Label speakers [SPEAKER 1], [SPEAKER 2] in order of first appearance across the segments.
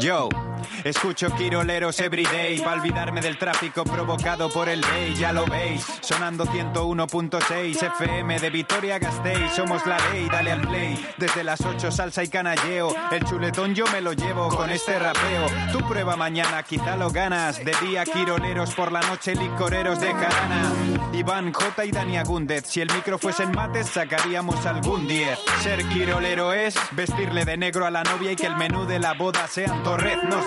[SPEAKER 1] Yo escucho quiroleros everyday para olvidarme del tráfico provocado por el ley, ya lo veis. Sonando 101.6 FM de Vitoria Gasteiz, somos la ley, dale al play. Desde las 8 salsa y canalleo, el chuletón yo me lo llevo con este rapeo. Tu prueba mañana, quizá lo ganas. De día quiroleros, por la noche licoreros de jarana. Iván J y Dani Agúndez, si el micro fuese en mates sacaríamos algún 10. Ser quirolero es vestirle de negro a la novia y que el menú de la boda sean torreznos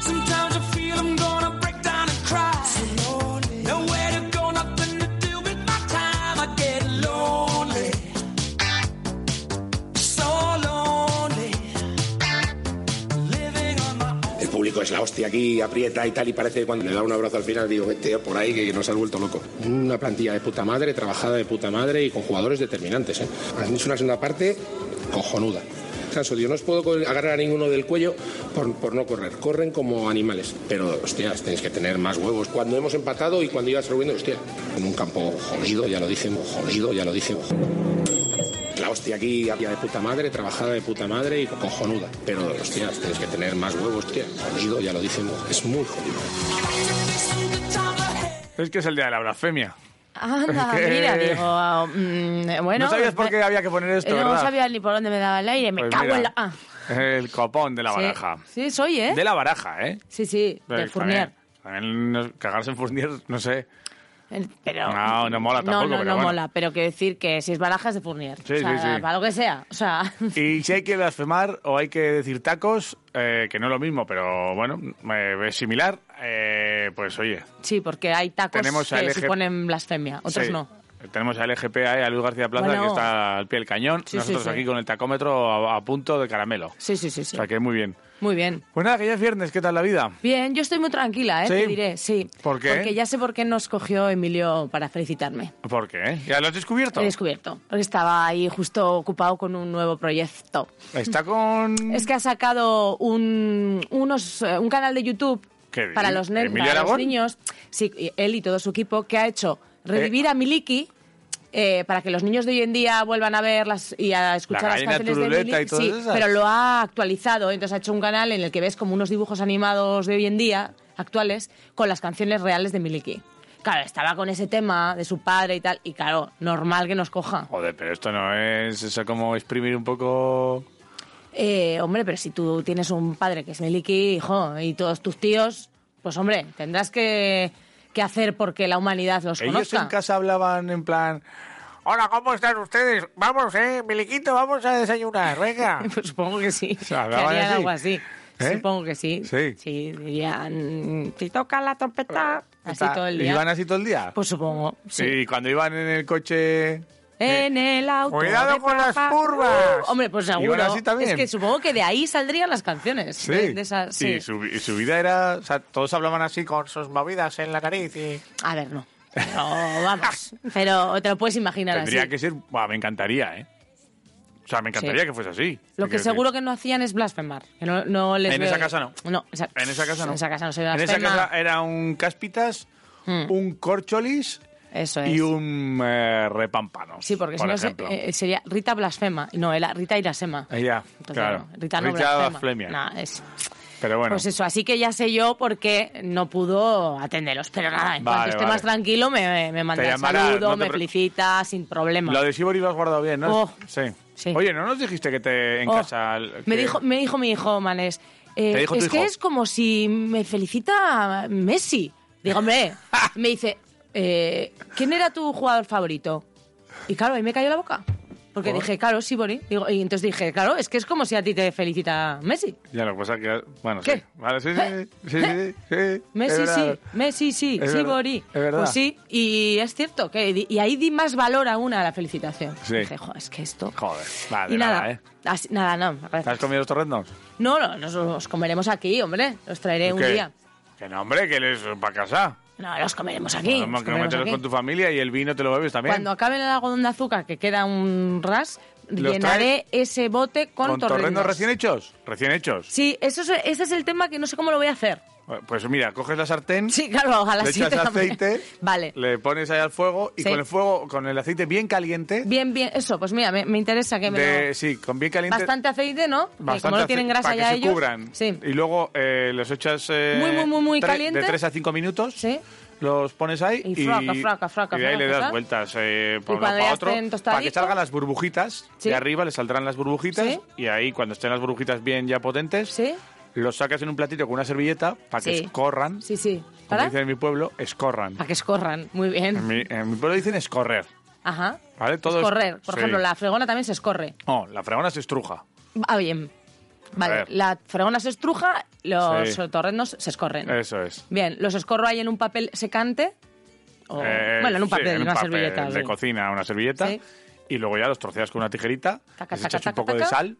[SPEAKER 2] Sometimes I feel I'm gonna break down and cry. Nowhere to go, nothing to do with my time. I get lonely, so lonely. Living on my own.
[SPEAKER 3] El público es la hostia aquí, aprieta y tal, y parece que cuando le da un abrazo al final, digo, vete por ahí que nos has vuelto loco. Una plantilla de puta madre, trabajada de puta madre y con jugadores determinantes. ¿eh? Han hecho una segunda parte cojonuda. Canso, yo no os puedo co- agarrar a ninguno del cuello por, por no correr. Corren como animales. Pero, hostias, tenéis que tener más huevos. Cuando hemos empatado y cuando ibas subiendo, hostia, en un campo jodido, ya lo dije, jodido, ya lo dije. La hostia aquí había de puta madre, trabajada de puta madre y cojonuda. Pero, hostias, tienes que tener más huevos, hostia. Jodido, ya lo dije, es muy jodido.
[SPEAKER 4] Es que es el día de la blasfemia.
[SPEAKER 5] Anda,
[SPEAKER 4] Es que-
[SPEAKER 5] mira, digo, ah, mm, bueno.
[SPEAKER 4] no sabías por
[SPEAKER 5] me-
[SPEAKER 4] qué había que poner esto,
[SPEAKER 5] eh, No
[SPEAKER 4] ¿verdad?
[SPEAKER 5] sabía ni por dónde me daba el aire, me
[SPEAKER 4] Pues
[SPEAKER 5] cago
[SPEAKER 4] mira,
[SPEAKER 5] en la... ah.
[SPEAKER 4] El copón de la
[SPEAKER 5] Sí.
[SPEAKER 4] baraja.
[SPEAKER 5] Sí, soy, ¿eh?
[SPEAKER 4] De la baraja, ¿eh?
[SPEAKER 5] Sí, sí, de
[SPEAKER 4] Pero
[SPEAKER 5] Fournier.
[SPEAKER 4] También, también no- cagarse en Fournier, no sé.
[SPEAKER 5] El- Pero,
[SPEAKER 4] No, no mola tampoco,
[SPEAKER 5] No, no,
[SPEAKER 4] pero
[SPEAKER 5] no
[SPEAKER 4] bueno.
[SPEAKER 5] mola, pero quiero decir que si es barajas de Fournier.
[SPEAKER 4] Sí,
[SPEAKER 5] o sea,
[SPEAKER 4] sí, sí.
[SPEAKER 5] Para lo que sea. O sea,
[SPEAKER 4] Y si hay que blasfemar o hay que decir tacos, eh, que no es lo mismo, pero bueno, eh, es similar, eh, pues oye.
[SPEAKER 5] sí, porque hay tacos
[SPEAKER 4] Tenemos a
[SPEAKER 5] que
[SPEAKER 4] LG.
[SPEAKER 5] suponen blasfemia, otros
[SPEAKER 4] sí.
[SPEAKER 5] no.
[SPEAKER 4] Tenemos al LGPA y a Luis García Plaza,
[SPEAKER 5] Bueno.
[SPEAKER 4] que está al pie del cañón.
[SPEAKER 5] Sí, sí,
[SPEAKER 4] Nosotros
[SPEAKER 5] sí.
[SPEAKER 4] aquí con el tacómetro a, a punto de caramelo.
[SPEAKER 5] Sí, sí, sí, sí.
[SPEAKER 4] O sea que muy bien.
[SPEAKER 5] Muy bien.
[SPEAKER 4] Pues nada, que ya es viernes, ¿qué tal la vida?
[SPEAKER 5] Bien, yo estoy muy tranquila, ¿eh?
[SPEAKER 4] ¿Sí?
[SPEAKER 5] Te diré, sí.
[SPEAKER 4] ¿Por qué?
[SPEAKER 5] Porque ya sé por qué nos cogió Emilio para felicitarme.
[SPEAKER 4] ¿Por qué? ¿Ya lo has descubierto?
[SPEAKER 5] He descubierto. Porque estaba ahí justo ocupado con un nuevo proyecto.
[SPEAKER 4] Está con...
[SPEAKER 5] Es que ha sacado un, unos, eh, un canal de YouTube
[SPEAKER 4] ¿Qué di-
[SPEAKER 5] para los, nen-
[SPEAKER 4] Emilio
[SPEAKER 5] para los
[SPEAKER 4] Aragón? Eh,
[SPEAKER 5] niños. Sí, y él y todo su equipo, que ha hecho revivir a Miliki. eh, para que los niños de hoy en día vuelvan a verlas y a escuchar
[SPEAKER 4] La
[SPEAKER 5] las
[SPEAKER 4] gallina
[SPEAKER 5] canciones de
[SPEAKER 4] turuleta
[SPEAKER 5] Miliki.
[SPEAKER 4] y todas
[SPEAKER 5] sí,
[SPEAKER 4] esas.
[SPEAKER 5] pero lo ha actualizado. Entonces ha hecho un canal en el que ves como unos dibujos animados de hoy en día, actuales, con las canciones reales de Miliki. Claro, estaba con ese tema de su padre y tal, y claro, normal que nos coja.
[SPEAKER 4] Joder, pero esto no es eso como exprimir un poco...
[SPEAKER 5] Eh, hombre, pero si tú tienes un padre que es Miliki, hijo, y todos tus tíos, pues hombre, tendrás que, que hacer porque la humanidad los
[SPEAKER 4] Ellos
[SPEAKER 5] pues, conozca.
[SPEAKER 4] en casa hablaban en plan... Hola, ¿cómo están ustedes? Vamos, eh, Miliquito, vamos a desayunar, venga.
[SPEAKER 5] Pues supongo que sí.
[SPEAKER 4] sea,
[SPEAKER 5] que
[SPEAKER 4] hablaban
[SPEAKER 5] harían
[SPEAKER 4] así.
[SPEAKER 5] algo así.
[SPEAKER 4] ¿Eh?
[SPEAKER 5] Supongo que sí.
[SPEAKER 4] Sí.
[SPEAKER 5] dirían, si toca la trompeta, así todo el día.
[SPEAKER 4] ¿Iban así todo el día?
[SPEAKER 5] Pues supongo, sí.
[SPEAKER 4] Sí, cuando iban en el coche...
[SPEAKER 5] En el auto.
[SPEAKER 4] eh, Cuidado
[SPEAKER 5] de
[SPEAKER 4] con las
[SPEAKER 5] papá.
[SPEAKER 4] curvas.
[SPEAKER 5] Uh, hombre, pues
[SPEAKER 4] Iban
[SPEAKER 5] seguro.
[SPEAKER 4] así también.
[SPEAKER 5] Es que supongo que de ahí saldrían las canciones.
[SPEAKER 4] Sí.
[SPEAKER 5] De, de esas, sí.
[SPEAKER 4] Y su, y su vida era... O sea, todos hablaban así con sus movidas en la nariz y...
[SPEAKER 5] A ver, no. No, vamos. Pero te lo puedes imaginar
[SPEAKER 4] Tendría
[SPEAKER 5] así.
[SPEAKER 4] que ser... Buah, me encantaría, ¿eh? O sea, me encantaría que fuese así.
[SPEAKER 5] Lo que
[SPEAKER 4] Quiero
[SPEAKER 5] seguro
[SPEAKER 4] decir,
[SPEAKER 5] que no hacían es blasfemar. Que no, no les
[SPEAKER 4] En
[SPEAKER 5] veo-
[SPEAKER 4] esa casa no.
[SPEAKER 5] No, esa-
[SPEAKER 4] En esa casa no.
[SPEAKER 5] En esa casa no se
[SPEAKER 4] En
[SPEAKER 5] blasfema.
[SPEAKER 4] esa casa era un cáspitas,
[SPEAKER 5] Mm.
[SPEAKER 4] un corcholis
[SPEAKER 5] Eso es.
[SPEAKER 4] y un eh, repampano.
[SPEAKER 5] Sí, porque si
[SPEAKER 4] por
[SPEAKER 5] no se-
[SPEAKER 4] ejemplo.
[SPEAKER 5] eh, sería Rita blasfema. No, era Rita irasema.
[SPEAKER 4] Ah, ya,
[SPEAKER 5] Entonces,
[SPEAKER 4] claro.
[SPEAKER 5] no, Rita no
[SPEAKER 4] Rita
[SPEAKER 5] blasfema.
[SPEAKER 4] blasfemia.
[SPEAKER 5] Nah, es-
[SPEAKER 4] Pero bueno.
[SPEAKER 5] Pues eso, así que ya sé yo por qué no pudo atenderos. Pero nada, en
[SPEAKER 4] Vale,
[SPEAKER 5] cuanto esté
[SPEAKER 4] vale.
[SPEAKER 5] más tranquilo me, me manda
[SPEAKER 4] Te
[SPEAKER 5] el
[SPEAKER 4] llamará,
[SPEAKER 5] saludo,
[SPEAKER 4] no te
[SPEAKER 5] me
[SPEAKER 4] pre-
[SPEAKER 5] felicita, sin problema.
[SPEAKER 4] Lo de Sibori lo has guardado bien, ¿no?
[SPEAKER 5] Oh,
[SPEAKER 4] sí.
[SPEAKER 5] sí.
[SPEAKER 4] Oye, ¿no nos dijiste que te en
[SPEAKER 5] Oh,
[SPEAKER 4] casa...
[SPEAKER 5] me,
[SPEAKER 4] que-
[SPEAKER 5] dijo, me dijo mi hijo Manés, eh,
[SPEAKER 4] ¿Te dijo tu
[SPEAKER 5] es que
[SPEAKER 4] hijo?
[SPEAKER 5] es como si me felicita Messi. Digo, hombre, me dice, eh, ¿quién era tu jugador favorito? Y claro, ahí me cayó la boca. Porque dije, claro, sí, Boni. Digo, y entonces dije, claro, es que es como si a ti te felicita Messi.
[SPEAKER 4] Ya lo que pasa que. Bueno,
[SPEAKER 5] ¿Qué?
[SPEAKER 4] sí. Vale, sí, sí, sí, sí, sí, es
[SPEAKER 5] Messi sí,
[SPEAKER 4] verdad.
[SPEAKER 5] Messi sí,
[SPEAKER 4] Es
[SPEAKER 5] sí,
[SPEAKER 4] verdad,
[SPEAKER 5] Bori.
[SPEAKER 4] es verdad.
[SPEAKER 5] Pues sí, y es cierto. que di- Y ahí di más valor aún a la felicitación.
[SPEAKER 4] Sí.
[SPEAKER 5] Dije, jo, es que esto...
[SPEAKER 4] Joder, vale,
[SPEAKER 5] y nada,
[SPEAKER 4] nada, ¿eh?
[SPEAKER 5] así- nada, no,
[SPEAKER 4] ¿Te has
[SPEAKER 5] gracias.
[SPEAKER 4] comido los torrendos?
[SPEAKER 5] No, no, nos los comeremos aquí, hombre. Los traeré Eh, un
[SPEAKER 4] ¿Qué?
[SPEAKER 5] día.
[SPEAKER 4] Que no, hombre, que eres para casa.
[SPEAKER 5] No, los comeremos aquí.
[SPEAKER 4] Vamos,
[SPEAKER 5] los
[SPEAKER 4] que
[SPEAKER 5] comeremos
[SPEAKER 4] meterlos
[SPEAKER 5] aquí.
[SPEAKER 4] con tu familia y el vino te lo bebes también.
[SPEAKER 5] Cuando acabe el algodón de azúcar, que queda un ras,
[SPEAKER 4] Los
[SPEAKER 5] llenaré ese bote con,
[SPEAKER 4] ¿Con torrendos recién hechos? Recién hechos.
[SPEAKER 5] Sí, eso es, ese es el tema que no sé cómo lo voy a hacer.
[SPEAKER 4] Pues mira, coges la sartén,
[SPEAKER 5] Sí, claro, ojalá
[SPEAKER 4] le
[SPEAKER 5] sí.
[SPEAKER 4] echas aceite,
[SPEAKER 5] Vale.
[SPEAKER 4] le pones ahí al fuego y
[SPEAKER 5] Sí.
[SPEAKER 4] con el fuego, con el aceite bien caliente,
[SPEAKER 5] Bien, bien, eso, pues mira, me, me interesa que me
[SPEAKER 4] de-
[SPEAKER 5] lo-
[SPEAKER 4] sí, con bien caliente,
[SPEAKER 5] Bastante aceite, ¿no? Porque como no
[SPEAKER 4] ace-
[SPEAKER 5] tienen grasa
[SPEAKER 4] para
[SPEAKER 5] ya
[SPEAKER 4] que se
[SPEAKER 5] ellos.
[SPEAKER 4] cubran.
[SPEAKER 5] Sí.
[SPEAKER 4] Y luego eh, los echas eh,
[SPEAKER 5] Muy, muy, muy, muy
[SPEAKER 4] tre-
[SPEAKER 5] caliente.
[SPEAKER 4] de 3 a 5 minutos.
[SPEAKER 5] Sí.
[SPEAKER 4] Los pones ahí
[SPEAKER 5] Y fraca, fraca, fraca,
[SPEAKER 4] y de ahí
[SPEAKER 5] fraca,
[SPEAKER 4] le das
[SPEAKER 5] ¿sabes?
[SPEAKER 4] vueltas eh, por
[SPEAKER 5] Y
[SPEAKER 4] un
[SPEAKER 5] cuando
[SPEAKER 4] lado
[SPEAKER 5] ya
[SPEAKER 4] para otro
[SPEAKER 5] estén
[SPEAKER 4] para que
[SPEAKER 5] tostaditos.
[SPEAKER 4] salgan las burbujitas.
[SPEAKER 5] Sí.
[SPEAKER 4] De arriba le saldrán las burbujitas
[SPEAKER 5] Sí.
[SPEAKER 4] y ahí cuando estén las burbujitas bien ya potentes,
[SPEAKER 5] Sí.
[SPEAKER 4] los sacas en un platito con una servilleta para que
[SPEAKER 5] Sí.
[SPEAKER 4] escorran.
[SPEAKER 5] Sí, sí.
[SPEAKER 4] Como
[SPEAKER 5] ¿Para?
[SPEAKER 4] dicen en mi pueblo, escorran.
[SPEAKER 5] Para que escorran, muy
[SPEAKER 4] En
[SPEAKER 5] bien.
[SPEAKER 4] mi, en mi pueblo dicen escorrer.
[SPEAKER 5] Ajá.
[SPEAKER 4] Vale, todo es-
[SPEAKER 5] Escorrer. Por
[SPEAKER 4] sí.
[SPEAKER 5] ejemplo, la fregona también se escorre.
[SPEAKER 4] No, la fregona se estruja.
[SPEAKER 5] Ah, bien. Vale,
[SPEAKER 4] ver.
[SPEAKER 5] la fregona se estruja, los
[SPEAKER 4] Sí.
[SPEAKER 5] torrendos se escorren.
[SPEAKER 4] Eso es.
[SPEAKER 5] Bien, los escorro ahí en un papel secante. o-
[SPEAKER 4] Eh,
[SPEAKER 5] bueno, en un
[SPEAKER 4] sí,
[SPEAKER 5] papel, en una
[SPEAKER 4] papel
[SPEAKER 5] servilleta.
[SPEAKER 4] De
[SPEAKER 5] sí.
[SPEAKER 4] cocina, una servilleta.
[SPEAKER 5] Sí.
[SPEAKER 4] Y luego ya los troceas con una tijerita.
[SPEAKER 5] Taca,
[SPEAKER 4] les
[SPEAKER 5] taca,
[SPEAKER 4] echas un
[SPEAKER 5] taca,
[SPEAKER 4] poco de
[SPEAKER 5] taca.
[SPEAKER 4] sal.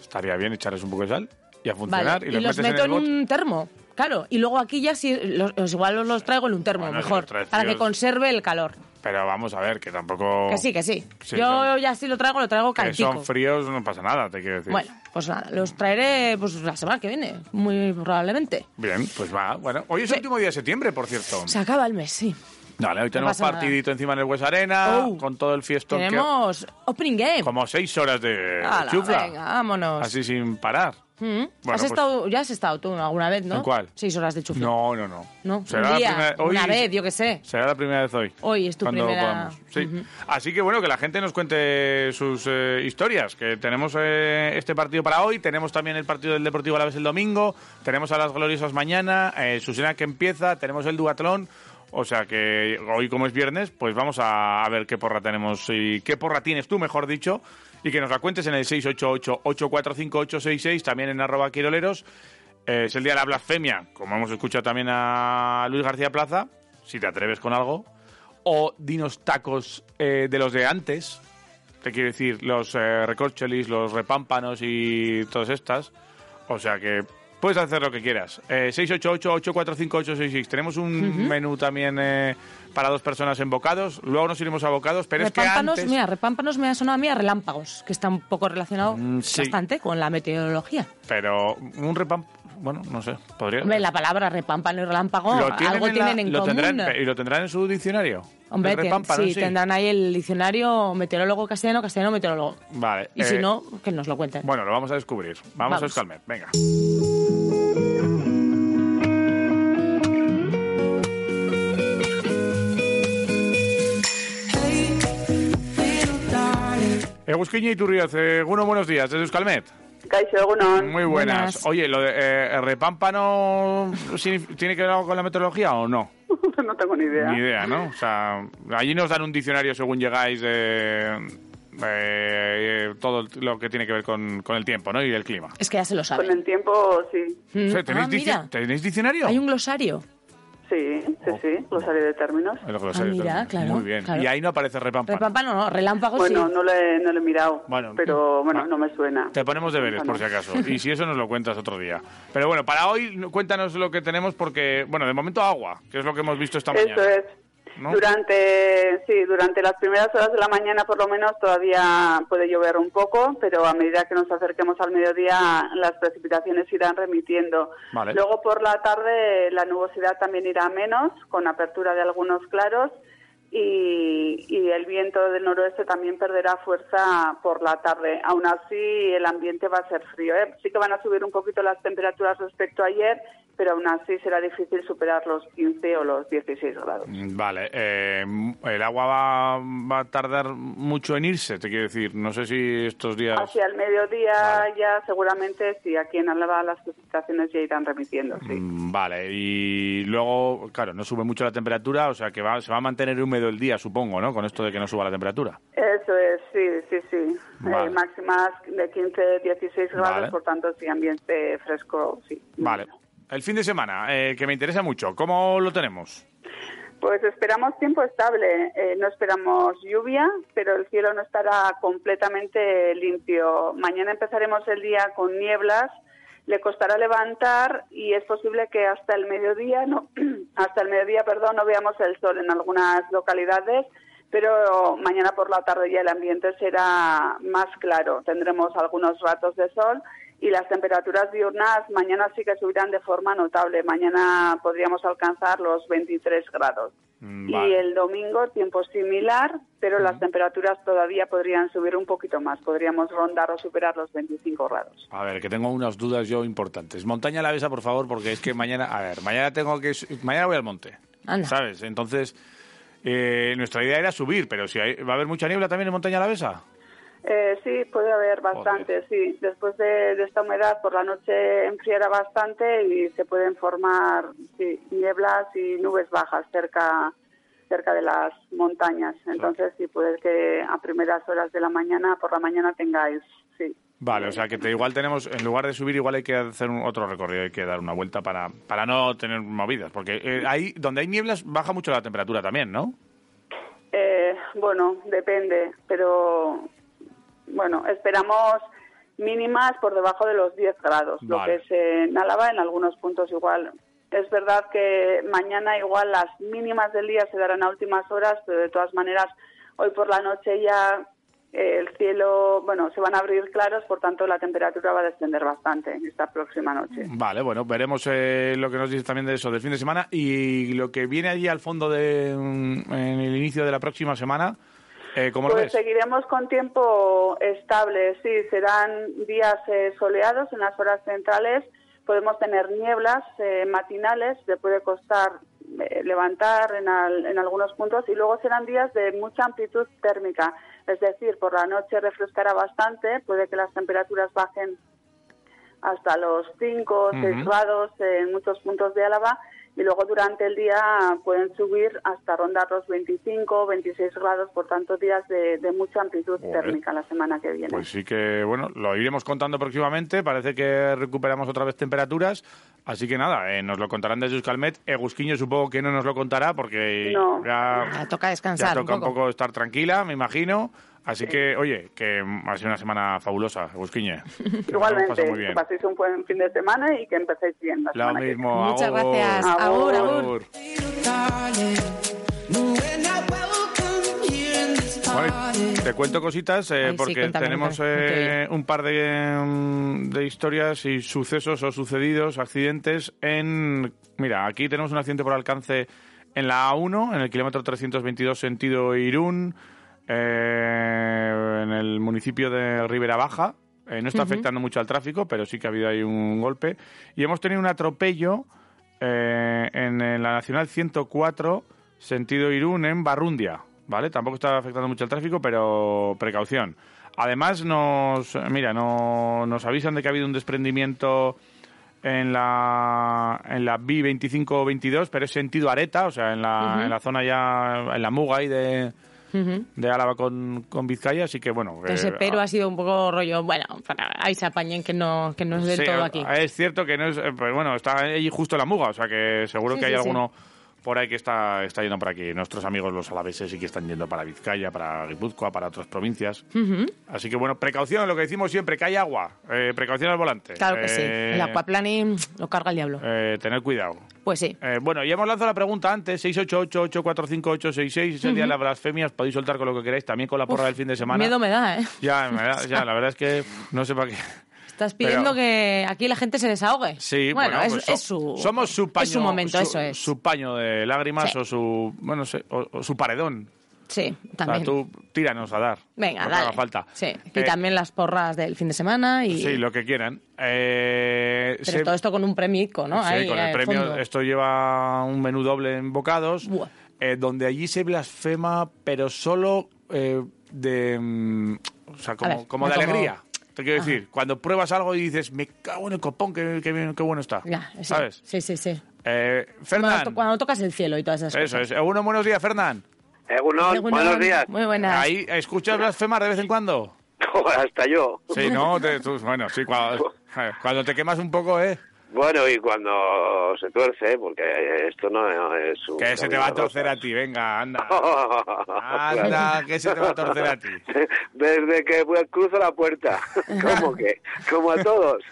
[SPEAKER 4] Estaría bien echarles un poco de sal. Y a funcionar. Y
[SPEAKER 5] Vale,
[SPEAKER 4] los, metes
[SPEAKER 5] meto
[SPEAKER 4] en el
[SPEAKER 5] en,
[SPEAKER 4] bot.
[SPEAKER 5] un termo. Claro, y luego aquí ya sí, los, los igual os los traigo en un termo,
[SPEAKER 4] Bueno, si
[SPEAKER 5] mejor,
[SPEAKER 4] los traes,
[SPEAKER 5] para
[SPEAKER 4] tíos.
[SPEAKER 5] que conserve el calor.
[SPEAKER 4] Pero vamos a ver, que tampoco.
[SPEAKER 5] Que sí, que sí.
[SPEAKER 4] Sí,
[SPEAKER 5] Yo
[SPEAKER 4] son-
[SPEAKER 5] ya si lo traigo, lo traigo
[SPEAKER 4] que
[SPEAKER 5] calentico.
[SPEAKER 4] son fríos, no pasa nada, te quiero decir.
[SPEAKER 5] Bueno, pues nada, los traeré pues la semana que viene, muy probablemente.
[SPEAKER 4] Bien, pues va. Bueno, hoy es el último día de septiembre, por cierto.
[SPEAKER 5] Se acaba el mes, sí.
[SPEAKER 4] Dale, hoy tenemos
[SPEAKER 5] pasa nada.
[SPEAKER 4] partidito encima en el West Arena,
[SPEAKER 5] Oh.
[SPEAKER 4] con todo el fiestón. que-
[SPEAKER 5] Tenemos opening game.
[SPEAKER 4] Como seis horas de
[SPEAKER 5] Ala,
[SPEAKER 4] chufla.
[SPEAKER 5] venga, vámonos.
[SPEAKER 4] Así sin parar.
[SPEAKER 5] Mm.
[SPEAKER 4] Bueno,
[SPEAKER 5] has
[SPEAKER 4] pues-
[SPEAKER 5] estado, ya has estado tú alguna vez, ¿no?
[SPEAKER 4] ¿En cuál?
[SPEAKER 5] Seis horas de chufla.
[SPEAKER 4] No, no, no.
[SPEAKER 5] No,
[SPEAKER 4] Será
[SPEAKER 5] un
[SPEAKER 4] la
[SPEAKER 5] día,
[SPEAKER 4] primera- hoy-
[SPEAKER 5] una vez, yo qué sé.
[SPEAKER 4] Será la primera vez hoy.
[SPEAKER 5] Hoy es tu
[SPEAKER 4] Cuando
[SPEAKER 5] primera-
[SPEAKER 4] podamos, sí.
[SPEAKER 5] Ujú.
[SPEAKER 4] Así que bueno, que la gente nos cuente sus eh, historias. Que tenemos eh, este partido para hoy, tenemos también el partido del Deportivo a la vez el domingo, tenemos a las gloriosas mañana, eh, Susana que empieza, tenemos el duatlón. O sea que hoy como es viernes, pues vamos a, a ver qué porra tenemos y qué porra tienes tú, mejor dicho, y que nos la cuentes en el 688-845-866, también en arroba quiroleros. Eh, es el día de la blasfemia, como hemos escuchado también a Luis García Plaza, si te atreves con algo. O dinos tacos eh, de los de antes, te quiero decir, los eh, recorcholis, los repámpanos y todas estas. O sea que puedes hacer lo que quieras. Eh, 688-845-866. Tenemos un menú también eh, para dos personas en bocados. Luego nos iremos a bocados, pero es que
[SPEAKER 5] repámpanos,
[SPEAKER 4] antes...
[SPEAKER 5] mira, repámpanos me ha sonado a mí a relámpagos, que está un poco relacionado
[SPEAKER 4] Mm, sí.
[SPEAKER 5] bastante con la meteorología.
[SPEAKER 4] Pero un repámpano... Bueno, no sé, podría...
[SPEAKER 5] Hombre, la palabra repámpano y relámpago,
[SPEAKER 4] Lo tienen
[SPEAKER 5] algo
[SPEAKER 4] en la-
[SPEAKER 5] tienen en
[SPEAKER 4] lo
[SPEAKER 5] común.
[SPEAKER 4] tendrán- ¿Y lo tendrán en su diccionario?
[SPEAKER 5] Hombre,
[SPEAKER 4] El
[SPEAKER 5] tien-
[SPEAKER 4] repámpano,
[SPEAKER 5] sí, tendrán ahí el diccionario meteorólogo castellano, castellano meteorólogo.
[SPEAKER 4] Vale.
[SPEAKER 5] Y
[SPEAKER 4] eh,
[SPEAKER 5] si no, que nos lo cuenten.
[SPEAKER 4] Bueno, lo vamos a descubrir. Vamos,
[SPEAKER 5] Vamos.
[SPEAKER 4] a Euskalmet. Venga. Egusquiña y Turrioz, uno eh, buenos días desde Euskalmet.
[SPEAKER 6] Kaixo, egunon.
[SPEAKER 4] Muy buenas.
[SPEAKER 5] Buenas.
[SPEAKER 4] Oye, lo de eh, repámpano signif- tiene que ver algo con la meteorología o no?
[SPEAKER 6] no tengo ni idea.
[SPEAKER 4] Ni idea, ¿no? O sea, allí nos dan un diccionario según llegáis de eh, todo lo que tiene que ver con, con el tiempo, ¿no? Y el clima.
[SPEAKER 5] Es que ya se lo
[SPEAKER 6] Con
[SPEAKER 5] saben.
[SPEAKER 6] el tiempo, sí.
[SPEAKER 5] Mm,
[SPEAKER 4] O sea, ¿tenéis,
[SPEAKER 5] ah,
[SPEAKER 4] dici-
[SPEAKER 5] mira,
[SPEAKER 4] ¿Tenéis diccionario?
[SPEAKER 5] hay un glosario.
[SPEAKER 6] Sí, sí, sí. Glosario de términos.
[SPEAKER 4] El glosario
[SPEAKER 5] Ah, mira,
[SPEAKER 4] también.
[SPEAKER 5] claro,
[SPEAKER 4] Muy bien.
[SPEAKER 5] claro.
[SPEAKER 4] Y ahí no aparece repampano.
[SPEAKER 5] Repámpano no, relámpago
[SPEAKER 6] Bueno,
[SPEAKER 5] sí.
[SPEAKER 6] no lo he, no lo he mirado.
[SPEAKER 4] Bueno, mm, ah.
[SPEAKER 6] pero bueno,
[SPEAKER 4] va.
[SPEAKER 6] no me suena.
[SPEAKER 4] Te ponemos deberes, por si acaso. Y si eso nos lo cuentas otro día. Pero bueno, para hoy cuéntanos lo que tenemos porque, bueno, de momento agua, que es lo que hemos visto esta
[SPEAKER 6] Eso
[SPEAKER 4] mañana.
[SPEAKER 6] es.
[SPEAKER 4] ¿No?
[SPEAKER 6] Durante, sí, durante las primeras horas de la mañana por lo menos todavía puede llover un poco, pero a medida que nos acerquemos al mediodía las precipitaciones irán remitiendo.
[SPEAKER 4] Vale.
[SPEAKER 6] Luego por la tarde la nubosidad también irá a menos, con apertura de algunos claros. Y, y el viento del noroeste también perderá fuerza por la tarde. Aún así, el ambiente va a ser frío. ¿eh? Sí que van a subir un poquito las temperaturas respecto a ayer, pero aún así será difícil superar los 15 o los 16 grados.
[SPEAKER 4] Mm, Vale, eh, el agua va, va a tardar mucho en irse, te quiero decir. No sé si estos días...
[SPEAKER 6] Hacia el mediodía ya seguramente sí, aquí en Álava las precipitaciones ya irán remitiendo, sí.
[SPEAKER 4] Mm, Vale, y luego, claro, no sube mucho la temperatura, o sea que va, se va a mantener húmedo el día, supongo, ¿no? Con esto de que no suba la temperatura.
[SPEAKER 6] Eso es, sí, sí, sí.
[SPEAKER 4] Vale.
[SPEAKER 6] Eh, máximas de 15, 16 grados,
[SPEAKER 4] Vale.
[SPEAKER 6] por tanto, sí, ambiente fresco, sí.
[SPEAKER 4] Vale. El fin de semana, eh, que me interesa mucho, ¿cómo lo tenemos?
[SPEAKER 6] Pues esperamos tiempo estable, eh, no esperamos lluvia, pero el cielo no estará completamente limpio. Mañana empezaremos el día con nieblas, le costará levantar y es posible que hasta el mediodía, no, hasta el mediodía, perdón, no veamos el sol en algunas localidades, pero mañana por la tarde ya el ambiente será más claro, tendremos algunos ratos de sol. Y las temperaturas diurnas mañana sí que subirán de forma notable. Mañana podríamos alcanzar los 23 grados.
[SPEAKER 4] Mm,
[SPEAKER 6] Y
[SPEAKER 4] Vale.
[SPEAKER 6] el domingo tiempo similar, pero las temperaturas todavía podrían subir un poquito más. Podríamos rondar o superar los 25 grados.
[SPEAKER 4] A ver, que tengo unas dudas yo importantes. Montaña la por favor, porque es que mañana, a ver, mañana tengo que su- mañana voy al monte.
[SPEAKER 5] Anda.
[SPEAKER 4] ¿Sabes? Entonces, eh, nuestra idea era subir, pero si hay- va a haber mucha niebla también en Montaña la
[SPEAKER 6] Eh, sí, puede haber bastante, sí. Después de, de esta humedad por la noche enfriará bastante y se pueden formar sí, nieblas y nubes bajas cerca cerca de las montañas. Entonces sí puede que a primeras horas de la mañana, por la mañana tengáis, sí.
[SPEAKER 4] Vale, o sea que te- igual tenemos, en lugar de subir, igual hay que hacer un- otro recorrido, hay que dar una vuelta para, para no tener movidas, porque eh, ahí donde hay nieblas baja mucho la temperatura también, ¿no?
[SPEAKER 6] Eh, bueno, depende, pero bueno, esperamos mínimas por debajo de los 10 grados, lo
[SPEAKER 4] Vale.
[SPEAKER 6] que es en Álava, en algunos puntos igual. Es verdad que mañana igual las mínimas del día se darán a últimas horas, pero de todas maneras hoy por la noche ya eh, el cielo, bueno, se van a abrir claros, por tanto la temperatura va a descender bastante esta próxima noche.
[SPEAKER 4] Vale, bueno, veremos eh, lo que nos dice también de eso del fin de semana y lo que viene allí al fondo de, mm, en el inicio de la próxima semana. Eh, ¿Cómo lo
[SPEAKER 6] Pues
[SPEAKER 4] ves?
[SPEAKER 6] seguiremos con tiempo estable, sí, serán días eh, soleados en las horas centrales, podemos tener nieblas eh, matinales, le puede costar eh, levantar en, al- en algunos puntos y luego serán días de mucha amplitud térmica, es decir, por la noche refrescará bastante, puede que las temperaturas bajen hasta los 5 o 6
[SPEAKER 4] Ujú.
[SPEAKER 6] grados en muchos puntos de Álava y luego durante el día pueden subir hasta rondar los 25 o 26 grados, por tanto días de, de mucha amplitud
[SPEAKER 4] Joder.
[SPEAKER 6] térmica la semana que viene.
[SPEAKER 4] Pues sí que, bueno, lo iremos contando próximamente. Parece que recuperamos otra vez temperaturas. Así que nada, eh, nos lo contarán desde Euskalmet. Egusquiño supongo que no nos lo contará porque
[SPEAKER 6] No.
[SPEAKER 4] ya,
[SPEAKER 5] Ah, toca descansar
[SPEAKER 4] ya toca
[SPEAKER 5] un
[SPEAKER 4] un
[SPEAKER 5] poco.
[SPEAKER 4] poco estar tranquila, me imagino. Así que, oye, que mm, ha sido una semana fabulosa, Egusquiñe. Que nos lo hemos pasado
[SPEAKER 6] Igualmente,
[SPEAKER 4] muy bien.
[SPEAKER 6] que paséis un buen fin de semana y que empecéis bien la
[SPEAKER 4] Lo
[SPEAKER 6] semana que viene.
[SPEAKER 4] mismo.
[SPEAKER 5] Muchas
[SPEAKER 4] agur.
[SPEAKER 5] gracias.
[SPEAKER 6] Agur,
[SPEAKER 5] agur. agur.
[SPEAKER 4] Agur. Bueno, y
[SPEAKER 2] Bueno,
[SPEAKER 4] te cuento cositas eh,
[SPEAKER 5] Ay, sí,
[SPEAKER 4] porque
[SPEAKER 5] cuéntame,
[SPEAKER 4] tenemos
[SPEAKER 5] cuéntame,
[SPEAKER 4] eh,
[SPEAKER 5] que
[SPEAKER 4] un par de, mm, de historias y sucesos o sucedidos, accidentes en... Mira, aquí tenemos un accidente por alcance en la A1, en el kilómetro 322 sentido Irún, eh, en el municipio de Ribera Baja. Eh, no está afectando mucho al tráfico, pero sí que ha habido ahí un golpe. Y hemos tenido un atropello eh, en, eh, la Nacional 104, sentido Irún, en Barrundia. ¿Vale? Tampoco está afectando mucho el tráfico, pero precaución. Además, nos, mira, no, nos avisan de que ha habido un desprendimiento en la, en la B2522, pero es sentido areta, o sea, en la, en la zona ya, en la muga ahí de, de Álava con, con Vizcaya, así que bueno.
[SPEAKER 5] Entonces,
[SPEAKER 4] eh,
[SPEAKER 5] pero
[SPEAKER 4] a-
[SPEAKER 5] ha sido un poco rollo, bueno, para, ahí se apañen que no, que no es del
[SPEAKER 4] Sí,
[SPEAKER 5] todo aquí.
[SPEAKER 4] Es cierto que no es. eh, Pues bueno, está ahí justo la muga, o sea que seguro
[SPEAKER 5] Sí,
[SPEAKER 4] que hay
[SPEAKER 5] sí, sí.
[SPEAKER 4] alguno por ahí que está, está yendo por aquí. Nuestros amigos los alaveses sí que están yendo para Vizcaya, para Guipúzcoa, para otras provincias. Así que bueno, precaución, lo que decimos siempre, que hay agua. Eh, precaución al volante.
[SPEAKER 5] Claro que sí.
[SPEAKER 4] Eh,
[SPEAKER 5] El aquaplaning lo carga el diablo.
[SPEAKER 4] eh, tener cuidado.
[SPEAKER 5] Pues sí.
[SPEAKER 4] Eh, bueno, ya hemos lanzado la pregunta antes, 688-845-866, es el día de las blasfemias, podéis soltar con lo que queráis, también con la porra del fin de semana.
[SPEAKER 5] Miedo me da, ¿eh?
[SPEAKER 4] Ya, me da- ya, la verdad es que pff, no sé para qué.
[SPEAKER 5] Estás pidiendo
[SPEAKER 4] Pero-
[SPEAKER 5] que aquí la gente se desahogue.
[SPEAKER 4] Sí,
[SPEAKER 5] bueno, es,
[SPEAKER 4] pues so-
[SPEAKER 5] es su,
[SPEAKER 4] somos su paño,
[SPEAKER 5] es su momento,
[SPEAKER 4] su-
[SPEAKER 5] eso es.
[SPEAKER 4] Su paño de lágrimas
[SPEAKER 5] Sí.
[SPEAKER 4] o su, bueno, no sé, o, o su paredón.
[SPEAKER 5] Sí,
[SPEAKER 4] O sea,
[SPEAKER 5] también.
[SPEAKER 4] tú tíranos a dar.
[SPEAKER 5] Venga,
[SPEAKER 4] lo que
[SPEAKER 5] dale.
[SPEAKER 4] haga falta.
[SPEAKER 5] Sí, y
[SPEAKER 4] Eh,
[SPEAKER 5] también las porras del fin de semana y...
[SPEAKER 4] Sí, lo que quieran. Eh,
[SPEAKER 5] Pero
[SPEAKER 4] se-
[SPEAKER 5] todo esto con un premico, ¿no?
[SPEAKER 4] Sí,
[SPEAKER 5] Ahí,
[SPEAKER 4] con
[SPEAKER 5] al
[SPEAKER 4] el premio. eh,
[SPEAKER 5] fondo.
[SPEAKER 4] Esto lleva un menú doble en bocados,
[SPEAKER 5] Buah.
[SPEAKER 4] eh, donde allí se blasfema, pero solo eh, de. mm, O sea,
[SPEAKER 5] A
[SPEAKER 4] como,
[SPEAKER 5] ver,
[SPEAKER 4] como de
[SPEAKER 5] como-
[SPEAKER 4] alegría. Te quiero
[SPEAKER 5] Ajá.
[SPEAKER 4] decir, cuando pruebas algo y dices, me cago en el copón, qué, qué bien- qué bueno está.
[SPEAKER 5] Ya, sí,
[SPEAKER 4] ¿Sabes?
[SPEAKER 5] Sí, sí, sí.
[SPEAKER 4] Eh,
[SPEAKER 5] Cuando,
[SPEAKER 4] Fernán.
[SPEAKER 5] to- cuando tocas el cielo y todas esas
[SPEAKER 4] Eso
[SPEAKER 5] cosas.
[SPEAKER 4] es. Uno, buenos días, Fernán.
[SPEAKER 7] Egunon,
[SPEAKER 5] Egunon,
[SPEAKER 7] buenos días.
[SPEAKER 5] Muy buenas.
[SPEAKER 4] Ahí, ¿Escuchas blasfemar de vez en cuando?
[SPEAKER 7] Hasta yo.
[SPEAKER 4] Sí, no, Te- tú- bueno, sí, cuando, cuando te quemas un poco, ¿eh?
[SPEAKER 7] Bueno, y cuando se tuerce, porque esto no es un...
[SPEAKER 4] Que se te va a torcer a ti, venga, anda. Anda, Ah, que se te va a torcer a ti.
[SPEAKER 7] Desde que pues, cruzo la puerta. ¿Cómo que? Como a todos.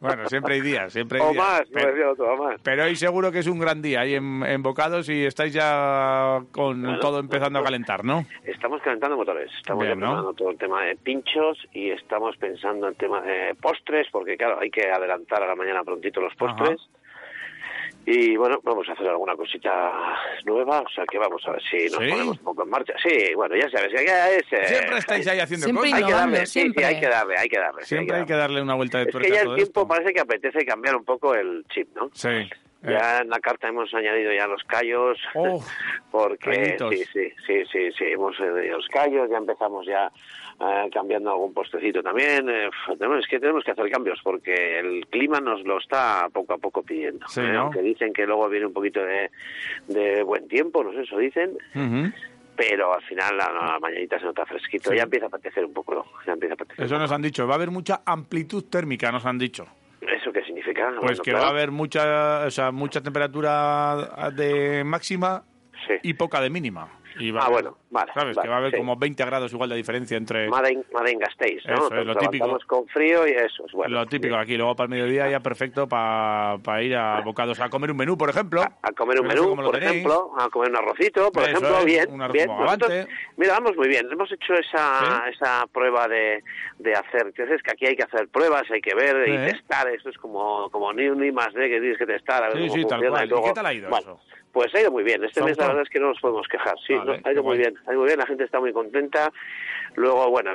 [SPEAKER 4] Bueno, siempre hay días, siempre hay
[SPEAKER 7] o
[SPEAKER 4] días.
[SPEAKER 7] más, pues. me
[SPEAKER 4] pero,
[SPEAKER 7] refiero otro, o más.
[SPEAKER 4] pero hoy seguro que es un gran día ahí en, en Bocados y estáis ya con todo empezando a calentar, ¿no?
[SPEAKER 7] Estamos calentando motores. Estamos
[SPEAKER 4] Bien,
[SPEAKER 7] ya
[SPEAKER 4] ¿no?
[SPEAKER 7] preparando todo el tema de pinchos y estamos pensando en tema de postres, porque claro, hay que adelantar a la mañana prontito los postres. Y bueno, vamos a hacer alguna cosita nueva, o sea que vamos a ver si nos
[SPEAKER 4] ¿Sí?
[SPEAKER 7] ponemos un poco en marcha. Sí, bueno, ya sabes, hay que, es, eh,
[SPEAKER 4] Siempre estáis ahí haciendo
[SPEAKER 5] Siempre
[SPEAKER 7] hay
[SPEAKER 4] cosas.
[SPEAKER 7] que
[SPEAKER 5] innovando,
[SPEAKER 7] darle, sí, sí,
[SPEAKER 5] siempre.
[SPEAKER 7] hay que darle, hay que darle. sí,
[SPEAKER 4] Siempre hay que darle una vuelta de
[SPEAKER 7] Es
[SPEAKER 4] tuerca
[SPEAKER 7] que ya
[SPEAKER 4] a
[SPEAKER 7] el
[SPEAKER 4] todo
[SPEAKER 7] tiempo
[SPEAKER 4] esto.
[SPEAKER 7] parece que apetece cambiar un poco el chip, ¿no?
[SPEAKER 4] Sí. eh,
[SPEAKER 7] Ya en la carta hemos añadido ya los callos,
[SPEAKER 4] Oh,
[SPEAKER 7] porque
[SPEAKER 4] callitos.
[SPEAKER 7] sí, sí, sí, sí, sí, hemos añadido los callos, ya empezamos ya eh, cambiando algún postecito también. eh, uf, tenemos, es que tenemos que hacer cambios porque el clima nos lo está poco a poco pidiendo.
[SPEAKER 4] Sí,
[SPEAKER 7] eh,
[SPEAKER 4] ¿no?
[SPEAKER 7] Aunque dicen que luego viene un poquito de, de buen tiempo, no sé, eso dicen,
[SPEAKER 4] ujú.
[SPEAKER 7] pero al final la, la mañanita se nota fresquito, ya empieza a apetecer un poco, ya empieza a apetecer.
[SPEAKER 4] Eso nos han dicho. Va a haber mucha amplitud térmica, nos han dicho.
[SPEAKER 7] ¿Eso qué significa?
[SPEAKER 4] Pues
[SPEAKER 7] Ah, Bueno,
[SPEAKER 4] que
[SPEAKER 7] claro,
[SPEAKER 4] va a haber mucha, o sea, mucha temperatura de máxima
[SPEAKER 7] sí.
[SPEAKER 4] y poca de mínima. Y va
[SPEAKER 7] Ah,
[SPEAKER 4] a haber-
[SPEAKER 7] bueno, vale,
[SPEAKER 4] ¿Sabes?
[SPEAKER 7] vale,
[SPEAKER 4] que va a haber
[SPEAKER 7] sí.
[SPEAKER 4] como 20 grados igual de diferencia entre
[SPEAKER 7] Madden, Madden Gasteiz, ¿no?
[SPEAKER 4] Eso es,
[SPEAKER 7] Entonces
[SPEAKER 4] lo típico.
[SPEAKER 7] levantamos con frío y eso es bueno.
[SPEAKER 4] lo típico aquí. Luego para el mediodía ya perfecto para ir a bocados a comer un menú, por ejemplo.
[SPEAKER 7] A comer un
[SPEAKER 4] Que no sé
[SPEAKER 7] menú,
[SPEAKER 4] cómo lo
[SPEAKER 7] por
[SPEAKER 4] tenéis.
[SPEAKER 7] ejemplo, a comer un arrocito, por
[SPEAKER 4] Eso
[SPEAKER 7] ejemplo,
[SPEAKER 4] es,
[SPEAKER 7] bien,
[SPEAKER 4] un arroz
[SPEAKER 7] bien.
[SPEAKER 4] como avante.
[SPEAKER 7] mira, vamos muy bien. Hemos hecho esa,
[SPEAKER 4] Sí.
[SPEAKER 7] esa prueba de, de hacer. Entonces, que aquí hay que hacer pruebas, hay que ver y
[SPEAKER 4] Sí.
[SPEAKER 7] testar. Eso es como, como ni un ni más de que tienes que testar a ver
[SPEAKER 4] Sí,
[SPEAKER 7] cómo
[SPEAKER 4] sí, tal
[SPEAKER 7] funciona.
[SPEAKER 4] cual.
[SPEAKER 7] y luego-
[SPEAKER 4] ¿Y qué tal ha ido
[SPEAKER 7] Bueno,
[SPEAKER 4] eso?
[SPEAKER 7] Pues ha ido muy bien. Este mes
[SPEAKER 4] ¿Gustó?
[SPEAKER 7] la verdad es que no nos podemos quejar. Sí,
[SPEAKER 4] Vale,
[SPEAKER 7] no, ha
[SPEAKER 4] qué
[SPEAKER 7] ido
[SPEAKER 4] guay.
[SPEAKER 7] muy bien, ha ido muy bien. La gente está muy contenta. Luego, bueno,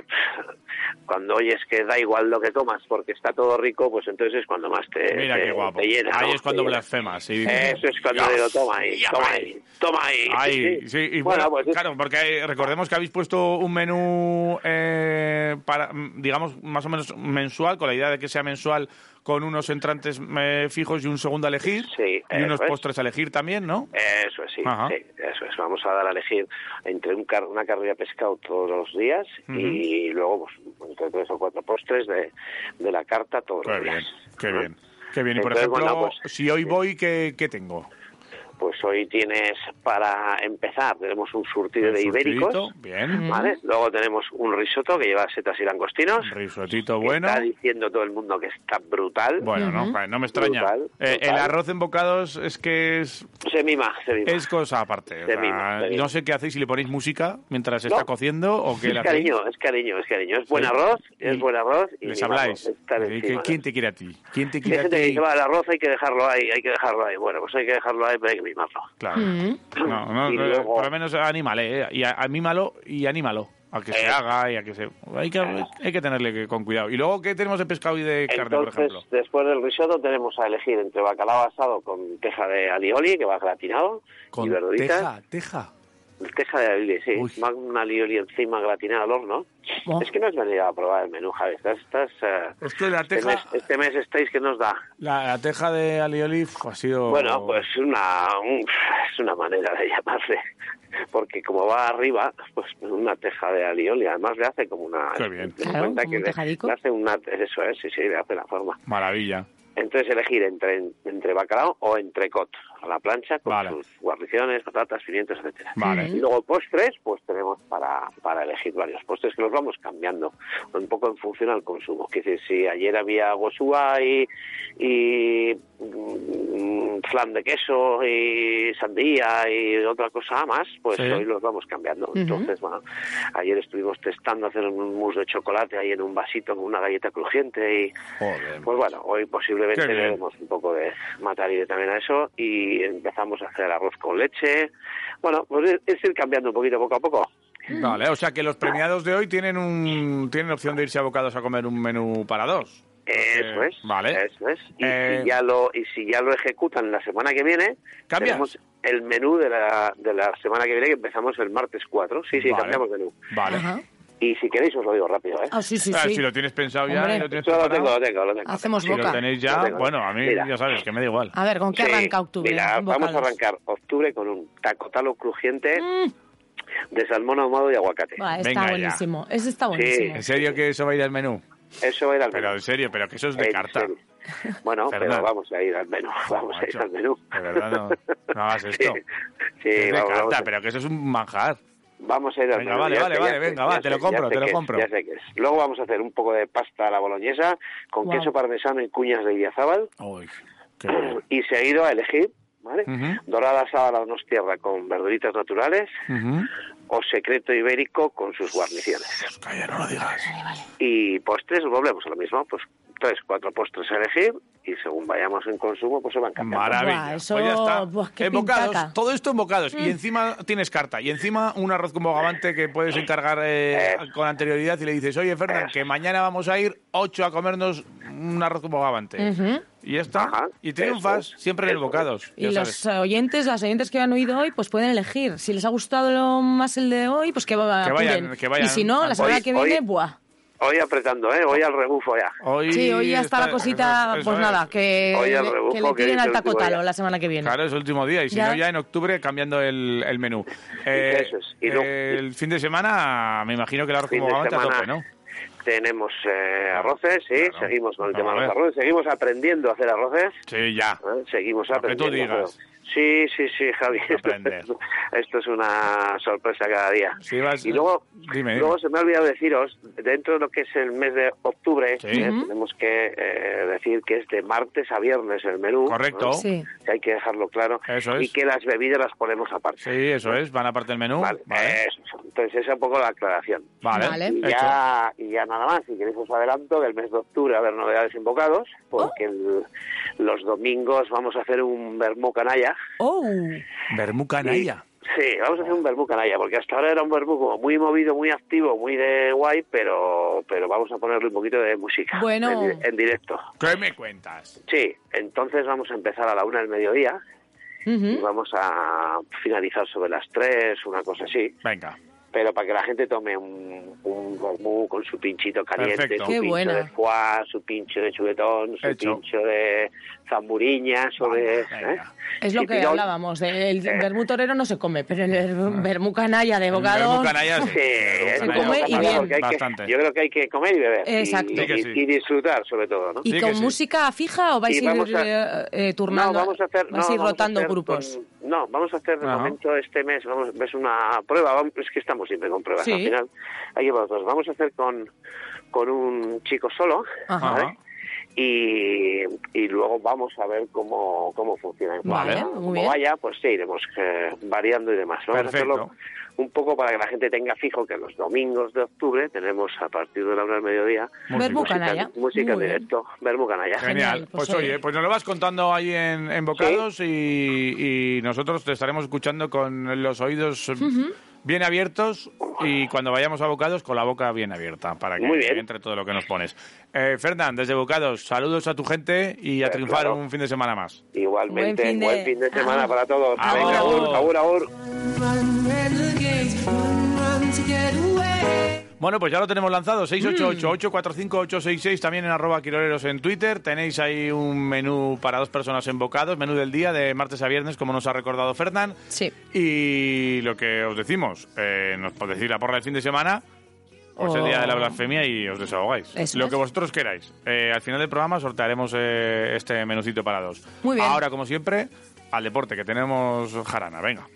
[SPEAKER 7] cuando oyes que da igual lo que comas porque está todo rico, pues entonces es cuando más te,
[SPEAKER 4] Mira
[SPEAKER 7] te-
[SPEAKER 4] qué guapo.
[SPEAKER 7] te llena.
[SPEAKER 4] Ahí
[SPEAKER 7] ¿no?
[SPEAKER 4] es cuando
[SPEAKER 7] Te llena.
[SPEAKER 4] blasfemas.
[SPEAKER 7] Eh,
[SPEAKER 4] y dices,
[SPEAKER 7] Eso es cuando digo, toma ahí, toma ahí, toma ahí.
[SPEAKER 4] Ay, sí, y bueno,
[SPEAKER 7] pues es-
[SPEAKER 4] claro, porque hay- recordemos que habéis puesto un menú, eh, para, mm, digamos, más o menos mensual, con la idea de que sea mensual, con unos entrantes eh, fijos y un segundo a elegir,
[SPEAKER 7] Sí,
[SPEAKER 4] y unos
[SPEAKER 7] eso es.
[SPEAKER 4] postres a elegir también, ¿no?
[SPEAKER 7] Eso es, sí,
[SPEAKER 4] Ajá.
[SPEAKER 7] sí, eso es. Vamos a dar a elegir entre un car- una carrera de pescado todos los días y luego pues, entre tres o cuatro postres de, de la carta todos
[SPEAKER 4] Qué
[SPEAKER 7] los
[SPEAKER 4] bien,
[SPEAKER 7] días.
[SPEAKER 4] qué
[SPEAKER 7] Ajá.
[SPEAKER 4] bien. Qué bien. Y por
[SPEAKER 7] Entonces,
[SPEAKER 4] ejemplo,
[SPEAKER 7] bueno, pues,
[SPEAKER 4] si hoy
[SPEAKER 7] sí.
[SPEAKER 4] voy, ¿qué, qué tengo?
[SPEAKER 7] Pues hoy tienes para empezar, tenemos un surtido
[SPEAKER 4] Un
[SPEAKER 7] de ibéricos,
[SPEAKER 4] surtidito, Bien.
[SPEAKER 7] ¿vale? Luego tenemos un risotto que lleva setas y langostinos.
[SPEAKER 4] Un risotito
[SPEAKER 7] que
[SPEAKER 4] bueno.
[SPEAKER 7] Está diciendo todo el mundo que está brutal.
[SPEAKER 4] Bueno, no, no me extraña.
[SPEAKER 7] Brutal,
[SPEAKER 4] Eh, el
[SPEAKER 7] brutal.
[SPEAKER 4] arroz en bocados es que es
[SPEAKER 7] Se mima, se mima.
[SPEAKER 4] Es cosa aparte. o
[SPEAKER 7] Te
[SPEAKER 4] sea,
[SPEAKER 7] mimo, te mimo.
[SPEAKER 4] no sé qué hacéis si le ponéis música mientras se
[SPEAKER 7] No.
[SPEAKER 4] está cociendo o qué
[SPEAKER 7] es
[SPEAKER 4] le hacéis.
[SPEAKER 7] cariño, es cariño, es cariño. Es buen
[SPEAKER 4] Sí.
[SPEAKER 7] arroz, es
[SPEAKER 4] Y
[SPEAKER 7] buen arroz. Y
[SPEAKER 4] Les
[SPEAKER 7] ni vamos,
[SPEAKER 4] habláis.
[SPEAKER 7] estar
[SPEAKER 4] Eh,
[SPEAKER 7] encima.
[SPEAKER 4] ¿Quién te quiere a ti? ¿Quién te
[SPEAKER 7] Hay
[SPEAKER 4] quiere a
[SPEAKER 7] gente que
[SPEAKER 4] ti?
[SPEAKER 7] dice, "Va, el arroz hay que dejarlo ahí, hay que dejarlo ahí. Bueno, pues hay que dejarlo ahí, pero hay que mimarlo.
[SPEAKER 4] Claro. No, no,
[SPEAKER 7] Y
[SPEAKER 4] no,
[SPEAKER 7] luego-
[SPEAKER 4] por lo menos anímale. eh, Y a- anímalo y anímalo. A que se
[SPEAKER 7] Eh.
[SPEAKER 4] haga y a que se. Hay que, hay que tenerle que- con cuidado. ¿Y luego qué tenemos de pescado y de carne, por
[SPEAKER 7] Entonces,
[SPEAKER 4] ejemplo?
[SPEAKER 7] después del risotto tenemos a elegir entre bacalao asado con teja de alioli, que va gratinado, y
[SPEAKER 4] Con
[SPEAKER 7] verduritas.
[SPEAKER 4] teja, teja.
[SPEAKER 7] Teja de alioli, sí.
[SPEAKER 4] Uy.
[SPEAKER 7] Más una alioli encima gratinada al horno.
[SPEAKER 5] Oh.
[SPEAKER 7] Es que no has venido a probar el menú, Javi. Estás, estás, eh,
[SPEAKER 4] Es que la
[SPEAKER 7] este,
[SPEAKER 4] teja.
[SPEAKER 7] mes, este mes estáis que nos da.
[SPEAKER 4] La, la teja de alioli uf, ha sido.
[SPEAKER 7] Bueno, pues una, un- es una manera de llamarle, porque como va arriba, pues una teja de alioli, además le hace como una...
[SPEAKER 4] Qué bien.
[SPEAKER 7] ten en
[SPEAKER 5] Claro,
[SPEAKER 7] cuenta
[SPEAKER 5] como
[SPEAKER 7] que
[SPEAKER 5] un
[SPEAKER 7] le-
[SPEAKER 5] tejadico.
[SPEAKER 7] le hace una... Eso es, sí, sí, le hace la forma.
[SPEAKER 4] Maravilla.
[SPEAKER 7] Entonces elegir entre, entre bacalao o entrecot, a la plancha, con
[SPEAKER 4] Vale.
[SPEAKER 7] sus guarniciones, patatas, pimientos, etcétera.
[SPEAKER 4] Vale.
[SPEAKER 7] Y luego postres, pues tenemos para, para elegir varios postres que los vamos cambiando, un poco en función al consumo. Que si, si ayer había gosúa y, y mm, flan de queso y sandía y otra cosa más, pues
[SPEAKER 4] Sí.
[SPEAKER 7] hoy los vamos cambiando. Entonces, bueno, ayer estuvimos testando hacer un mousse de chocolate ahí en un vasito con una galleta crujiente y...
[SPEAKER 4] Joder.
[SPEAKER 7] Pues bueno, hoy posiblemente
[SPEAKER 4] Qué
[SPEAKER 7] le
[SPEAKER 4] bien.
[SPEAKER 7] demos un poco de matarile también a eso y empezamos a hacer arroz con leche. Bueno, pues es- es ir cambiando un poquito poco a poco.
[SPEAKER 4] Vale, o sea que los premiados de hoy tienen un tienen opción de irse a bocados a comer un menú para dos.
[SPEAKER 7] Eso
[SPEAKER 4] Eh,
[SPEAKER 7] es.
[SPEAKER 4] vale.
[SPEAKER 7] Eso es. Y,
[SPEAKER 4] Eh,
[SPEAKER 7] si ya lo, y si ya lo ejecutan la semana que viene,
[SPEAKER 4] ¿Cambias?
[SPEAKER 7] tenemos el menú de la, de la semana que viene que empezamos el martes 4. Sí, sí,
[SPEAKER 4] Vale.
[SPEAKER 7] cambiamos menú.
[SPEAKER 4] Vale.
[SPEAKER 5] Ajá.
[SPEAKER 7] Y si queréis os lo digo rápido, ¿eh?
[SPEAKER 5] Ah, sí, sí,
[SPEAKER 4] Ah,
[SPEAKER 5] sí.
[SPEAKER 4] Si lo tienes pensado ya,
[SPEAKER 5] Hombre.
[SPEAKER 4] y lo tienes
[SPEAKER 7] Yo lo
[SPEAKER 4] preparado.
[SPEAKER 7] tengo, lo tengo, lo tengo.
[SPEAKER 5] Hacemos
[SPEAKER 4] Si
[SPEAKER 5] boca.
[SPEAKER 4] lo tenéis ya,
[SPEAKER 7] Lo tengo.
[SPEAKER 4] bueno, a mí
[SPEAKER 7] Mira.
[SPEAKER 4] ya sabes que me da igual.
[SPEAKER 5] A ver, ¿con qué
[SPEAKER 7] Sí.
[SPEAKER 5] arranca octubre?
[SPEAKER 7] Mira,
[SPEAKER 5] En
[SPEAKER 7] vamos a
[SPEAKER 5] bocados.
[SPEAKER 7] arrancar octubre con un tacotalo crujiente de salmón ahumado y aguacate.
[SPEAKER 5] Mm. Buah, está
[SPEAKER 4] Venga ya.
[SPEAKER 5] buenísimo. Ese está buenísimo.
[SPEAKER 4] ¿En serio que eso va a ir al menú?
[SPEAKER 7] Eso va a ir al
[SPEAKER 4] Pero
[SPEAKER 7] menú.
[SPEAKER 4] en serio, pero que eso es de
[SPEAKER 7] En
[SPEAKER 4] carta.
[SPEAKER 7] serio. Bueno,
[SPEAKER 4] Fernán.
[SPEAKER 7] pero vamos a ir al menú. Vamos a ir
[SPEAKER 4] Macho,
[SPEAKER 7] al menú.
[SPEAKER 4] De verdad, no, no hagas esto.
[SPEAKER 7] Sí,
[SPEAKER 4] es
[SPEAKER 7] sí
[SPEAKER 4] de
[SPEAKER 7] vamos,
[SPEAKER 4] carta,
[SPEAKER 7] vamos a-
[SPEAKER 4] pero que eso es un manjar.
[SPEAKER 7] Vamos a ir al
[SPEAKER 4] Venga,
[SPEAKER 7] menú.
[SPEAKER 4] vale,
[SPEAKER 7] Ya
[SPEAKER 4] vale,
[SPEAKER 7] sé, ya
[SPEAKER 4] vale,
[SPEAKER 7] sé,
[SPEAKER 4] venga,
[SPEAKER 7] ya
[SPEAKER 4] va,
[SPEAKER 7] sé,
[SPEAKER 4] te lo
[SPEAKER 7] ya
[SPEAKER 4] compro,
[SPEAKER 7] sé
[SPEAKER 4] te lo
[SPEAKER 7] que es,
[SPEAKER 4] compro.
[SPEAKER 7] Ya sé que es. Luego vamos a hacer un poco de pasta a la boloñesa con
[SPEAKER 5] Guau.
[SPEAKER 7] queso parmesano y cuñas de Idiazábal
[SPEAKER 4] Uy, qué bien.
[SPEAKER 7] y seguido a elegir, ¿vale?
[SPEAKER 4] Ujú.
[SPEAKER 7] Dorada asada a la donostierra con verduritas naturales
[SPEAKER 4] Ujú.
[SPEAKER 7] o secreto ibérico con sus guarniciones.
[SPEAKER 4] Pues Calla, no lo digas.
[SPEAKER 7] Y postres, volvemos a lo mismo, pues tres, cuatro postres a elegir y según vayamos en consumo, pues se van cambiando.
[SPEAKER 4] Maravilla.
[SPEAKER 5] Buah, eso-
[SPEAKER 4] Pues ya está.
[SPEAKER 5] buah, qué Mm.
[SPEAKER 4] En bocados,
[SPEAKER 5] pintaca.
[SPEAKER 4] todo esto en bocados. Y encima tienes carta. Y encima un arroz con bogavante que puedes encargar eh,
[SPEAKER 7] Eso.
[SPEAKER 4] con anterioridad y le dices, oye, Fernán,
[SPEAKER 5] Eh.
[SPEAKER 4] que mañana vamos a ir ocho a comernos un arroz con bogavante. Y ya está.
[SPEAKER 7] Ajá,
[SPEAKER 4] y triunfas
[SPEAKER 7] eso es,
[SPEAKER 4] siempre en el
[SPEAKER 7] eso es.
[SPEAKER 4] bocados.
[SPEAKER 5] Y
[SPEAKER 4] ya
[SPEAKER 5] los
[SPEAKER 4] sabes.
[SPEAKER 5] oyentes, las oyentes que han oído hoy, pues pueden elegir. Si les ha gustado lo más el de hoy, pues que, va-
[SPEAKER 4] Que vayan-
[SPEAKER 5] apuren.
[SPEAKER 4] que vayan.
[SPEAKER 5] Y si no, la semana
[SPEAKER 7] Hoy-
[SPEAKER 5] que viene,
[SPEAKER 7] hoy-
[SPEAKER 5] buah.
[SPEAKER 7] Hoy apretando, ¿eh? Hoy al rebufo ya.
[SPEAKER 4] Hoy
[SPEAKER 5] Sí, hoy ya está la
[SPEAKER 4] eso
[SPEAKER 5] cosita,
[SPEAKER 4] es,
[SPEAKER 5] pues
[SPEAKER 4] eso es.
[SPEAKER 5] nada, que,
[SPEAKER 7] Hoy al
[SPEAKER 5] le-
[SPEAKER 7] rebufo,
[SPEAKER 5] que le
[SPEAKER 7] que
[SPEAKER 5] tiren
[SPEAKER 7] dice
[SPEAKER 5] al
[SPEAKER 7] el último
[SPEAKER 5] tacotalo
[SPEAKER 7] día.
[SPEAKER 5] la semana que viene.
[SPEAKER 4] Claro, es el último día. Y si
[SPEAKER 5] Ya.
[SPEAKER 4] no, ya en octubre cambiando el, el menú. Eh,
[SPEAKER 7] Eso es. Y luego-
[SPEAKER 4] eh, el fin de semana, me imagino que el arroz con
[SPEAKER 7] Fin de
[SPEAKER 4] bogavante a
[SPEAKER 7] semana
[SPEAKER 4] tope, ¿no?
[SPEAKER 7] tenemos eh, arroces, sí,
[SPEAKER 4] Claro.
[SPEAKER 7] seguimos con el tema de
[SPEAKER 4] Vamos
[SPEAKER 7] los
[SPEAKER 4] a ver.
[SPEAKER 7] arroces, seguimos aprendiendo a hacer arroces,
[SPEAKER 4] Sí, ya.
[SPEAKER 7] ¿eh? seguimos
[SPEAKER 4] Ah. Lo que tú
[SPEAKER 7] aprendiendo. a
[SPEAKER 4] digas.
[SPEAKER 7] hacer- Sí, sí, sí, Javi.
[SPEAKER 4] Aprender.
[SPEAKER 7] Esto, es una sorpresa cada día.
[SPEAKER 4] Sí, vas-
[SPEAKER 7] y luego,
[SPEAKER 4] dime, dime.
[SPEAKER 7] luego se me ha olvidado deciros, dentro de lo que es el mes de octubre,
[SPEAKER 4] Sí.
[SPEAKER 7] ¿eh? tenemos que eh, decir que es de martes a viernes el menú.
[SPEAKER 4] Correcto.
[SPEAKER 7] ¿no?
[SPEAKER 5] Sí.
[SPEAKER 7] Que hay que dejarlo claro.
[SPEAKER 4] Eso es.
[SPEAKER 7] Y que las bebidas las ponemos aparte.
[SPEAKER 4] Sí, eso es. Van aparte del menú.
[SPEAKER 7] Vale,
[SPEAKER 4] Vale.
[SPEAKER 7] eso es. Entonces, esa es un poco la aclaración.
[SPEAKER 4] Vale.
[SPEAKER 5] Vale.
[SPEAKER 7] Y
[SPEAKER 4] hecho.
[SPEAKER 7] ya, y ya nada más, si queréis os adelanto que el mes de octubre va a haber novedades en bocados,
[SPEAKER 5] Oh.
[SPEAKER 7] porque el- los domingos vamos a hacer un vermú canalla.
[SPEAKER 5] ¡Oh!
[SPEAKER 4] Bermú canalla.
[SPEAKER 7] Sí, vamos a hacer un vermú canalla, porque hasta ahora era un vermú como muy movido, muy activo, muy de guay, pero, pero vamos a ponerle un poquito de música
[SPEAKER 5] Bueno.
[SPEAKER 7] en, di- en directo.
[SPEAKER 4] ¿Qué me cuentas?
[SPEAKER 7] Sí, entonces vamos a empezar a la una del mediodía y
[SPEAKER 5] Ujú.
[SPEAKER 7] vamos a finalizar sobre las tres, una cosa así.
[SPEAKER 4] Venga.
[SPEAKER 7] pero para que la gente tome un, un vermú con su pinchito caliente,
[SPEAKER 4] Perfecto.
[SPEAKER 7] su
[SPEAKER 5] Qué
[SPEAKER 7] pincho
[SPEAKER 5] buena.
[SPEAKER 7] de foie, su pincho de chuletón, su
[SPEAKER 4] Hecho.
[SPEAKER 7] pincho de zamburiña, sobre...
[SPEAKER 4] Venga.
[SPEAKER 7] ¿eh?
[SPEAKER 5] Es lo
[SPEAKER 7] Y Eh.
[SPEAKER 5] que
[SPEAKER 7] pirón-
[SPEAKER 5] hablábamos. de- El vermú torero no se come, pero el ver- vermú canalla de bocado.
[SPEAKER 4] Bermú Ah. canalla.
[SPEAKER 7] Sí, es
[SPEAKER 5] Se
[SPEAKER 7] un
[SPEAKER 5] come
[SPEAKER 7] poco
[SPEAKER 5] y
[SPEAKER 7] canalla
[SPEAKER 5] bien.
[SPEAKER 7] porque hay que-
[SPEAKER 4] Bastante.
[SPEAKER 7] yo creo que hay que comer y beber y-
[SPEAKER 5] Exacto.
[SPEAKER 7] y,
[SPEAKER 4] Sí que sí.
[SPEAKER 7] y disfrutar sobre todo, ¿no?
[SPEAKER 5] ¿Y
[SPEAKER 4] Sí que
[SPEAKER 5] con
[SPEAKER 4] sí.
[SPEAKER 5] música fija o vais
[SPEAKER 7] Y
[SPEAKER 5] a
[SPEAKER 7] vamos
[SPEAKER 5] ir
[SPEAKER 7] a-
[SPEAKER 5] eh, eh, turnando?
[SPEAKER 7] no, vamos a hacer,
[SPEAKER 5] vais
[SPEAKER 7] no,
[SPEAKER 5] a ir
[SPEAKER 7] vamos a
[SPEAKER 5] rotando
[SPEAKER 7] hacer
[SPEAKER 5] grupos.
[SPEAKER 7] con- no, vamos a hacer de
[SPEAKER 4] Ajá.
[SPEAKER 7] momento este mes, vamos, es una prueba, vamos- es que estamos siempre con pruebas
[SPEAKER 5] Sí.
[SPEAKER 7] al final. Hay que ver otros. Vamos a hacer con, con un chico solo,
[SPEAKER 5] Ajá.
[SPEAKER 7] ¿vale? y, y luego vamos a ver cómo, cómo funciona.
[SPEAKER 4] Vale.
[SPEAKER 7] Como
[SPEAKER 5] Muy bien.
[SPEAKER 7] vaya, pues sí, iremos eh, variando y demás. Vamos
[SPEAKER 4] Perfecto.
[SPEAKER 7] a hacerlo un poco para que la gente tenga fijo que los domingos de octubre tenemos a partir de la hora del mediodía
[SPEAKER 5] Vermú
[SPEAKER 4] Música.
[SPEAKER 5] canalla.
[SPEAKER 7] música, música en
[SPEAKER 5] Muy bien.
[SPEAKER 7] directo, Vermú Canalla.
[SPEAKER 4] Genial.
[SPEAKER 5] Genial,
[SPEAKER 4] Pues,
[SPEAKER 5] pues
[SPEAKER 4] oye,
[SPEAKER 5] oye.
[SPEAKER 4] pues nos lo vas contando ahí en, en bocados y, y nosotros te estaremos escuchando con los oídos eh, bien abiertos y cuando vayamos a bocados con la boca bien abierta para que
[SPEAKER 7] Muy bien.
[SPEAKER 4] entre todo lo que nos pones. Eh, Fernán, desde bocados, saludos a tu gente y a
[SPEAKER 7] Pues
[SPEAKER 4] triunfar
[SPEAKER 7] claro.
[SPEAKER 4] un fin de semana más.
[SPEAKER 7] Igualmente,
[SPEAKER 5] Buen fin de-
[SPEAKER 7] semana
[SPEAKER 5] Agur.
[SPEAKER 7] para todos.
[SPEAKER 4] Agur.
[SPEAKER 7] Venga, agur, agur, agur.
[SPEAKER 2] Run, red against, run, run to get away.
[SPEAKER 4] Bueno, pues ya lo tenemos lanzado, 688-845-866, también en arroba quiroleros en Twitter. Tenéis ahí un menú para dos personas en bocados, menú del día de martes a viernes, como nos ha recordado Fernán.
[SPEAKER 5] Sí.
[SPEAKER 4] Y lo que os decimos, eh, nos podéis decir la porra del fin de semana, o es el
[SPEAKER 5] O-
[SPEAKER 4] día de la blasfemia y os desahogáis.
[SPEAKER 5] Oh. Eso
[SPEAKER 4] lo
[SPEAKER 5] es.
[SPEAKER 4] que vosotros queráis. Eh, al final del programa sortearemos eh, este menucito para dos.
[SPEAKER 5] Muy bien.
[SPEAKER 4] Ahora, como siempre, al deporte, que tenemos jarana. Venga.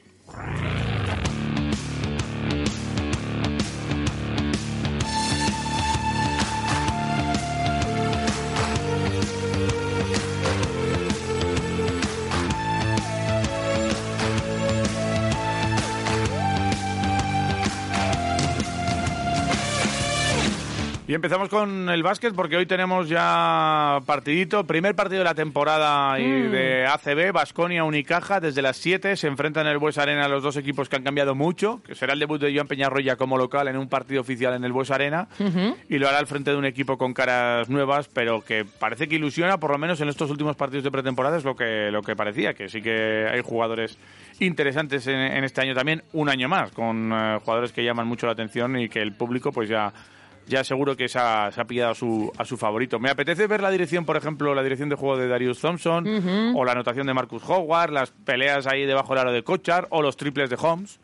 [SPEAKER 4] Y empezamos con el básquet porque hoy tenemos ya partidito, primer partido de la temporada y de ACB, Basconia Unicaja, desde las 7 se enfrentan en el Bues Arena los dos equipos que han cambiado mucho, que será el debut de Joan Peñarroya como local en un partido oficial en el Bues Arena y lo hará al frente de un equipo con caras nuevas, pero que parece que ilusiona, por lo menos en estos últimos partidos de pretemporada es lo que, lo que parecía, que sí que hay jugadores interesantes en, en este año también, un año más, con eh, jugadores que llaman mucho la atención y que el público pues ya ya seguro que se ha, se ha pillado a su, a su favorito. Me apetece ver la dirección, por ejemplo, la dirección de juego de Darius Thompson, o la anotación de Marcus Howard, las peleas ahí debajo del aro de Kochar, o los triples de Holmes.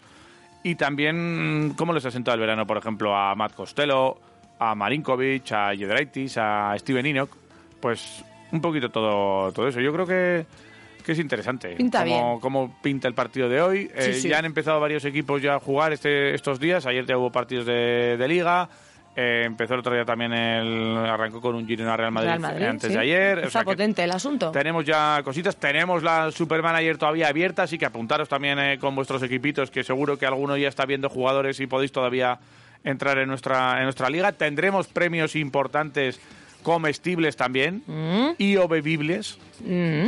[SPEAKER 4] Y también mm, cómo les ha sentado el verano, por ejemplo, a Matt Costello, a Marinkovic, a Jedraitis, a Steven Enoch. Pues un poquito todo, todo eso. Yo creo que, que es interesante.
[SPEAKER 5] Pinta
[SPEAKER 4] cómo,
[SPEAKER 5] bien.
[SPEAKER 4] cómo pinta el partido de hoy. Eh,
[SPEAKER 5] sí.
[SPEAKER 4] Ya han empezado varios equipos ya a jugar este, estos días. Ayer ya hubo partidos de, de liga. Eh, empezó el otro día también el... Arrancó con un Girona Real Madrid,
[SPEAKER 5] Real Madrid,
[SPEAKER 4] antes
[SPEAKER 5] sí.
[SPEAKER 4] de ayer. O
[SPEAKER 5] Está
[SPEAKER 4] sea que-
[SPEAKER 5] potente el asunto.
[SPEAKER 4] tenemos ya cositas, tenemos la Supermanager todavía abierta, así que apuntaros también eh, con vuestros equipitos, que seguro que alguno ya está viendo jugadores y podéis todavía entrar en nuestra, en nuestra liga. Tendremos premios importantes comestibles también
[SPEAKER 5] Mm.
[SPEAKER 4] y o bebibles,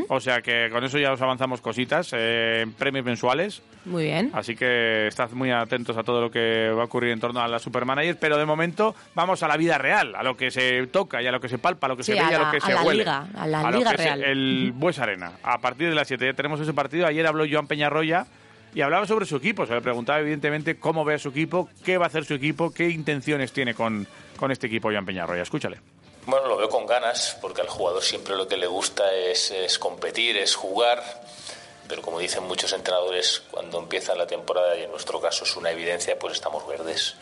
[SPEAKER 4] o sea que con eso ya os avanzamos cositas, eh, premios mensuales.
[SPEAKER 5] Muy bien.
[SPEAKER 4] Así que estad muy atentos a todo lo que va a ocurrir en torno a la Supermanager, pero de momento vamos a la vida real, a lo que se toca y a lo que se palpa, a lo que
[SPEAKER 5] Sí,
[SPEAKER 4] se ve
[SPEAKER 5] a
[SPEAKER 4] y a
[SPEAKER 5] la-
[SPEAKER 4] lo que
[SPEAKER 5] a
[SPEAKER 4] se
[SPEAKER 5] la
[SPEAKER 4] huele.
[SPEAKER 5] liga, a la
[SPEAKER 4] lo
[SPEAKER 5] liga
[SPEAKER 4] que es
[SPEAKER 5] real.
[SPEAKER 4] el Bues Arena. A partir de las 7 ya tenemos ese partido. Ayer habló Joan Peñarroya y hablaba sobre su equipo. Se le preguntaba, evidentemente, cómo ve a su equipo, qué va a hacer su equipo, qué intenciones tiene con, con este equipo Joan Peñarroya. Escúchale.
[SPEAKER 8] Bueno, lo veo con ganas, porque al jugador siempre lo que le gusta es, es competir, es jugar. Pero como dicen muchos entrenadores, cuando empieza la temporada, y en nuestro caso es una evidencia, pues estamos verdes.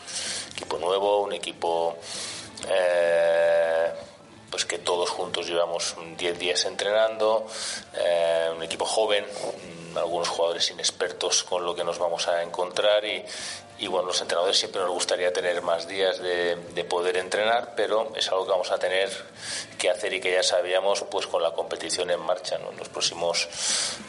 [SPEAKER 8] Equipo nuevo, un equipo eh, pues que todos juntos llevamos 10 días entrenando, eh, un equipo joven, mm, algunos jugadores inexpertos con lo que nos vamos a encontrar y, y, bueno, los entrenadores siempre nos gustaría tener más días de, de poder entrenar, pero es algo que vamos a tener que hacer y que ya sabíamos pues con la competición en marcha. ¿no? En los próximos,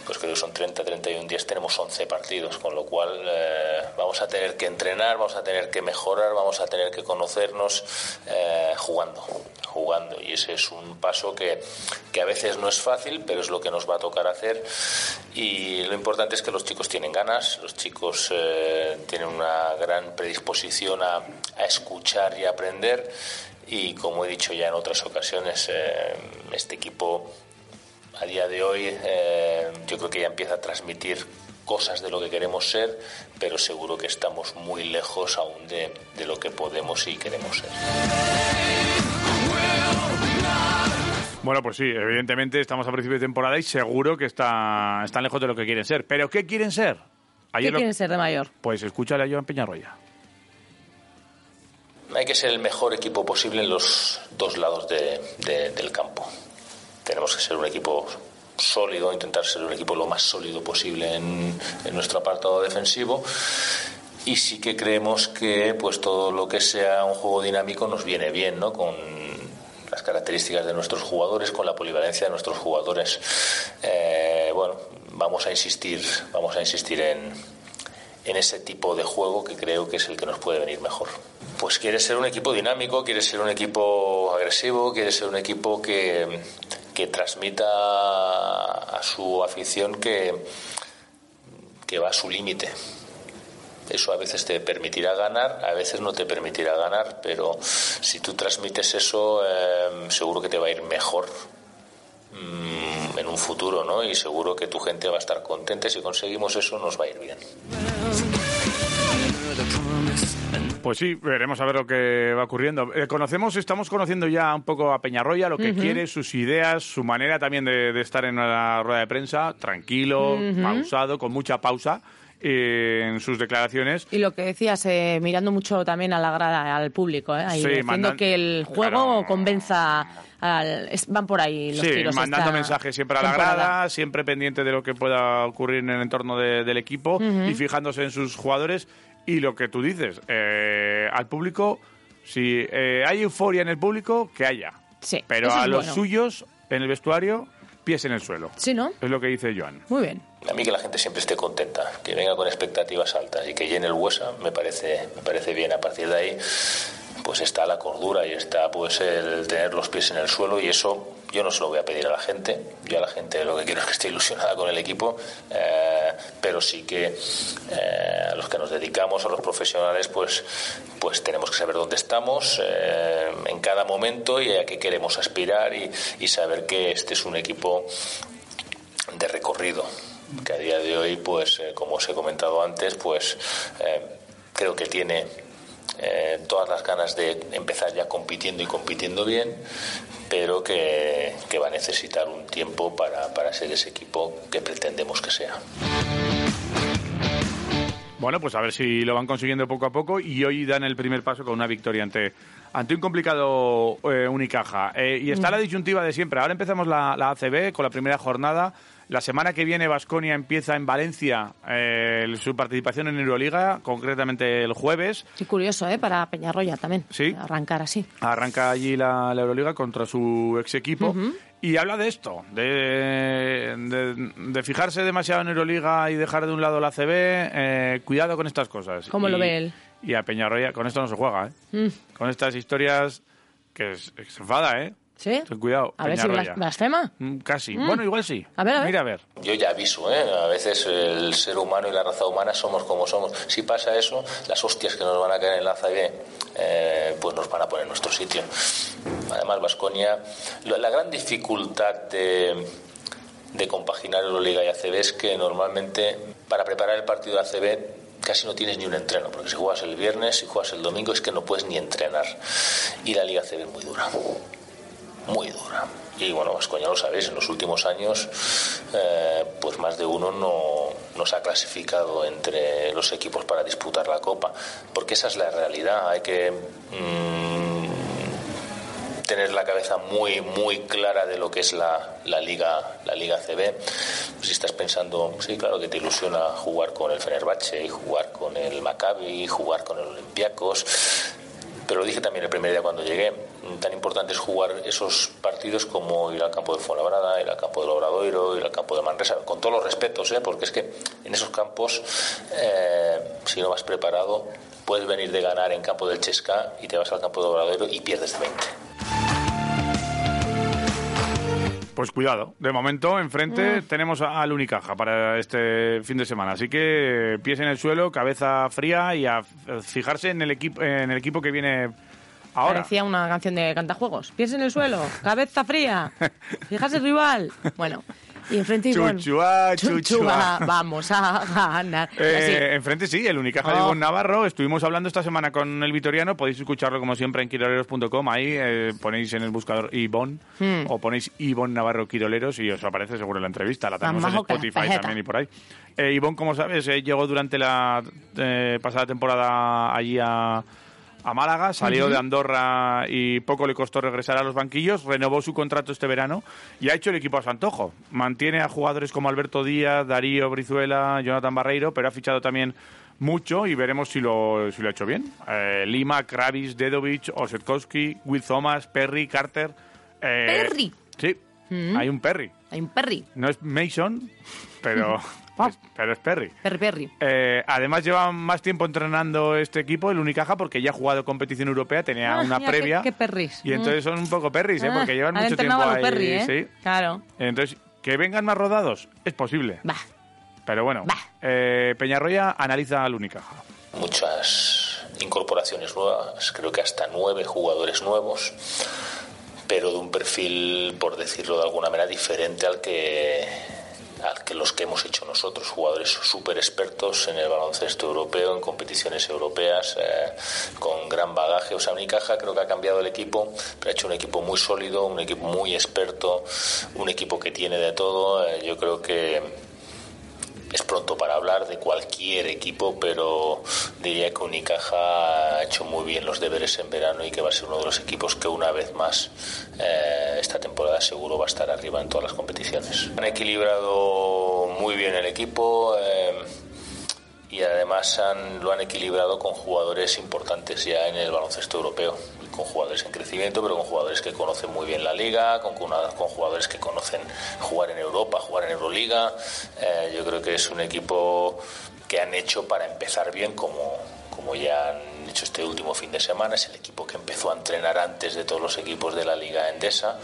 [SPEAKER 8] pues creo que son 30, 31 días, tenemos 11 partidos, con lo cual eh, vamos a tener que entrenar, vamos a tener que mejorar, vamos a tener que conocernos eh, jugando, jugando. Y ese es un paso que, que a veces no es fácil, pero es lo que nos va a tocar hacer. Y lo importante es que los chicos tienen ganas, los chicos eh, tienen una gran predisposición a, a escuchar y a aprender. Y como he dicho ya en otras ocasiones, eh, este equipo a día de hoy eh, yo creo que ya empieza a transmitir cosas de lo que queremos ser, pero seguro que estamos muy lejos aún de, de lo que podemos y queremos ser.
[SPEAKER 4] Bueno, pues sí, evidentemente estamos a principio de temporada y seguro que está, están lejos de lo que quieren ser. ¿Pero qué quieren ser?
[SPEAKER 5] ¿Qué
[SPEAKER 4] lo-
[SPEAKER 5] quieres ser de mayor?
[SPEAKER 4] Pues escúchale a Joan Peñarroya.
[SPEAKER 8] Hay que ser el mejor equipo posible en los dos lados de- de- del campo. Tenemos que ser un equipo sólido, intentar ser un equipo lo más sólido posible en, en nuestro apartado defensivo. Y sí que creemos que pues todo lo que sea un juego dinámico nos viene bien, ¿no? Con las características de nuestros jugadores, con la polivalencia de nuestros jugadores. Eh, bueno, vamos a insistir, vamos a insistir en, en ese tipo de juego que creo que es el que nos puede venir mejor. Pues quiere ser un equipo dinámico, quiere ser un equipo agresivo, quiere ser un equipo que, que transmita a su afición que, que va a su límite. Eso a veces te permitirá ganar, a veces no te permitirá ganar, pero si tú transmites eso, eh, seguro que te va a ir mejor mm, en un futuro, ¿no? Y seguro que tu gente va a estar contenta y si conseguimos eso nos va a ir bien.
[SPEAKER 4] Pues sí, veremos a ver lo que va ocurriendo. Eh, conocemos, estamos conociendo ya un poco a Peñarroya, lo que quiere, sus ideas, su manera también de, de estar en la rueda de prensa, tranquilo, pausado, con mucha pausa eh, en sus declaraciones.
[SPEAKER 5] Y lo que decías, eh, mirando mucho también a la grada, al público, ¿eh? Ahí,
[SPEAKER 4] Sí,
[SPEAKER 5] haciendo
[SPEAKER 4] mandan-
[SPEAKER 5] que el juego
[SPEAKER 4] Claro.
[SPEAKER 5] convenza al... es- van por ahí los
[SPEAKER 4] sí,
[SPEAKER 5] tiros
[SPEAKER 4] mandando
[SPEAKER 5] esta
[SPEAKER 4] mensajes siempre a la
[SPEAKER 5] temporada.
[SPEAKER 4] grada, siempre pendiente de lo que pueda ocurrir en el entorno de- del equipo y fijándose en sus jugadores. Y lo que tú dices, eh, al público, si eh, hay euforia en el público, que haya.
[SPEAKER 5] Sí,
[SPEAKER 4] Pero
[SPEAKER 5] eso
[SPEAKER 4] a
[SPEAKER 5] es
[SPEAKER 4] los
[SPEAKER 5] bueno.
[SPEAKER 4] suyos, en el vestuario, pies en el suelo.
[SPEAKER 5] Sí, ¿no?
[SPEAKER 4] Es lo que dice Joan.
[SPEAKER 5] Muy bien.
[SPEAKER 8] A mí que la gente siempre esté contenta, que venga con expectativas altas y que llene el huesa, me parece, me parece bien. A partir de ahí, pues está la cordura y está pues el tener los pies en el suelo y eso yo no se lo voy a pedir a la gente, yo a la gente lo que quiero es que esté ilusionada con el equipo, eh, pero sí que eh, a los que nos dedicamos, a los profesionales, pues, pues tenemos que saber dónde estamos eh, en cada momento y a qué queremos aspirar y, y saber que este es un equipo de recorrido que a día de hoy pues eh, como os he comentado antes pues eh, creo que tiene eh, todas las ganas de empezar ya compitiendo y compitiendo bien pero que, que va a necesitar un tiempo para, para ser ese equipo que pretendemos que sea
[SPEAKER 4] Bueno, pues a ver si lo van consiguiendo poco a poco y hoy dan el primer paso con una victoria ante, ante un complicado eh, Unicaja. Eh, y está la disyuntiva de siempre. Ahora empezamos la, la ACB con la primera jornada. La semana que viene Vasconia empieza en Valencia eh, el- su participación en Euroliga, concretamente el jueves.
[SPEAKER 5] Qué curioso, ¿eh? Para Peñarroya también.
[SPEAKER 4] Sí.
[SPEAKER 5] Arrancar así.
[SPEAKER 4] Arranca allí la, la Euroliga contra su ex equipo. Y habla de esto, de, de- de fijarse demasiado en Euroliga y dejar de un lado la CB. eh, cuidado con estas cosas.
[SPEAKER 5] ¿Cómo
[SPEAKER 4] y,
[SPEAKER 5] lo ve él?
[SPEAKER 4] Y a Peñarroya, con esto no se juega, ¿eh? Con estas historias que es, que se enfada, ¿eh?
[SPEAKER 5] ¿Sí?
[SPEAKER 4] Ten cuidado,
[SPEAKER 5] A ver si
[SPEAKER 4] Peñarroya.
[SPEAKER 5] blas- blasfema.
[SPEAKER 4] Mm, Casi. Bueno, igual sí.
[SPEAKER 5] A ver, a ver.
[SPEAKER 4] Mira, a ver.
[SPEAKER 8] Yo ya aviso, ¿eh? a veces el ser humano y la raza humana somos como somos. Si pasa eso, las hostias que nos van a caer en la ACB, eh, pues nos van a poner en nuestro sitio. Además, Vasconia, la gran dificultad de, de compaginar Euroliga y ACB es que normalmente para preparar el partido de ACB casi no tienes ni un entreno, porque si juegas el viernes, si juegas el domingo, es que no puedes ni entrenar. Y la Liga ACB es muy dura muy dura. Y bueno, Vascoña lo sabéis, en los últimos años, eh, pues más de uno no, no se ha clasificado entre los equipos para disputar la Copa, porque esa es la realidad. Hay que mm, tener la cabeza muy, muy clara de lo que es la, la Liga la liga CB. Si estás pensando, sí, claro que te ilusiona jugar con el Fenerbahce, y jugar con el Maccabi, y jugar con el Olympiacos, pero lo dije también el primer día cuando llegué, mm, tan importante es jugar esos partidos como ir al campo de Fuenlabrada, ir al campo del Obradoiro, ir al campo de Manresa, con todos los respetos, ¿eh? porque es que en esos campos, eh, si no vas preparado, puedes venir de ganar en campo del Chesca y te vas al campo de Obradoiro y pierdes de 20.
[SPEAKER 4] Pues cuidado. De momento, enfrente tenemos a- al Unicaja para este fin de semana. Así que eh, pies en el suelo, cabeza fría y a f- fijarse en el, equipo en el equipo que viene ahora.
[SPEAKER 5] Parecía una canción de cantajuegos. Pies en el suelo, cabeza fría, fíjate el rival. Bueno, y enfrente Ivonne.
[SPEAKER 4] Chuchua, chuchua.
[SPEAKER 5] Vamos a ganar.
[SPEAKER 4] ah". Eh, Enfrente sí, el Unicaja de
[SPEAKER 5] Oh.
[SPEAKER 4] Ivonne Navarro. Estuvimos hablando esta semana con el Vitoriano. Podéis escucharlo como siempre en quiroleros.com. Ahí eh, ponéis en el buscador Ivonne
[SPEAKER 5] Hmm.
[SPEAKER 4] o ponéis Ivonne Navarro Quiroleros y os aparece seguro la entrevista. La tenemos en
[SPEAKER 5] majo que la
[SPEAKER 4] Spotify
[SPEAKER 5] pajeta.
[SPEAKER 4] también y por ahí. Eh, Ivonne, como sabes, eh, llegó durante la eh, pasada temporada allí a, a Málaga, salió de Andorra y poco le costó regresar a los banquillos, renovó su contrato este verano y ha hecho el equipo a su antojo. Mantiene a jugadores como Alberto Díaz, Darío Brizuela, Jonathan Barreiro, pero ha fichado también mucho y veremos si lo, si lo ha hecho bien. Eh, Lima, Kravis, Dedovich, Osetkowski, Will Thomas, Perry, Carter. eh,
[SPEAKER 5] Perry. Mm.
[SPEAKER 4] Sí, hay un Perry.
[SPEAKER 5] Hay un Perry,
[SPEAKER 4] No es Mason, pero, es- pero es Perry.
[SPEAKER 5] Ah. Perry Perry.
[SPEAKER 4] Eh, además lleva más tiempo entrenando este equipo, el Unicaja, porque ya ha jugado competición europea, tenía
[SPEAKER 5] Ah,
[SPEAKER 4] una
[SPEAKER 5] mira,
[SPEAKER 4] previa.
[SPEAKER 5] qué- qué perris. Mm.
[SPEAKER 4] Y entonces son un poco perris, ¿eh?
[SPEAKER 5] Ah,
[SPEAKER 4] porque llevan
[SPEAKER 5] han
[SPEAKER 4] mucho tiempo
[SPEAKER 5] entrenado a
[SPEAKER 4] ahí.
[SPEAKER 5] los Perry, ¿eh?
[SPEAKER 4] sí.
[SPEAKER 5] Claro.
[SPEAKER 4] Entonces, que vengan más rodados, es posible.
[SPEAKER 5] Va.
[SPEAKER 4] Pero bueno,
[SPEAKER 5] Bah.
[SPEAKER 4] eh, Peñarroya analiza al Unicaja.
[SPEAKER 8] muchas incorporaciones nuevas, creo que hasta nueve jugadores nuevos, pero de un perfil, por decirlo de alguna manera, diferente al que, al que los que hemos hecho nosotros, jugadores súper expertos en el baloncesto europeo, en competiciones europeas, eh, con gran bagaje. O sea, Unicaja creo que ha cambiado el equipo, pero ha hecho un equipo muy sólido, un equipo muy experto, un equipo que tiene de todo. Eh, yo creo que es pronto para hablar de cualquier equipo, pero diría que Unicaja ha hecho muy bien los deberes en verano y que va a ser uno de los equipos que una vez más eh, esta temporada seguro va a estar arriba en todas las competiciones. Han equilibrado muy bien el equipo. eh, y además han- lo han equilibrado con jugadores importantes ya en el baloncesto europeo, con jugadores en crecimiento, pero con jugadores que conocen muy bien la liga, con, con una- con jugadores que conocen jugar en Europa, jugar en Euroliga. Eh, yo creo que es un equipo que han hecho para empezar bien, como, como ya han hecho este último fin de semana. Es el equipo que empezó a entrenar antes de todos los equipos de la Liga Endesa.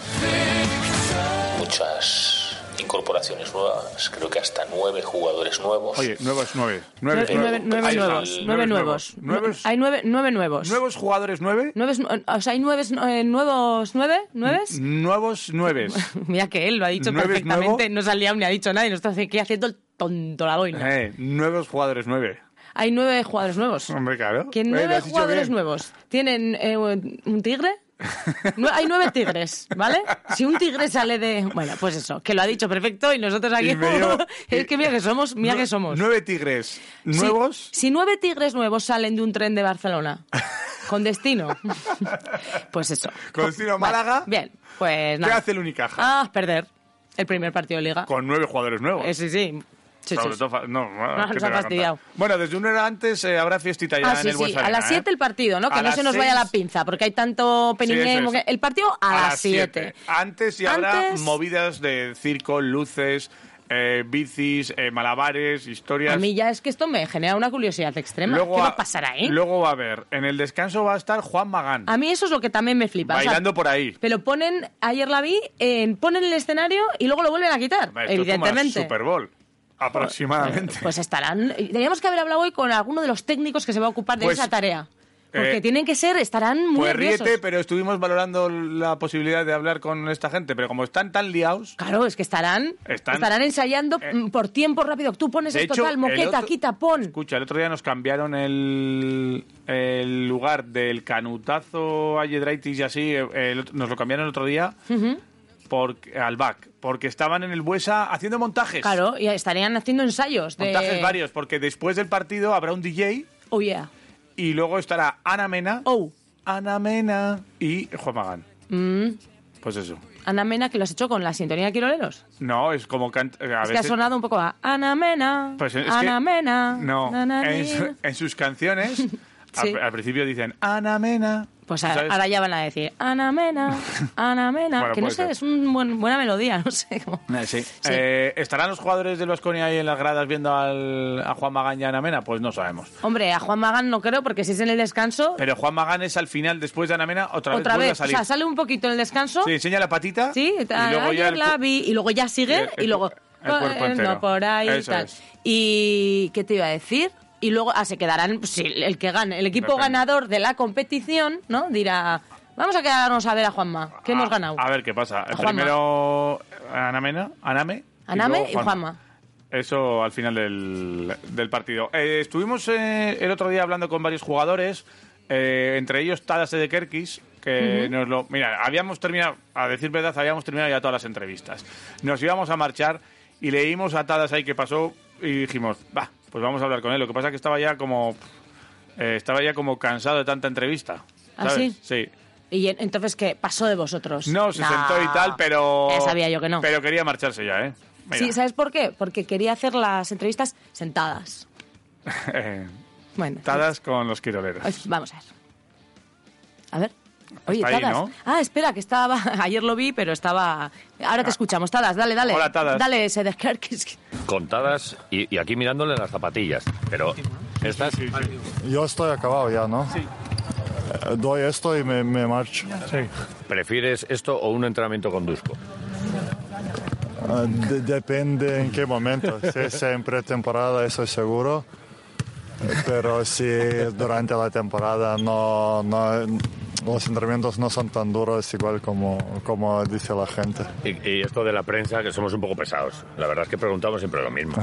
[SPEAKER 8] Muchas incorporaciones nuevas, creo que hasta nueve jugadores nuevos.
[SPEAKER 4] Oye, nuevos nueve. Nueve,
[SPEAKER 5] Nueve, nueve- nueve
[SPEAKER 4] Ahí está,
[SPEAKER 5] nuevos. Nueve
[SPEAKER 4] nueve
[SPEAKER 5] nuevos.
[SPEAKER 4] Nuevos,
[SPEAKER 5] Hay nueve, nueve nuevos.
[SPEAKER 4] nuevos jugadores nueve.
[SPEAKER 5] Nueves- o sea, hay nueves, eh, nuevos nueve, nueves.
[SPEAKER 4] Nuevos nueves.
[SPEAKER 5] Mira que él lo ha dicho
[SPEAKER 4] ¿Nueves
[SPEAKER 5] perfectamente,
[SPEAKER 4] nuevo?
[SPEAKER 5] no salía ni ha dicho nadie, no está aquí haciendo el tonto la boina.
[SPEAKER 4] Eh, nuevos jugadores nueve.
[SPEAKER 5] Hay nueve jugadores nuevos.
[SPEAKER 4] Hombre, claro.
[SPEAKER 5] Que
[SPEAKER 4] Eh, lo
[SPEAKER 5] nueve
[SPEAKER 4] has dicho
[SPEAKER 5] jugadores
[SPEAKER 4] bien.
[SPEAKER 5] nuevos. Tienen eh, un tigre. Nue- hay nueve tigres, ¿vale? Si un tigre sale de. Bueno, pues eso, que lo ha dicho perfecto y nosotros aquí.
[SPEAKER 4] Y me llevo-
[SPEAKER 5] es que mira que somos, mira
[SPEAKER 4] Nue-
[SPEAKER 5] que somos.
[SPEAKER 4] Nueve tigres
[SPEAKER 5] Si-
[SPEAKER 4] nuevos.
[SPEAKER 5] Si, nueve tigres nuevos salen de un tren de Barcelona con destino, pues eso.
[SPEAKER 4] Con destino a
[SPEAKER 5] Vale,
[SPEAKER 4] Málaga.
[SPEAKER 5] Bien, pues
[SPEAKER 4] ¿Qué
[SPEAKER 5] nada.
[SPEAKER 4] hace el Unicaja?
[SPEAKER 5] Ah, perder el primer partido de liga.
[SPEAKER 4] Con nueve jugadores nuevos.
[SPEAKER 5] Eh, sí, sí. Sí,
[SPEAKER 4] Sobre
[SPEAKER 5] sí.
[SPEAKER 4] todo fa- no, bueno,
[SPEAKER 5] No,
[SPEAKER 4] ¿qué
[SPEAKER 5] nos
[SPEAKER 4] te
[SPEAKER 5] ha
[SPEAKER 4] voy a
[SPEAKER 5] fastidiado.
[SPEAKER 4] contar? Bueno, desde una hora antes eh, habrá fiestita ya
[SPEAKER 5] Ah,
[SPEAKER 4] en
[SPEAKER 5] sí,
[SPEAKER 4] el
[SPEAKER 5] sí.
[SPEAKER 4] Bues
[SPEAKER 5] A
[SPEAKER 4] Arena,
[SPEAKER 5] las
[SPEAKER 4] ¿eh?
[SPEAKER 5] 7 el partido, ¿no? Que
[SPEAKER 4] A
[SPEAKER 5] no
[SPEAKER 4] las
[SPEAKER 5] se nos vaya la
[SPEAKER 4] seis-
[SPEAKER 5] pinza, porque hay tanto
[SPEAKER 4] Sí,
[SPEAKER 5] peninguismo.
[SPEAKER 4] eso es.
[SPEAKER 5] que- El partido a, las 7.
[SPEAKER 4] siete. Antes ya habrá
[SPEAKER 5] Antes-
[SPEAKER 4] movidas de circo, luces, eh, bicis, eh, malabares, historias.
[SPEAKER 5] A mí ya es que esto me genera una curiosidad extrema.
[SPEAKER 4] Luego
[SPEAKER 5] ¿Qué va
[SPEAKER 4] a-
[SPEAKER 5] a pasar ahí?
[SPEAKER 4] Luego va a haber, en el descanso va a estar Juan Magán,
[SPEAKER 5] A mí eso es lo que también me flipa. o sea,
[SPEAKER 4] bailando por ahí.
[SPEAKER 5] Pero ponen, ayer la vi, en, ponen el escenario y luego lo vuelven a quitar,
[SPEAKER 4] Hombre, esto es como la
[SPEAKER 5] evidentemente.
[SPEAKER 4] Super Bowl, aproximadamente.
[SPEAKER 5] Pues estarán. Teníamos que haber hablado hoy con alguno de los técnicos que se va a ocupar de
[SPEAKER 4] Pues,
[SPEAKER 5] esa tarea. Porque
[SPEAKER 4] eh,
[SPEAKER 5] tienen que ser, estarán muy
[SPEAKER 4] Pues
[SPEAKER 5] nerviosos.
[SPEAKER 4] ríete, pero estuvimos valorando la posibilidad de hablar con esta gente, pero como están tan liados,
[SPEAKER 5] Claro, es que estarán,
[SPEAKER 4] Están-
[SPEAKER 5] estarán, ensayando
[SPEAKER 4] eh,
[SPEAKER 5] mm, por tiempo rápido. Tú pones
[SPEAKER 4] De
[SPEAKER 5] esto
[SPEAKER 4] hecho,
[SPEAKER 5] tal,
[SPEAKER 4] el
[SPEAKER 5] moqueta,
[SPEAKER 4] otro-
[SPEAKER 5] quita, pon.
[SPEAKER 4] Escucha, el otro día nos cambiaron el, el lugar del canutazo a Yedraitis y así, eh, el otro- nos lo cambiaron el otro día por, al back, porque estaban en el Buesa haciendo montajes.
[SPEAKER 5] Claro, y estarían haciendo ensayos de...
[SPEAKER 4] Montajes varios, porque después del partido habrá un DJ
[SPEAKER 5] Oh, yeah.
[SPEAKER 4] y luego estará Ana Mena,
[SPEAKER 5] Oh,
[SPEAKER 4] Ana Mena y Juan Magán. Pues eso.
[SPEAKER 5] Mm, Ana Mena, que lo has hecho con la sintonía de Quiroleros.
[SPEAKER 4] No, es como cant- a
[SPEAKER 5] Es que ha
[SPEAKER 4] veces-
[SPEAKER 5] sonado un poco a Ana Mena,
[SPEAKER 4] Pues es que-
[SPEAKER 5] Ana Mena.
[SPEAKER 4] No,
[SPEAKER 5] na, na,
[SPEAKER 4] en,
[SPEAKER 5] ni.
[SPEAKER 4] su- en sus canciones
[SPEAKER 5] Sí.
[SPEAKER 4] al, al principio dicen Ana Mena.
[SPEAKER 5] Pues
[SPEAKER 4] ¿tú
[SPEAKER 5] ahora,
[SPEAKER 4] sabes?
[SPEAKER 5] ahora ya van a decir Ana Mena, Ana Mena.
[SPEAKER 4] Bueno,
[SPEAKER 5] que no
[SPEAKER 4] puede
[SPEAKER 5] sé,
[SPEAKER 4] ser.
[SPEAKER 5] es una buena melodía, no sé cómo.
[SPEAKER 4] Eh, sí. Eh, ¿Estarán los jugadores del Vasconia ahí en las gradas viendo al, a Juan Magán y a Ana Mena? Pues no sabemos.
[SPEAKER 5] Hombre, a Juan Magán no creo, porque si es en el descanso,
[SPEAKER 4] Pero Juan Magán es al final, después de Ana Mena, otra,
[SPEAKER 5] otra
[SPEAKER 4] vuelve
[SPEAKER 5] vez.
[SPEAKER 4] a salir.
[SPEAKER 5] O sea, sale un poquito en el descanso.
[SPEAKER 4] Sí, enseña la patita.
[SPEAKER 5] Sí,
[SPEAKER 4] y luego ya
[SPEAKER 5] ayer
[SPEAKER 4] el cu-
[SPEAKER 5] la vi y luego ya sigue
[SPEAKER 4] el- el
[SPEAKER 5] y luego
[SPEAKER 4] cu- el cuerpo
[SPEAKER 5] eh,
[SPEAKER 4] entero.
[SPEAKER 5] no por ahí y
[SPEAKER 4] Eso
[SPEAKER 5] tal.
[SPEAKER 4] es.
[SPEAKER 5] Y qué te iba a decir? Y luego ah, se quedarán pues, sí, el que gane, el equipo
[SPEAKER 4] Depende.
[SPEAKER 5] ganador de la competición, ¿no? Dirá, vamos a quedarnos a ver a Juanma, que hemos
[SPEAKER 4] A-
[SPEAKER 5] ganado.
[SPEAKER 4] Ah, A ver qué pasa. El
[SPEAKER 5] Juanma.
[SPEAKER 4] Primero Ana Mena, Aname.
[SPEAKER 5] Aname
[SPEAKER 4] luego
[SPEAKER 5] y Juanma.
[SPEAKER 4] Eso al final del, del partido. Eh, estuvimos eh, el otro día hablando con varios jugadores, eh, entre ellos Tadase de Kerkis, que nos lo... Mira, habíamos terminado, a decir verdad, habíamos terminado ya todas las entrevistas. Nos íbamos a marchar y leímos a Tadas ahí que pasó y dijimos, va, pues vamos a hablar con él. Lo que pasa es que estaba ya como... eh, estaba ya como cansado de tanta entrevista.
[SPEAKER 5] ¿Ah,
[SPEAKER 4] ¿sabes?
[SPEAKER 5] sí?
[SPEAKER 4] Sí.
[SPEAKER 5] Y en- entonces qué pasó de vosotros.
[SPEAKER 4] No, se
[SPEAKER 5] Nah.
[SPEAKER 4] sentó y tal, pero.
[SPEAKER 5] Ya sabía yo que no.
[SPEAKER 4] Pero quería marcharse ya, ¿eh? Mira.
[SPEAKER 5] Sí, ¿sabes por qué? Porque quería hacer las entrevistas sentadas.
[SPEAKER 4] Eh,
[SPEAKER 5] Bueno.
[SPEAKER 4] tadas con los
[SPEAKER 5] Ay,
[SPEAKER 4] quiroleros.
[SPEAKER 5] Vamos a ver. A ver. Oye,
[SPEAKER 4] ahí,
[SPEAKER 5] Tadas.
[SPEAKER 4] ¿no?
[SPEAKER 5] Ah, espera, que estaba. Ayer lo vi, pero estaba. Ahora te escuchamos, Tadas, dale, dale.
[SPEAKER 4] Ah. Hola, Tadas.
[SPEAKER 5] Dale ese de que es que-
[SPEAKER 9] Contadas y, y aquí mirándole las zapatillas. Pero estas
[SPEAKER 10] Yo estoy acabado ya, ¿no? Sí. Doy esto y me, me marcho.
[SPEAKER 9] prefieres esto o un entrenamiento con Dusko.
[SPEAKER 10] Eh, de- depende en qué momento. Si es en pretemporada, eso es seguro. Eh, Pero si es durante la temporada, no, no- los entrenamientos no son tan duros igual como, como dice la gente.
[SPEAKER 9] Y, y esto de la prensa, que somos un poco pesados. La verdad es que preguntamos siempre lo mismo.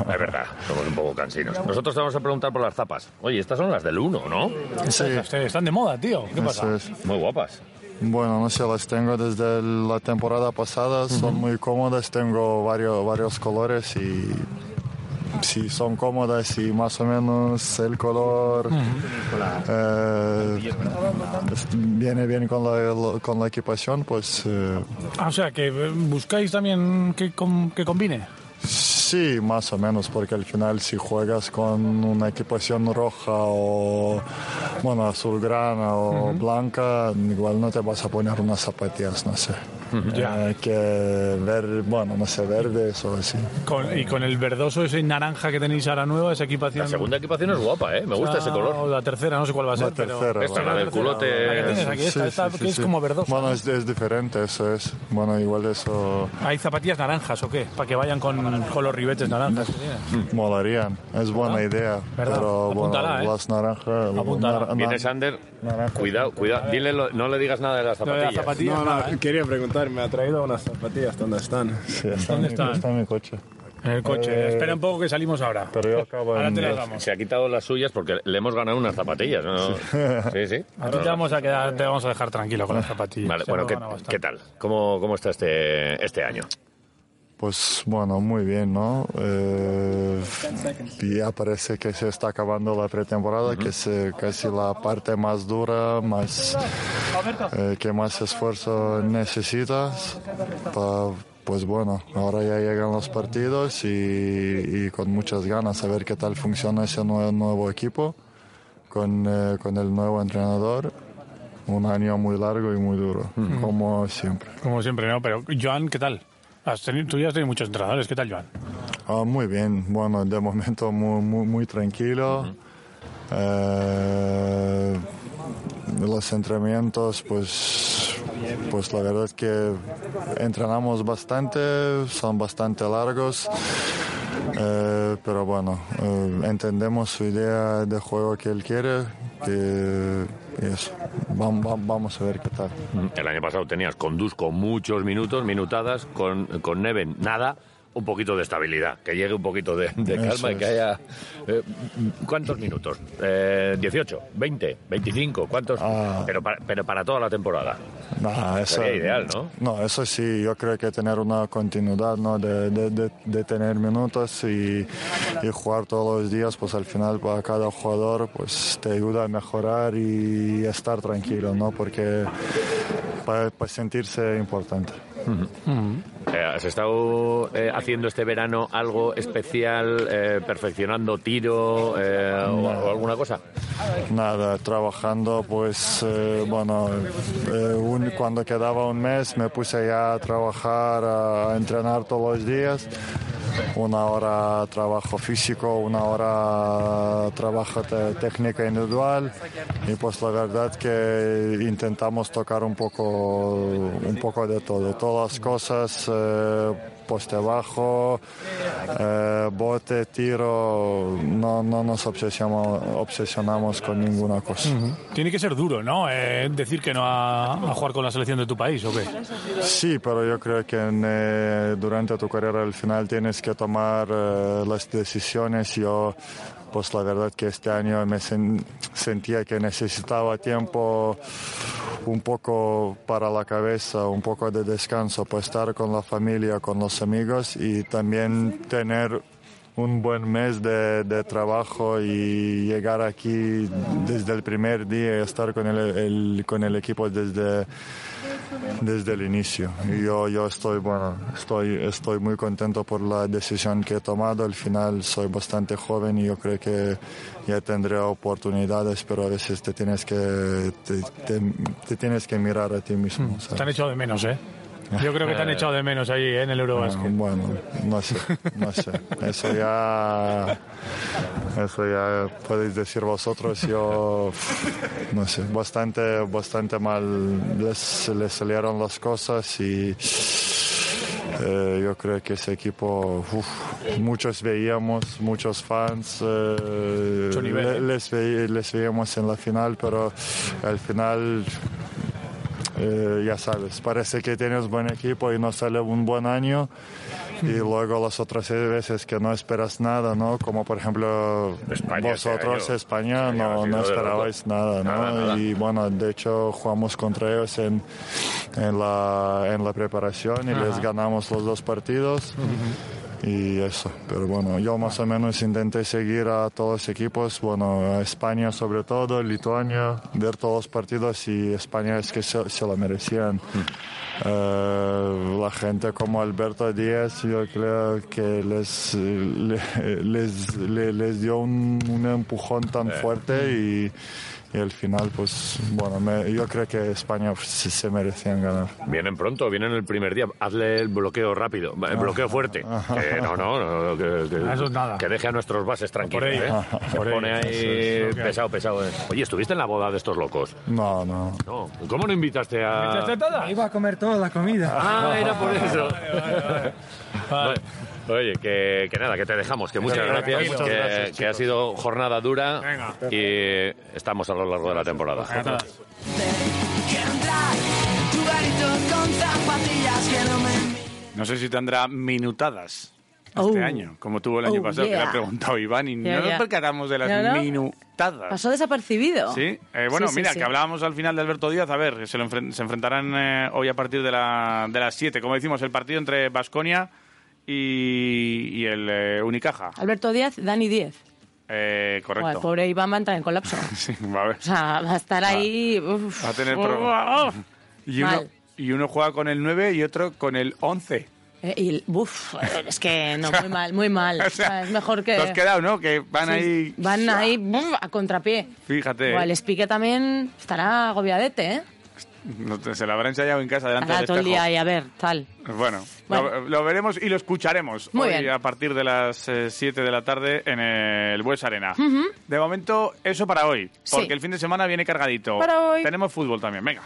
[SPEAKER 9] Es verdad, somos un poco cansinos. Nosotros te vamos a preguntar por las zapas. Oye, estas son las del 1, ¿no?
[SPEAKER 10] Sí,
[SPEAKER 11] Están de moda, tío. ¿Qué
[SPEAKER 10] eso es.
[SPEAKER 9] Muy guapas.
[SPEAKER 10] Bueno, no sé, las tengo desde la temporada pasada, son muy cómodas, tengo varios, varios colores y si son cómodas y más o menos el color eh, es- viene bien con la, lo- con la equipación, pues eh,
[SPEAKER 11] Ah, o sea, que eh, buscáis también que, com- que combine.
[SPEAKER 10] sí, Sí, más o menos, porque al final si juegas con una equipación roja o, bueno, azulgrana o blanca, igual no te vas a poner unas zapatillas, no sé.
[SPEAKER 11] Ya.
[SPEAKER 10] Eh, que ver, bueno, no sé, verdes o así.
[SPEAKER 11] Con- y con el verdoso ese naranja que tenéis ahora nueva, esa equipación.
[SPEAKER 9] La segunda equipación es guapa, ¿eh? Me gusta ese color.
[SPEAKER 11] O la tercera, no sé cuál va a ser. pero-
[SPEAKER 10] tercera,
[SPEAKER 9] Esta, la del culote.
[SPEAKER 11] La que tienes aquí, esta,
[SPEAKER 10] Sí,
[SPEAKER 11] esta
[SPEAKER 10] sí,
[SPEAKER 11] que
[SPEAKER 10] sí,
[SPEAKER 11] es
[SPEAKER 10] sí.
[SPEAKER 11] como verdosa.
[SPEAKER 10] Bueno, es, es diferente, eso es. Bueno, igual eso
[SPEAKER 11] ¿Hay zapatillas naranjas o qué? Para que vayan con, con los ribetes naranjas. que tienen.
[SPEAKER 10] molarían. Es buena idea.
[SPEAKER 11] Ah, ¿Verdad?
[SPEAKER 10] Pero bueno,
[SPEAKER 11] Apúntala, ¿eh?
[SPEAKER 10] las naranjas. nar-
[SPEAKER 11] Apúntala.
[SPEAKER 9] Viene
[SPEAKER 10] nar-
[SPEAKER 9] Sander.
[SPEAKER 10] naranjas.
[SPEAKER 9] Cuidado, cuidado. Dile lo- no le digas nada de las
[SPEAKER 11] Lo de
[SPEAKER 9] zapatillas.
[SPEAKER 11] las zapatillas. nada, ¿eh?
[SPEAKER 12] quería preguntar, me ha traído unas zapatillas, ¿dónde están?
[SPEAKER 10] Sí, está,
[SPEAKER 11] ¿Dónde
[SPEAKER 10] en mi-
[SPEAKER 11] están?
[SPEAKER 10] está en mi coche.
[SPEAKER 11] En el coche.
[SPEAKER 10] Eh,
[SPEAKER 11] Espera un poco que salimos ahora.
[SPEAKER 10] pero yo acabo
[SPEAKER 11] ahora
[SPEAKER 10] en
[SPEAKER 11] te las
[SPEAKER 10] diez.
[SPEAKER 11] damos.
[SPEAKER 9] Se ha quitado las suyas porque le hemos ganado unas zapatillas. ¿no? Sí, sí.
[SPEAKER 11] A ti te vamos a quedar, te vamos a dejar tranquilo con las zapatillas.
[SPEAKER 9] Vale,
[SPEAKER 11] Se
[SPEAKER 9] bueno,
[SPEAKER 11] lo
[SPEAKER 9] ¿qué,
[SPEAKER 11] gana bastante.
[SPEAKER 9] qué tal? ¿Cómo, cómo está este, este año?
[SPEAKER 10] Pues bueno, muy bien, ¿no? Eh, ya parece que se está acabando la pretemporada, que es eh, casi la parte más dura, más eh, que más esfuerzo necesitas. Pa- pues bueno, ahora ya llegan los partidos y, y con muchas ganas a ver qué tal funciona ese nue- nuevo equipo con, eh, con el nuevo entrenador. Un año muy largo y muy duro, como siempre.
[SPEAKER 11] Como siempre, ¿no? Pero, Joan, ¿qué tal? Has tenido, tú ya has tenido muchos entrenadores. ¿Qué tal, Joan?
[SPEAKER 10] Ah, muy bien, bueno, de momento muy, muy, muy tranquilo. Eh, los entrenamientos, pues, pues la verdad que entrenamos bastante, son bastante largos. Eh, pero bueno, eh, entendemos su idea de juego que él quiere que- y eso. Vam- vam- vamos a ver qué tal.
[SPEAKER 9] El año pasado tenías con Dusko muchos minutos, minutadas, con, con Neven nada, un poquito de estabilidad, que llegue un poquito de, de
[SPEAKER 10] Eso
[SPEAKER 9] calma y que
[SPEAKER 10] es.
[SPEAKER 9] haya... eh, ¿Cuántos minutos? Eh, ¿18? ¿20? ¿25? ¿Cuántos?
[SPEAKER 10] Ah.
[SPEAKER 9] Pero, para, pero para toda la temporada.
[SPEAKER 10] Nah, eso,
[SPEAKER 9] Sería ideal, ¿no?
[SPEAKER 10] No, eso sí, yo creo que tener una continuidad, ¿no? De, de- de- de tener minutos y, y jugar todos los días, pues al final para cada jugador, pues te ayuda a mejorar y estar tranquilo, ¿no? Porque para sentirse importante.
[SPEAKER 9] Eh, ¿Has estado eh, haciendo este verano algo especial, eh, perfeccionando tiro eh, o, o alguna cosa?
[SPEAKER 10] Nada, trabajando, pues eh, bueno, eh, un- cuando quedaba un mes me puse ya a trabajar, a, a entrenar todos los días. Una hora trabajo físico, una hora trabajo te- técnica individual y pues la verdad que intentamos tocar un poco, un poco de todo, todas las cosas, eh, poste bajo, eh, bote, tiro, no, no nos obsesionamos, obsesionamos con ninguna cosa.
[SPEAKER 11] Tiene que ser duro, ¿no? Eh, decir que no a, a jugar con la selección de tu país, ¿o qué?
[SPEAKER 10] Sí, pero yo creo que en, eh, durante tu carrera al final tienes que tomar eh, las decisiones. Yo, pues la verdad que este año me sen- sentía que necesitaba tiempo un poco para la cabeza, un poco de descanso, para estar con la familia, con los amigos y también tener un buen mes de, de trabajo y llegar aquí desde el primer día y estar con el- el- con el equipo desde desde el inicio. Y Yo, yo estoy, bueno, estoy, estoy muy contento por la decisión que he tomado. Al final soy bastante joven y yo creo que ya tendré oportunidades, pero a veces te tienes que, te, te- te tienes que mirar a ti mismo. ¿sabes?
[SPEAKER 11] Te han echado de menos, ¿eh? Yo creo que te han echado de menos ahí ¿eh? en el Eurobasket.
[SPEAKER 10] Bueno, no sé, no sé. Eso ya, eso ya podéis decir vosotros. Yo, no sé, bastante, bastante mal les, les salieron las cosas y eh, yo creo que ese equipo, uf, muchos veíamos, muchos fans, eh,
[SPEAKER 11] Mucho nivel,
[SPEAKER 10] le-
[SPEAKER 11] ¿eh?
[SPEAKER 10] les, ve- les veíamos en la final, pero al final eh, ya sabes, parece que tienes buen equipo y no sale un buen año y luego las otras veces que no esperas nada, ¿no? Como por ejemplo
[SPEAKER 9] España este
[SPEAKER 10] vosotros,
[SPEAKER 9] año.
[SPEAKER 10] España,
[SPEAKER 9] España ha
[SPEAKER 10] no,
[SPEAKER 9] sido
[SPEAKER 10] no
[SPEAKER 9] de
[SPEAKER 10] esperabais nada, ¿no?
[SPEAKER 9] Nada, nada.
[SPEAKER 10] Y bueno, de hecho jugamos contra ellos en, en, la, en la preparación y les ganamos los dos partidos. Y eso, pero bueno, yo más o menos intenté seguir a todos los equipos, bueno, a España sobre todo, Lituania, ver todos los partidos y España es que se, se lo merecían. Eh, la gente como Alberto Díaz, yo creo que les, le- les, le- les dio un, un empujón tan fuerte y, y al final, pues bueno, me- yo creo que España sí se merecían ganar.
[SPEAKER 9] Vienen pronto, vienen el primer día. Hazle el bloqueo rápido, eh, el bloqueo fuerte. Que no, no, no, no, que, que-
[SPEAKER 11] Ah. Eso es nada.
[SPEAKER 9] que deje a nuestros bases tranquilos.
[SPEAKER 11] ello.
[SPEAKER 9] ¿eh? Se
[SPEAKER 11] Por ello.
[SPEAKER 9] pone ahí
[SPEAKER 11] Eso es lo que hay.
[SPEAKER 9] pesado, pesado. ¿eh? Oye, ¿estuviste en la boda de estos locos?
[SPEAKER 10] No, no.
[SPEAKER 9] No. ¿Cómo no invitaste a...?
[SPEAKER 11] Ah.
[SPEAKER 13] Iba a comer toda la comida.
[SPEAKER 9] Ah, era por eso. Oye, que, que nada, que te dejamos, que muchas
[SPEAKER 13] Venga,
[SPEAKER 9] gracias,
[SPEAKER 13] muchas
[SPEAKER 9] que,
[SPEAKER 13] gracias,
[SPEAKER 9] que ha sido jornada dura y estamos a lo largo de la temporada.
[SPEAKER 2] con zapatillas que no me
[SPEAKER 4] No sé si tendrá minutadas
[SPEAKER 5] Oh.
[SPEAKER 4] este año, como tuvo el año
[SPEAKER 5] Oh,
[SPEAKER 4] pasado, que le
[SPEAKER 5] yeah.
[SPEAKER 4] ha preguntado Iván y
[SPEAKER 5] Yeah,
[SPEAKER 4] no
[SPEAKER 5] yeah.
[SPEAKER 4] nos percatamos de las
[SPEAKER 5] No, no.
[SPEAKER 4] minutadas.
[SPEAKER 5] Pasó desapercibido.
[SPEAKER 4] Sí, eh, bueno,
[SPEAKER 5] Sí, sí,
[SPEAKER 4] mira,
[SPEAKER 5] sí.
[SPEAKER 4] que hablábamos al final de Alberto Díaz, a ver, se, lo enfren- se enfrentarán eh, hoy a partir de, la- de las 7, como decimos, el partido entre Basconia y, y el eh, Unicaja.
[SPEAKER 5] Alberto Díaz, Dani 10.
[SPEAKER 4] Eh, correcto.
[SPEAKER 5] pobre Iván va a entrar en colapso.
[SPEAKER 4] Sí, va a ver.
[SPEAKER 5] O sea, va a estar ahí. uf,
[SPEAKER 4] Va a tener
[SPEAKER 5] uf,
[SPEAKER 4] pro-
[SPEAKER 5] uf.
[SPEAKER 4] Y uno,
[SPEAKER 5] Mal.
[SPEAKER 4] y uno juega con el 9 y otro con el 11.
[SPEAKER 5] Eh, y el- uf, es que no, muy mal, muy mal. O sea, es mejor que.
[SPEAKER 4] Te has quedado, ¿no? Que van
[SPEAKER 5] Sí,
[SPEAKER 4] ahí,
[SPEAKER 5] Van ahí uf, a contrapié.
[SPEAKER 4] fíjate, eh.
[SPEAKER 5] Buah, el Spique también estará agobiadete, ¿eh?
[SPEAKER 4] no te- se la habrá ensayado en casa delante
[SPEAKER 5] Estará
[SPEAKER 4] del
[SPEAKER 5] todo el
[SPEAKER 4] espejo.
[SPEAKER 5] día ahí, a ver, tal.
[SPEAKER 4] Bueno,
[SPEAKER 5] Bueno.
[SPEAKER 4] Lo, lo veremos y lo escucharemos
[SPEAKER 5] Muy
[SPEAKER 4] hoy
[SPEAKER 5] bien.
[SPEAKER 4] a partir de las eh, 7 de la tarde en el Bues Arena.
[SPEAKER 5] Ujú.
[SPEAKER 4] De momento, eso para hoy,
[SPEAKER 5] Sí.
[SPEAKER 4] porque el fin de semana viene cargadito.
[SPEAKER 5] Para hoy.
[SPEAKER 4] Tenemos fútbol también, venga.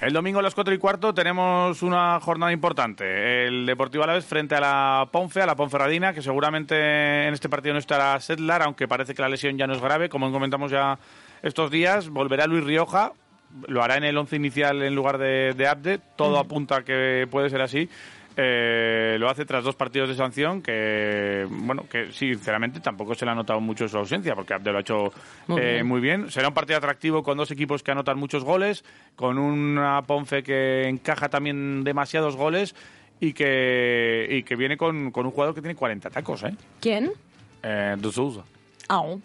[SPEAKER 4] El domingo a las 4 y cuarto tenemos una jornada importante. El Deportivo Alavés frente a la Ponfe, a la Ponferradina, que seguramente en este partido no estará Sedlar, aunque parece que la lesión ya no es grave, como comentamos ya estos días. Volverá Luis Rioja, lo hará en el once inicial en lugar de, de Abde. Todo
[SPEAKER 14] Mm.
[SPEAKER 4] apunta a que puede ser así. Eh, lo hace tras dos partidos de sanción que, bueno, que sinceramente tampoco se le ha notado mucho su ausencia porque Abde lo ha hecho
[SPEAKER 14] Muy
[SPEAKER 4] eh,
[SPEAKER 14] bien.
[SPEAKER 4] muy bien. Será un partido atractivo con dos equipos que anotan muchos goles, con una Ponce que encaja también demasiados goles y que, y que viene con, con un jugador que tiene 40 tacos, ¿eh?
[SPEAKER 5] ¿Quién?
[SPEAKER 4] eh de Sousa.
[SPEAKER 5] Au.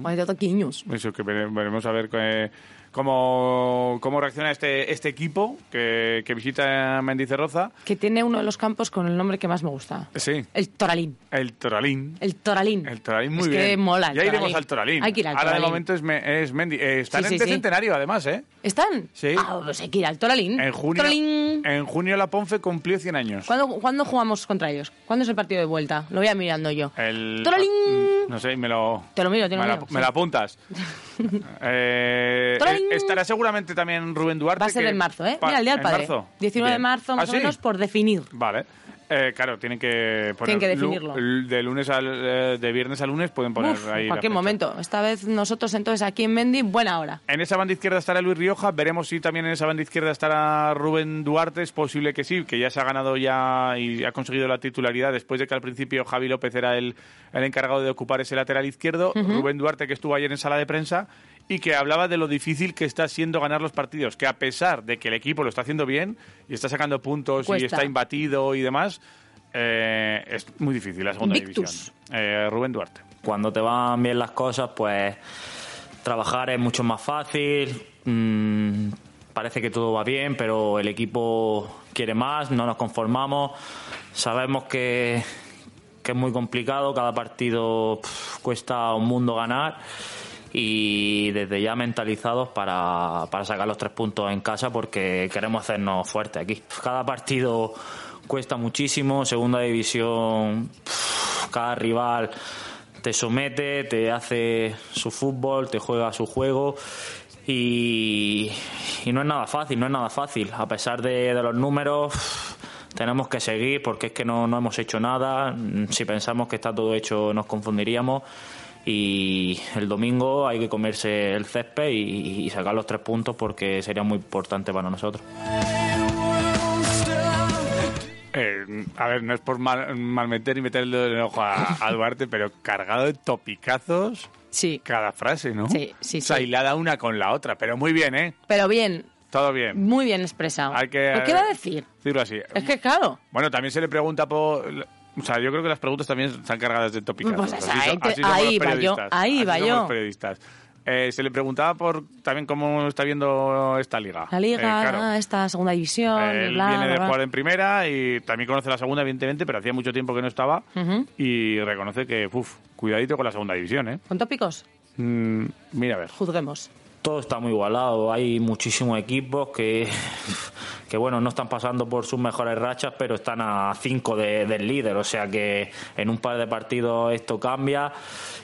[SPEAKER 5] Juanito Toquiños.
[SPEAKER 4] Eso que vere- veremos a ver eh, cómo, cómo reacciona este, este equipo que, que visita Mendizorroza.
[SPEAKER 5] Que tiene uno de los campos con el nombre que más me gusta.
[SPEAKER 4] Sí.
[SPEAKER 5] El Toralín.
[SPEAKER 4] El Toralín.
[SPEAKER 5] El Toralín.
[SPEAKER 4] El Toralín, muy
[SPEAKER 5] Es
[SPEAKER 4] bien.
[SPEAKER 5] que mola el
[SPEAKER 4] ya
[SPEAKER 5] Toralín.
[SPEAKER 4] iremos al Toralín.
[SPEAKER 5] Hay que ir al
[SPEAKER 4] Ahora de
[SPEAKER 5] Toralín.
[SPEAKER 4] momento es, me- es Mendy. Eh, están
[SPEAKER 5] Sí, sí,
[SPEAKER 4] en de
[SPEAKER 5] sí.
[SPEAKER 4] centenario, además, ¿eh?
[SPEAKER 5] ¿Están?
[SPEAKER 4] Sí.
[SPEAKER 5] Ah, pues hay que ir al Toralín.
[SPEAKER 4] En junio,
[SPEAKER 5] Toralín.
[SPEAKER 4] en junio la Ponce cumplió 100 años.
[SPEAKER 5] ¿Cuándo, cuándo jugamos contra ellos? ¿Cuándo es el partido de vuelta? Lo voy a mirando yo.
[SPEAKER 4] El-
[SPEAKER 5] Toralín.
[SPEAKER 4] No sé, me lo...
[SPEAKER 5] Te lo miro, te lo
[SPEAKER 4] me, la,
[SPEAKER 5] miro,
[SPEAKER 4] me
[SPEAKER 5] sí.
[SPEAKER 4] la apuntas. Eh,
[SPEAKER 5] ¡Tarán!
[SPEAKER 4] estará seguramente también Rubén Duarte.
[SPEAKER 5] Va a ser
[SPEAKER 4] que
[SPEAKER 5] en marzo, ¿eh?
[SPEAKER 4] pa-
[SPEAKER 5] Mira, el Día del
[SPEAKER 4] ¿en
[SPEAKER 5] Padre.
[SPEAKER 4] marzo?
[SPEAKER 5] 19 de
[SPEAKER 4] Bien.
[SPEAKER 5] marzo, más
[SPEAKER 4] ¿Ah,
[SPEAKER 5] o
[SPEAKER 4] sí?
[SPEAKER 5] menos, por definir.
[SPEAKER 4] Vale. Eh, claro, tienen que poner
[SPEAKER 5] Tienen que
[SPEAKER 4] lu-
[SPEAKER 5] definirlo.
[SPEAKER 4] l- de lunes al eh, de viernes a lunes pueden poner
[SPEAKER 5] Uf,
[SPEAKER 4] ahí
[SPEAKER 5] en
[SPEAKER 4] la
[SPEAKER 5] cualquier
[SPEAKER 4] fecha.
[SPEAKER 5] momento. Esta vez nosotros, entonces, aquí en Mendy, buena hora.
[SPEAKER 4] En esa banda izquierda estará Luis Rioja, veremos si también en esa banda izquierda estará Rubén Duarte, es posible que sí, que ya se ha ganado ya y ha conseguido la titularidad después de que al principio Javi López era el, el encargado de ocupar ese lateral izquierdo,
[SPEAKER 14] Ujú.
[SPEAKER 4] Rubén Duarte que estuvo ayer en sala de prensa y que hablaba de lo difícil que está siendo ganar los partidos, que a pesar de que el equipo lo está haciendo bien y está sacando puntos y
[SPEAKER 14] Cuesta.
[SPEAKER 4] está imbatido y demás, eh, es muy difícil la segunda
[SPEAKER 14] Victus.
[SPEAKER 4] división. Eh, Rubén Duarte.
[SPEAKER 14] Cuando te van bien las cosas, pues trabajar es mucho más fácil. mm, parece que todo va bien, pero el equipo quiere más, no nos conformamos. Sabemos que, que es muy complicado, cada partido pf, cuesta un mundo ganar. Y desde ya mentalizados para, para sacar los tres puntos en casa porque queremos hacernos fuerte aquí. Cada partido cuesta muchísimo, segunda división pf, cada rival te somete, te hace su fútbol, te juega su juego y, y no es nada fácil, no es nada fácil. A pesar de, de los números, tenemos que seguir porque es que no, no hemos hecho nada. Si pensamos que está todo hecho nos confundiríamos y el domingo hay que comerse el césped y, y sacar los tres puntos porque sería muy importante para nosotros.
[SPEAKER 4] Eh, a ver, no es por mal, malmeter y meter el dedo en el ojo a, a Duarte, pero cargado de topicazos
[SPEAKER 5] sí.
[SPEAKER 4] cada frase, ¿no?
[SPEAKER 5] Sí, sí,
[SPEAKER 4] O sea, hilada una con la otra, pero muy bien, ¿eh?
[SPEAKER 5] Pero bien,
[SPEAKER 4] Todo bien.
[SPEAKER 5] Muy bien expresado.
[SPEAKER 4] Hay que,
[SPEAKER 5] ¿Pero ¿Qué va a decir?
[SPEAKER 4] Decirlo así.
[SPEAKER 5] Es que claro.
[SPEAKER 4] Bueno, también se le pregunta por... O sea, yo creo que las preguntas también están cargadas de tópicos.
[SPEAKER 5] Pues
[SPEAKER 4] Así
[SPEAKER 5] esa
[SPEAKER 4] so-
[SPEAKER 5] gente-
[SPEAKER 4] así somos
[SPEAKER 5] ahí
[SPEAKER 4] los
[SPEAKER 5] va yo,
[SPEAKER 4] periodistas.
[SPEAKER 5] ahí
[SPEAKER 4] Así
[SPEAKER 5] va
[SPEAKER 4] somos
[SPEAKER 5] yo.
[SPEAKER 4] los periodistas. Eh, se le preguntaba por también cómo está viendo esta liga.
[SPEAKER 5] La liga,
[SPEAKER 4] Eh, claro. Eh,
[SPEAKER 5] ah, esta segunda división,
[SPEAKER 4] Él
[SPEAKER 5] bla,
[SPEAKER 4] viene
[SPEAKER 5] bla,
[SPEAKER 4] de
[SPEAKER 5] bla.
[SPEAKER 4] jugar en primera y también conoce la segunda, evidentemente, pero hacía mucho tiempo que no estaba
[SPEAKER 5] Ujú.
[SPEAKER 4] y reconoce que, uff, cuidadito con la segunda división, ¿eh?
[SPEAKER 5] ¿Con tópicos?
[SPEAKER 4] Mm, mira, a ver.
[SPEAKER 5] Juzguemos.
[SPEAKER 14] Todo está muy igualado, hay muchísimos equipos que, que bueno, no están pasando por sus mejores rachas, pero están a 5 del líder, o sea que en un par de partidos esto cambia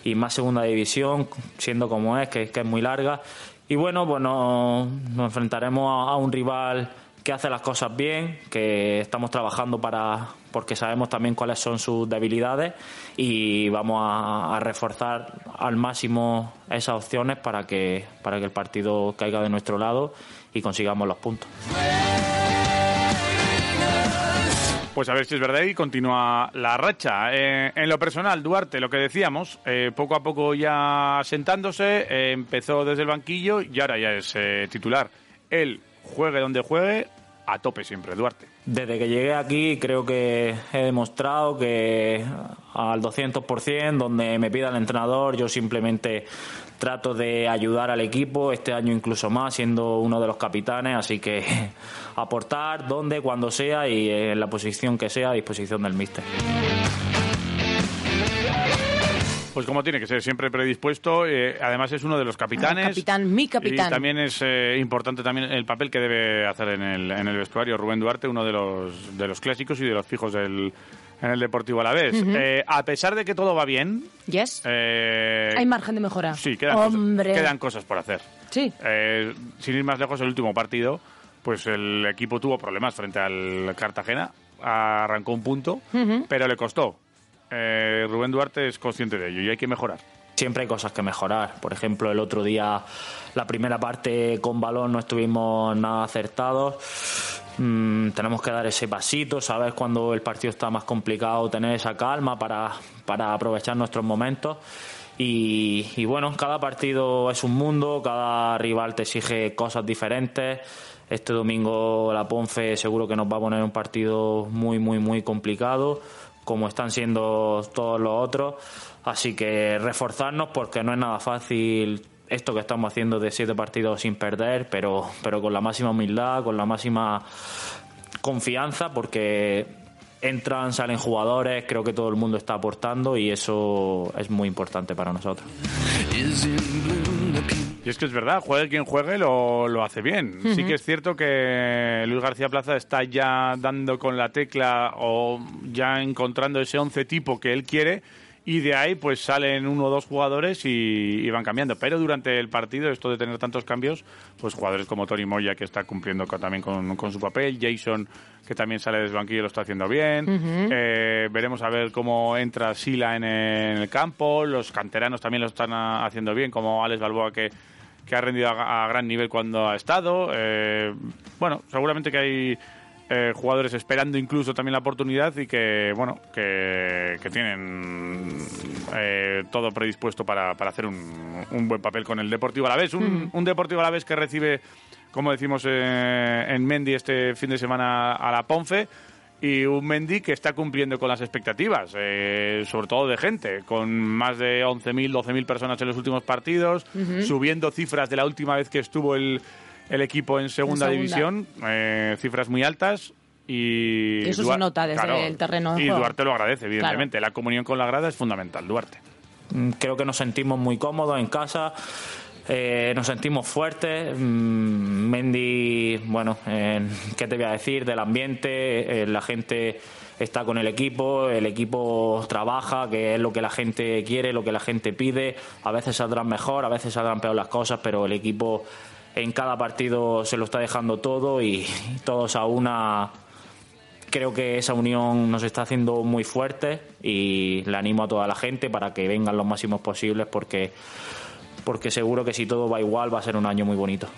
[SPEAKER 14] y más segunda división, siendo como es, que, que es muy larga. Y bueno, pues no- nos enfrentaremos a, a un rival que hace las cosas bien, que estamos trabajando para porque sabemos también cuáles son sus debilidades y vamos a, a reforzar al máximo esas opciones para que para que el partido caiga de nuestro lado y consigamos los puntos.
[SPEAKER 4] Pues a ver si es verdad y continúa la racha. Eh, en lo personal, Duarte, lo que decíamos, eh, poco a poco ya sentándose, eh, empezó desde el banquillo y ahora ya es eh, titular. Él juegue donde juegue, a tope siempre, Duarte.
[SPEAKER 14] Desde que llegué aquí creo que he demostrado que al 200%, donde me pida el entrenador, yo simplemente trato de ayudar al equipo, este año incluso más, siendo uno de los capitanes, así que aportar donde, cuando sea y en la posición que sea a disposición del míster.
[SPEAKER 4] Pues como tiene que ser, siempre predispuesto. eh, además es uno de los capitanes.
[SPEAKER 5] Ah, capitán, mi capitán.
[SPEAKER 4] Y también es eh, importante también el papel que debe hacer en el, en el vestuario Rubén Duarte, uno de los, de los clásicos y de los fijos del, en el Deportivo a la vez.
[SPEAKER 5] Ujú.
[SPEAKER 4] a pesar de que todo va bien...
[SPEAKER 5] Yes.
[SPEAKER 4] eh,
[SPEAKER 5] Hay margen de mejora.
[SPEAKER 4] Sí, quedan,
[SPEAKER 5] Hombre.
[SPEAKER 4] Cosas, quedan cosas por hacer.
[SPEAKER 5] Sí.
[SPEAKER 4] Eh, sin ir más lejos, el último partido, pues el equipo tuvo problemas frente al Cartagena, arrancó un punto,
[SPEAKER 5] Ujú.
[SPEAKER 4] pero le costó. Eh, Rubén Duarte es consciente de ello y hay que mejorar.
[SPEAKER 14] Siempre hay cosas que mejorar. Por ejemplo, el otro día, la primera parte con balón no estuvimos nada acertados. Mm, tenemos que dar ese pasito, saber cuando el partido está más complicado, tener esa calma para, para aprovechar nuestros momentos. Y, y bueno, cada partido es un mundo, cada rival te exige cosas diferentes. Este domingo la Ponfe seguro que nos va a poner un partido muy, muy, muy complicado, como están siendo todos los otros. Así que reforzarnos porque no es nada fácil esto que estamos haciendo de siete partidos sin perder, pero, pero con la máxima humildad, con la máxima confianza, porque entran, salen jugadores, creo que todo el mundo está aportando y eso es muy importante para nosotros.
[SPEAKER 4] Y es que es verdad, juegue quien juegue, lo, lo hace bien.
[SPEAKER 14] Ujú.
[SPEAKER 4] Sí que es cierto que Luis García Plaza está ya dando con la tecla o ya encontrando ese once tipo que él quiere y de ahí pues salen uno o dos jugadores y, y van cambiando. Pero durante el partido, esto de tener tantos cambios, pues jugadores como Tony Moya que está cumpliendo co- también con, con su papel, Jason que también sale del banquillo y lo está haciendo bien,
[SPEAKER 15] Ujú.
[SPEAKER 4] eh, veremos a ver cómo entra Sila en el campo. Los canteranos también lo están ah, haciendo bien, como Alex Balboa, que, que ha rendido a, a gran nivel cuando ha estado. Eh, bueno, seguramente que hay eh, jugadores esperando incluso también la oportunidad y que, bueno, que, que tienen eh, todo predispuesto para, para hacer un, un buen papel con el Deportivo Alavés. Un, un Deportivo Alavés que recibe, como decimos eh, en Mendy este fin de semana a la Ponfe, y un Mendy que está cumpliendo con las expectativas, eh, sobre todo de gente, con más de 11.000, 12.000 personas en los últimos partidos,
[SPEAKER 15] Ujú.
[SPEAKER 4] subiendo cifras de la última vez que estuvo el, el equipo en segunda,
[SPEAKER 5] segunda.
[SPEAKER 4] división, eh, cifras muy altas. Y
[SPEAKER 5] Y eso se
[SPEAKER 4] Duar-
[SPEAKER 5] nota desde el terreno de
[SPEAKER 4] Y
[SPEAKER 5] juego.
[SPEAKER 4] Duarte lo agradece, evidentemente. La comunión con la grada es fundamental, Duarte.
[SPEAKER 14] Mm, creo que nos sentimos muy cómodos en casa. eh, nos sentimos fuertes. mm, Mendy, bueno, eh, ¿qué te voy a decir? Del ambiente, eh, la gente está con el equipo, el equipo trabaja, que es lo que la gente quiere, lo que la gente pide. A veces saldrán mejor, a veces saldrán peor las cosas, pero el equipo en cada partido se lo está dejando todo y todos a una creo que esa unión nos está haciendo muy fuertes y le animo a toda la gente para que vengan los máximos posibles porque, porque seguro que si todo va igual va a ser un año muy bonito.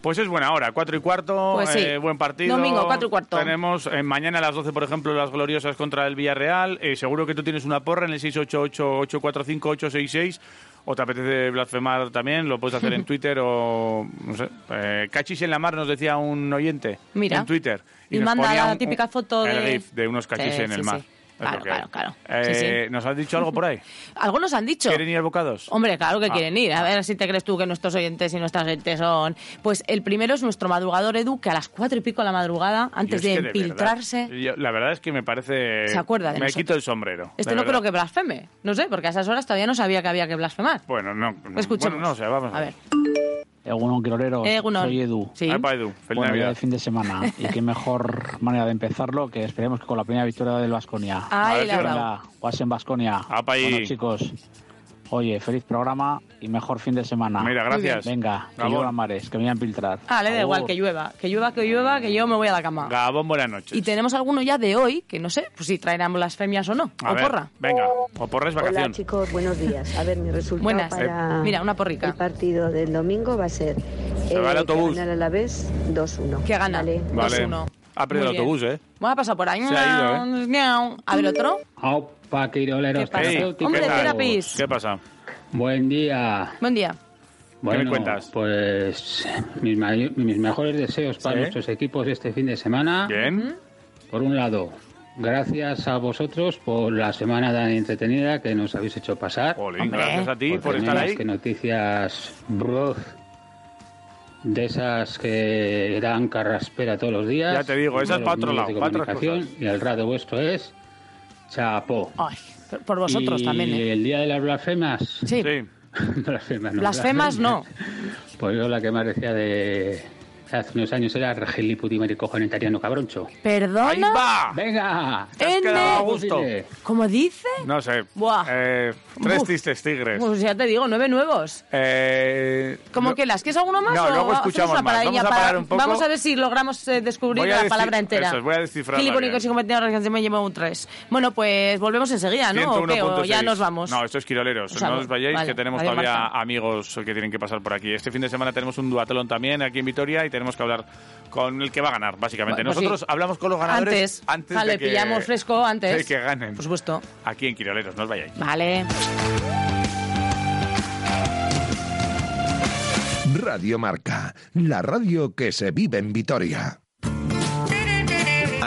[SPEAKER 4] Pues es buena hora, cuatro y cuarto,
[SPEAKER 5] Pues sí.
[SPEAKER 4] eh, buen partido.
[SPEAKER 5] Domingo, cuatro y cuarto.
[SPEAKER 4] Tenemos eh, mañana a las 12, por ejemplo, las gloriosas contra el Villarreal. Eh, seguro que tú tienes una porra en el 688-845-866 o te apetece blasfemar también, lo puedes hacer en Twitter o, no sé, eh, cachis en la mar nos decía un oyente
[SPEAKER 5] Mira.
[SPEAKER 4] en Twitter.
[SPEAKER 5] Y
[SPEAKER 4] nos
[SPEAKER 5] manda
[SPEAKER 4] ponía
[SPEAKER 5] la típica foto
[SPEAKER 4] el
[SPEAKER 5] de-
[SPEAKER 4] gif de unos cachis
[SPEAKER 5] Sí,
[SPEAKER 4] en
[SPEAKER 5] sí,
[SPEAKER 4] el mar.
[SPEAKER 5] sí.
[SPEAKER 4] Es
[SPEAKER 5] Claro,
[SPEAKER 4] lo que
[SPEAKER 5] claro,
[SPEAKER 4] hay.
[SPEAKER 5] claro. Sí,
[SPEAKER 4] Eh, ¿Nos has dicho algo por ahí?
[SPEAKER 5] Algo nos han dicho.
[SPEAKER 4] ¿Quieren ir a bocados?
[SPEAKER 5] Hombre, claro que
[SPEAKER 4] Ah.
[SPEAKER 5] quieren ir. A ver si te crees tú que nuestros oyentes y nuestras oyentes son. Pues el primero es nuestro madrugador Edu, que a las cuatro y pico de la madrugada,
[SPEAKER 4] Yo
[SPEAKER 5] antes
[SPEAKER 4] es
[SPEAKER 5] de
[SPEAKER 4] que verdad,
[SPEAKER 5] empiltrarse.
[SPEAKER 4] yo- la verdad es que me parece.
[SPEAKER 5] Se acuerda
[SPEAKER 4] Me
[SPEAKER 5] de nosotros.
[SPEAKER 4] quito el sombrero.
[SPEAKER 5] este
[SPEAKER 4] de
[SPEAKER 5] no
[SPEAKER 4] verdad.
[SPEAKER 5] creo que blasfeme. No sé, porque a esas horas todavía no sabía que había que blasfemar.
[SPEAKER 4] Bueno, no. no-
[SPEAKER 5] Escuchemos.
[SPEAKER 4] Bueno, no, o sea, vamos.
[SPEAKER 5] A ver.
[SPEAKER 15] Egunon Quiroleros,
[SPEAKER 5] Egunon.
[SPEAKER 15] soy Edu.
[SPEAKER 5] Sí. Epa,
[SPEAKER 4] Edu, feliz
[SPEAKER 15] bueno,
[SPEAKER 4] Navidad.
[SPEAKER 15] ya de fin de semana. y qué mejor manera de empezarlo que esperemos que con la primera victoria del Vasconia.
[SPEAKER 5] Ay, A ver, la tío.
[SPEAKER 15] Venga, Guasen Vasconia.
[SPEAKER 4] ahí.
[SPEAKER 15] Bueno, chicos. Oye, feliz programa y mejor fin de semana.
[SPEAKER 4] Mira, gracias. Muy bien.
[SPEAKER 15] Venga, que
[SPEAKER 4] Gabón.
[SPEAKER 15] llueva mares, que me voy a infiltrar.
[SPEAKER 5] Ah, le da igual que llueva. Que llueva, que llueva, que yo me voy a la cama.
[SPEAKER 4] Gabón, buenas noches.
[SPEAKER 5] Y tenemos alguno ya de hoy, que no sé pues si traerán blasfemias o no.
[SPEAKER 4] A
[SPEAKER 5] o
[SPEAKER 4] ver,
[SPEAKER 5] porra.
[SPEAKER 4] Venga, o porra es
[SPEAKER 3] Hola
[SPEAKER 4] vacación.
[SPEAKER 3] chicos, buenos días. A ver, mi resultado
[SPEAKER 5] Buenas.
[SPEAKER 3] para
[SPEAKER 5] Eh, mira, una porrica.
[SPEAKER 3] el partido del domingo va a ser
[SPEAKER 4] Se va el autobús.
[SPEAKER 3] que gana el Alavés 2-1.
[SPEAKER 5] Que gana. Vale.
[SPEAKER 4] Vale.
[SPEAKER 5] 2-1.
[SPEAKER 4] Ha perdido
[SPEAKER 5] Muy
[SPEAKER 4] el
[SPEAKER 5] bien.
[SPEAKER 4] autobús, ¿eh?
[SPEAKER 5] Vamos a pasar por ahí.
[SPEAKER 4] Se ha eh.
[SPEAKER 5] A ver, otro.
[SPEAKER 15] Opa, Quiroleros.
[SPEAKER 5] ¿Qué pasa?
[SPEAKER 15] terapéuticos.
[SPEAKER 5] Hombre, terapis.
[SPEAKER 4] ¿Qué pasa?
[SPEAKER 15] Buen día.
[SPEAKER 5] Buen día.
[SPEAKER 15] Bueno,
[SPEAKER 4] me cuentas?
[SPEAKER 15] pues mis, may- mis mejores deseos para
[SPEAKER 4] Sí.
[SPEAKER 15] nuestros equipos este fin de semana.
[SPEAKER 4] Bien.
[SPEAKER 15] Por un lado, gracias a vosotros por la semana tan entretenida que nos habéis hecho pasar.
[SPEAKER 4] Jolín, gracias a ti por estar ahí.
[SPEAKER 15] que noticias bruf, de esas que dan carraspera todos los días.
[SPEAKER 4] Ya te digo, esas
[SPEAKER 15] Los
[SPEAKER 4] pa' otro
[SPEAKER 15] medios
[SPEAKER 4] lado,
[SPEAKER 15] de
[SPEAKER 4] pa' otras
[SPEAKER 15] comunicación, Y el rato vuestro es chapó.
[SPEAKER 5] Ay, Ah, por vosotros
[SPEAKER 15] Y
[SPEAKER 5] también, ¿eh?
[SPEAKER 15] el día de las blasfemas.
[SPEAKER 5] Sí.
[SPEAKER 15] blasfemas, no,
[SPEAKER 5] Blasfemas no.
[SPEAKER 15] pues yo la que más decía de hace unos años era Regili Putimérico Jonetariano Cabroncho.
[SPEAKER 5] ¿Perdona?
[SPEAKER 15] ¡Venga!
[SPEAKER 4] Te has
[SPEAKER 5] N.
[SPEAKER 4] quedado a gusto.
[SPEAKER 5] ¿Cómo dice?
[SPEAKER 4] No sé.
[SPEAKER 5] Buah.
[SPEAKER 4] Eh, tres
[SPEAKER 5] Uf.
[SPEAKER 4] tristes tigres.
[SPEAKER 5] Pues ya te digo, nueve nuevos.
[SPEAKER 4] Eh,
[SPEAKER 5] ¿Cómo
[SPEAKER 4] no-
[SPEAKER 5] que las? ¿Quieres alguno más?
[SPEAKER 4] No,
[SPEAKER 5] o
[SPEAKER 4] luego
[SPEAKER 5] hacemos
[SPEAKER 4] escuchamos
[SPEAKER 5] una
[SPEAKER 4] más.
[SPEAKER 5] paradilla
[SPEAKER 4] Vamos a
[SPEAKER 5] para-
[SPEAKER 4] parar un poco.
[SPEAKER 5] Vamos a ver si logramos eh, descubrir
[SPEAKER 4] Voy a
[SPEAKER 5] la
[SPEAKER 4] decir-
[SPEAKER 5] palabra entera.
[SPEAKER 4] eso es, voy a descifrarla
[SPEAKER 5] Gilipónicos
[SPEAKER 4] bien.
[SPEAKER 5] y compañeros, que encima llevo un 3. Bueno, pues volvemos enseguida, ¿no? ¿O qué? ¿O ya
[SPEAKER 4] 101.6.
[SPEAKER 5] nos vamos.
[SPEAKER 4] No, esto es Quiroleros.
[SPEAKER 5] O sea,
[SPEAKER 4] no os vayáis,
[SPEAKER 5] vale.
[SPEAKER 4] que tenemos
[SPEAKER 5] Adiós,
[SPEAKER 4] todavía
[SPEAKER 5] Marta.
[SPEAKER 4] amigos que tienen que pasar por aquí. Este fin de semana tenemos un duatlón también aquí en Vitoria y tenemos que hablar con el que va a ganar, básicamente.
[SPEAKER 5] Bueno, pues
[SPEAKER 4] Nosotros
[SPEAKER 5] sí.
[SPEAKER 4] hablamos con los ganadores
[SPEAKER 5] Antes,
[SPEAKER 4] antes,
[SPEAKER 5] Vale,
[SPEAKER 4] de que,
[SPEAKER 5] pillamos fresco antes.
[SPEAKER 4] de que ganen. Por
[SPEAKER 5] supuesto.
[SPEAKER 4] Aquí en Quiroleros, no os vayáis.
[SPEAKER 5] Vale.
[SPEAKER 16] Radio Marca, la radio que se vive en Vitoria.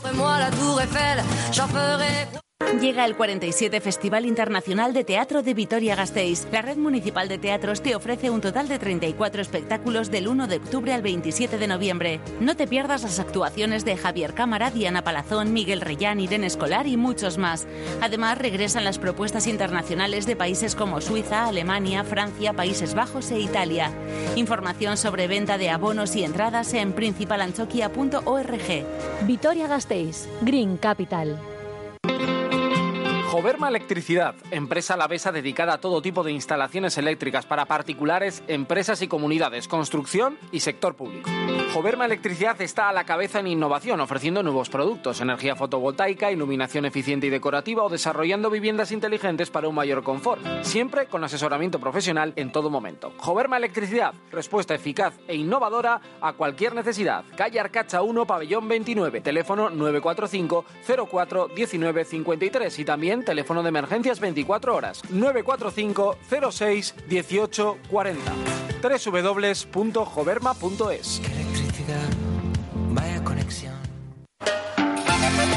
[SPEAKER 17] Fais-moi la tour Eiffel, j'en ferai...
[SPEAKER 18] Llega el 47 Festival Internacional de Teatro de Vitoria-Gasteiz. La Red Municipal de Teatros te ofrece un total de 34 espectáculos del 1 de octubre al 27 de noviembre. No te pierdas las actuaciones de Javier Cámara, Diana Palazón, Miguel Reyán, Irene Escolar y muchos más. Además, regresan las propuestas internacionales de países como Suiza, Alemania, Francia, Países Bajos e Italia. Información sobre venta de abonos y entradas en principalanchoquia.org. Vitoria-Gasteiz, Green Capital.
[SPEAKER 19] Joverma Electricidad, empresa alavesa dedicada a todo tipo de instalaciones eléctricas para particulares, empresas y comunidades, construcción y sector público. Joverma Electricidad está a la cabeza en innovación, ofreciendo nuevos productos, energía fotovoltaica, iluminación eficiente y decorativa o desarrollando viviendas inteligentes para un mayor confort, siempre con asesoramiento profesional en todo momento. Joverma Electricidad, respuesta eficaz e innovadora a cualquier necesidad. Calle Arcacha 1, pabellón 29, teléfono 945 04 19 53 y también teléfono de emergencias 24 horas 945 06 18 40 www.joverma.es
[SPEAKER 2] Vaya conexión.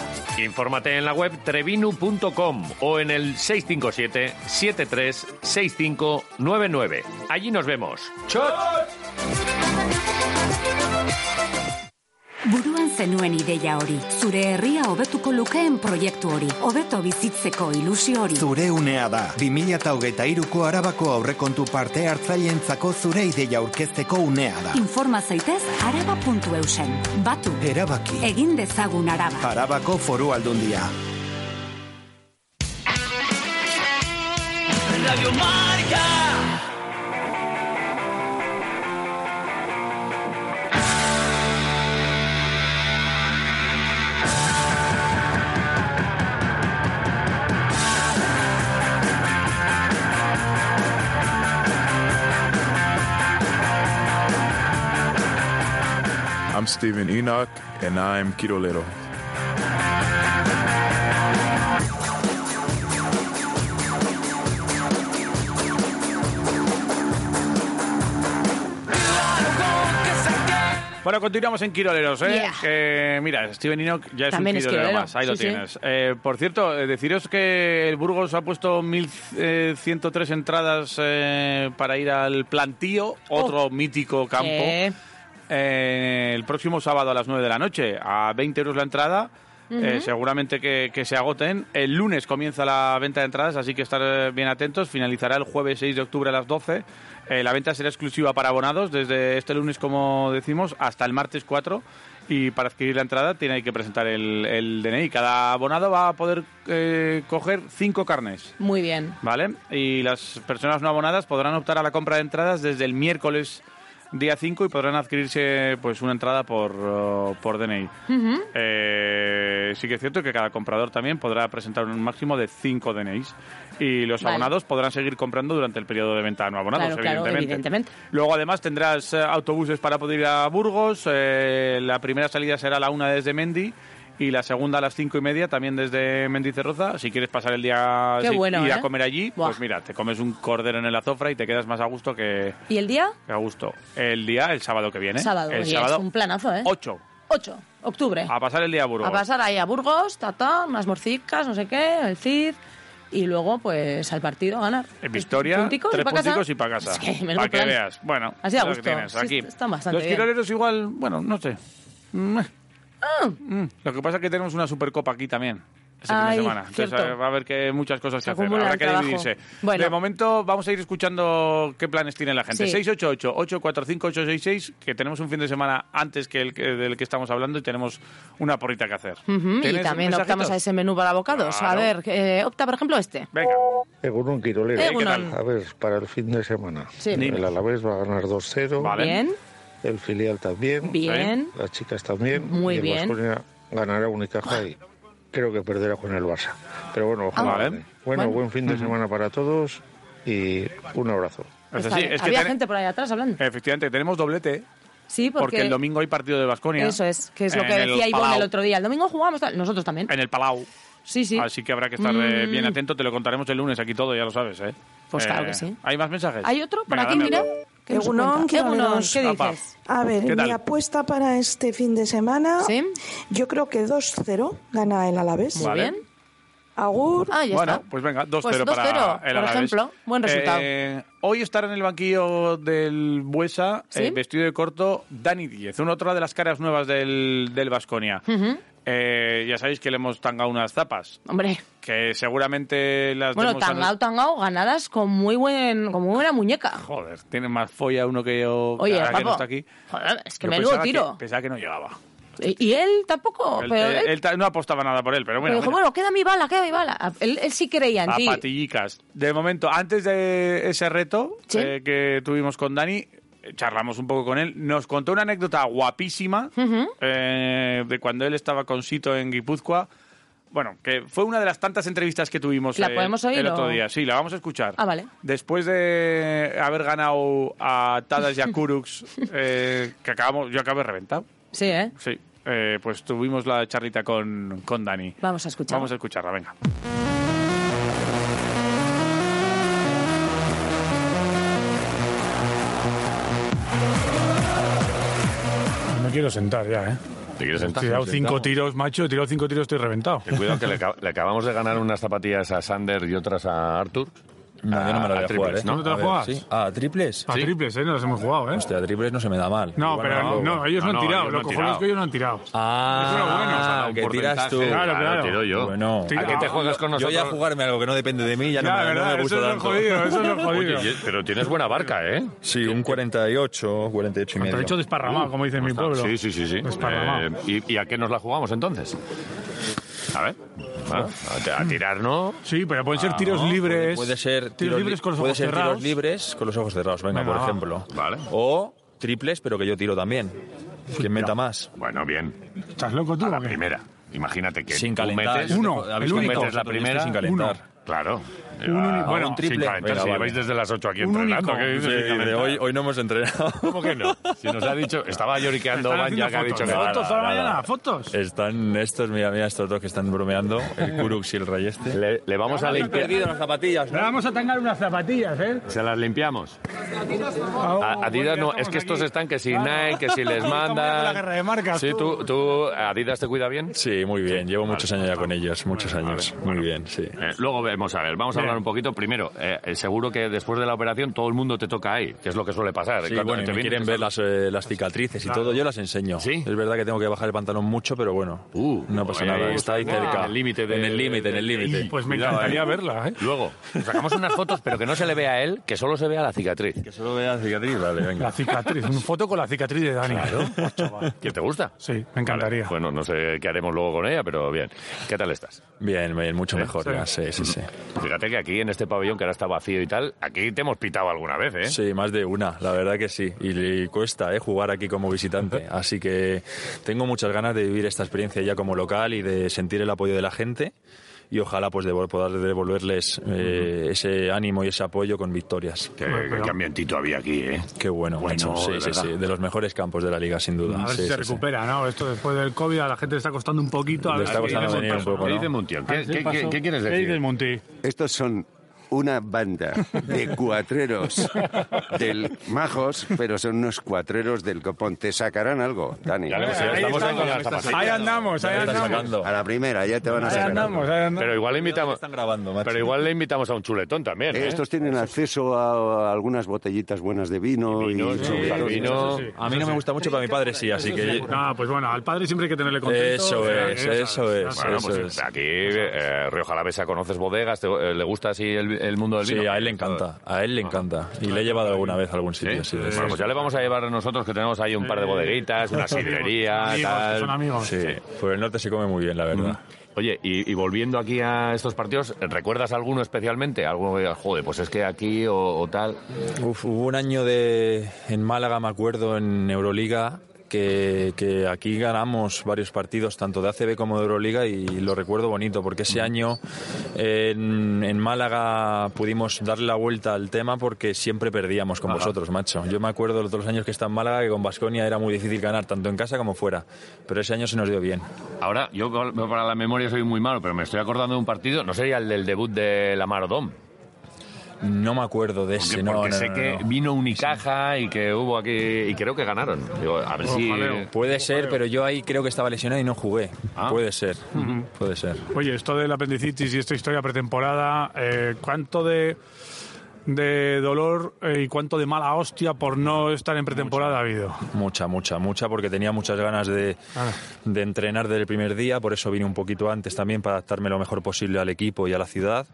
[SPEAKER 20] Vitoria.
[SPEAKER 9] Infórmate en la web trevinu.com o en el 657-736599. Allí nos vemos.
[SPEAKER 21] Buruan zenuen ideia hori, zure herria hobetuko lukeen proiektu hori, hobeto bizitzeko ilusio hori.
[SPEAKER 22] Zure unea da. 2023ko Arabako aurrekontu parte hartzaileentzako zure ideia aurkezteko unea da.
[SPEAKER 21] Informa zaitez araba.eusen. Batu,
[SPEAKER 22] Erabaki.
[SPEAKER 21] egin dezagun araba.
[SPEAKER 22] Arabako Foru Aldundia.
[SPEAKER 2] Radio Marca.
[SPEAKER 23] I'm Stephen Enoch, and I'm Quirolero.
[SPEAKER 4] Bueno, continuamos en Quiroleros, ¿eh?
[SPEAKER 5] Yeah.
[SPEAKER 4] Que, mira, Steven Enoch ya es
[SPEAKER 5] También
[SPEAKER 4] un
[SPEAKER 5] es
[SPEAKER 4] Quirolero,
[SPEAKER 5] quirolero,
[SPEAKER 4] más, ahí lo
[SPEAKER 5] sí, sí.
[SPEAKER 4] tienes. Eh, por cierto, eh, deciros que el Burgos ha puesto 1.103 entradas eh, para ir al Plantío, otro
[SPEAKER 5] Oh.
[SPEAKER 4] mítico campo.
[SPEAKER 5] Eh.
[SPEAKER 4] Eh, el próximo sábado a las 9 de la noche, a 20 euros la entrada.
[SPEAKER 5] Ujú.
[SPEAKER 4] Eh, seguramente que, que se agoten. El lunes comienza la venta de entradas, así que estar eh, bien atentos. Finalizará el jueves 6 de octubre a las 12. Eh, la venta será exclusiva para abonados desde este lunes, como decimos, hasta el martes 4. Y para adquirir la entrada tiene que presentar el, el DNI. Cada abonado va a poder eh, coger cinco carnes.
[SPEAKER 5] Muy bien.
[SPEAKER 4] ¿Vale? Y las personas no abonadas podrán optar a la compra de entradas desde el miércoles día 5 y podrán adquirirse pues una entrada por, eh, por DNI.
[SPEAKER 2] Ujú.
[SPEAKER 4] Eh, sí que es cierto que cada comprador también podrá presentar un máximo de 5 DNIs y los
[SPEAKER 5] Vale.
[SPEAKER 4] abonados podrán seguir comprando durante el periodo de venta no abonados,
[SPEAKER 5] Claro, claro, evidentemente.
[SPEAKER 4] Luego además tendrás eh, autobuses para poder ir a Burgos, eh, la primera salida será a la una desde Mendi. Y la segunda a las cinco y media, también desde Mendicerroza. Si quieres pasar el día
[SPEAKER 5] Qué
[SPEAKER 4] si-
[SPEAKER 5] bueno,
[SPEAKER 4] y ir
[SPEAKER 5] ¿eh?
[SPEAKER 4] a comer allí, pues mira, te comes un cordero en el azofra y te quedas más a gusto que,
[SPEAKER 5] ¿Y el día?
[SPEAKER 4] que a gusto. El día, el sábado que viene.
[SPEAKER 5] Sábado.
[SPEAKER 4] ¿eh? El
[SPEAKER 5] oye,
[SPEAKER 4] sábado
[SPEAKER 5] Es un planazo, ¿eh?
[SPEAKER 4] 8.
[SPEAKER 5] 8, octubre.
[SPEAKER 4] A pasar el día a Burgos.
[SPEAKER 5] A pasar ahí a Burgos, ta, ta, unas morcicas, no sé qué, el CID. Y luego, pues, al partido a ganar.
[SPEAKER 4] En Victoria,
[SPEAKER 5] punticos y
[SPEAKER 4] tres
[SPEAKER 5] pa' casa.
[SPEAKER 4] punticos y para casa.
[SPEAKER 5] Es que menudo
[SPEAKER 4] para que
[SPEAKER 5] plan.
[SPEAKER 4] veas. Bueno,
[SPEAKER 5] Así a
[SPEAKER 4] es lo
[SPEAKER 5] gusto.
[SPEAKER 4] que tienes
[SPEAKER 5] Sí,
[SPEAKER 4] aquí.
[SPEAKER 5] están bastante
[SPEAKER 4] Los
[SPEAKER 5] bien.
[SPEAKER 4] quiroleros igual, bueno, no sé. Mm. Mm. Lo que pasa es que tenemos una supercopa aquí también. Este fin
[SPEAKER 5] Ay,
[SPEAKER 4] de semana. Entonces
[SPEAKER 5] cierto.
[SPEAKER 4] eh, va a haber que muchas cosas que hacer.
[SPEAKER 5] acumula
[SPEAKER 4] Habrá
[SPEAKER 5] el
[SPEAKER 4] que
[SPEAKER 5] trabajo.
[SPEAKER 4] dividirse.
[SPEAKER 5] Bueno.
[SPEAKER 4] De momento vamos a ir escuchando qué planes tiene la gente.
[SPEAKER 5] Sí.
[SPEAKER 4] 688-845-866, que tenemos un fin de semana antes que el que- del que estamos hablando y tenemos una porrita que hacer.
[SPEAKER 5] Ujú, Y
[SPEAKER 4] ¿Tienes
[SPEAKER 5] también optamos
[SPEAKER 4] mensajitos?
[SPEAKER 5] a ese menú para bocados. A
[SPEAKER 4] Claro.
[SPEAKER 5] ver, eh, opta, por ejemplo, este.
[SPEAKER 4] Venga.
[SPEAKER 24] Egunon Quirolero.
[SPEAKER 5] Egunon. ¿Qué tal?
[SPEAKER 24] A ver, para el fin de semana.
[SPEAKER 5] Sí. Dime.
[SPEAKER 24] El Alavés va a ganar 2-0.
[SPEAKER 5] Vale. Bien.
[SPEAKER 24] El filial también.
[SPEAKER 5] Bien.
[SPEAKER 24] Las chicas también.
[SPEAKER 5] Muy
[SPEAKER 24] y el
[SPEAKER 5] bien.
[SPEAKER 24] Baskonia ganará Unicaja y creo que perderá con el Barça. Pero bueno, ojalá.
[SPEAKER 4] Ah. Vale.
[SPEAKER 24] gane. Bueno,
[SPEAKER 4] Bueno.
[SPEAKER 24] buen fin de semana para todos y un abrazo.
[SPEAKER 4] Es
[SPEAKER 5] Está
[SPEAKER 4] Pues así,
[SPEAKER 5] bien.
[SPEAKER 4] es que
[SPEAKER 5] Había
[SPEAKER 4] tiene-
[SPEAKER 5] gente por ahí atrás hablando.
[SPEAKER 4] Efectivamente, tenemos doblete. ¿eh?
[SPEAKER 5] Sí, porque,
[SPEAKER 4] porque... el domingo hay partido de Vasconia.
[SPEAKER 5] Eso es, que es lo que decía Ivonne el otro día. El domingo jugamos, tal. nosotros también.
[SPEAKER 4] En el Palau.
[SPEAKER 5] Sí, sí.
[SPEAKER 4] Así que habrá que estar eh,
[SPEAKER 5] Mm.
[SPEAKER 4] bien atento. Te lo contaremos el lunes aquí todo, ya lo sabes, ¿eh?
[SPEAKER 5] Pues
[SPEAKER 4] Eh,
[SPEAKER 5] claro que sí.
[SPEAKER 4] ¿Hay más mensajes?
[SPEAKER 5] ¿Hay otro por aquí,
[SPEAKER 4] Pues dame
[SPEAKER 5] mira?
[SPEAKER 4] otro.
[SPEAKER 5] ¿Qué nos
[SPEAKER 25] Egunon,
[SPEAKER 5] cuenta? Egunon,
[SPEAKER 25] Quiroleros.
[SPEAKER 5] ¿qué
[SPEAKER 4] Apa.
[SPEAKER 5] dices?
[SPEAKER 25] A
[SPEAKER 4] ¿Qué
[SPEAKER 25] ver, mi
[SPEAKER 4] tal?
[SPEAKER 25] apuesta para este fin de semana, yo creo que 2-0 gana el Alavés.
[SPEAKER 4] Muy Vale. bien.
[SPEAKER 25] Agur.
[SPEAKER 5] Ah,
[SPEAKER 4] bueno, pues venga, 2-0
[SPEAKER 25] Pues
[SPEAKER 4] para
[SPEAKER 25] 2-0,
[SPEAKER 4] el
[SPEAKER 25] por
[SPEAKER 4] Alavés.
[SPEAKER 25] ejemplo. Buen resultado.
[SPEAKER 4] Eh, hoy estará en el banquillo del Buesa,
[SPEAKER 5] ¿Sí?
[SPEAKER 4] eh, vestido de corto, Dani Díez, una otra de las caras nuevas del, del Vasconia.
[SPEAKER 5] Ujú.
[SPEAKER 4] ya sabéis que le hemos tangado unas zapas,
[SPEAKER 5] Hombre,
[SPEAKER 4] que seguramente las
[SPEAKER 5] bueno,
[SPEAKER 4] demos a
[SPEAKER 5] tangao, tangao, ganadas con muy buen, con muy buena muñeca.
[SPEAKER 4] Joder, tiene más folla uno que yo
[SPEAKER 5] Oye,
[SPEAKER 4] que, ahora que no
[SPEAKER 5] guapo.
[SPEAKER 4] está aquí.
[SPEAKER 5] Joder, es que
[SPEAKER 4] Yo
[SPEAKER 5] menudo
[SPEAKER 4] pensaba
[SPEAKER 5] tiro.
[SPEAKER 4] pensaba que no llegaba.
[SPEAKER 5] Eh, Y y él tampoco,
[SPEAKER 4] Él-
[SPEAKER 5] pero
[SPEAKER 4] él-
[SPEAKER 5] él-
[SPEAKER 4] él ta- no apostaba nada por él, eh, pero
[SPEAKER 5] pero
[SPEAKER 4] bueno.
[SPEAKER 5] dijo,
[SPEAKER 4] mira,
[SPEAKER 5] bueno, queda mi bala, queda mi bala. A- Él, él sí creía en
[SPEAKER 4] a
[SPEAKER 5] ti.
[SPEAKER 4] patillicas. De momento, antes de ese reto
[SPEAKER 5] Sí.
[SPEAKER 4] eh, que tuvimos con Dani, eh, charlamos un poco con él. Nos contó una anécdota guapísima
[SPEAKER 5] Ujú.
[SPEAKER 4] eh, de cuando él estaba con Sito en Guipúzcoa. Bueno, que fue una de las tantas entrevistas que tuvimos
[SPEAKER 5] ¿La
[SPEAKER 4] eh,
[SPEAKER 5] podemos oír
[SPEAKER 4] el otro
[SPEAKER 5] o-
[SPEAKER 4] día. Sí, la vamos a escuchar.
[SPEAKER 5] Ah, vale.
[SPEAKER 4] Después de haber ganado a Tadas y a Kuruks, eh, que acabamos, yo acabé reventado.
[SPEAKER 5] Sí, ¿eh?
[SPEAKER 4] Sí, eh, pues tuvimos la charlita con, con Dani.
[SPEAKER 5] Vamos a escucharla.
[SPEAKER 4] Vamos a escucharla, venga.
[SPEAKER 11] Me quiero sentar ya, ¿eh?
[SPEAKER 9] ¿Te quieres sentar?
[SPEAKER 11] He tirado cinco tiros, macho, he tirado cinco tiros, estoy reventado.
[SPEAKER 9] Ten cuidado que le, ca- le acabamos de ganar unas zapatillas a Sander y otras a Arthur.
[SPEAKER 20] No, yo no me la voy a, jugar, ¿eh?
[SPEAKER 9] ¿no?
[SPEAKER 11] te la
[SPEAKER 20] A ver,
[SPEAKER 11] juegas?
[SPEAKER 20] sí. Ah, ¿A triples?
[SPEAKER 11] A triples, ¿eh? No las hemos jugado, ¿eh?
[SPEAKER 20] Hostia, a triples no se me da mal.
[SPEAKER 11] No,
[SPEAKER 20] Igual
[SPEAKER 11] pero
[SPEAKER 20] me la
[SPEAKER 11] no,
[SPEAKER 20] juego.
[SPEAKER 4] Ah,
[SPEAKER 11] ellos no han tirado. Lo cojones que ellos no han tirado. Eso es lo bueno.
[SPEAKER 20] Ah, que tiras tú.
[SPEAKER 11] Claro, claro.
[SPEAKER 20] Bueno,
[SPEAKER 11] Tira. ¿A qué te juegas con
[SPEAKER 20] Yo ya
[SPEAKER 11] nosotros?
[SPEAKER 20] jugarme algo que no depende de mí, ya,
[SPEAKER 11] Ya,
[SPEAKER 20] no, me, no
[SPEAKER 11] verdad,
[SPEAKER 20] me gusta
[SPEAKER 11] eso es lo
[SPEAKER 20] tanto.
[SPEAKER 11] jodido, eso es lo jodido. Oye,
[SPEAKER 9] pero tienes buena barca, ¿eh?
[SPEAKER 20] Sí, un 48, 48 y
[SPEAKER 11] Te
[SPEAKER 20] medio.
[SPEAKER 11] lo he hecho desparramado, como dicen en mi pueblo.
[SPEAKER 9] Sí, sí, sí. sí.
[SPEAKER 11] Desparramado.
[SPEAKER 9] Eh, ¿y, y a qué nos la jugamos entonces? A ver. Ah, a, a tirar, ¿no?
[SPEAKER 11] Sí, pero pueden ser
[SPEAKER 20] Ah,
[SPEAKER 11] tiros
[SPEAKER 20] no,
[SPEAKER 11] libres.
[SPEAKER 20] Puede ser
[SPEAKER 11] tiros libres con los
[SPEAKER 20] puede
[SPEAKER 11] ojos
[SPEAKER 20] ser
[SPEAKER 11] cerrados.
[SPEAKER 20] tiros libres con los ojos cerrados, venga,
[SPEAKER 11] Venga,
[SPEAKER 20] por
[SPEAKER 11] va.
[SPEAKER 20] ejemplo.
[SPEAKER 9] Vale.
[SPEAKER 20] O triples, pero que yo tiro también. Quien meta más.
[SPEAKER 9] Bueno, bien.
[SPEAKER 11] ¿Estás loco tú? o qué?
[SPEAKER 9] Primera. Imagínate que
[SPEAKER 20] Sin
[SPEAKER 9] tú
[SPEAKER 20] calentar,
[SPEAKER 9] metes-
[SPEAKER 20] yo te- Uno, habéis el
[SPEAKER 9] tú
[SPEAKER 20] único.
[SPEAKER 9] metes la
[SPEAKER 20] Vosotros
[SPEAKER 9] primera
[SPEAKER 20] disteis sin calentar.
[SPEAKER 9] Uno. Claro.
[SPEAKER 20] Un único.
[SPEAKER 9] Ah,
[SPEAKER 20] Bueno,
[SPEAKER 9] un
[SPEAKER 20] sin
[SPEAKER 9] triple.
[SPEAKER 20] calentar,
[SPEAKER 9] Venga,
[SPEAKER 20] si
[SPEAKER 9] vale.
[SPEAKER 20] lleváis
[SPEAKER 9] desde las 8 aquí
[SPEAKER 20] Un
[SPEAKER 9] entrenando.
[SPEAKER 20] único.
[SPEAKER 9] ¿qué dices?
[SPEAKER 20] Sí,
[SPEAKER 9] Sin
[SPEAKER 20] de
[SPEAKER 9] calentar.
[SPEAKER 20] hoy, hoy no hemos entrenado.
[SPEAKER 9] ¿Cómo que no? Si nos ha dicho, estaba lloriqueando
[SPEAKER 11] Están
[SPEAKER 9] Van ya que ha
[SPEAKER 11] haciendo
[SPEAKER 9] dicho que
[SPEAKER 11] fotos. Fotos toda la mañana, fotos.
[SPEAKER 20] Están estos, mira, mira, estos dos que están bromeando, el Kurux y el este. Rayeste.
[SPEAKER 9] Le, vamos a limpiar.
[SPEAKER 20] las zapatillas.
[SPEAKER 11] Le vamos a tangar unas zapatillas, ¿eh?
[SPEAKER 9] Se las limpiamos.
[SPEAKER 11] Ah,
[SPEAKER 9] A- Adidas no, es que estos están que si Nike, que si les
[SPEAKER 11] la
[SPEAKER 9] mandan.
[SPEAKER 11] guerra de marcas.
[SPEAKER 9] Sí, tú, tú, Adidas te cuida bien.
[SPEAKER 20] Sí, muy bien. Llevo muchos años ya con ellos, muchos años. Muy bien, sí.
[SPEAKER 9] Eh, luego vemos, a ver, vamos a
[SPEAKER 20] Bien.
[SPEAKER 9] hablar un poquito. Primero, eh, eh, seguro que después de la operación todo el mundo te toca ahí, que es lo que suele pasar.
[SPEAKER 20] Sí,
[SPEAKER 9] Cuando
[SPEAKER 20] bueno, y
[SPEAKER 9] te
[SPEAKER 20] me
[SPEAKER 9] vienen-
[SPEAKER 20] quieren ver las, eh, las cicatrices y
[SPEAKER 9] Claro.
[SPEAKER 20] todo, yo las enseño. Es verdad que tengo que bajar el pantalón mucho, pero bueno, no pasa
[SPEAKER 9] Uh, ahí,
[SPEAKER 20] nada,
[SPEAKER 9] ahí
[SPEAKER 20] está ahí
[SPEAKER 9] Pues está, en
[SPEAKER 20] cerca.
[SPEAKER 9] el límite de-
[SPEAKER 20] En el límite, en el límite.
[SPEAKER 11] Pues me
[SPEAKER 9] Cuidado,
[SPEAKER 11] encantaría
[SPEAKER 9] eh.
[SPEAKER 11] verla, ¿eh?
[SPEAKER 9] Luego, sacamos unas fotos, pero que no se le vea a él, que solo se vea la cicatriz.
[SPEAKER 20] Que solo vea la cicatriz, vale, venga.
[SPEAKER 11] La cicatriz, una foto con la cicatriz de Dani.
[SPEAKER 9] ¿Que te gusta?
[SPEAKER 11] Sí, me encantaría.
[SPEAKER 9] Bueno, no sé qué haremos luego con ella, pero bien. ¿Qué tal estás?
[SPEAKER 20] Bien, bien, mucho mejor,
[SPEAKER 9] Sí.
[SPEAKER 20] ya, sí, sí, sí.
[SPEAKER 9] Fíjate que aquí en este pabellón que ahora está vacío y tal, aquí te hemos pitado alguna vez, ¿eh?
[SPEAKER 20] Sí, más de una, la verdad que sí. Y le cuesta eh, jugar aquí como visitante. Así que tengo muchas ganas de vivir esta experiencia ya como local y de sentir el apoyo de la gente. Y ojalá pues devol- poder devolverles eh, ese ánimo y ese apoyo con victorias.
[SPEAKER 9] Qué, qué ambientito había aquí, ¿eh?
[SPEAKER 20] Qué bueno,
[SPEAKER 9] Bueno,
[SPEAKER 20] macho.
[SPEAKER 9] de
[SPEAKER 20] Sí, sí,
[SPEAKER 9] verdad.
[SPEAKER 20] sí. De los mejores campos de la liga, sin duda.
[SPEAKER 11] A ver
[SPEAKER 20] Sí,
[SPEAKER 11] si se
[SPEAKER 20] sí, sí.
[SPEAKER 11] recupera, ¿no? Esto después del COVID a la gente le está costando un poquito. A
[SPEAKER 20] Le
[SPEAKER 11] ver
[SPEAKER 20] está
[SPEAKER 11] si-
[SPEAKER 20] costando venir un poco,
[SPEAKER 9] ¿Qué
[SPEAKER 20] ¿no?
[SPEAKER 9] dice Montiel?
[SPEAKER 11] A
[SPEAKER 9] ¿Qué,
[SPEAKER 11] ver si
[SPEAKER 9] qué-
[SPEAKER 11] Ah, pasó.
[SPEAKER 9] qué- qué quieres
[SPEAKER 11] ¿Qué
[SPEAKER 9] decir?
[SPEAKER 11] dice Monti?
[SPEAKER 6] Estos son una banda de cuatreros del majos, pero son unos cuatreros del copón. Te sacarán algo, Dani.
[SPEAKER 9] Ya lo sé, Ahí estamos ahí con estamos, las zapatillas.
[SPEAKER 11] Ahí andamos, ahí andamos.
[SPEAKER 6] A la primera, ya te van a
[SPEAKER 11] Ahí
[SPEAKER 6] sacar. algo.
[SPEAKER 11] andamos, ahí andamos.
[SPEAKER 9] Pero igual le invitamos.
[SPEAKER 20] Están grabando, macho.
[SPEAKER 9] Pero igual le invitamos a un chuletón también. ¿eh?
[SPEAKER 6] Eh, Estos tienen acceso a algunas botellitas buenas de vino y,
[SPEAKER 9] Vino,
[SPEAKER 6] sobre
[SPEAKER 9] sí,
[SPEAKER 6] todo-
[SPEAKER 9] vino.
[SPEAKER 20] A mí no me gusta mucho, pero a mi padre sí, así que...
[SPEAKER 11] No, pues bueno, al padre siempre hay que tenerle contento.
[SPEAKER 20] Eso
[SPEAKER 11] o sea,
[SPEAKER 20] es,
[SPEAKER 11] ya
[SPEAKER 20] eso
[SPEAKER 11] sabes, ya
[SPEAKER 20] es,
[SPEAKER 11] sabes.
[SPEAKER 9] Bueno, pues
[SPEAKER 20] eso es.
[SPEAKER 9] aquí, eh, Rioja la Besa, conoces bodegas, te- eh, le gusta así el, el mundo del
[SPEAKER 20] Sí,
[SPEAKER 9] vino.
[SPEAKER 20] a él le encanta, a él le
[SPEAKER 11] Ah.
[SPEAKER 20] encanta. Y le he llevado alguna vez a algún sitio, sí, sí,
[SPEAKER 9] Bueno, pues ya le vamos a llevar a nosotros que tenemos ahí un par de bodeguitas, una sidrería,
[SPEAKER 11] Eh. Amigos, que son
[SPEAKER 9] tal. Mm.
[SPEAKER 11] amigos.
[SPEAKER 20] Sí, por Pues el norte se come muy bien, la verdad.
[SPEAKER 9] Oye, y, y volviendo aquí a estos partidos, ¿recuerdas alguno especialmente? Algo que, joder, pues es que aquí o, o tal.
[SPEAKER 20] Uf, hubo un año de, en Málaga, me acuerdo, en Euroliga, que, que aquí ganamos varios partidos, tanto de ACB como de Euroliga, y lo recuerdo bonito, porque ese año en, en Málaga pudimos darle la vuelta al tema porque siempre perdíamos con vosotros, macho. Yo me acuerdo los otros años que está en Málaga que con Vasconia era muy difícil ganar, tanto en casa como fuera, pero ese año se nos dio bien.
[SPEAKER 9] Ahora, yo pa- para la memoria soy muy malo, pero me estoy acordando de un partido, no sería el del debut de Lamar Odom.
[SPEAKER 20] No me acuerdo de
[SPEAKER 9] Porque,
[SPEAKER 20] ese, no,
[SPEAKER 9] porque
[SPEAKER 20] no,
[SPEAKER 9] sé
[SPEAKER 20] no,
[SPEAKER 9] que
[SPEAKER 20] no.
[SPEAKER 9] vino Unicaja y que hubo aquí. Y creo que ganaron. Digo, a ver si.
[SPEAKER 20] Puede ser, pero yo ahí creo que estaba lesionado y no jugué.
[SPEAKER 9] Ah.
[SPEAKER 20] Puede ser, puede ser.
[SPEAKER 11] Oye, esto del apendicitis y esta historia pretemporada, eh, ¿cuánto de, de dolor eh, y cuánto de mala hostia por no estar en pretemporada ha habido?
[SPEAKER 20] Mucha, mucha, mucha, porque tenía muchas ganas de, de entrenar desde el primer día, por eso vine un poquito antes también para adaptarme lo mejor posible al equipo y a la ciudad.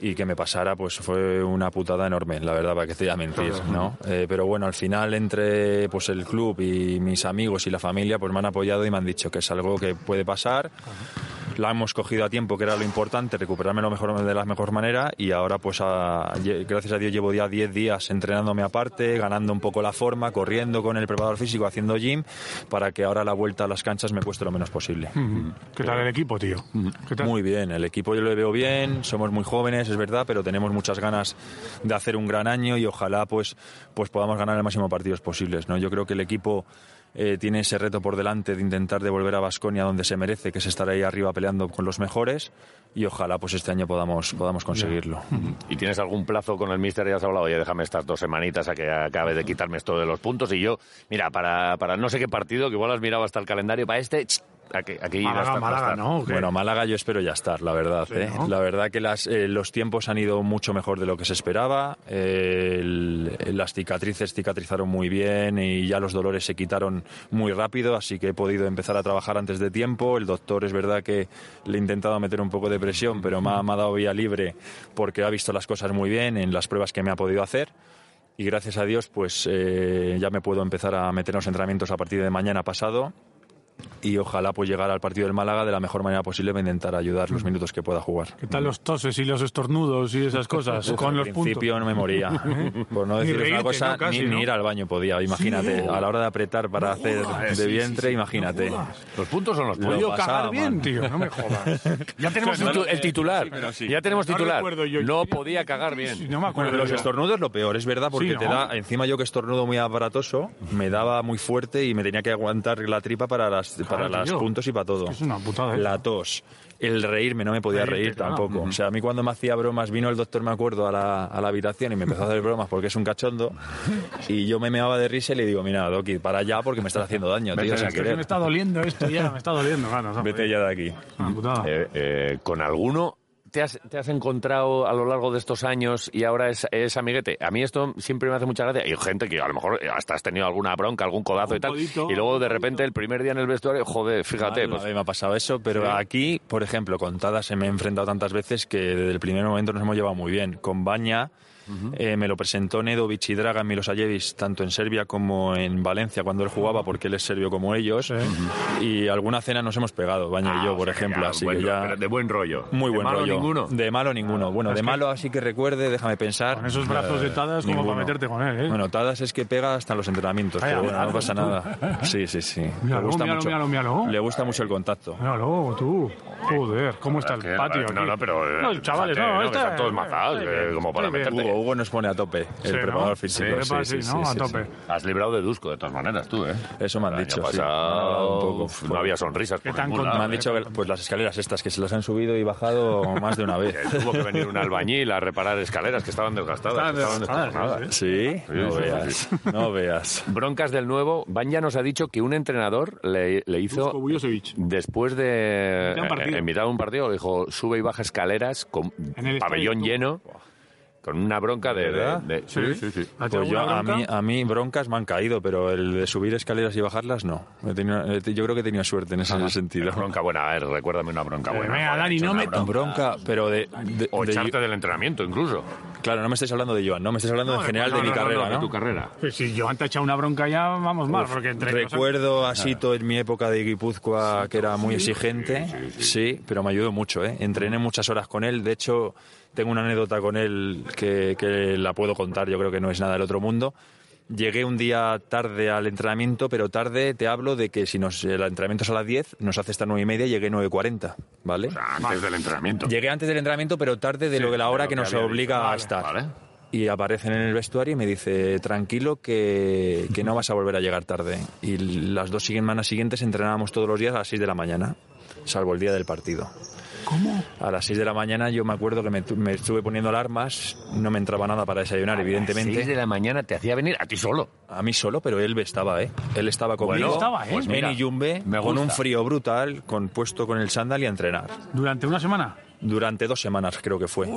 [SPEAKER 20] Y que me pasara, pues fue una putada enorme, la verdad, para que te voy a mentir, ¿no? Eh, pero bueno, al final, entre pues el club y mis amigos y la familia, pues me han apoyado y me han dicho que es algo que puede pasar. La hemos cogido a tiempo, que era lo importante, recuperarme lo mejor, de la mejor manera. Y ahora, pues, a- lle- gracias a Dios, llevo ya 10 días entrenándome aparte, ganando un poco la forma, corriendo con el preparador físico, haciendo gym, para que ahora la vuelta a las canchas me cueste lo menos posible.
[SPEAKER 11] ¿Qué tal el equipo, tío? ¿Qué tal?
[SPEAKER 20] Mm, Muy bien, el equipo yo lo veo bien, somos muy jóvenes, es verdad, pero tenemos muchas ganas de hacer un gran año y ojalá pues, pues podamos ganar el máximo de partidos posibles. ¿no? Yo creo que el equipo eh, tiene ese reto por delante de intentar devolver a Basconia donde se merece, que es estar ahí arriba peleando con los mejores. Y ojalá pues este año podamos, podamos conseguirlo.
[SPEAKER 9] ¿Y tienes algún plazo con el míster? Ya has hablado, oye, déjame estas dos semanitas a que acabe de quitarme esto de los puntos. Y yo, mira, para, para no sé qué partido, que igual has mirado hasta el calendario, para este, ch, aquí, aquí va a estar, va a estar.
[SPEAKER 20] Bueno, Málaga yo espero ya estar, la verdad.
[SPEAKER 9] Sí,
[SPEAKER 20] ¿eh?
[SPEAKER 9] ¿no?
[SPEAKER 20] La verdad que las, eh, los tiempos han ido mucho mejor de lo que se esperaba. eh, el- las cicatrices cicatrizaron muy bien y ya los dolores se quitaron muy rápido, así que he podido empezar a trabajar antes de tiempo. El doctor es verdad que le he intentado meter un poco de presión, pero me ha, me ha dado vía libre porque ha visto las cosas muy bien en las pruebas que me ha podido hacer. Y gracias a Dios, pues eh, ya me puedo empezar a meter en los entrenamientos a partir de mañana pasado y ojalá pues llegar al partido del Málaga de la mejor manera posible para intentar ayudar los minutos que pueda jugar.
[SPEAKER 11] Mm. ¿Qué tal los toses y los estornudos y esas cosas?
[SPEAKER 20] Uf,
[SPEAKER 11] con
[SPEAKER 20] al
[SPEAKER 11] los puntos.
[SPEAKER 20] principio no me moría. Por no
[SPEAKER 11] Ni
[SPEAKER 20] decir
[SPEAKER 11] reírte,
[SPEAKER 20] una cosa,
[SPEAKER 11] ¿no? Casi,
[SPEAKER 20] ni,
[SPEAKER 11] ¿no?
[SPEAKER 20] ni ir al baño podía. Imagínate,
[SPEAKER 11] Sí.
[SPEAKER 20] a la hora de apretar para hacer
[SPEAKER 11] jodas.
[SPEAKER 20] de
[SPEAKER 11] Sí,
[SPEAKER 20] vientre,
[SPEAKER 11] sí, sí,
[SPEAKER 20] imagínate.
[SPEAKER 9] los puntos son los
[SPEAKER 20] puntos.
[SPEAKER 11] Yo cagar bien, tío, no me jodas.
[SPEAKER 9] Ya tenemos
[SPEAKER 20] Claro
[SPEAKER 9] titu-
[SPEAKER 20] que-
[SPEAKER 9] el titular.
[SPEAKER 20] sí, pero sí.
[SPEAKER 9] Ya tenemos
[SPEAKER 20] No
[SPEAKER 9] titular.
[SPEAKER 20] recuerdo
[SPEAKER 9] No podía cagar bien.
[SPEAKER 20] No me acuerdo. los
[SPEAKER 9] yo.
[SPEAKER 20] estornudos es lo peor, es verdad, porque
[SPEAKER 9] Sí, ¿no?
[SPEAKER 20] te da, encima yo que estornudo muy aparatoso, me daba muy fuerte y me tenía que aguantar la tripa para las, para las
[SPEAKER 11] tío.
[SPEAKER 20] puntos y para todo.
[SPEAKER 11] Es una putada. ¿eh?
[SPEAKER 20] La tos. El reírme, no me podía
[SPEAKER 11] Reírte,
[SPEAKER 20] reír
[SPEAKER 11] claro.
[SPEAKER 20] tampoco. O sea, a mí cuando me hacía bromas, vino el doctor, me acuerdo, a la, a la habitación y me empezó a hacer bromas porque es un cachondo. Y yo me meaba de risa y le digo, mira, Doki, para allá porque me estás haciendo daño,
[SPEAKER 11] Vete
[SPEAKER 20] tío,
[SPEAKER 11] ya,
[SPEAKER 20] sin
[SPEAKER 11] es que Me
[SPEAKER 20] querer.
[SPEAKER 11] está doliendo esto ya, me está doliendo. Ganas, ¿no?
[SPEAKER 20] Vete ya de aquí.
[SPEAKER 9] Eh, eh, con alguno te has, te has encontrado a lo largo de estos años y ahora es, es amiguete. A mí esto siempre me hace mucha gracia. Hay gente que a lo mejor hasta has tenido alguna bronca, algún codazo y tal. y luego de repente el primer día en el vestuario, joder, fíjate.
[SPEAKER 20] Alguna
[SPEAKER 9] pues,
[SPEAKER 20] vez me ha pasado eso, pero
[SPEAKER 9] Sí.
[SPEAKER 20] aquí, por ejemplo, con Tada se me he enfrentado tantas veces que desde el primer momento nos hemos llevado muy bien. Con Baña eh, me lo presentó Nedo y Dragan Milosajevic, tanto en Serbia como en Valencia, cuando él jugaba, porque él es serbio como ellos. Y alguna cena nos hemos pegado, Baña
[SPEAKER 9] Ah,
[SPEAKER 20] y yo,
[SPEAKER 9] o
[SPEAKER 20] por
[SPEAKER 9] sea que
[SPEAKER 20] ejemplo.
[SPEAKER 9] ya,
[SPEAKER 20] así
[SPEAKER 9] buen
[SPEAKER 20] que
[SPEAKER 9] ro-
[SPEAKER 20] ya-
[SPEAKER 9] pero de buen rollo.
[SPEAKER 20] Muy
[SPEAKER 9] De
[SPEAKER 20] buen
[SPEAKER 9] malo
[SPEAKER 20] rollo.
[SPEAKER 9] ninguno.
[SPEAKER 20] De malo ninguno. Bueno,
[SPEAKER 9] es
[SPEAKER 20] de
[SPEAKER 9] que-
[SPEAKER 20] malo así que recuerde, déjame pensar. Con
[SPEAKER 11] esos brazos de Tadas, como para meterte con él, ¿eh?
[SPEAKER 20] Bueno, Tadas es que pega hasta los entrenamientos,
[SPEAKER 11] Calla,
[SPEAKER 20] pero bueno, no
[SPEAKER 11] míralo,
[SPEAKER 20] pasa
[SPEAKER 11] tú.
[SPEAKER 20] nada. Sí, sí, sí.
[SPEAKER 11] Míralo,
[SPEAKER 20] Le gusta
[SPEAKER 11] míralo,
[SPEAKER 20] mucho.
[SPEAKER 11] míralo, míralo.
[SPEAKER 20] Le gusta mucho el contacto.
[SPEAKER 11] Míralo, tú. Joder, ¿cómo está el
[SPEAKER 20] Ah, que-
[SPEAKER 11] patio?
[SPEAKER 20] no,
[SPEAKER 11] aquí?
[SPEAKER 20] no, pero, eh,
[SPEAKER 11] No, chavales,
[SPEAKER 20] fíjate,
[SPEAKER 11] no,
[SPEAKER 20] no, que
[SPEAKER 11] este-
[SPEAKER 20] están todos mazados,
[SPEAKER 11] eh,
[SPEAKER 20] eh, como para
[SPEAKER 11] sí, bien.
[SPEAKER 20] meterte. Hugo, Hugo nos pone a tope, el
[SPEAKER 11] Sí, ¿no?
[SPEAKER 20] preparador físico,
[SPEAKER 9] Sí,
[SPEAKER 20] sí,
[SPEAKER 9] epa,
[SPEAKER 20] sí,
[SPEAKER 9] sí,
[SPEAKER 20] sí,
[SPEAKER 9] ¿no?
[SPEAKER 20] sí,
[SPEAKER 9] A
[SPEAKER 20] sí.
[SPEAKER 9] tope. Has librado de Dusko, de todas maneras, tú, ¿eh?
[SPEAKER 20] Eso me han
[SPEAKER 9] El año
[SPEAKER 20] dicho, sí.
[SPEAKER 9] pasado,
[SPEAKER 20] Me han dado un poco.
[SPEAKER 9] uf, no había sonrisas por ningún lado,
[SPEAKER 20] Me han
[SPEAKER 9] ¿eh?
[SPEAKER 20] dicho que pues, las escaleras estas, que se las han subido y bajado más de una vez.
[SPEAKER 9] Que Tuvo que venir un albañil a reparar escaleras que estaban desgastadas.
[SPEAKER 20] Estaban
[SPEAKER 9] que estaban
[SPEAKER 20] desgastadas,
[SPEAKER 9] descojonadas.
[SPEAKER 20] ¿eh? Sí, no
[SPEAKER 9] sí, sí,
[SPEAKER 20] veas.
[SPEAKER 9] sí.
[SPEAKER 20] No veas.
[SPEAKER 9] Broncas del nuevo. Van ya nos ha dicho que un entrenador le, le hizo. Después de.
[SPEAKER 11] mitad de un partido.
[SPEAKER 9] En mitad de un partido, dijo: sube y baja escaleras con
[SPEAKER 11] el
[SPEAKER 9] pabellón lleno. Con una bronca de.
[SPEAKER 20] ¿Verdad?
[SPEAKER 9] de- de-
[SPEAKER 11] Sí. ¿Ha tenido
[SPEAKER 20] Pues yo,
[SPEAKER 11] alguna
[SPEAKER 20] a, mí,
[SPEAKER 11] bronca?
[SPEAKER 20] a mí broncas me han caído, pero el de subir escaleras y bajarlas no. He tenido- he te- yo creo que he tenido suerte en ese sentido.
[SPEAKER 9] Bronca buena, a ver, recuérdame una bronca
[SPEAKER 20] Pues
[SPEAKER 9] buena.
[SPEAKER 11] venga, Dani,
[SPEAKER 9] Una
[SPEAKER 11] no me to-
[SPEAKER 20] Bronca, pero de, de-
[SPEAKER 9] O
[SPEAKER 20] de-
[SPEAKER 9] echarte del entrenamiento, incluso.
[SPEAKER 20] Claro, no me estáis hablando de Joan, no me estáis hablando
[SPEAKER 11] No,
[SPEAKER 20] en
[SPEAKER 11] no,
[SPEAKER 20] general
[SPEAKER 11] no,
[SPEAKER 20] de mi
[SPEAKER 11] no, no,
[SPEAKER 20] carrera,
[SPEAKER 11] no, de
[SPEAKER 20] ¿no?
[SPEAKER 11] tu
[SPEAKER 9] carrera.
[SPEAKER 11] Pues si yo antes he echado una bronca ya, vamos mal,
[SPEAKER 20] Uf,
[SPEAKER 11] porque entre Ah.
[SPEAKER 20] recuerdo a Sito, el mi época de Guipúzcoa, que era muy exigente. Sí, pero me ayudó mucho. ¿eh? Entrené muchas horas con él. De hecho, tengo una anécdota con él que, que la puedo contar. Yo creo que no es nada del otro mundo. Llegué un día tarde al entrenamiento, pero tarde te hablo de que si nos, el entrenamiento es a las 10, nos hace hasta 9 y media, llegué 9.40, ¿vale?
[SPEAKER 9] Antes del entrenamiento.
[SPEAKER 20] Llegué antes del entrenamiento, pero tarde de
[SPEAKER 9] Sí,
[SPEAKER 20] lo que la hora
[SPEAKER 9] de lo
[SPEAKER 20] que,
[SPEAKER 9] que
[SPEAKER 20] nos
[SPEAKER 9] había
[SPEAKER 20] obliga
[SPEAKER 9] dicho.
[SPEAKER 20] a
[SPEAKER 9] Vale,
[SPEAKER 20] estar. Y aparecen en el vestuario y me dice, tranquilo que, que no vas a volver a llegar tarde. Y l- las dos semanas siguientes entrenábamos todos los días a las 6 de la mañana, salvo el día del partido.
[SPEAKER 2] ¿Cómo?
[SPEAKER 20] A las 6 de la mañana yo me acuerdo que me, tu- me estuve poniendo alarmas, no me entraba nada para desayunar, evidentemente.
[SPEAKER 9] seis de la mañana te hacía venir a ti solo.
[SPEAKER 20] A mí solo, pero él estaba, ¿eh? Él estaba
[SPEAKER 9] Bueno,
[SPEAKER 20] conmigo,
[SPEAKER 11] estaba, ¿eh? pues mira,
[SPEAKER 20] en Iyumbe,
[SPEAKER 11] me
[SPEAKER 20] con un
[SPEAKER 11] gusta.
[SPEAKER 20] frío brutal, con, puesto con el sándal y a entrenar.
[SPEAKER 11] ¿Durante una semana?
[SPEAKER 20] Durante dos semanas creo que fue.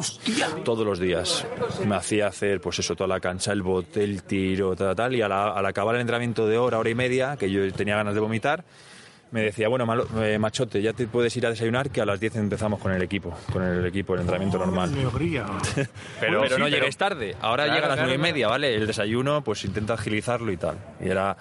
[SPEAKER 20] Todos los días. Me hacía hacer, pues eso, toda la cancha, el bote, el tiro, tal, tal. Y al, al acabar el entrenamiento de hora, hora y media, que yo tenía ganas de vomitar, me decía, bueno, malo- eh, machote, ya te puedes ir a desayunar, que a las 10 empezamos con el equipo, con el equipo, el entrenamiento normal.
[SPEAKER 11] Me brilla.
[SPEAKER 20] Pero,
[SPEAKER 11] sí,
[SPEAKER 20] no
[SPEAKER 11] pero-
[SPEAKER 4] este
[SPEAKER 20] lleguéis tarde. Ahora
[SPEAKER 11] Claro,
[SPEAKER 20] llega a las
[SPEAKER 11] claro,
[SPEAKER 20] nueve y
[SPEAKER 11] claro.
[SPEAKER 20] media, ¿vale? El desayuno, pues intenta agilizarlo y tal. Y era.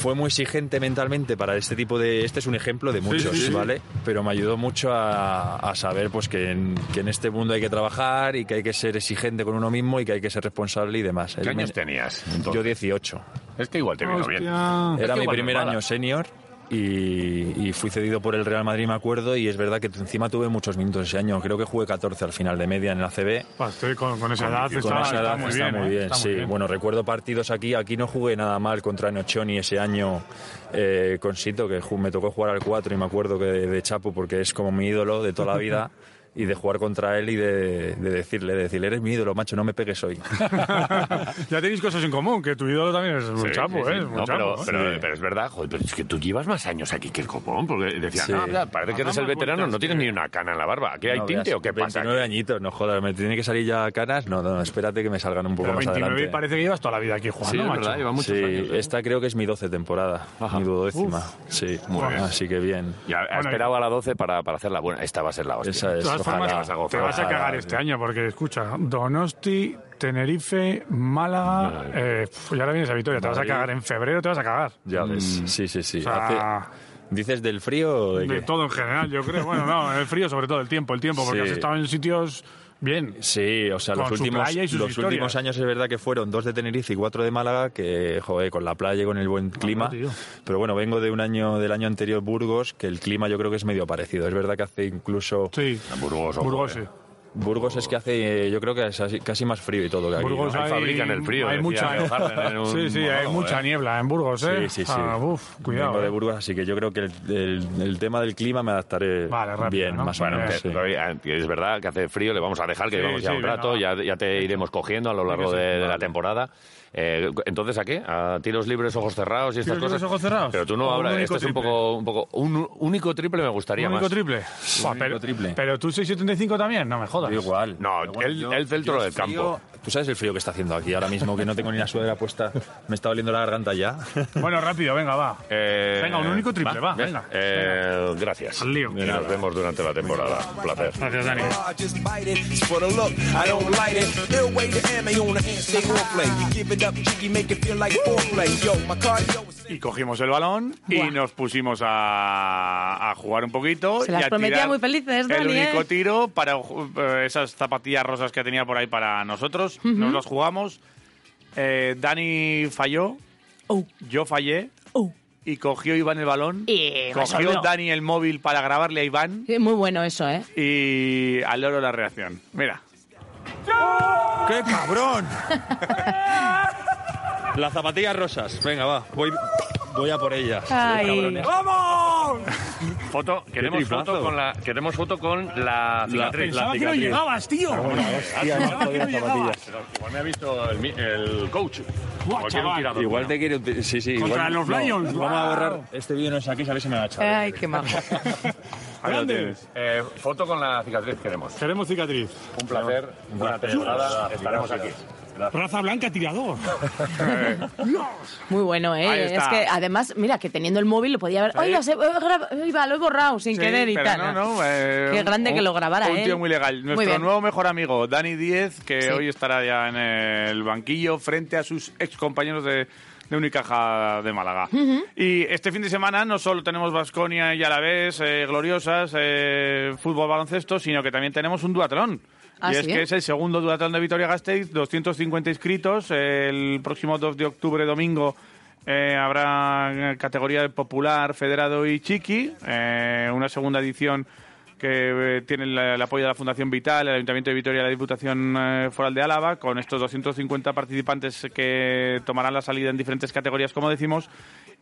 [SPEAKER 20] Fue muy exigente mentalmente para este tipo de. Este es un ejemplo de
[SPEAKER 11] Sí,
[SPEAKER 20] muchos,
[SPEAKER 11] sí, sí.
[SPEAKER 20] ¿vale? Pero me ayudó mucho a, a saber pues que en, que en este mundo hay que trabajar y que hay que ser exigente con uno mismo y que hay que ser responsable y demás.
[SPEAKER 9] ¿Qué
[SPEAKER 20] Él
[SPEAKER 9] años
[SPEAKER 20] me-
[SPEAKER 9] tenías?
[SPEAKER 20] Yo 18.
[SPEAKER 9] Es que igual te vino bien.
[SPEAKER 20] Era mi primer año senior y, y fui cedido por el Real Madrid, me acuerdo, y es verdad que encima tuve muchos minutos ese año. Creo que jugué 14 al final de media en la CB.
[SPEAKER 11] Pues estoy con, con esa edad,
[SPEAKER 20] Con
[SPEAKER 11] está,
[SPEAKER 20] esa edad
[SPEAKER 11] está muy
[SPEAKER 20] está
[SPEAKER 11] bien.
[SPEAKER 20] muy
[SPEAKER 11] ¿eh?
[SPEAKER 20] bien,
[SPEAKER 11] Está muy
[SPEAKER 20] sí.
[SPEAKER 11] bien.
[SPEAKER 20] Bueno, recuerdo partidos aquí. Aquí no jugué nada mal contra Nochoni ese año eh, con Sito, que ju- me tocó jugar al 4 y me acuerdo que de, de Chapu, porque es como mi ídolo de toda la vida. Y de jugar contra él y de, de decirle, de decirle, eres mi ídolo, macho, no me pegues hoy.
[SPEAKER 11] Ya tenéis cosas en común, que tu ídolo también es
[SPEAKER 9] Sí,
[SPEAKER 11] un chapo,
[SPEAKER 9] sí, sí.
[SPEAKER 11] ¿eh? Es un
[SPEAKER 9] No, pero,
[SPEAKER 11] chapo, ¿eh?
[SPEAKER 9] pero- pero es verdad, joder, pero es que tú llevas más años aquí que el copón, porque decían,
[SPEAKER 20] Sí.
[SPEAKER 9] "Ah, mira, parece que eres el veterano, no tienes ni una cana en la barba. ¿Aquí hay
[SPEAKER 20] No,
[SPEAKER 9] tinte
[SPEAKER 20] veas,
[SPEAKER 9] o qué pasa?
[SPEAKER 20] 29 añitos, no jodas, me tiene que salir ya canas. No, no, espérate que me salgan un poco
[SPEAKER 11] Pero
[SPEAKER 20] más
[SPEAKER 11] 29 y
[SPEAKER 20] adelante.
[SPEAKER 11] parece que llevas toda la vida aquí jugando,
[SPEAKER 20] Sí,
[SPEAKER 11] macho.
[SPEAKER 20] Sí, esta creo que es mi 12 temporada, mi duodécima. Sí,
[SPEAKER 9] Muy bien.
[SPEAKER 20] así que bien.
[SPEAKER 9] Ya ha esperado a la 12 para, para hacer la buena. Esta va a ser la hostia.
[SPEAKER 20] Esa
[SPEAKER 11] De
[SPEAKER 20] es,
[SPEAKER 11] todas
[SPEAKER 20] ojalá.
[SPEAKER 11] formas,
[SPEAKER 9] vas a gozar.
[SPEAKER 11] te vas a
[SPEAKER 9] Ojalá,
[SPEAKER 11] cagar este año, porque escucha, Donosti, Tenerife, Málaga, eh, pf, y ahora vienes a Vitoria, te vas a
[SPEAKER 20] Madrid.
[SPEAKER 11] cagar en febrero, te vas a cagar.
[SPEAKER 20] Ya ves, sí, sí, sí.
[SPEAKER 11] O sea,
[SPEAKER 20] Hace- ¿Dices del frío o de,
[SPEAKER 11] De
[SPEAKER 20] qué?
[SPEAKER 11] todo en general, yo creo. Bueno, no, el frío sobre todo, el tiempo, el tiempo, porque
[SPEAKER 20] Sí.
[SPEAKER 11] has estado en sitios bien.
[SPEAKER 20] Sí, o sea,
[SPEAKER 11] Con
[SPEAKER 20] los,
[SPEAKER 11] su
[SPEAKER 20] últimos,
[SPEAKER 11] playa y sus
[SPEAKER 20] los
[SPEAKER 11] historias.
[SPEAKER 20] últimos años es verdad que fueron dos de Tenerife y cuatro de Málaga, que, joder, con la playa y con el buen clima.
[SPEAKER 11] tío.
[SPEAKER 20] Pero bueno, vengo de un año, del año anterior Burgos, que el clima yo creo que es medio parecido. Es verdad que hace incluso...
[SPEAKER 11] Sí,
[SPEAKER 9] Burgos,
[SPEAKER 11] Burgos sí.
[SPEAKER 20] Burgos es que hace, eh, yo creo que es así- casi más frío y todo que aquí.
[SPEAKER 11] Burgos
[SPEAKER 20] ¿no?
[SPEAKER 11] hay, hay mucha, sí, sí, hay
[SPEAKER 9] ¿eh?
[SPEAKER 11] mucha niebla en Burgos, ¿eh?
[SPEAKER 20] Sí, sí, sí.
[SPEAKER 11] Ah, uf, cuidado.
[SPEAKER 20] Vengo de
[SPEAKER 11] eh.
[SPEAKER 20] Burgos, así que yo creo que el, el- el tema del clima me adaptaré
[SPEAKER 11] Vale, rápido,
[SPEAKER 20] bien,
[SPEAKER 11] ¿no?
[SPEAKER 20] más o
[SPEAKER 9] Bueno,
[SPEAKER 20] menos.
[SPEAKER 9] que-
[SPEAKER 20] sí.
[SPEAKER 9] que hoy, ah, que es verdad que hace frío, le vamos a dejar que
[SPEAKER 20] Sí,
[SPEAKER 9] llevamos ya
[SPEAKER 20] sí,
[SPEAKER 9] un
[SPEAKER 20] venga,
[SPEAKER 9] rato, ya, ya te iremos cogiendo a lo largo de, de la temporada. Eh, entonces, ¿a qué? ¿A tiros libres, ojos cerrados y estas
[SPEAKER 11] ¿Tiros libres,
[SPEAKER 9] cosas?
[SPEAKER 11] ojos cerrados?
[SPEAKER 9] Pero tú no
[SPEAKER 11] ¿O un
[SPEAKER 9] hablas,
[SPEAKER 11] único
[SPEAKER 9] esto es un
[SPEAKER 11] triple?
[SPEAKER 9] poco, un poco... Un único triple me gustaría
[SPEAKER 11] ¿Un único
[SPEAKER 9] más.
[SPEAKER 11] triple? Buah, pero, pero tú 675 también, no me jodas.
[SPEAKER 20] Yo igual.
[SPEAKER 9] No,
[SPEAKER 20] Pero bueno,
[SPEAKER 9] él-
[SPEAKER 20] yo-
[SPEAKER 9] él centro
[SPEAKER 20] yo
[SPEAKER 9] del
[SPEAKER 20] frío-
[SPEAKER 9] campo.
[SPEAKER 20] Tú sabes el frío que está haciendo aquí ahora mismo, que no tengo ni la sudadera puesta. Me está doliendo la garganta ya.
[SPEAKER 11] Bueno, rápido, venga, va.
[SPEAKER 9] Eh,
[SPEAKER 11] Venga, un único triple, va,
[SPEAKER 9] bien.
[SPEAKER 11] venga.
[SPEAKER 9] Eh, Gracias. Y nos vemos durante la temporada. Un placer.
[SPEAKER 11] Gracias, Dani.
[SPEAKER 7] I just bite it. It's for the look. I don't light it. Ill way to ammo on the hand, stay on play. You give it up, jiggy, make it feel like foreplay. Yo, my cardio is
[SPEAKER 4] Y cogimos el balón y nos pusimos a, a jugar un poquito.
[SPEAKER 5] Se
[SPEAKER 4] y
[SPEAKER 5] las
[SPEAKER 4] a
[SPEAKER 5] prometía
[SPEAKER 4] tirar
[SPEAKER 5] muy felices, Dani,
[SPEAKER 4] El único
[SPEAKER 5] ¿eh?
[SPEAKER 4] tiro para ju- eh, esas zapatillas rosas que tenía por ahí para nosotros.
[SPEAKER 5] Ujú.
[SPEAKER 4] Nos las jugamos. Eh, Dani falló. Yo fallé. Y cogió Iván el balón.
[SPEAKER 5] Oh. Y
[SPEAKER 4] cogió
[SPEAKER 5] resolvió.
[SPEAKER 4] Dani el móvil para grabarle a Iván.
[SPEAKER 5] Sí, Muy bueno eso, ¿eh?
[SPEAKER 4] Y al loro la reacción. Mira.
[SPEAKER 20] ¡Qué cabrón! Las zapatillas rosas. Venga, va. Voy, voy a por ellas. Cabrones.
[SPEAKER 4] ¡Vamos!
[SPEAKER 9] Foto, queremos
[SPEAKER 20] triplazo.
[SPEAKER 9] foto con la queremos foto con la cicatriz.
[SPEAKER 20] pensaba que no
[SPEAKER 9] cicatriz.
[SPEAKER 20] llegabas, tío. Ah, bueno,
[SPEAKER 4] ¿eh?
[SPEAKER 20] hostia, no podía
[SPEAKER 9] Pero
[SPEAKER 20] zapatillas.
[SPEAKER 9] Igual me ha visto el, mi- el coach. Como quiere un
[SPEAKER 20] chaval.
[SPEAKER 9] tirador.
[SPEAKER 20] Igual te quiere. un ti- Sí, sí.
[SPEAKER 9] Contra
[SPEAKER 20] igual-
[SPEAKER 9] los
[SPEAKER 20] no,
[SPEAKER 9] Lions,
[SPEAKER 20] Vamos a
[SPEAKER 9] guau.
[SPEAKER 20] borrar este vídeo, no sé aquí, a ver si me va a echar.
[SPEAKER 5] Ay, qué majo.
[SPEAKER 9] Ahí lo tienes. Eh, foto con la cicatriz queremos.
[SPEAKER 11] Queremos cicatriz.
[SPEAKER 9] Un placer. Buena temporada. Estaremos aquí.
[SPEAKER 11] Raza blanca tirador.
[SPEAKER 5] Muy bueno,
[SPEAKER 11] Ahí
[SPEAKER 5] ¿eh?
[SPEAKER 11] está.
[SPEAKER 5] Es que además, mira, que teniendo el móvil lo podía haber.
[SPEAKER 4] Sí.
[SPEAKER 5] Oiga, se- eh, gra- oiga, lo he borrado sin
[SPEAKER 4] Sí,
[SPEAKER 5] querer y
[SPEAKER 4] pero
[SPEAKER 5] tal.
[SPEAKER 4] no, no, eh,
[SPEAKER 5] Qué grande
[SPEAKER 4] un-
[SPEAKER 5] que lo grabara,
[SPEAKER 4] Un
[SPEAKER 5] ¿eh?
[SPEAKER 4] tío muy legal.
[SPEAKER 5] Muy
[SPEAKER 4] Nuestro
[SPEAKER 5] bien.
[SPEAKER 4] nuevo mejor amigo, Dani Díez, que
[SPEAKER 5] Sí.
[SPEAKER 4] hoy estará ya en el banquillo frente a sus excompañeros de, de Unicaja de Málaga. Y este fin de semana no solo tenemos Vasconia y Alavés eh, gloriosas, eh, fútbol baloncesto, sino que también tenemos un duatlón.
[SPEAKER 8] Ah,
[SPEAKER 4] y es
[SPEAKER 8] ¿sí?
[SPEAKER 4] que es el segundo duatlón de Vitoria Gasteiz, 250 inscritos. El próximo 2 de octubre, domingo, eh, habrá eh, categoría de popular, federado y chiqui. Eh, una segunda edición que eh, tiene la- el apoyo de la Fundación Vital, el Ayuntamiento de Vitoria y la Diputación eh, Foral de Álava, con estos 250 participantes que tomarán la salida en diferentes categorías, como decimos,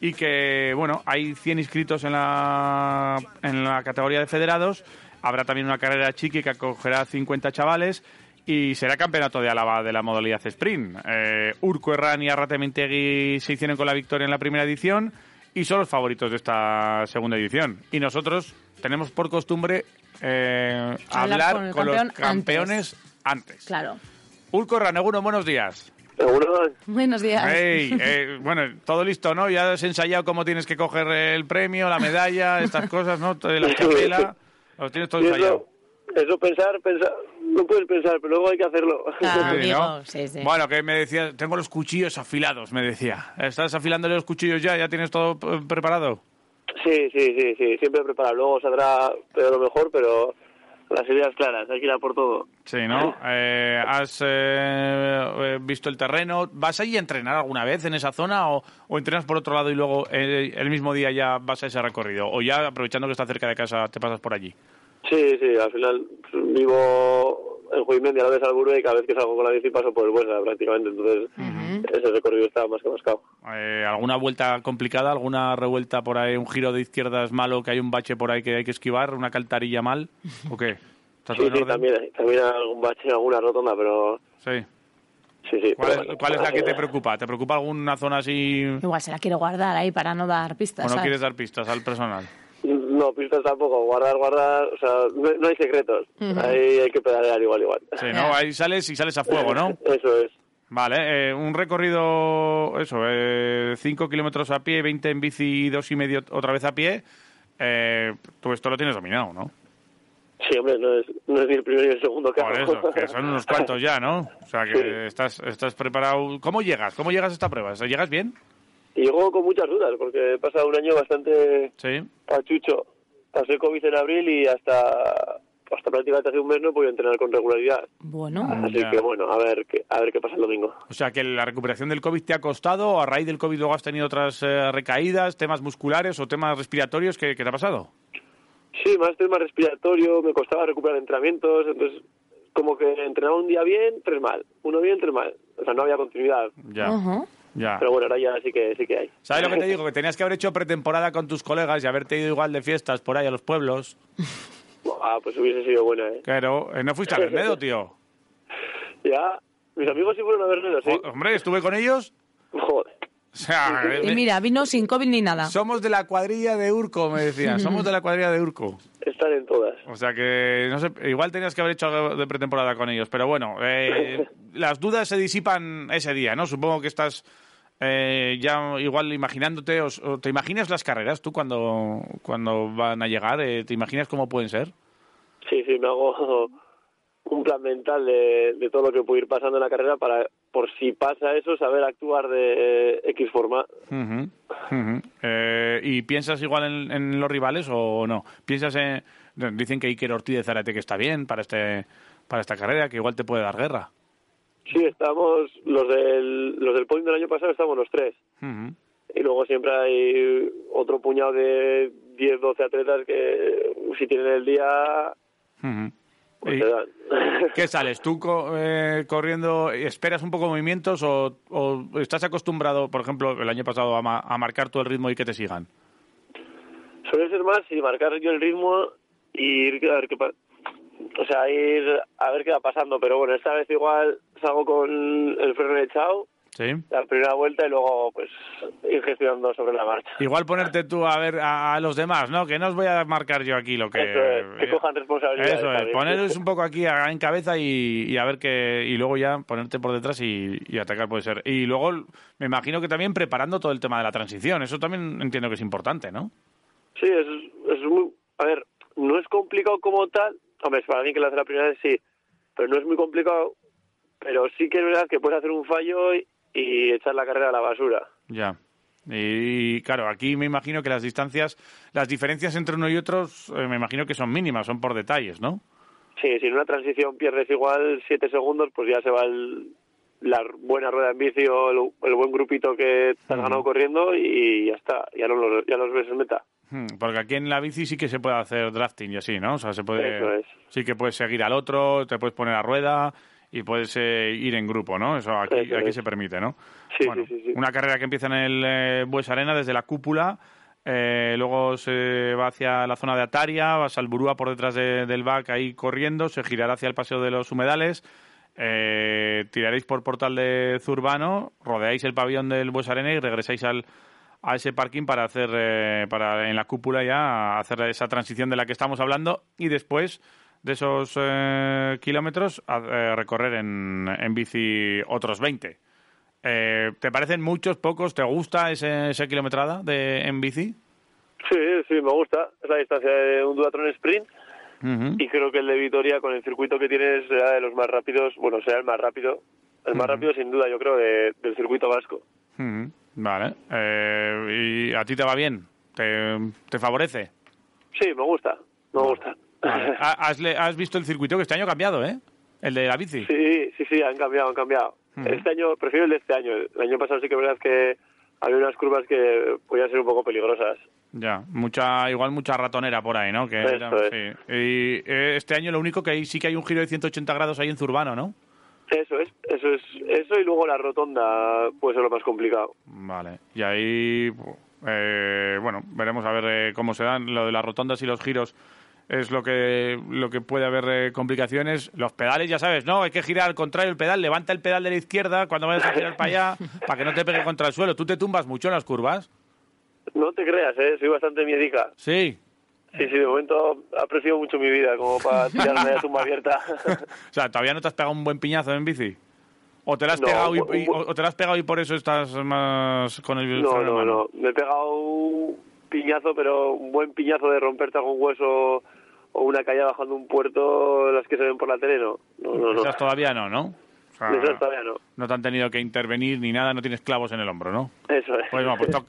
[SPEAKER 4] y que, bueno, hay 100 inscritos en la, en la categoría de federados, habrá también una carrera chiqui que acogerá a 50 chavales, y será campeonato de Álava de la modalidad sprint. Eh, Urco Herrán y Arratemintegui se hicieron con la victoria en la primera edición y son los favoritos de esta segunda edición. Y nosotros tenemos por costumbre eh,
[SPEAKER 5] Hablar
[SPEAKER 4] hablar
[SPEAKER 5] con
[SPEAKER 4] con,
[SPEAKER 5] el
[SPEAKER 4] los
[SPEAKER 5] campeón
[SPEAKER 4] campeones antes.
[SPEAKER 5] Claro.
[SPEAKER 4] Urco Herrán, Eguno, buenos días.
[SPEAKER 5] Pues, Buenos días.
[SPEAKER 4] Ey, eh, bueno, todo listo, ¿no? Ya has ensayado cómo tienes que coger el premio, la medalla, estas cosas, ¿no? La chapela, los tienes todo
[SPEAKER 10] Y eso-
[SPEAKER 4] ensayado.
[SPEAKER 10] Eso pensar, pensar, no puedes pensar, pero luego hay que hacerlo.
[SPEAKER 4] Ah, Sí, ¿no? Bueno, que me decía, tengo los cuchillos afilados, me decía. ¿Estás afilando los cuchillos ya? ¿Ya tienes todo eh, preparado?
[SPEAKER 10] Sí, sí, sí, sí, siempre preparado. Luego saldrá peor o mejor, pero las ideas claras, hay que ir a por todo.
[SPEAKER 4] Sí, ¿no? Eh, ¿Has eh, eh, visto el terreno? ¿Vas ahí a entrenar alguna vez en esa zona o, o entrenas por otro lado y luego eh, el mismo día ya vas a ese recorrido? ¿O ya aprovechando que está cerca de casa te pasas por allí?
[SPEAKER 26] Sí, sí, al final pues, vivo en Juimendia, la vez al y cada vez que salgo con la bici paso por el Buesa prácticamente, entonces ese recorrido está más que mascado.
[SPEAKER 4] Eh, ¿Alguna vuelta complicada? ¿Alguna revuelta por ahí? ¿Un giro de izquierdas malo? ¿Que hay un bache por ahí que hay que esquivar? ¿Una caltarilla mal? ¿O qué? ¿Está
[SPEAKER 26] Sí,
[SPEAKER 4] todo en
[SPEAKER 26] sí,
[SPEAKER 4] orden?
[SPEAKER 26] también, hay- también hay algún bache, alguna rotonda, pero
[SPEAKER 4] Sí.
[SPEAKER 26] sí, sí.
[SPEAKER 4] ¿Cuál
[SPEAKER 26] pero
[SPEAKER 4] es,
[SPEAKER 26] bueno,
[SPEAKER 4] cuál es la que te
[SPEAKER 26] eh,
[SPEAKER 4] preocupa? ¿Te preocupa alguna zona así o
[SPEAKER 5] Igual se la quiero guardar ahí para no dar pistas.
[SPEAKER 4] no
[SPEAKER 5] ¿sabes?
[SPEAKER 4] quieres dar pistas al personal?
[SPEAKER 26] No, pistas tampoco, guardar, guardar, o sea, no, no hay secretos,
[SPEAKER 5] Ujú.
[SPEAKER 26] ahí hay que pedalear igual, igual.
[SPEAKER 4] Sí, ¿no? Ahí sales y sales a fuego, ¿no?
[SPEAKER 26] Eso es.
[SPEAKER 4] Vale, eh, un recorrido, eso, 5 kilómetros a pie, 20 en bici y dos y medio otra vez a pie. Eh, tú esto lo tienes dominado, ¿no?
[SPEAKER 26] Sí, hombre, no es, no es ni el primero ni el segundo carro.
[SPEAKER 4] Por eso, que son unos cuantos ya, ¿no? O sea, que
[SPEAKER 26] Sí.
[SPEAKER 4] estás, estás preparado. ¿Cómo llegas? ¿Cómo llegas a esta prueba? ¿O sea, ¿Llegas bien?
[SPEAKER 26] Y llego con muchas dudas, porque he pasado un año bastante
[SPEAKER 4] Sí.
[SPEAKER 26] pachucho. Pasé el COVID en abril y hasta, hasta prácticamente hace un mes no he podido entrenar con regularidad.
[SPEAKER 5] Bueno.
[SPEAKER 26] Así
[SPEAKER 4] Ah, Mm, Ya.
[SPEAKER 26] que bueno, a ver, qué- a ver qué pasa el domingo.
[SPEAKER 4] O sea, que la recuperación del COVID te ha costado, o a raíz del COVID luego has tenido otras eh, recaídas, temas musculares o temas respiratorios, ¿qué, qué te ha pasado?
[SPEAKER 26] Sí, más tema respiratorio, me costaba recuperar entrenamientos, entonces como que entrenaba un día bien, tres mal, uno bien, tres mal. O sea, no había continuidad.
[SPEAKER 4] Ya. Ya.
[SPEAKER 26] Pero bueno, ahora ya sí que, sí que hay.
[SPEAKER 4] ¿Sabes lo que te digo? Que tenías que haber hecho pretemporada con tus colegas y haberte ido igual de fiestas por ahí a los pueblos.
[SPEAKER 26] Ah, pues hubiese sido buena, ¿eh?
[SPEAKER 4] Claro, eh, no fuiste a Bernedo, tío.
[SPEAKER 26] Ya, mis amigos sí fueron a verlo, sí.
[SPEAKER 4] Hombre, estuve con ellos.
[SPEAKER 26] Joder.
[SPEAKER 4] O sea, eh,
[SPEAKER 5] Y mira, vino sin COVID ni nada.
[SPEAKER 4] Somos de la cuadrilla de Urco, me decían. Somos de la cuadrilla de Urco.
[SPEAKER 26] Están en todas.
[SPEAKER 4] O sea que, no sé, igual tenías que haber hecho algo de pretemporada con ellos. Pero bueno, eh, las dudas se disipan ese día, ¿no? Supongo que estás eh, ya igual imaginándote, o, o te imaginas las carreras tú cuando, cuando van a llegar, Eh, te imaginas cómo pueden ser.
[SPEAKER 26] Sí, sí, me hago un plan mental de, de todo lo que puede ir pasando en la carrera para, por si pasa eso, saber actuar de eh, X forma.
[SPEAKER 4] Ujú, ujú. Eh, ¿Y piensas igual en, en los rivales o no? ¿Piensas en... Dicen que Iker Ortiz de Zárate que está bien para, este, para esta carrera, que igual te puede dar guerra.
[SPEAKER 26] Sí, estamos, los del, los del point del año pasado estamos los tres.
[SPEAKER 4] Ujú.
[SPEAKER 26] Y luego siempre hay otro puñado de 10, 12 atletas que si tienen el día,
[SPEAKER 4] Ujú.
[SPEAKER 26] pues
[SPEAKER 4] ¿Y
[SPEAKER 26] se dan.
[SPEAKER 4] ¿Qué sales? ¿Tú co- eh, corriendo, esperas un poco movimientos o, o estás acostumbrado, por ejemplo, el año pasado a, ma- a marcar todo el ritmo y que te sigan?
[SPEAKER 26] Suele ser más y marcar yo el ritmo y ir a ver qué pa- o sea, ir a ver qué va pasando, pero bueno, esta vez igual salgo con el freno echado
[SPEAKER 4] Sí.
[SPEAKER 26] la primera vuelta y luego pues ir gestionando sobre la marcha.
[SPEAKER 4] Igual ponerte tú a ver a, a los demás, ¿no? Que no os voy a marcar yo aquí lo que... eh,
[SPEAKER 26] Eso es, que cojan responsabilidad.
[SPEAKER 4] Eso es, poneros un poco aquí a- en cabeza y, y a ver qué. Y luego ya ponerte por detrás y, y atacar puede ser. Y luego me imagino que también preparando todo el tema de la transición. Eso también entiendo que es importante, ¿no?
[SPEAKER 26] Sí, es, es muy... A ver, no es complicado como tal. Hombre, para alguien que lo hace la primera vez sí, pero no es muy complicado. Pero sí que es verdad que puedes hacer un fallo y, y echar la carrera a la basura.
[SPEAKER 4] Ya. Y, claro, aquí me imagino que las distancias, las diferencias entre uno y otro, eh, me imagino que son mínimas, son por detalles, ¿no?
[SPEAKER 26] Sí, si en una transición pierdes igual siete segundos, pues ya se va el- la buena rueda en bici o el, el buen grupito que te has ganado corriendo y ya está, ya, no los, ya los ves en meta.
[SPEAKER 4] Hmm, Porque aquí en la bici sí que se puede hacer drafting y así, ¿no? O sea, se puede.
[SPEAKER 26] Eso es.
[SPEAKER 4] Sí que puedes seguir al otro, te puedes poner a rueda y puedes eh, ir en grupo, ¿no? Eso aquí,
[SPEAKER 26] Eso
[SPEAKER 4] aquí
[SPEAKER 26] es.
[SPEAKER 4] se permite, ¿no?
[SPEAKER 26] Sí,
[SPEAKER 4] Bueno,
[SPEAKER 26] sí, sí, sí.
[SPEAKER 4] Una carrera que empieza en el eh, Bues Arena desde la cúpula, eh, luego se va hacia la zona de Ataria, vas al Burúa por detrás de- del BAC ahí corriendo, se girará hacia el Paseo de los Humedales, eh, tiraréis por Portal de Zurbano, rodeáis el pabellón del Bues Arena y regresáis al a ese parking para hacer eh, para en la cúpula ya hacer esa transición de la que estamos hablando y después de esos eh, kilómetros a- eh, recorrer en, en bici otros 20. Eh, ¿Te parecen muchos, pocos? ¿Te gusta ese, esa kilometrada de, en bici?
[SPEAKER 26] Sí, sí, me gusta. Es la distancia de un duatrón sprint y creo que el de Vitoria con el circuito que tiene será de los más rápidos, bueno, será el más rápido, el más rápido sin duda yo creo de- del circuito vasco.
[SPEAKER 4] Ujú, Vale. Eh, ¿Y a ti te va bien? ¿Te, te favorece?
[SPEAKER 26] Sí, me gusta, me gusta.
[SPEAKER 4] Vale. Ha- ¿Has, le- has visto el circuito que este año ha cambiado, eh? El de la bici.
[SPEAKER 26] Sí, sí, sí, han cambiado, han cambiado.
[SPEAKER 4] Hmm.
[SPEAKER 26] Este año, prefiero el de este año. El año pasado sí que es verdad que había unas curvas que podían ser un poco peligrosas.
[SPEAKER 4] Ya, mucha, igual mucha ratonera por ahí, ¿no? Que
[SPEAKER 26] Eso
[SPEAKER 4] era- sí. Y eh, este año lo único que hay, sí que hay un giro de 180 grados ahí en Zurbano, ¿no?
[SPEAKER 26] Eso es, eso es, eso y luego la rotonda puede ser lo más complicado.
[SPEAKER 4] Vale. Y ahí, bu- eh, bueno, veremos a ver eh, cómo se dan. Lo de las rotondas y los giros es lo que, lo que puede haber eh, complicaciones. Los pedales, ya sabes, ¿no? Hay que girar al contrario el pedal. Levanta el pedal de la izquierda cuando vayas a girar para allá para que no te pegue contra el suelo. ¿Tú te tumbas mucho en las curvas?
[SPEAKER 26] No te creas, ¿eh? soy bastante miedica.
[SPEAKER 4] Sí.
[SPEAKER 26] Sí, sí, de momento aprecio mucho mi vida como para tirarme a tumba abierta.
[SPEAKER 4] O sea, ¿todavía no te has pegado un buen piñazo en bici? ¿O te la has,
[SPEAKER 26] No,
[SPEAKER 4] pegado, y,
[SPEAKER 26] un-
[SPEAKER 4] y- o te la has pegado y por eso estás más con el freno
[SPEAKER 26] No,
[SPEAKER 4] en
[SPEAKER 26] no,
[SPEAKER 4] mano?
[SPEAKER 26] no. Me he pegado un piñazo, pero un buen piñazo de romperte algún hueso o una caída bajando un puerto, las que se ven por la tele, no. No, no, no.
[SPEAKER 4] Esas Ah. todavía no, ¿no? O sea,
[SPEAKER 26] De esas todavía no.
[SPEAKER 4] No te han tenido que intervenir ni nada, no tienes clavos en el hombro, ¿no?
[SPEAKER 26] Eso es.
[SPEAKER 4] Pues no, pues toca.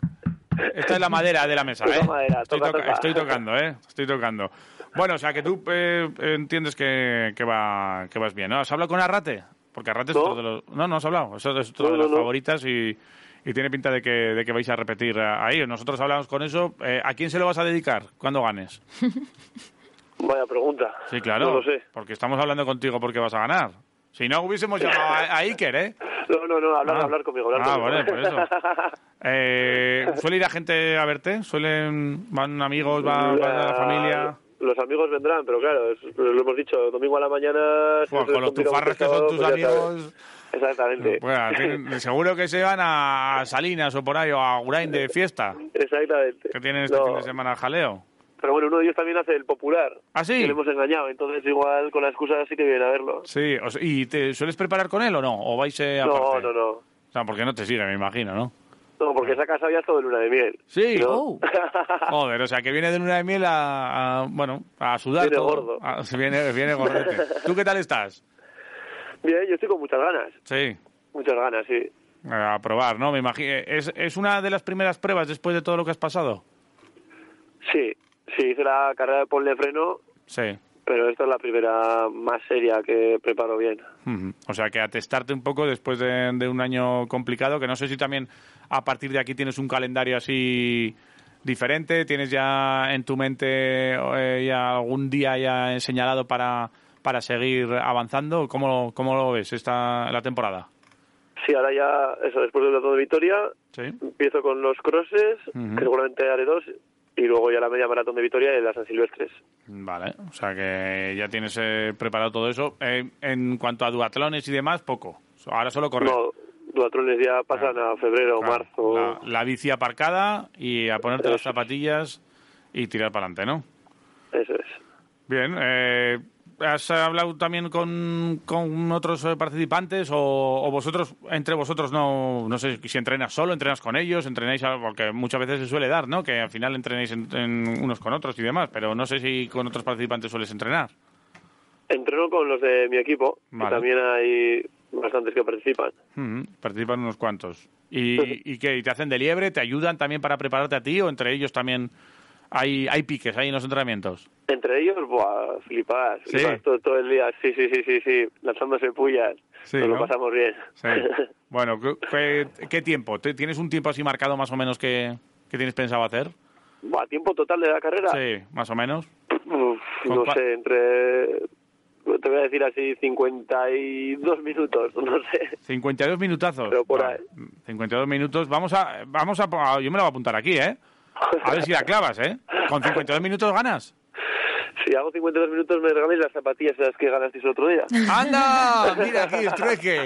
[SPEAKER 4] Esta es la madera de la mesa,
[SPEAKER 26] Es
[SPEAKER 4] ¿eh?
[SPEAKER 26] la madera,
[SPEAKER 4] estoy,
[SPEAKER 26] toca, toca.
[SPEAKER 4] estoy tocando, ¿eh? Estoy tocando. Bueno, o sea, que tú eh, entiendes que, que va, que vas bien, ¿no? ¿Has hablado con Arrate? Porque Arrate es
[SPEAKER 26] No.
[SPEAKER 4] otro de los... No, no has hablado. Eso es otro
[SPEAKER 26] No,
[SPEAKER 4] de
[SPEAKER 26] no,
[SPEAKER 4] las
[SPEAKER 26] no.
[SPEAKER 4] favoritas y, y tiene pinta de que, de que vais a repetir eh, ahí. Nosotros hablamos con eso. Eh, ¿A quién se lo vas a dedicar cuando ganes?
[SPEAKER 26] Vaya pregunta.
[SPEAKER 4] Sí, claro.
[SPEAKER 26] No lo sé.
[SPEAKER 4] Porque estamos hablando contigo porque vas a ganar. Si no, hubiésemos llamado a, a Iker, ¿eh?
[SPEAKER 26] No, no, no, hablar,
[SPEAKER 4] Ah.
[SPEAKER 26] hablar conmigo, hablar
[SPEAKER 4] Ah,
[SPEAKER 26] conmigo.
[SPEAKER 4] vale, por eso. Eh, ¿Suele ir a gente a verte? ¿Suelen, van amigos, Pues va, va la familia?
[SPEAKER 26] Los amigos vendrán, pero claro, es- lo hemos dicho, domingo a la mañana... si
[SPEAKER 4] Buah,
[SPEAKER 26] se
[SPEAKER 4] con los
[SPEAKER 26] complica mucho
[SPEAKER 4] tufarras que
[SPEAKER 26] el
[SPEAKER 4] son
[SPEAKER 26] sábado,
[SPEAKER 4] tus
[SPEAKER 26] pues ya sabes.
[SPEAKER 4] amigos.
[SPEAKER 26] Exactamente.
[SPEAKER 4] Bueno, tienen- seguro que se van a Salinas o por ahí, o a Urain de fiesta,
[SPEAKER 26] Exactamente.
[SPEAKER 4] que tienen este
[SPEAKER 26] No.
[SPEAKER 4] fin de semana jaleo.
[SPEAKER 26] Pero bueno, uno de ellos también hace el popular.
[SPEAKER 4] ¿Ah, sí?
[SPEAKER 26] Que le hemos engañado, entonces igual con la excusa sí que vienen a verlo.
[SPEAKER 4] Sí, o sea, ¿y te sueles preparar con él o no? ¿O vais eh,
[SPEAKER 26] No,
[SPEAKER 4] aparte?
[SPEAKER 26] no, no.
[SPEAKER 4] O sea, porque no te sirve, me imagino, ¿no?
[SPEAKER 26] No, porque esa casa ya es todo luna de miel.
[SPEAKER 4] Sí. Oh.
[SPEAKER 26] ¿no?
[SPEAKER 4] Joder, o sea, que viene de luna de miel a, a, bueno, a sudar
[SPEAKER 26] Viene
[SPEAKER 4] todo.
[SPEAKER 26] gordo.
[SPEAKER 4] Ah, sí, viene, viene gordete. ¿Tú qué tal estás?
[SPEAKER 26] Bien, yo estoy con muchas ganas.
[SPEAKER 4] Sí,
[SPEAKER 26] Muchas ganas, sí.
[SPEAKER 4] a probar, ¿no? Me imagino. ¿Es, ¿Es una de las primeras pruebas después de todo lo que has pasado?
[SPEAKER 26] Sí, sí, hice la carrera de ponle freno,
[SPEAKER 4] Sí.
[SPEAKER 26] pero esta es la primera más seria que preparo bien.
[SPEAKER 4] Ujú. O sea, que atestarte un poco después de, de un año complicado, que no sé si también a partir de aquí tienes un calendario así diferente, tienes ya en tu mente eh, ya algún día ya señalado para, para seguir avanzando. ¿Cómo, ¿Cómo lo ves esta la temporada?
[SPEAKER 26] Sí, ahora ya, eso, después del dato de Vitoria,
[SPEAKER 4] Sí.
[SPEAKER 26] empiezo con los crosses, que seguramente haré dos, y luego ya la media maratón de Vitoria y la San Silvestres.
[SPEAKER 4] Vale, o sea que ya tienes eh, preparado todo eso. Eh, en cuanto a duatlones y demás, poco. Ahora solo correr.
[SPEAKER 26] No, duatrones ya pasan a febrero o
[SPEAKER 4] Claro,
[SPEAKER 26] marzo.
[SPEAKER 4] La, la bici aparcada y a ponerte las zapatillas y tirar para adelante, ¿no?
[SPEAKER 26] Eso es.
[SPEAKER 4] Bien, eh, ¿has hablado también con, con otros eh, participantes o, o vosotros, entre vosotros, no, no sé si entrenas solo, entrenas con ellos, entrenáis, a- porque muchas veces se suele dar, ¿no? Que al final entrenéis en- en unos con otros y demás, pero no sé si con otros participantes sueles entrenar.
[SPEAKER 26] Entreno con los de mi equipo,
[SPEAKER 4] Vale.
[SPEAKER 26] que también hay bastantes que participan.
[SPEAKER 4] Ujú, participan unos cuantos. ¿Y, y qué? ¿Y te hacen de liebre? ¿Te ayudan también para prepararte a ti o entre ellos también hay, hay piques ahí en los entrenamientos?
[SPEAKER 26] Entre ellos, buah, flipas,
[SPEAKER 4] Sí.
[SPEAKER 26] flipas todo, todo el día, sí, sí, sí, sí, sí, lanzándose pullas,
[SPEAKER 4] Sí,
[SPEAKER 26] nos
[SPEAKER 4] ¿no?
[SPEAKER 26] lo pasamos bien.
[SPEAKER 4] Sí. Bueno, ¿qué, qué, qué tiempo? ¿Te- ¿Tienes un tiempo así marcado más o menos que, que tienes pensado hacer?
[SPEAKER 26] Buah, tiempo total de la carrera,
[SPEAKER 4] Sí, más o menos.
[SPEAKER 26] Uf,
[SPEAKER 4] ¿Con
[SPEAKER 26] no
[SPEAKER 4] cua-
[SPEAKER 26] sé, entre, te voy a decir así, 52 minutos, no sé.
[SPEAKER 4] 52 minutazos.
[SPEAKER 26] Pero por
[SPEAKER 4] Va, 52 minutos. Vamos a, vamos a, po- a- Yo me lo voy a apuntar aquí, ¿eh? A ver si la clavas, ¿eh? Con 52 minutos ganas.
[SPEAKER 26] Si hago 52 minutos me regaláis las zapatillas esas que ganasteis el otro día.
[SPEAKER 4] ¡Anda! Mira aquí el trueque.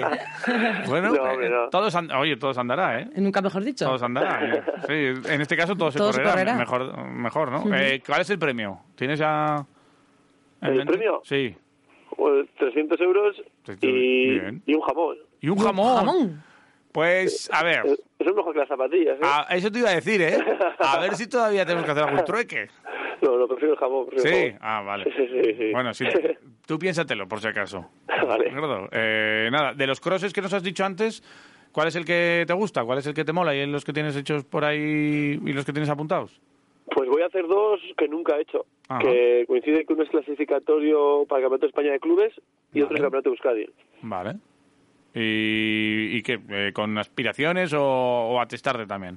[SPEAKER 4] Bueno,
[SPEAKER 26] No, hombre,
[SPEAKER 4] eh,
[SPEAKER 26] no.
[SPEAKER 4] todos and- oye, todos andará, ¿eh?
[SPEAKER 14] Nunca mejor dicho.
[SPEAKER 4] Todos andará. Sí, en este caso todo se
[SPEAKER 14] Todo se correrá.
[SPEAKER 4] correrá. Mejor, mejor ¿no?
[SPEAKER 14] Ujú.
[SPEAKER 4] Eh, ¿Cuál es el premio? ¿Tienes ya...? en
[SPEAKER 26] ¿El
[SPEAKER 4] mente?
[SPEAKER 26] premio?
[SPEAKER 4] Sí.
[SPEAKER 26] Pues 300 euros y,
[SPEAKER 4] Bien.
[SPEAKER 26] y un jamón. Eh,
[SPEAKER 4] ¿Y un jamón? Pues, a ver,
[SPEAKER 26] Eso es mejor que las zapatillas, ¿eh?
[SPEAKER 4] a- eso te iba a decir, ¿eh? A ver si todavía tenemos que hacer algún trueque.
[SPEAKER 26] No, no, prefiero el jamón. prefiero el
[SPEAKER 4] Sí,
[SPEAKER 26] jamón.
[SPEAKER 4] ah, vale.
[SPEAKER 26] Sí, sí, sí.
[SPEAKER 4] Bueno, sí, tú piénsatelo, por si acaso.
[SPEAKER 26] Vale.
[SPEAKER 4] Gordo, eh, nada, de los crosses que nos has dicho antes, ¿cuál es el que te gusta? ¿Cuál es el que te mola? ¿Y los que tienes hechos por ahí y los que tienes apuntados?
[SPEAKER 26] Pues voy a hacer dos que nunca he hecho.
[SPEAKER 4] Ajá.
[SPEAKER 26] Que coincide que uno es clasificatorio para el Campeonato de España de Clubes y otro en el Campeonato de Euskadi.
[SPEAKER 4] Vale. ¿Y, y qué? eh, ¿Con aspiraciones o, o a testarte también?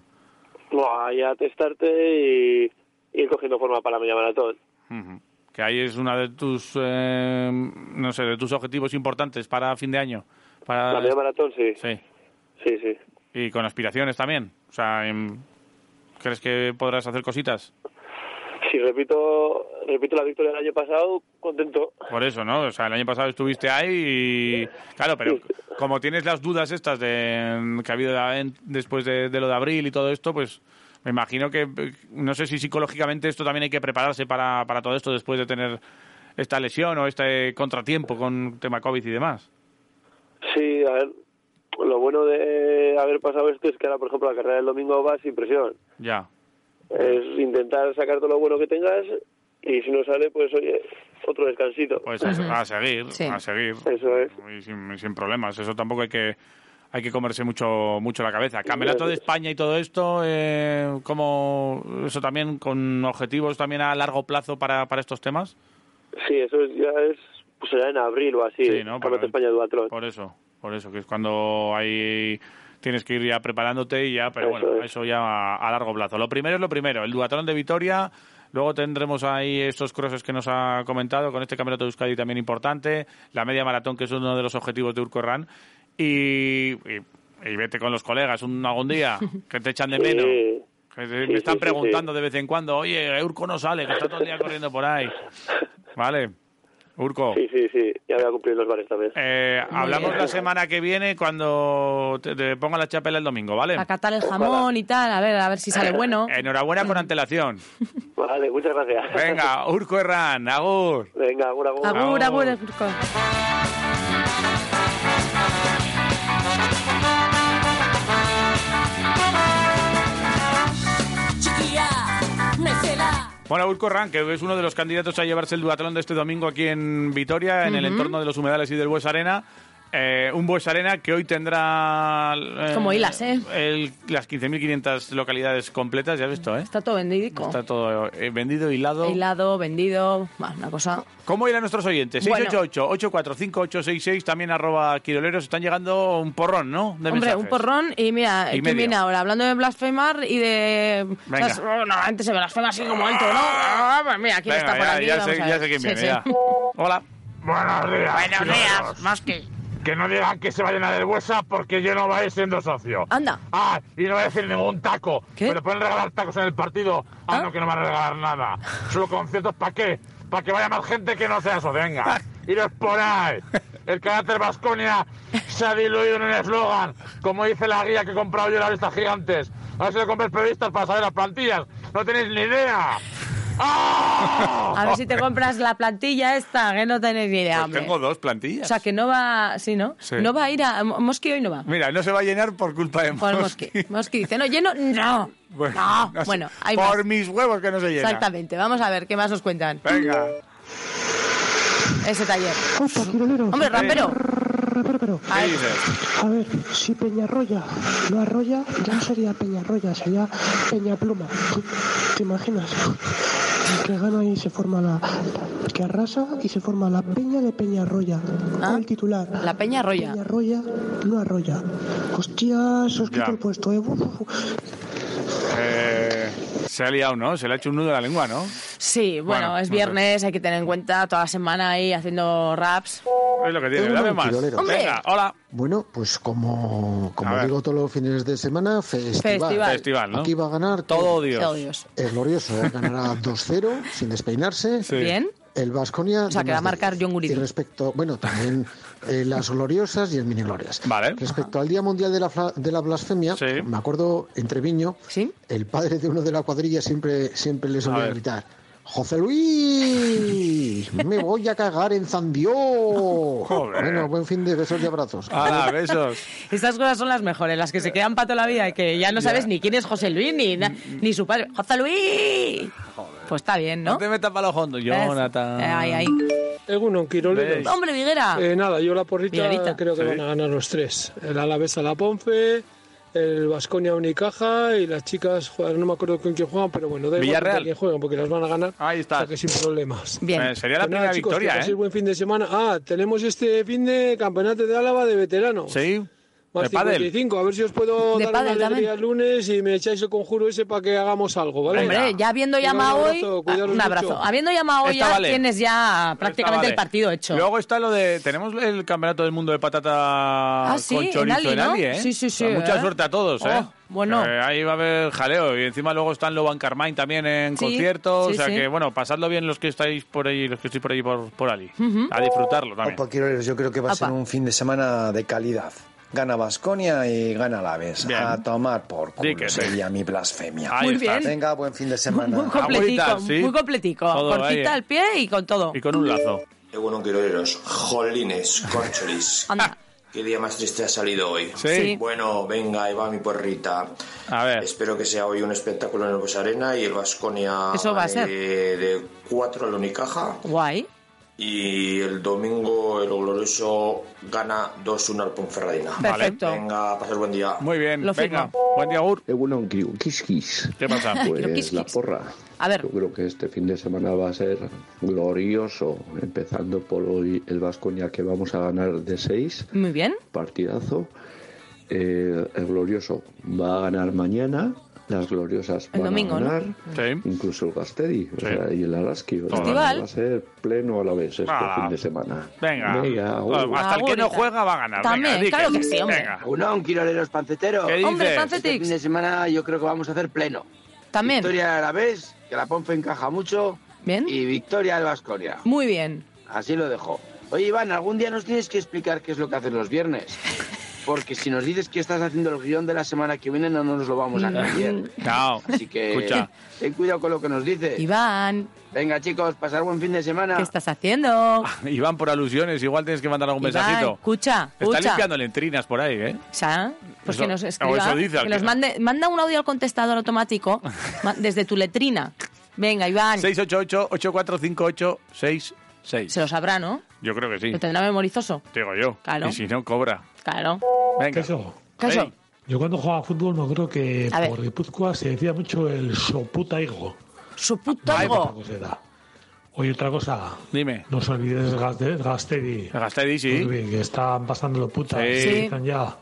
[SPEAKER 26] No, ahí a testarte y ir cogiendo forma para la media maratón.
[SPEAKER 4] Ujú. Que ahí es una de tus, eh, no sé, de tus objetivos importantes para fin de año. Para
[SPEAKER 26] La media maratón, sí.
[SPEAKER 4] Sí.
[SPEAKER 26] Sí, sí.
[SPEAKER 4] Y con aspiraciones también. O sea, em, ¿crees que podrás hacer cositas?
[SPEAKER 26] Si repito, repito la victoria del año pasado, contento.
[SPEAKER 4] Por eso, ¿no? O sea, el año pasado estuviste ahí y... Claro, pero como tienes las dudas estas de mm, que ha habido en- después de, de lo de abril y todo esto, pues me imagino que... eh, No sé si psicológicamente esto también hay que prepararse para, para todo esto después de tener esta lesión o este contratiempo con tema COVID y demás.
[SPEAKER 26] Sí, a ver, lo bueno de haber pasado esto es que ahora, por ejemplo, la carrera del domingo va sin presión.
[SPEAKER 4] Ya.
[SPEAKER 26] Es intentar sacar todo lo bueno que tengas y si no sale, pues oye, otro descansito.
[SPEAKER 4] Pues a, a seguir, a seguir.
[SPEAKER 26] Eso es.
[SPEAKER 4] Y sin, sin problemas. Eso tampoco hay que... Hay que comerse mucho mucho la cabeza. Campeonato de España y todo esto, eh, ¿cómo- eso también con objetivos también a largo plazo para, para estos temas?
[SPEAKER 26] Sí, eso es- ya es, pues será en abril o así,
[SPEAKER 4] Sí, ¿no?
[SPEAKER 26] Campeonato
[SPEAKER 4] Para-
[SPEAKER 26] de España de duatlón.
[SPEAKER 4] Por eso, por eso, que es cuando hay tienes que ir ya preparándote y ya, pero bueno, eso ya a, a largo plazo. Lo primero es lo primero, el duatlón de Vitoria, luego tendremos ahí estos crosses que nos ha comentado, con este campeonato de Euskadi también importante, la media maratón, que es uno de los objetivos de Urco Herrán, y, y- y vete con los colegas un, algún día, que te echan de menos. Que te-
[SPEAKER 26] Sí,
[SPEAKER 4] me están
[SPEAKER 26] sí, sí,
[SPEAKER 4] preguntando de vez en cuando, oye, Urco no sale, que está todo el día corriendo por ahí. Vale, Urco.
[SPEAKER 26] Sí, sí, sí, ya voy a cumplir los bares también.
[SPEAKER 4] Eh, hablamos la semana que viene cuando te, te ponga la chapela el domingo, ¿vale?
[SPEAKER 5] A catar el jamón y tal, a ver, a ver si
[SPEAKER 4] Eh,
[SPEAKER 5] sale bueno.
[SPEAKER 4] Enhorabuena con antelación.
[SPEAKER 26] Vale, muchas gracias.
[SPEAKER 4] Venga, Urco Herrán, agur.
[SPEAKER 26] Venga, agur, agur.
[SPEAKER 5] Agur, agur, Urko.
[SPEAKER 25] Chiquilla, mesela.
[SPEAKER 4] Bueno, Urco Herrán, que es uno de los candidatos a llevarse el duatlón de este domingo aquí en Vitoria, en el
[SPEAKER 5] Ujú.
[SPEAKER 4] entorno de los humedales y del Bues Arena. Eh, un Bues Arena que hoy tendrá... eh,
[SPEAKER 5] Como hilas, ¿eh?
[SPEAKER 4] el- las 15.500 localidades completas, ya has visto, ¿eh?
[SPEAKER 5] Está todo vendidico.
[SPEAKER 4] Está todo eh, vendido, hilado.
[SPEAKER 5] Hilado, vendido, bueno, una cosa.
[SPEAKER 4] ¿Cómo ir a nuestros oyentes?
[SPEAKER 5] Bueno.
[SPEAKER 4] 688-845-866, también arroba quiroleros. Están llegando un porrón, ¿no? De
[SPEAKER 5] Hombre,
[SPEAKER 4] mensajes.
[SPEAKER 5] un porrón y mira,
[SPEAKER 4] Y
[SPEAKER 5] ¿quién
[SPEAKER 4] medio.
[SPEAKER 5] viene ahora? Hablando de blasfemar y de...
[SPEAKER 4] Venga.
[SPEAKER 5] ¿sabes? Bueno, antes se blasfema así como alto, ¿no? Ah, pues mira, ¿quién
[SPEAKER 4] Venga,
[SPEAKER 5] está por
[SPEAKER 4] ya-
[SPEAKER 5] aquí?
[SPEAKER 4] ya
[SPEAKER 5] Vamos
[SPEAKER 4] sé-
[SPEAKER 5] a
[SPEAKER 4] ya
[SPEAKER 5] ver.
[SPEAKER 4] sé quién
[SPEAKER 5] Sí,
[SPEAKER 4] viene,
[SPEAKER 5] sí.
[SPEAKER 4] ya. Hola.
[SPEAKER 3] Buenos días.
[SPEAKER 5] Buenos días, Mosqui.
[SPEAKER 3] Que no digan que se vayan a del Buesa porque yo no voy a ir siendo socio.
[SPEAKER 5] Anda.
[SPEAKER 3] Ah, y no voy a decir ningún taco. Pero pueden regalar tacos en el partido. Ah, no, que no van a regalar nada. Solo conciertos, ¿para qué? Para que vaya más gente que no sea socio.
[SPEAKER 5] Ah.
[SPEAKER 3] Venga, iros por ahí.
[SPEAKER 5] Pues
[SPEAKER 3] El carácter Vasconia se ha diluido en un eslogan. Como dice la guía que he comprado yo en las vistas gigantes. A ver si lo compréis periodistas para saber las plantillas. No tenéis ni idea. ¡Ah!
[SPEAKER 5] A ver si te compras la plantilla esta, que no tenéis ni idea, hombre.
[SPEAKER 4] Pues Tengo dos
[SPEAKER 5] O
[SPEAKER 4] plantillas.
[SPEAKER 5] sea, que no va... Sí, ¿no?
[SPEAKER 4] Sí.
[SPEAKER 5] No va a ir a... Mosqui hoy no va.
[SPEAKER 4] Mira, no se va a llenar por culpa de
[SPEAKER 5] Por
[SPEAKER 4] Mosqui.
[SPEAKER 5] Mosqui. Mosqui dice, no, lleno... No.
[SPEAKER 4] Bueno,
[SPEAKER 5] no.
[SPEAKER 4] no sé.
[SPEAKER 5] Bueno, hay
[SPEAKER 4] Por
[SPEAKER 5] más.
[SPEAKER 4] mis huevos que no se llena.
[SPEAKER 5] Exactamente. Vamos a ver qué más nos cuentan.
[SPEAKER 4] Venga.
[SPEAKER 5] Ese taller. Hombre, rapero.
[SPEAKER 4] ¿Qué dices?
[SPEAKER 12] A ver, si Peñarroya lo arrolla, ya no sería Peñarroya, sería Peñapluma. ¿Te imaginas? Que gana y se forma la. que arrasa y se forma la Peña de Peñarroya. ¿Ah? El titular.
[SPEAKER 5] La Peña Arroya.
[SPEAKER 12] Peñarroya no arrolla. Hostias, os quito el puesto, ¿eh? Uf, uf, uf.
[SPEAKER 4] Eh, se ha liado, ¿no? Se le ha hecho un nudo a la lengua, ¿no?
[SPEAKER 5] Sí, bueno,
[SPEAKER 4] Bueno,
[SPEAKER 5] es
[SPEAKER 4] no sé.
[SPEAKER 5] viernes, hay que tener en cuenta toda la semana ahí haciendo raps.
[SPEAKER 4] Es lo que tiene.
[SPEAKER 12] Hola,
[SPEAKER 4] Dame más.
[SPEAKER 12] quiroleros.
[SPEAKER 4] Venga, hola.
[SPEAKER 12] Eh, Bueno, pues como, como digo todos los fines de semana, festival.
[SPEAKER 4] Festival. Festival, ¿no?
[SPEAKER 12] Aquí va a ganar
[SPEAKER 4] Todo Dios. Todo
[SPEAKER 12] Dios. El glorioso ganará 2-0 sin despeinarse.
[SPEAKER 5] Bien.
[SPEAKER 12] El Vasconia.
[SPEAKER 5] O sea, que va a marcar John Guridi.
[SPEAKER 12] Y respecto, bueno, también eh, las gloriosas y el mini glorias. Vale. Respecto al Día Mundial de la, fla- de la Blasfemia, me acuerdo en Treviño, el padre de uno de la cuadrilla siempre, siempre le solía
[SPEAKER 4] ver.
[SPEAKER 12] gritar. José Luis, me voy a cagar en Zandió. Bueno, buen fin de besos y abrazos.
[SPEAKER 4] Hola, besos.
[SPEAKER 5] Estas cosas son las mejores, las que se quedan para toda la vida y que ya no sabes ni quién es José Luis ni, na- ni su padre. ¡José Luis! Pues está bien, ¿no?
[SPEAKER 4] No te metas para los hondos, Jonathan.
[SPEAKER 5] Eh, Ahí, ahí.
[SPEAKER 13] Egunon, Quiroleros.
[SPEAKER 5] ¿Veis? Hombre, Viguera.
[SPEAKER 13] Eh, nada, yo la porrita
[SPEAKER 5] Viguerita.
[SPEAKER 13] creo que
[SPEAKER 5] Sí.
[SPEAKER 13] van a ganar los tres. El Alavés a la Ponfe, el Vasconia Unicaja y las chicas, joder, no me acuerdo con quién juegan, pero bueno, da igual
[SPEAKER 4] Villarreal.
[SPEAKER 13] con quién juegan porque las van a ganar. Ahí está. que sin problemas.
[SPEAKER 4] Bien. Eh, sería la
[SPEAKER 13] Pues nada,
[SPEAKER 4] primera
[SPEAKER 13] chicos, que
[SPEAKER 4] victoria,
[SPEAKER 13] paséis
[SPEAKER 4] ¿eh?
[SPEAKER 13] buen fin de semana. Ah, tenemos este fin de campeonato de Álava de veteranos.
[SPEAKER 4] Sí.
[SPEAKER 13] Más
[SPEAKER 4] De pádel.
[SPEAKER 13] 55, a ver si os puedo
[SPEAKER 5] De
[SPEAKER 13] dar
[SPEAKER 5] pádel
[SPEAKER 13] una
[SPEAKER 5] también.
[SPEAKER 13] alegría el lunes y me echáis el conjuro ese para que hagamos algo, ¿vale?
[SPEAKER 5] Hombre, ya habiendo
[SPEAKER 13] Venga,
[SPEAKER 5] llamado
[SPEAKER 13] un
[SPEAKER 5] hoy,
[SPEAKER 13] abrazo, cuidaros
[SPEAKER 5] un abrazo.
[SPEAKER 13] mucho.
[SPEAKER 5] Habiendo llamado hoy
[SPEAKER 13] Esta
[SPEAKER 5] ya
[SPEAKER 13] vale.
[SPEAKER 5] tienes ya prácticamente
[SPEAKER 4] Ah, vale.
[SPEAKER 5] el partido hecho.
[SPEAKER 4] Luego está lo de. Tenemos el campeonato del mundo de patata
[SPEAKER 5] Ah, sí,
[SPEAKER 4] con
[SPEAKER 5] en
[SPEAKER 4] chorizo
[SPEAKER 5] Ali, ¿no?
[SPEAKER 4] Ali, ¿eh?
[SPEAKER 5] Sí, sí, sí,
[SPEAKER 4] O sea, Mucha
[SPEAKER 5] ¿eh?
[SPEAKER 4] suerte a todos, ¿eh?
[SPEAKER 5] Oh, bueno.
[SPEAKER 4] Eh, ahí va a haber jaleo. Y encima luego están Loban Carmine también en
[SPEAKER 5] Sí,
[SPEAKER 4] concierto.
[SPEAKER 5] sí,
[SPEAKER 4] o sea
[SPEAKER 5] sí.
[SPEAKER 4] que, bueno, pasadlo bien los que estáis por ahí, los que estoy por ahí por, por Ali.
[SPEAKER 5] Ujú.
[SPEAKER 4] A disfrutarlo también.
[SPEAKER 14] Opa, Quiroleros, yo creo que va a ser un fin de semana de calidad. Gana Basconia y gana Alaves. A tomar por culo
[SPEAKER 4] Di que sí.
[SPEAKER 14] sería mi blasfemia.
[SPEAKER 5] Ahí Muy está. bien.
[SPEAKER 14] Venga, buen fin de semana.
[SPEAKER 5] Muy completico, muy completico.
[SPEAKER 14] Todo
[SPEAKER 5] Cortita
[SPEAKER 14] ahí.
[SPEAKER 5] al pie y con todo.
[SPEAKER 4] con un lazo.
[SPEAKER 15] Egunon Quiroleros, jolines, corcholis. Qué día más triste ha salido hoy.
[SPEAKER 5] Sí.
[SPEAKER 15] Bueno, venga, ahí va mi porrita.
[SPEAKER 4] A ver.
[SPEAKER 15] Espero que sea hoy un espectáculo en el Bosarena y el Vasconia
[SPEAKER 5] Eso va a ser.
[SPEAKER 15] de 4 al Unicaja.
[SPEAKER 5] Guay.
[SPEAKER 15] Y el domingo el glorioso gana 2-1 al Ponferradina.
[SPEAKER 5] Perfecto.
[SPEAKER 15] Venga, pasar buen día.
[SPEAKER 4] Muy bien,
[SPEAKER 15] Lo
[SPEAKER 4] venga.
[SPEAKER 15] firmo.
[SPEAKER 4] Buen día, Gur.
[SPEAKER 3] Egunon, Kiu, Kiss Kiss.
[SPEAKER 4] ¿Qué pasa?
[SPEAKER 3] Pues
[SPEAKER 4] Kiss,
[SPEAKER 3] la
[SPEAKER 4] kiss.
[SPEAKER 3] porra.
[SPEAKER 5] A ver.
[SPEAKER 3] Yo creo que este fin de semana va a ser glorioso, empezando por hoy el Vasconia que vamos a ganar de 6,
[SPEAKER 5] Muy bien.
[SPEAKER 3] partidazo. Eh, el glorioso va a ganar mañana, las gloriosas
[SPEAKER 5] El
[SPEAKER 3] van
[SPEAKER 5] domingo,
[SPEAKER 3] a
[SPEAKER 5] ¿no?
[SPEAKER 3] ganar, incluso el Gastedi o sea, y el Araski. O sea,
[SPEAKER 5] Estival.
[SPEAKER 3] va a ser pleno a la vez este
[SPEAKER 4] Ah.
[SPEAKER 3] fin de semana.
[SPEAKER 4] Venga.
[SPEAKER 3] agur.
[SPEAKER 4] Ah, Hasta el que no juega va a ganar.
[SPEAKER 16] También,
[SPEAKER 4] venga, di
[SPEAKER 16] claro que sí, hombre.
[SPEAKER 4] Venga.
[SPEAKER 16] Unón, quiroleros, panceteros.
[SPEAKER 4] ¿Qué dices? Hombre, pancetix.
[SPEAKER 16] Este fin de semana yo creo que vamos a hacer pleno.
[SPEAKER 5] También.
[SPEAKER 16] Victoria a la vez, que la Ponfe encaja mucho.
[SPEAKER 5] Bien.
[SPEAKER 16] Y victoria al Vasconia.
[SPEAKER 5] Muy bien.
[SPEAKER 16] Así lo dejo. Oye, Iván, algún día nos tienes que explicar qué es lo que haces los viernes. Porque si nos dices que estás haciendo el guión de la semana que viene, no nos lo vamos a
[SPEAKER 5] Mm.
[SPEAKER 16] creer.
[SPEAKER 4] No.
[SPEAKER 16] Así que
[SPEAKER 4] Escucha.
[SPEAKER 16] ten cuidado con lo que nos dices.
[SPEAKER 5] Iván,
[SPEAKER 16] Venga, chicos, pasar buen fin de semana.
[SPEAKER 5] ¿qué estás haciendo?
[SPEAKER 4] Iván, por alusiones, igual tienes que mandar algún
[SPEAKER 5] Iván,
[SPEAKER 4] mensajito.
[SPEAKER 5] escucha,
[SPEAKER 4] Está
[SPEAKER 5] escucha.
[SPEAKER 4] limpiando lentrinas por ahí, ¿eh?
[SPEAKER 5] O sea, pues
[SPEAKER 4] Eso-
[SPEAKER 5] que nos
[SPEAKER 4] o
[SPEAKER 5] escriba,
[SPEAKER 4] eso dice al
[SPEAKER 5] que nos
[SPEAKER 4] que-
[SPEAKER 5] mande, manda un audio al contestador automático ma- desde tu letrina. Venga, Iván,
[SPEAKER 4] 688-845866.
[SPEAKER 5] se lo sabrá, ¿no?
[SPEAKER 4] Yo creo que sí.
[SPEAKER 5] Lo tendrá memorizoso.
[SPEAKER 4] Digo yo.
[SPEAKER 5] Claro.
[SPEAKER 4] Y si no, cobra.
[SPEAKER 5] Claro.
[SPEAKER 4] Venga.
[SPEAKER 5] Caso.
[SPEAKER 4] Ey.
[SPEAKER 13] Yo cuando jugaba a fútbol me creo que
[SPEAKER 5] A ver.
[SPEAKER 13] por Guipúzcoa se decía mucho el soputaigo.
[SPEAKER 5] Soputaigo.
[SPEAKER 13] Oye, otra cosa.
[SPEAKER 4] Dime.
[SPEAKER 13] No os olvidéis de Gaste- Gastedi.
[SPEAKER 4] Gastedi, sí.
[SPEAKER 13] Que están pasándolo putas.
[SPEAKER 4] Sí. Sí.
[SPEAKER 13] Están ya.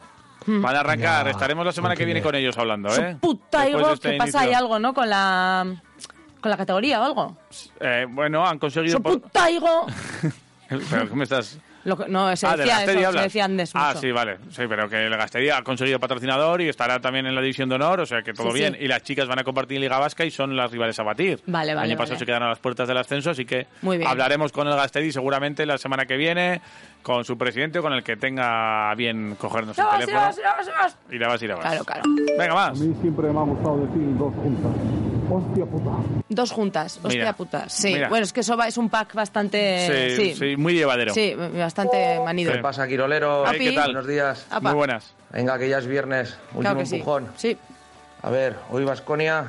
[SPEAKER 5] Hmm.
[SPEAKER 4] Van a arrancar. Estaremos la semana que viene con ellos hablando, ¿eh? Después
[SPEAKER 5] Putaigo,
[SPEAKER 4] de este
[SPEAKER 5] que pasa ahí
[SPEAKER 4] inicio.
[SPEAKER 5] algo, ¿no? Con la con la categoría o algo.
[SPEAKER 4] Eh, bueno, han conseguido... por-
[SPEAKER 5] Soputaigo.
[SPEAKER 4] ¿Pero cómo estás?
[SPEAKER 5] Lo que- no, se
[SPEAKER 4] Ah, de
[SPEAKER 5] decía
[SPEAKER 4] Gasteiz
[SPEAKER 5] eso, se
[SPEAKER 4] hablas.
[SPEAKER 5] decía antes
[SPEAKER 4] Ah,
[SPEAKER 5] mucho.
[SPEAKER 4] sí, vale. Sí, pero que el Gastería ha conseguido patrocinador y estará también en la división de honor, o sea que todo
[SPEAKER 5] Sí,
[SPEAKER 4] bien.
[SPEAKER 5] sí.
[SPEAKER 4] Y las chicas van a compartir Liga Vasca y son las rivales a batir.
[SPEAKER 5] Vale,
[SPEAKER 4] El
[SPEAKER 5] vale,
[SPEAKER 4] año pasado
[SPEAKER 5] vale.
[SPEAKER 4] se quedaron a las puertas del ascenso, así que
[SPEAKER 5] Muy bien.
[SPEAKER 4] hablaremos con el Gastedi seguramente la semana que viene, con su presidente o con el que tenga a bien cogernos el
[SPEAKER 5] Sebas,
[SPEAKER 4] teléfono.
[SPEAKER 5] Sebas, Sebas, Sebas.
[SPEAKER 4] Y la vas y la vas.
[SPEAKER 5] Claro, claro.
[SPEAKER 4] Venga, más.
[SPEAKER 17] A mí siempre me ha gustado decir dos juntas. Hostia puta.
[SPEAKER 5] Dos juntas, hostia
[SPEAKER 4] Mira,
[SPEAKER 5] puta. Sí,
[SPEAKER 4] mira.
[SPEAKER 5] bueno, es que eso va- es un pack bastante...
[SPEAKER 4] Sí, sí, muy llevadero.
[SPEAKER 5] Sí, bastante manido.
[SPEAKER 27] ¿Qué pasa, Quirolero?
[SPEAKER 5] Api. ¿Qué tal?
[SPEAKER 27] Buenos días.
[SPEAKER 5] Apa. Muy
[SPEAKER 4] buenas.
[SPEAKER 27] Venga, que ya es viernes. Último
[SPEAKER 5] Claro que sí.
[SPEAKER 27] empujón.
[SPEAKER 5] Sí.
[SPEAKER 27] A ver, hoy Vasconia,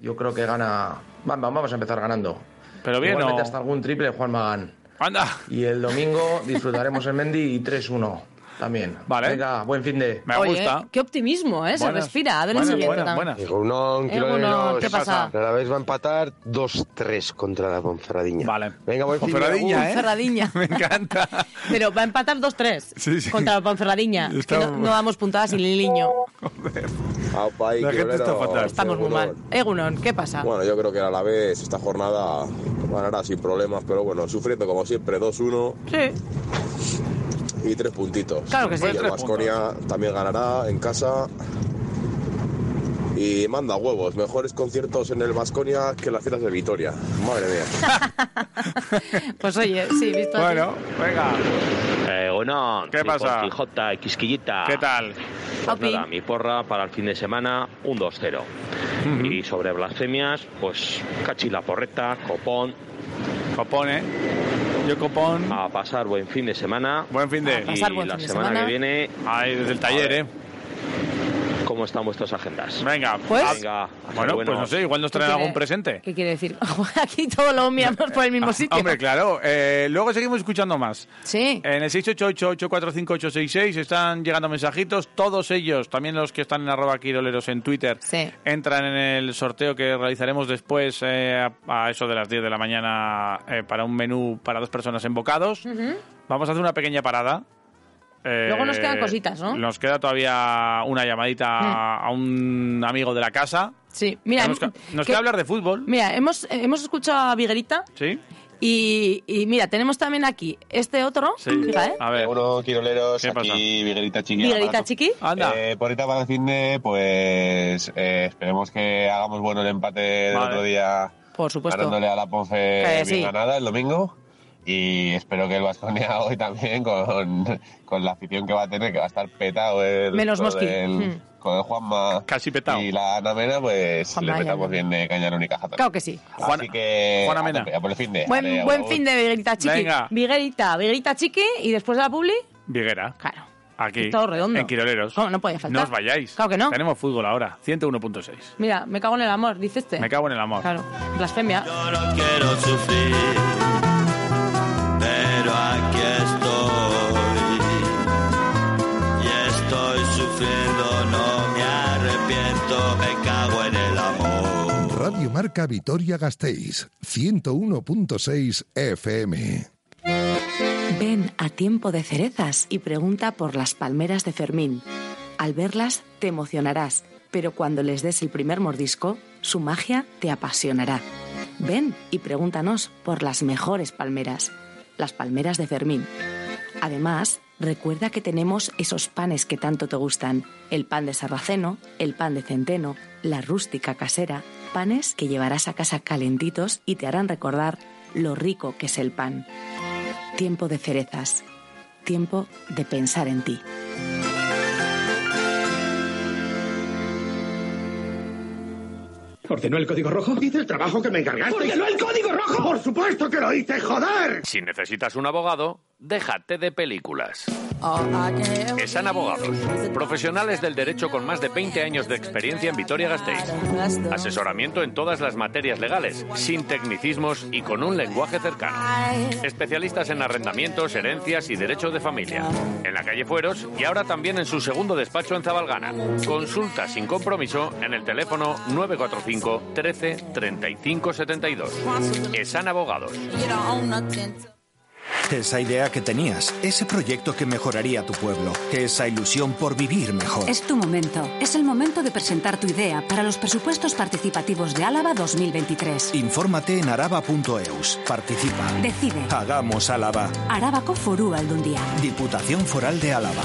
[SPEAKER 27] yo creo que gana. Vamos, vamos a empezar ganando.
[SPEAKER 4] Pero bien,
[SPEAKER 27] Igual
[SPEAKER 4] ¿no?
[SPEAKER 27] mete hasta algún triple Juan Magán.
[SPEAKER 4] Anda.
[SPEAKER 27] Y el domingo disfrutaremos en Mendy y 3-1 también.
[SPEAKER 4] Vale.
[SPEAKER 27] Venga, buen fin de.
[SPEAKER 5] Oye, qué optimismo, ¿eh? Se
[SPEAKER 27] Buenas.
[SPEAKER 5] respira. A ver el
[SPEAKER 27] Buenas,
[SPEAKER 5] siguiente.
[SPEAKER 27] buenas,
[SPEAKER 5] tan- Eh,
[SPEAKER 27] buenas.
[SPEAKER 28] Egunon, quiroleros.
[SPEAKER 5] ¿qué pasa?
[SPEAKER 28] La vez va a empatar 2-3 contra la Ponferradiña. Vale. Venga, buen fin de
[SPEAKER 5] Con
[SPEAKER 3] ¿eh?
[SPEAKER 5] Ferradiña. Me
[SPEAKER 4] encanta.
[SPEAKER 5] Pero va a empatar 2-3
[SPEAKER 28] Sí, sí.
[SPEAKER 5] contra la Ponferradiña. Es que
[SPEAKER 28] Está-
[SPEAKER 5] no, no damos puntadas sin Liliño.
[SPEAKER 29] Apa, y
[SPEAKER 28] La gente está
[SPEAKER 29] quiroleros.
[SPEAKER 28] fatal.
[SPEAKER 5] Estamos muy mal. Egunon, ¿qué pasa?
[SPEAKER 29] Bueno, yo creo que el Alavés esta jornada ganará sin problemas, pero bueno, sufriendo como siempre 2-1
[SPEAKER 5] Sí.
[SPEAKER 28] y tres puntitos.
[SPEAKER 5] Claro que sí.
[SPEAKER 28] Y
[SPEAKER 5] Tres
[SPEAKER 28] el Baskonia también ganará en casa. Y manda huevos, mejores conciertos en el Vasconia que las fiestas de Vitoria. Madre mía.
[SPEAKER 5] Pues oye, sí, visto así.
[SPEAKER 4] Bueno, venga.
[SPEAKER 30] Eh, bueno,
[SPEAKER 4] ¿Qué pasa?
[SPEAKER 30] Quijota, Quisquillita.
[SPEAKER 4] ¿Qué tal?
[SPEAKER 30] Pues
[SPEAKER 5] Opi.
[SPEAKER 30] nada, mi porra para el fin de semana, un 2-0. Y sobre blasfemias, pues cachila porreta, copón.
[SPEAKER 4] Copón, ¿eh? Yo copón.
[SPEAKER 30] A pasar buen fin de semana.
[SPEAKER 4] Buen fin de.
[SPEAKER 30] Y
[SPEAKER 4] A pasar buen
[SPEAKER 30] la
[SPEAKER 4] fin de
[SPEAKER 30] semana,
[SPEAKER 4] semana.
[SPEAKER 30] que viene.
[SPEAKER 4] Ahí desde el taller, ¿eh?
[SPEAKER 30] Como
[SPEAKER 31] cómo están vuestras agendas.
[SPEAKER 4] Venga,
[SPEAKER 32] Pues-
[SPEAKER 31] Venga, hasta
[SPEAKER 4] Bueno,
[SPEAKER 31] luego.
[SPEAKER 4] pues no sé, igual nos traen
[SPEAKER 32] ¿Qué
[SPEAKER 4] algún
[SPEAKER 32] tiene?
[SPEAKER 4] presente.
[SPEAKER 32] ¿Qué quiere decir? Aquí todos lo miramos por el mismo sitio.
[SPEAKER 4] Ah, Hombre, claro. eh, luego seguimos escuchando más.
[SPEAKER 32] Sí.
[SPEAKER 4] En el 688-845-866 están llegando mensajitos. Todos ellos, también los que están en arroba quiroleros en Twitter, entran en el sorteo que realizaremos después eh, a a eso de las 10 de la mañana eh, para un menú para dos personas en bocados.
[SPEAKER 32] Ujú.
[SPEAKER 4] Vamos a hacer una pequeña parada. Eh,
[SPEAKER 32] Luego nos quedan cositas, ¿no?
[SPEAKER 4] Nos queda todavía una llamadita a un amigo de la casa.
[SPEAKER 32] Sí, mira,
[SPEAKER 4] Nos,
[SPEAKER 32] que-
[SPEAKER 4] queda hablar de fútbol.
[SPEAKER 32] Mira, hemos, hemos escuchado a Viguerita
[SPEAKER 4] ¿Sí?
[SPEAKER 32] y, y mira, tenemos también aquí este otro. Fija, ¿eh?
[SPEAKER 4] A ver.
[SPEAKER 3] Seguro, Quiroleros, aquí Viguerita Chiqui.
[SPEAKER 32] Viguerita
[SPEAKER 3] aparato.
[SPEAKER 32] Chiqui. Anda.
[SPEAKER 3] Eh, por ahorita para el fin de, pues eh, esperemos que hagamos bueno el empate del
[SPEAKER 32] Vale.
[SPEAKER 3] otro día.
[SPEAKER 32] Por supuesto.
[SPEAKER 3] Ganándole a la Ponfe
[SPEAKER 32] Eh,
[SPEAKER 3] bien
[SPEAKER 32] sí.
[SPEAKER 3] ganada el domingo. Y espero que el Vasconia hoy también, con, con la afición que va a tener, que va a estar petado. el-
[SPEAKER 32] Menos
[SPEAKER 3] con
[SPEAKER 32] Mosqui.
[SPEAKER 3] el-
[SPEAKER 32] Mm.
[SPEAKER 3] Con el Juanma.
[SPEAKER 4] Casi petado.
[SPEAKER 3] Y la Ana Mena, pues
[SPEAKER 32] Juanma,
[SPEAKER 3] le
[SPEAKER 32] ya,
[SPEAKER 3] petamos bien de Cañarón y Caja
[SPEAKER 32] Claro que sí.
[SPEAKER 3] Así que.
[SPEAKER 4] Juana
[SPEAKER 3] a
[SPEAKER 4] Mena.
[SPEAKER 3] tope, a por el fin de.
[SPEAKER 32] Buen,
[SPEAKER 3] Ale,
[SPEAKER 32] buen
[SPEAKER 3] agur.
[SPEAKER 32] fin de Viguerita Chiqui.
[SPEAKER 3] Venga.
[SPEAKER 32] Viguerita, Viguerita Chiqui y después de la publi,
[SPEAKER 4] Viguera.
[SPEAKER 32] Claro.
[SPEAKER 4] Aquí.
[SPEAKER 32] Todo redondo.
[SPEAKER 4] En Quiroleros.
[SPEAKER 32] no podía faltar.
[SPEAKER 4] No os vayáis.
[SPEAKER 32] Claro que no.
[SPEAKER 4] Tenemos fútbol ahora. 101.6.
[SPEAKER 32] Mira, me cago en el amor, dice este.
[SPEAKER 4] Me cago en el amor.
[SPEAKER 32] Claro, blasfemia.
[SPEAKER 33] quiero sufrir, pero aquí estoy. Y estoy sufriendo, no me arrepiento, me cago en el amor.
[SPEAKER 11] Radio Marca Vitoria Gasteiz, 101.6 FM.
[SPEAKER 5] Ven a tiempo de cerezas y pregunta por las palmeras de Fermín. Al verlas te emocionarás, pero cuando les des el primer mordisco, su magia te apasionará. Ven y pregúntanos por las mejores palmeras, las palmeras de Fermín. Además, recuerda que tenemos esos panes que tanto te gustan, el pan de sarraceno, el pan de centeno, la rústica casera, panes que llevarás a casa calentitos y te harán recordar lo rico que es el pan. Tiempo de cerezas. Tiempo de pensar en ti.
[SPEAKER 34] ¿Ordenó el código rojo? Hice el trabajo que me encargaste.
[SPEAKER 9] ¡Ordenó el
[SPEAKER 34] código rojo! ¡Por supuesto que lo hice, joder!
[SPEAKER 9] Si necesitas un abogado, déjate de películas. Esan Abogados, profesionales del derecho con más de 20 años de experiencia en Vitoria-Gasteiz. Asesoramiento en todas las materias legales, sin tecnicismos y con un lenguaje cercano. Especialistas en arrendamientos, herencias y derecho de familia. En la calle Fueros y ahora también en su segundo despacho en Zabalgana. Consulta sin compromiso en el teléfono 945 13 35 72. Esan Abogados.
[SPEAKER 35] Esa idea que tenías, ese proyecto que mejoraría tu pueblo, esa ilusión por vivir mejor. Es tu momento. Es el momento de presentar tu idea para los presupuestos participativos de Álava 2023. Infórmate en araba.eus. Participa. Decide. Hagamos Álava. Arábaco Forú Aldundia. Diputación Foral de Álava.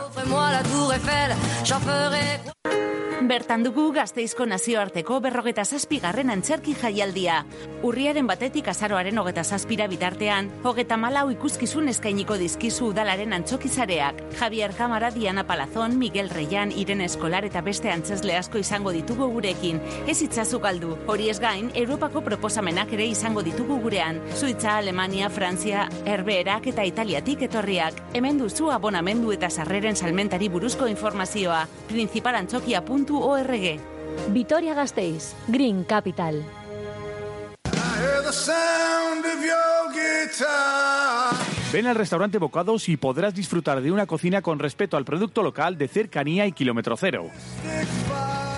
[SPEAKER 36] Offrez-moi la tour Eiffel, j'en ferai...
[SPEAKER 37] Bertan dugu gazteizko nazioarteko berrogeta zazpigarren antzerki jaialdia. Urriaren batetik azaroaren hogeta zazpira bitartean, hogeta malau ikuskizun eskainiko dizkizu udalaren antzokizareak. Javier Kamara, Diana Palazón, Miguel Reian, Irene Eskolar eta beste antzesle asko izango ditugu gurekin. Ez itzazu galdu, hori ez gain, Europako proposamenak ere izango ditugu gurean. Suitza, Alemania, Frantzia, Herbeerak eta Italiatik etorriak. Hemen duzu abonamendu eta sarreren salmentari buruzko informazioa. principalantzokia.org
[SPEAKER 22] Vitoria Gasteiz, Green Capital.
[SPEAKER 4] Ven al restaurante Bocados y podrás disfrutar de una cocina con respeto al producto local de cercanía y kilómetro cero.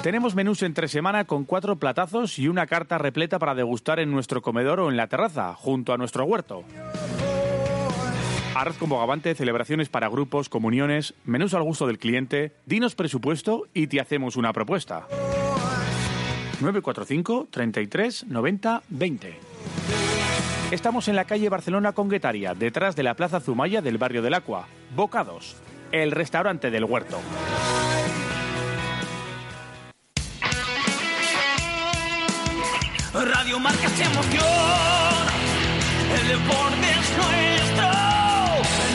[SPEAKER 4] Tenemos menús entre semana con cuatro platazos y una carta repleta para degustar en nuestro comedor o en la terraza, junto a nuestro huerto. Arroz con bogavante, celebraciones para grupos, comuniones, menús al gusto del cliente, dinos presupuesto y te hacemos una propuesta. 945 33 90 20. Estamos en la calle Barcelona con Guetaria, detrás de la Plaza Zumaya del barrio del Acua. Bocados. el restaurante del huerto.
[SPEAKER 20] Radio Marca se emoción. El deporte es nuestro.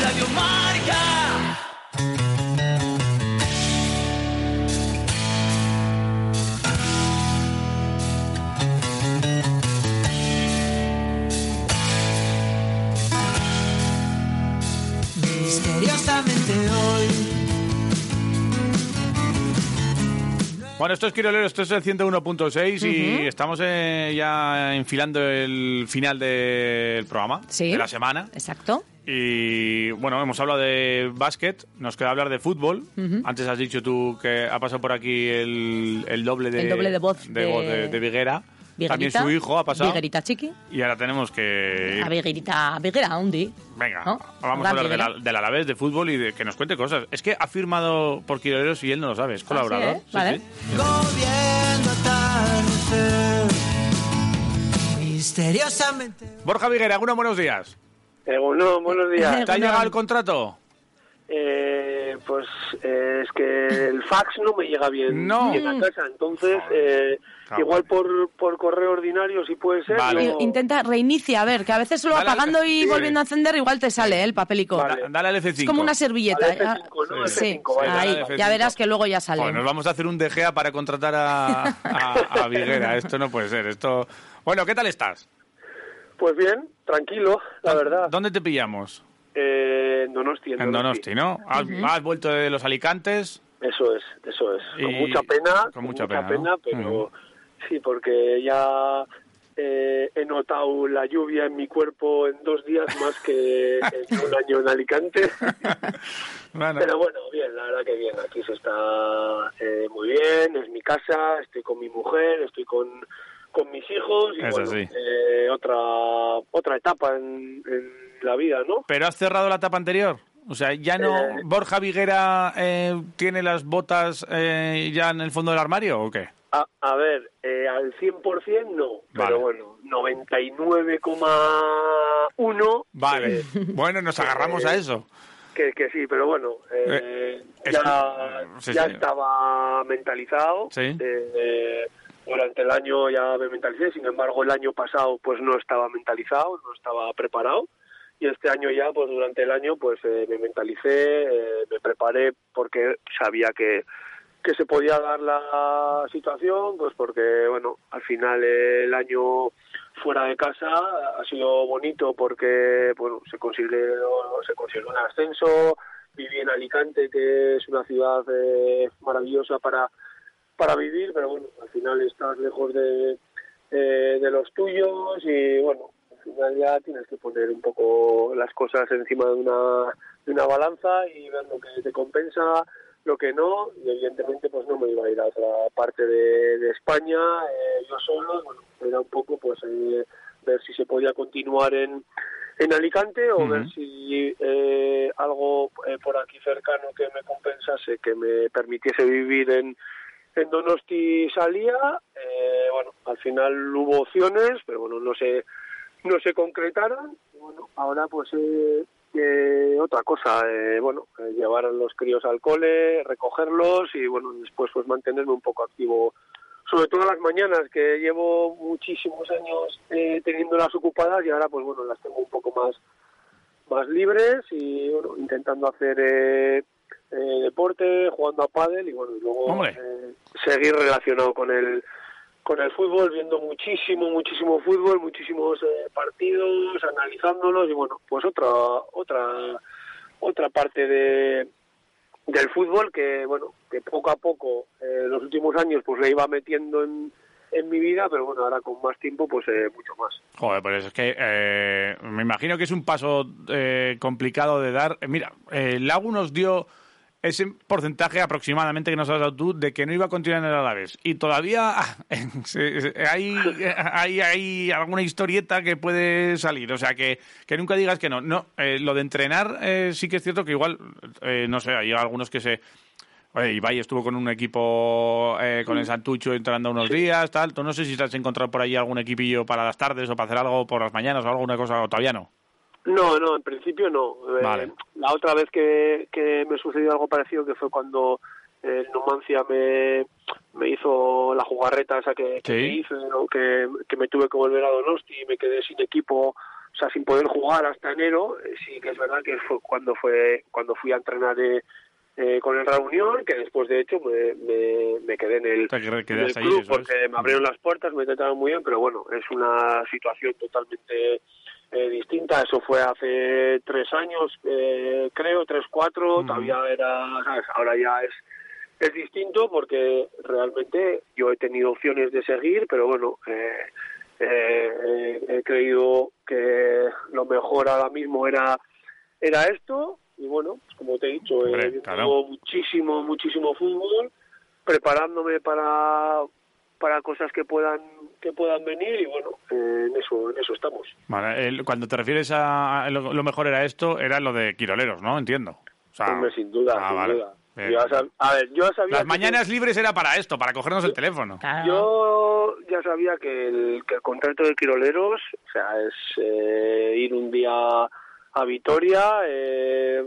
[SPEAKER 20] Radio Marca.
[SPEAKER 2] Misteriosamente hoy.
[SPEAKER 4] Bueno, esto es Quirolero, esto es el 101.6 y estamos eh, ya enfilando el final del programa, de la semana.
[SPEAKER 5] Exacto.
[SPEAKER 4] Y bueno, hemos hablado de básquet, nos queda hablar de fútbol.
[SPEAKER 5] Ujú.
[SPEAKER 4] Antes has dicho tú que ha pasado por aquí el, el doble de
[SPEAKER 5] El doble de voz de-
[SPEAKER 4] voz de- de Viguera. También
[SPEAKER 5] Viguerita,
[SPEAKER 4] su hijo ha pasado.
[SPEAKER 5] Viguerita chiqui.
[SPEAKER 4] Y ahora tenemos que...
[SPEAKER 5] A Viguerita, Viguera, un día.
[SPEAKER 4] Venga,
[SPEAKER 5] ¿No?
[SPEAKER 4] Ah, vamos a
[SPEAKER 5] Hablar
[SPEAKER 4] hablar del
[SPEAKER 5] Viguera.
[SPEAKER 4] al- del Alavés, de fútbol y de que nos cuente cosas. Es que ha firmado por Quiroleros y él no lo sabe, es colaborador.
[SPEAKER 2] ¿eh?
[SPEAKER 4] Sí,
[SPEAKER 2] Vale.
[SPEAKER 4] sí.
[SPEAKER 2] Viendo atardecer. Misteriosamente.
[SPEAKER 4] Borja Viguera, algunos buenos días.
[SPEAKER 28] Egunon, Eh, buenos días.
[SPEAKER 4] ¿Te ha llegado el contrato?
[SPEAKER 28] Eh, pues eh, es que el fax no me llega bien
[SPEAKER 4] No.
[SPEAKER 28] bien a casa, entonces eh,
[SPEAKER 4] Cabrón.
[SPEAKER 28] igual por, por correo ordinario si puede ser.
[SPEAKER 5] Y-
[SPEAKER 28] yo-
[SPEAKER 5] Intenta reinicia, a ver, que a veces solo
[SPEAKER 28] Dale,
[SPEAKER 5] apagando y
[SPEAKER 28] sí.
[SPEAKER 5] volviendo a encender igual te sale eh, el papelico.
[SPEAKER 4] Da- Dale al F5.
[SPEAKER 5] Es como una servilleta.
[SPEAKER 28] Al
[SPEAKER 5] ya-
[SPEAKER 28] F5, ¿no?
[SPEAKER 5] Sí,
[SPEAKER 28] F5, vale.
[SPEAKER 5] ahí,
[SPEAKER 4] Dale al F5.
[SPEAKER 5] ya verás que luego ya sale.
[SPEAKER 4] Joder, nos vamos a hacer un DGA para contratar a, a, a Viguera. Esto no puede ser. Esto. Bueno, ¿qué tal estás?
[SPEAKER 28] Pues bien, tranquilo, la verdad.
[SPEAKER 4] ¿Dónde te pillamos?
[SPEAKER 28] Eh, en Donosti.
[SPEAKER 4] En Donosti, ¿no? ¿Has,
[SPEAKER 28] Ujú.
[SPEAKER 4] has vuelto de los Alicantes?
[SPEAKER 28] Eso es, eso es. Con
[SPEAKER 4] Y-
[SPEAKER 28] mucha pena.
[SPEAKER 4] con mucha pena, ¿no?
[SPEAKER 28] pero
[SPEAKER 4] Ujú.
[SPEAKER 28] sí, porque ya eh, he notado la lluvia en mi cuerpo en dos días más que en un año en Alicante. Pero bueno, bien, la verdad que bien. Aquí se está eh, muy bien, es mi casa, estoy con mi mujer, estoy con, con mis hijos. Y
[SPEAKER 4] Eso
[SPEAKER 28] bueno,
[SPEAKER 4] sí.
[SPEAKER 28] eh, otra, otra etapa en, en la vida, ¿no?
[SPEAKER 4] ¿Pero has cerrado la etapa anterior? O sea, ya no.
[SPEAKER 28] Eh.
[SPEAKER 4] ¿Borja Viguera eh, tiene las botas eh, ya en el fondo del armario o qué?
[SPEAKER 28] A, a ver, eh, al 100% no,
[SPEAKER 4] Vale.
[SPEAKER 28] pero bueno, 99,1 eh,
[SPEAKER 4] Vale. bueno, nos agarramos a eso.
[SPEAKER 28] que, que sí, pero bueno, eh,
[SPEAKER 4] Eh,
[SPEAKER 28] ya,
[SPEAKER 4] es- sí,
[SPEAKER 28] ya
[SPEAKER 4] sí.
[SPEAKER 28] estaba mentalizado.
[SPEAKER 4] Sí.
[SPEAKER 28] eh, durante el año ya me mentalicé, sin embargo el año pasado pues no estaba mentalizado, no estaba preparado. Y este año ya, pues durante el año, pues eh, me mentalicé, eh, me preparé porque sabía que, que se podía dar la situación, pues porque, bueno, al final eh, el año fuera de casa ha sido bonito porque, bueno, se consiguió, se consiguió un ascenso, viví en Alicante, que es una ciudad eh, maravillosa para, para vivir, pero bueno, al final estás lejos de, eh, de los tuyos y, bueno, al final ya tienes que poner un poco las cosas encima de una, de una balanza y ver lo que te compensa lo que no, y evidentemente pues no me iba a ir a otra parte de, de España, eh, yo solo, bueno, era un poco pues eh, ver si se podía continuar en, en Alicante o
[SPEAKER 7] Ujú.
[SPEAKER 28] ver si eh, algo eh, por aquí cercano que me compensase, que me permitiese vivir en, en Donosti salía, eh, bueno, al final hubo opciones, pero bueno, no se, no se concretaron, y bueno, ahora pues eh, eh, otra cosa, eh, bueno, eh, llevar a los críos al cole, recogerlos y bueno, después pues mantenerme un poco activo, sobre todo las mañanas que llevo muchísimos años eh, teniéndolas ocupadas y ahora pues bueno, las tengo un poco más más libres y bueno, intentando hacer eh, eh, deporte, jugando a pádel y bueno, y luego
[SPEAKER 4] Hombre.
[SPEAKER 28] eh, seguir relacionado con el con el fútbol, viendo muchísimo, muchísimo fútbol, muchísimos eh, partidos, analizándolos y bueno, pues otra otra otra parte de del fútbol que bueno, que poco a poco eh, los últimos años pues le iba metiendo en en mi vida, pero bueno, ahora con más tiempo pues eh, mucho más.
[SPEAKER 4] Joder, pues es que eh, me imagino que es un paso eh, complicado de dar. Eh, Mira, eh, Lagu nos dio ese porcentaje aproximadamente que nos has dado tú de que no iba a continuar en el Alavés. Y todavía ah, eh, se- se- hay, eh, hay, hay alguna historieta que puede salir. O sea, que, que nunca digas que no. No, eh, lo de entrenar eh, sí que es cierto que igual, eh, no sé, hay algunos que se... Oye, Ibai estuvo con un equipo, eh, con el
[SPEAKER 28] Mm.
[SPEAKER 4] Santucho entrando unos días, tal. Tú No sé si te has encontrado por ahí algún equipillo para las tardes o para hacer algo por las mañanas o alguna cosa, o todavía no.
[SPEAKER 28] No, no, en principio no. Eh,
[SPEAKER 4] Vale.
[SPEAKER 28] la otra vez que, que me sucedió algo parecido, que fue cuando eh, el Numancia me, me hizo la jugarreta esa que, que
[SPEAKER 4] Sí.
[SPEAKER 28] me hizo, ¿no? que, que me tuve que volver a Donosti y me quedé sin equipo, o sea, sin poder jugar hasta enero, eh, sí que es verdad que fue cuando, fue, cuando fui a entrenar eh, eh, con el Reunión, que después de hecho me, me, me quedé en el,
[SPEAKER 4] Te qued-
[SPEAKER 28] en el
[SPEAKER 4] quedas ahí, eso
[SPEAKER 28] club
[SPEAKER 4] es.
[SPEAKER 28] porque me abrieron las puertas, me trataron muy bien, pero bueno, es una situación totalmente eh, distinta. Eso fue hace tres años, eh, creo, tres, cuatro. Todavía era, ¿sabes? ahora ya es es distinto porque realmente yo he tenido opciones de seguir, pero bueno, eh, eh, eh, he creído que lo mejor ahora mismo era era esto y bueno, pues como te he dicho, eh,
[SPEAKER 4] Hombre,
[SPEAKER 28] yo
[SPEAKER 4] claro.
[SPEAKER 28] tengo muchísimo, muchísimo fútbol, preparándome para para cosas que puedan que puedan venir y bueno, eh, en eso en eso estamos.
[SPEAKER 4] Vale, el- cuando te refieres a a lo, lo mejor era esto, era lo de Quiroleros, ¿no? Entiendo. O sea,
[SPEAKER 28] Hombre, sin duda,
[SPEAKER 4] ah,
[SPEAKER 28] sin
[SPEAKER 4] vale.
[SPEAKER 28] duda.
[SPEAKER 4] Bien.
[SPEAKER 28] Yo ya sab- a ver, yo ya sabía
[SPEAKER 4] Las
[SPEAKER 28] que-
[SPEAKER 4] mañanas libres era para esto, para cogernos el teléfono.
[SPEAKER 28] Yo ya sabía que el, que el contrato de Quiroleros, o sea, es eh, ir un día a Vitoria eh,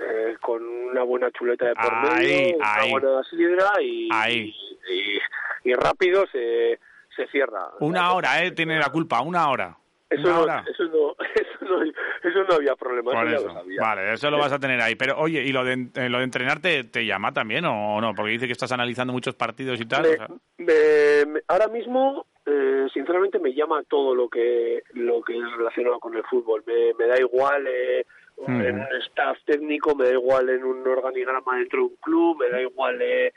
[SPEAKER 28] eh, con una buena chuleta de por
[SPEAKER 4] Ahí,
[SPEAKER 28] medio,
[SPEAKER 4] ahí.
[SPEAKER 28] una buena sidra y,
[SPEAKER 4] Ahí.
[SPEAKER 28] y, y rápido se, se cierra.
[SPEAKER 4] Una hora, ¿eh? Tiene la culpa, una hora.
[SPEAKER 28] Eso
[SPEAKER 4] una
[SPEAKER 28] no,
[SPEAKER 4] hora.
[SPEAKER 28] eso, no, eso, no, eso no había problema,
[SPEAKER 4] Por
[SPEAKER 28] eso ya
[SPEAKER 4] eso.
[SPEAKER 28] lo sabía.
[SPEAKER 4] Vale, eso lo vas a tener ahí. Pero oye, ¿y lo de, en- eh, lo de entrenar te, te llama también o no? Porque dice que estás analizando muchos partidos y tal.
[SPEAKER 28] Me-
[SPEAKER 4] o sea,
[SPEAKER 28] me- me- ahora mismo, eh, sinceramente, me llama todo lo que lo que es relacionado con el fútbol. Me, me da igual eh,
[SPEAKER 4] Mm.
[SPEAKER 28] en un staff técnico, me da igual en un organigrama dentro de un club, me da igual eh,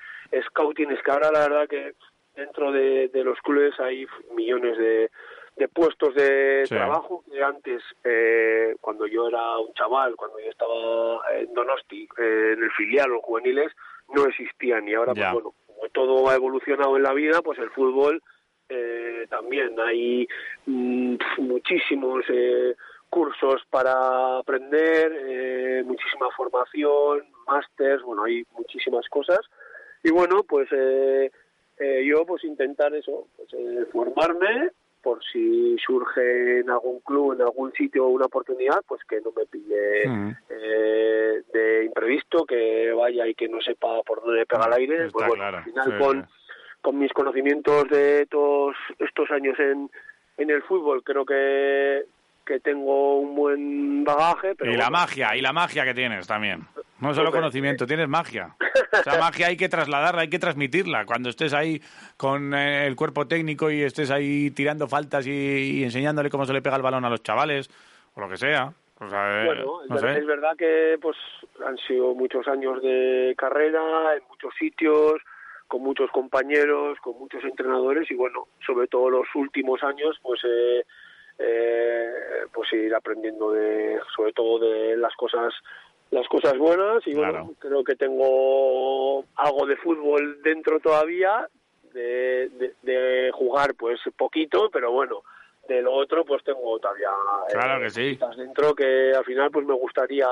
[SPEAKER 28] scouting. Es que ahora la verdad que dentro de, de los clubes hay millones de, de puestos de
[SPEAKER 4] Sí.
[SPEAKER 28] trabajo que antes, eh, cuando yo era un chaval, cuando yo estaba en Donosti, eh, en el filial o juveniles, no existían y ahora, pues,
[SPEAKER 4] Ya.
[SPEAKER 28] bueno, como todo ha evolucionado en la vida, pues el fútbol eh, también. Hay mm, pf, muchísimos eh, cursos para aprender, eh, muchísima formación, másters, bueno, hay muchísimas cosas. Y bueno, pues eh, eh, yo pues intentar eso, pues, eh, formarme por si surge en algún club, en algún sitio una oportunidad, pues que no me pille
[SPEAKER 4] Mm.
[SPEAKER 28] eh, de imprevisto, que vaya y que no sepa por dónde pega el aire.
[SPEAKER 4] Mm, Está
[SPEAKER 28] pues bueno,
[SPEAKER 4] claro,
[SPEAKER 28] al final
[SPEAKER 4] sí,
[SPEAKER 28] con,
[SPEAKER 4] sí.
[SPEAKER 28] con mis conocimientos de todos estos años en, en el fútbol, creo que, que tengo un buen bagaje. Pero
[SPEAKER 4] y la
[SPEAKER 28] bueno,
[SPEAKER 4] magia, y la magia que tienes también. No solo
[SPEAKER 28] Hombre, eh.
[SPEAKER 4] conocimiento, tienes magia. O sea, magia hay que trasladarla, hay que transmitirla. Cuando estés ahí con eh, el cuerpo técnico y estés ahí tirando faltas y, y enseñándole cómo se le pega el balón a los chavales, o lo que sea. O sea, eh,
[SPEAKER 28] Bueno, es,
[SPEAKER 4] no
[SPEAKER 28] ver-
[SPEAKER 4] sé.
[SPEAKER 28] es verdad que pues han sido muchos años de carrera en muchos sitios, con muchos compañeros, con muchos entrenadores y bueno, sobre todo los últimos años, pues eh, eh, pues ir aprendiendo de sobre todo de las cosas las cosas buenas y bueno,
[SPEAKER 4] Claro.
[SPEAKER 28] creo que tengo algo de fútbol dentro todavía de, de, de jugar pues poquito, pero bueno, de lo otro pues tengo todavía eh,
[SPEAKER 4] Claro que sí.
[SPEAKER 28] cositas dentro que al final pues me gustaría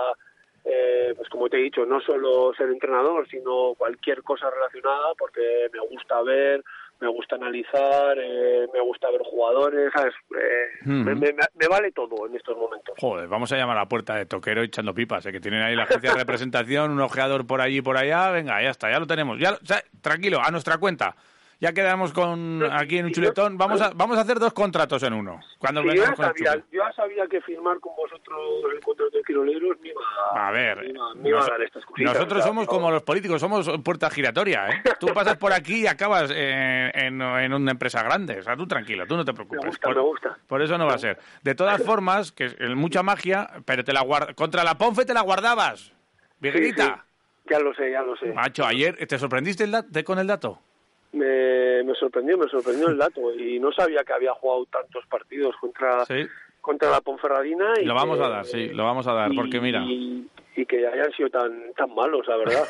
[SPEAKER 28] eh, pues como te he dicho no solo ser entrenador sino cualquier cosa relacionada porque me gusta ver me gusta analizar eh, me gusta ver jugadores ¿sabes? Eh,
[SPEAKER 4] Ujú.
[SPEAKER 28] me, me- me vale todo en estos momentos
[SPEAKER 4] Joder, vamos a llamar a la puerta de Toquero y echando pipas, ¿eh? que tienen ahí la agencia de representación, un ojeador por allí y por allá. Venga, ya está, ya lo tenemos. Ya, lo- o sea, tranquilo, a nuestra cuenta. Ya quedamos con aquí en un chuletón. Vamos a, vamos a hacer dos contratos en uno. Cuando
[SPEAKER 28] Sí, yo, ya
[SPEAKER 4] vengamos con el
[SPEAKER 28] sabía,
[SPEAKER 4] chupe.
[SPEAKER 28] yo ya sabía que firmar con vosotros el contrato de Quiroleros me iba
[SPEAKER 4] A ver,
[SPEAKER 28] me iba- me iba
[SPEAKER 4] nos-
[SPEAKER 28] a dar estas cositas, o
[SPEAKER 4] nosotros
[SPEAKER 28] sea,
[SPEAKER 4] somos
[SPEAKER 28] yo-
[SPEAKER 4] como los políticos, somos puerta giratoria. ¿eh? Tú pasas por aquí y acabas en, en- en una empresa grande. O sea, tú tranquilo, tú no te preocupes.
[SPEAKER 28] gusta,
[SPEAKER 4] por,
[SPEAKER 28] me gusta.
[SPEAKER 4] por eso no va a ser. De todas formas, que es eh, mucha magia, pero te la guard- contra la Ponfe te la guardabas. Virguita.
[SPEAKER 28] Sí, sí, ya lo sé ya lo sé
[SPEAKER 4] Macho, ayer te sorprendiste el da- te- con el dato.
[SPEAKER 28] me, me sorprendió, me sorprendió el dato y no sabía que había jugado tantos partidos contra,
[SPEAKER 4] Sí.
[SPEAKER 28] contra la Ponferradina y
[SPEAKER 4] Lo vamos
[SPEAKER 28] que-
[SPEAKER 4] a dar, sí, lo vamos a dar, porque mira,
[SPEAKER 28] y, y que hayan sido tan, tan malos, la verdad.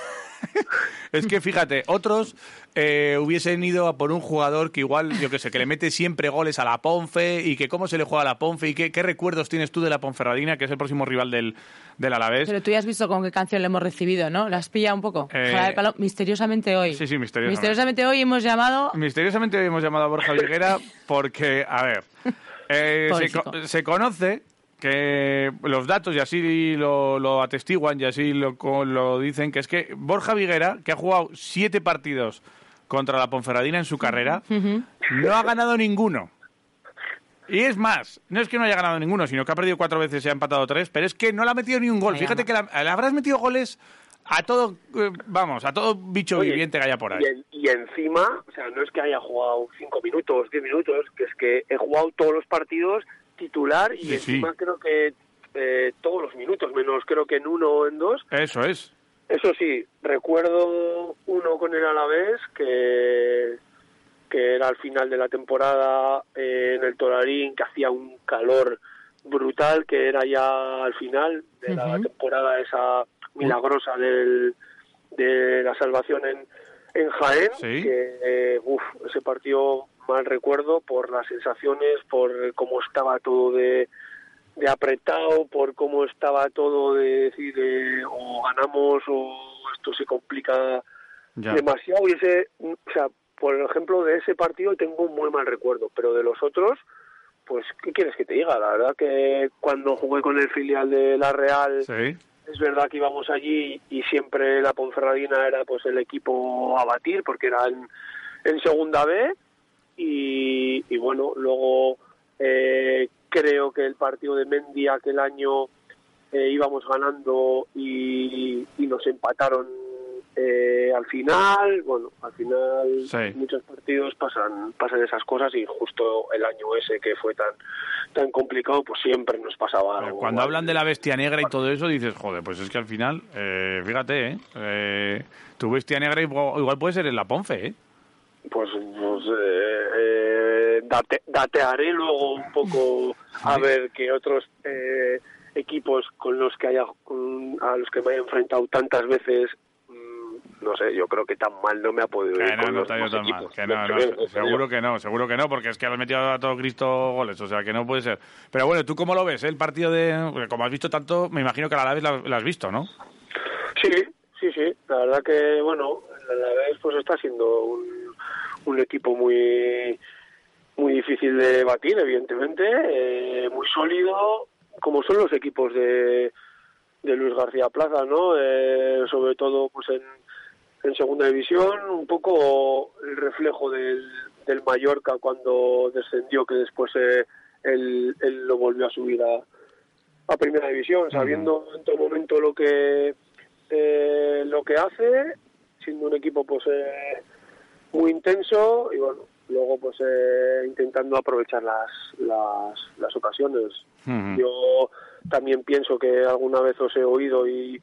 [SPEAKER 4] es que fíjate, otros eh, hubiesen ido a por un jugador que igual, yo que sé, que le mete siempre goles a la Ponfe y que cómo se le juega a la Ponfe y qué, qué recuerdos tienes tú de la Ponferradina, que es el próximo rival del, del Alavés.
[SPEAKER 5] Pero tú ya has visto con qué canción le hemos recibido, ¿no? ¿La has pillado un poco?
[SPEAKER 4] Eh,
[SPEAKER 5] Ojalá el palo- misteriosamente hoy.
[SPEAKER 4] Sí, sí, misteriosamente.
[SPEAKER 5] Misteriosamente hoy hemos llamado...
[SPEAKER 4] Misteriosamente hoy hemos llamado a Borja Virguera porque, a ver, eh, se, co-
[SPEAKER 5] Pobrecito.
[SPEAKER 4] se conoce que los datos y así lo, lo atestiguan y así lo, co- lo dicen, que es que Borja Viguera, que ha jugado siete partidos contra la Ponferradina en su carrera, no ha ganado ninguno. Y es más, no es que no haya ganado ninguno, sino que ha perdido cuatro veces y ha empatado tres, pero es que no le ha metido ni un gol.
[SPEAKER 5] Ay,
[SPEAKER 4] Fíjate que la- le habrás metido goles a todo, eh, vamos, a todo bicho
[SPEAKER 28] Oye,
[SPEAKER 4] viviente que haya por ahí.
[SPEAKER 28] Y, en- y encima, o sea, no es que haya jugado 5 minutos, 10 minutos, que es que he jugado todos los partidos titular y
[SPEAKER 4] Sí,
[SPEAKER 28] encima
[SPEAKER 4] sí.
[SPEAKER 28] creo que eh, todos los minutos, menos creo que en uno o en dos.
[SPEAKER 4] Eso es.
[SPEAKER 28] Eso sí, recuerdo uno con el Alavés que, que era al final de la temporada eh, en el Torarín, que hacía un calor brutal, que era ya al final de la
[SPEAKER 7] Ujú.
[SPEAKER 28] temporada esa milagrosa del, de la salvación en, en Jaén,
[SPEAKER 7] Sí.
[SPEAKER 28] que eh, uf, ese partido mal recuerdo por las sensaciones, por cómo estaba todo de, de apretado, por cómo estaba todo de decir eh, o ganamos o esto se complica
[SPEAKER 4] Ya.
[SPEAKER 28] demasiado y ese, mm, o sea, por ejemplo de ese partido tengo un muy mal recuerdo, pero de los otros, pues qué quieres que te diga, la verdad que cuando jugué con el filial de la Real
[SPEAKER 4] Sí.
[SPEAKER 28] es verdad que íbamos allí y siempre la Ponferradina era pues el equipo a batir porque era en, en segunda B y, y bueno, luego eh, creo que el partido de Mendy aquel año eh, íbamos ganando y, y nos empataron eh, al final. Bueno, al final
[SPEAKER 4] Sí.
[SPEAKER 28] muchos partidos pasan pasan esas cosas y justo el año ese que fue tan tan complicado, pues siempre nos pasaba algo.
[SPEAKER 4] Cuando hablan de la bestia negra y todo eso, dices, joder, pues es que al final, eh, fíjate, eh, Eh, tu bestia negra igual, igual puede ser en la Ponfe, ¿eh?
[SPEAKER 28] Pues, pues eh, eh, date- datearé luego un poco a ver qué otros eh, equipos con los que haya con- a los que me haya enfrentado tantas veces mm, no sé, yo creo que tan mal no me ha podido ir
[SPEAKER 4] Que no,
[SPEAKER 28] con
[SPEAKER 4] no
[SPEAKER 28] los
[SPEAKER 4] te ha ido
[SPEAKER 28] demás
[SPEAKER 4] tan mal.
[SPEAKER 28] equipos.
[SPEAKER 4] Que no, no, se- seguro que no, seguro que no, porque es que le has metido a todo Cristo goles, o sea que no puede ser. Pero bueno, ¿tú cómo lo ves? eh, El partido de. porque Como has visto tanto, me imagino que a la vez la, la has visto, ¿no?
[SPEAKER 28] Sí, sí, sí. La verdad que, bueno, la vez pues está siendo un, un equipo muy muy difícil de batir, evidentemente, eh, muy sólido, como son los equipos de, de Luis García Plaza, ¿no? Eh, sobre todo, pues en, en segunda división, un poco el reflejo del, del Mallorca cuando descendió, que después eh, él, él lo volvió a subir a, a primera división, sabiendo en todo momento lo que eh, lo que hace, siendo un equipo pues eh, muy intenso y bueno, luego pues eh, intentando aprovechar las las, las ocasiones. Yo también pienso que alguna vez os he oído y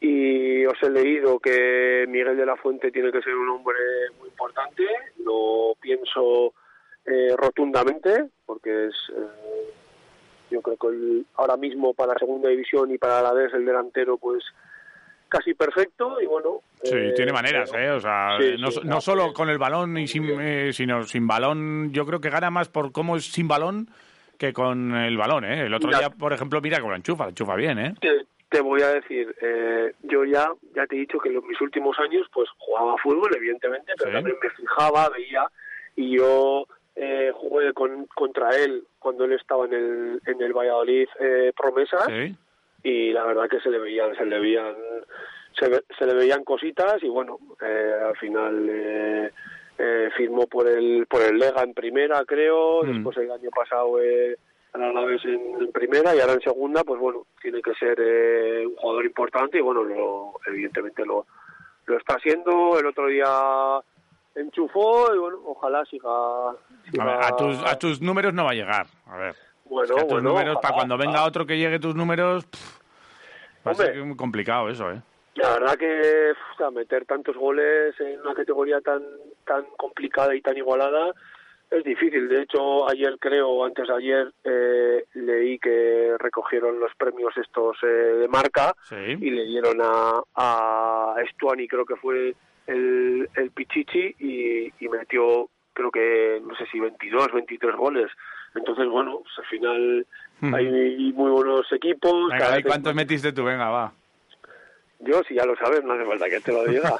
[SPEAKER 28] y os he leído que Miguel de la Fuente tiene que ser un hombre muy importante. Lo pienso eh, rotundamente porque es eh, yo creo que el- ahora mismo para segunda división y para la vez el delantero pues casi perfecto y bueno
[SPEAKER 4] Sí,
[SPEAKER 28] eh,
[SPEAKER 4] tiene maneras, ¿eh? O sea,
[SPEAKER 28] sí,
[SPEAKER 4] no,
[SPEAKER 28] sí,
[SPEAKER 4] no
[SPEAKER 28] ah,
[SPEAKER 4] solo con el balón, y sin, eh, sino sin balón. Yo creo que gana más por cómo es sin balón que con el balón, ¿eh? El otro
[SPEAKER 28] Ya.
[SPEAKER 4] día, por ejemplo, mira cómo la enchufa, la enchufa bien, ¿eh?
[SPEAKER 28] te, te voy a decir eh, yo ya ya te he dicho que en los- mis últimos años pues jugaba fútbol evidentemente pero
[SPEAKER 4] Sí.
[SPEAKER 28] también me fijaba veía y yo eh, jugué con- contra él cuando él estaba en el en el Valladolid eh, promesas
[SPEAKER 4] Sí.
[SPEAKER 28] y la verdad que se le veían se le veían se, ve- se le veían cositas y bueno eh, al final eh, eh, firmó por el por el Lega en primera creo
[SPEAKER 4] Mm.
[SPEAKER 28] después el año pasado eh, al Alavés en, en primera y ahora en segunda pues bueno tiene que ser eh, un jugador importante y bueno lo, evidentemente lo lo está haciendo el otro día enchufó y bueno ojalá siga,
[SPEAKER 4] A, ver,
[SPEAKER 28] siga-
[SPEAKER 4] a tus, a tus números no va a llegar. A ver.
[SPEAKER 28] Bueno,
[SPEAKER 4] Es que a tus
[SPEAKER 28] bueno,
[SPEAKER 4] números, para
[SPEAKER 28] ojalá,
[SPEAKER 4] cuando venga
[SPEAKER 28] ojalá.
[SPEAKER 4] otro que llegue tus números, pff, va a ser
[SPEAKER 28] Hombre. Pues
[SPEAKER 4] muy complicado eso, ¿eh?
[SPEAKER 28] La verdad que uf, o sea, meter tantos goles en una categoría tan tan complicada y tan igualada es difícil. De hecho, ayer creo, o antes de ayer, eh, leí que recogieron los premios estos eh, de marca y le dieron a, a Stuani, creo que fue el, el Pichichi, y, y metió, creo que, no sé si 22, 23 goles. Entonces, bueno, pues al final hay muy buenos equipos.
[SPEAKER 4] Venga,
[SPEAKER 28] cada
[SPEAKER 4] ahí,
[SPEAKER 28] vez-
[SPEAKER 4] ¿cuántos metiste tú? Venga, va.
[SPEAKER 28] Yo, si ya lo sabes, no hace falta que te lo diga.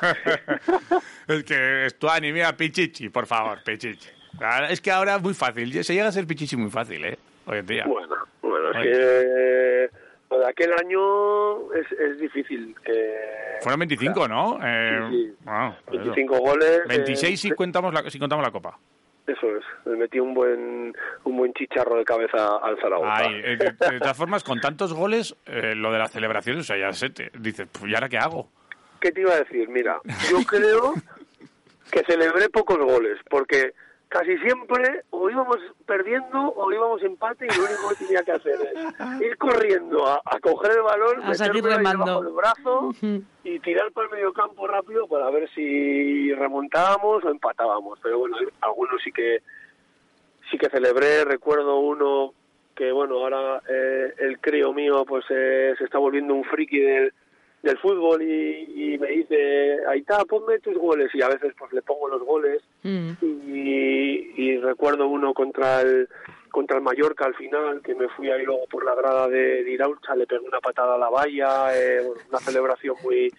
[SPEAKER 4] es que es tu mira, Pichichi, por favor, Pichichi. Ah, Es que ahora es muy fácil. Se llega a ser Pichichi muy fácil, ¿eh? hoy en día.
[SPEAKER 28] Bueno, bueno, es
[SPEAKER 4] Oye.
[SPEAKER 28] Pues que lo de aquel año es, es difícil. que
[SPEAKER 4] Fueron 25, ¿no? Eh,
[SPEAKER 28] Sí, sí.
[SPEAKER 4] bueno, por eso.
[SPEAKER 28] 25 goles, eh,
[SPEAKER 4] 26 si, contamos la, si contamos la copa.
[SPEAKER 28] Eso es, le metí un buen, un buen chicharro de cabeza al Zaragoza.
[SPEAKER 4] Ay, eh, de, de todas formas, con tantos goles, eh, lo de las celebraciones, o sea, ya se te dice, "Puf, ¿y ahora qué hago?
[SPEAKER 28] ¿Qué te iba a decir? Mira, yo creo que celebré pocos goles, porque casi siempre o íbamos perdiendo o íbamos empate y lo único que tenía que hacer es ir corriendo a, a coger el balón,
[SPEAKER 5] A salir
[SPEAKER 28] metérmelo ahí
[SPEAKER 5] remando.
[SPEAKER 28] debajo del brazo y tirar para el medio campo rápido para ver si remontábamos o empatábamos. Pero bueno, algunos sí que sí que celebré. Recuerdo uno que, bueno, ahora eh, el crío mío pues eh, se está volviendo un friki del, del fútbol y, y me dice, Aitá, ponme tus goles. Y a veces pues le pongo los goles.
[SPEAKER 2] Mm.
[SPEAKER 28] Y, y recuerdo uno contra el contra el Mallorca al final, que me fui ahí luego por la grada de, de Iraucha, le pegué una patada a la valla, eh, bueno, una celebración muy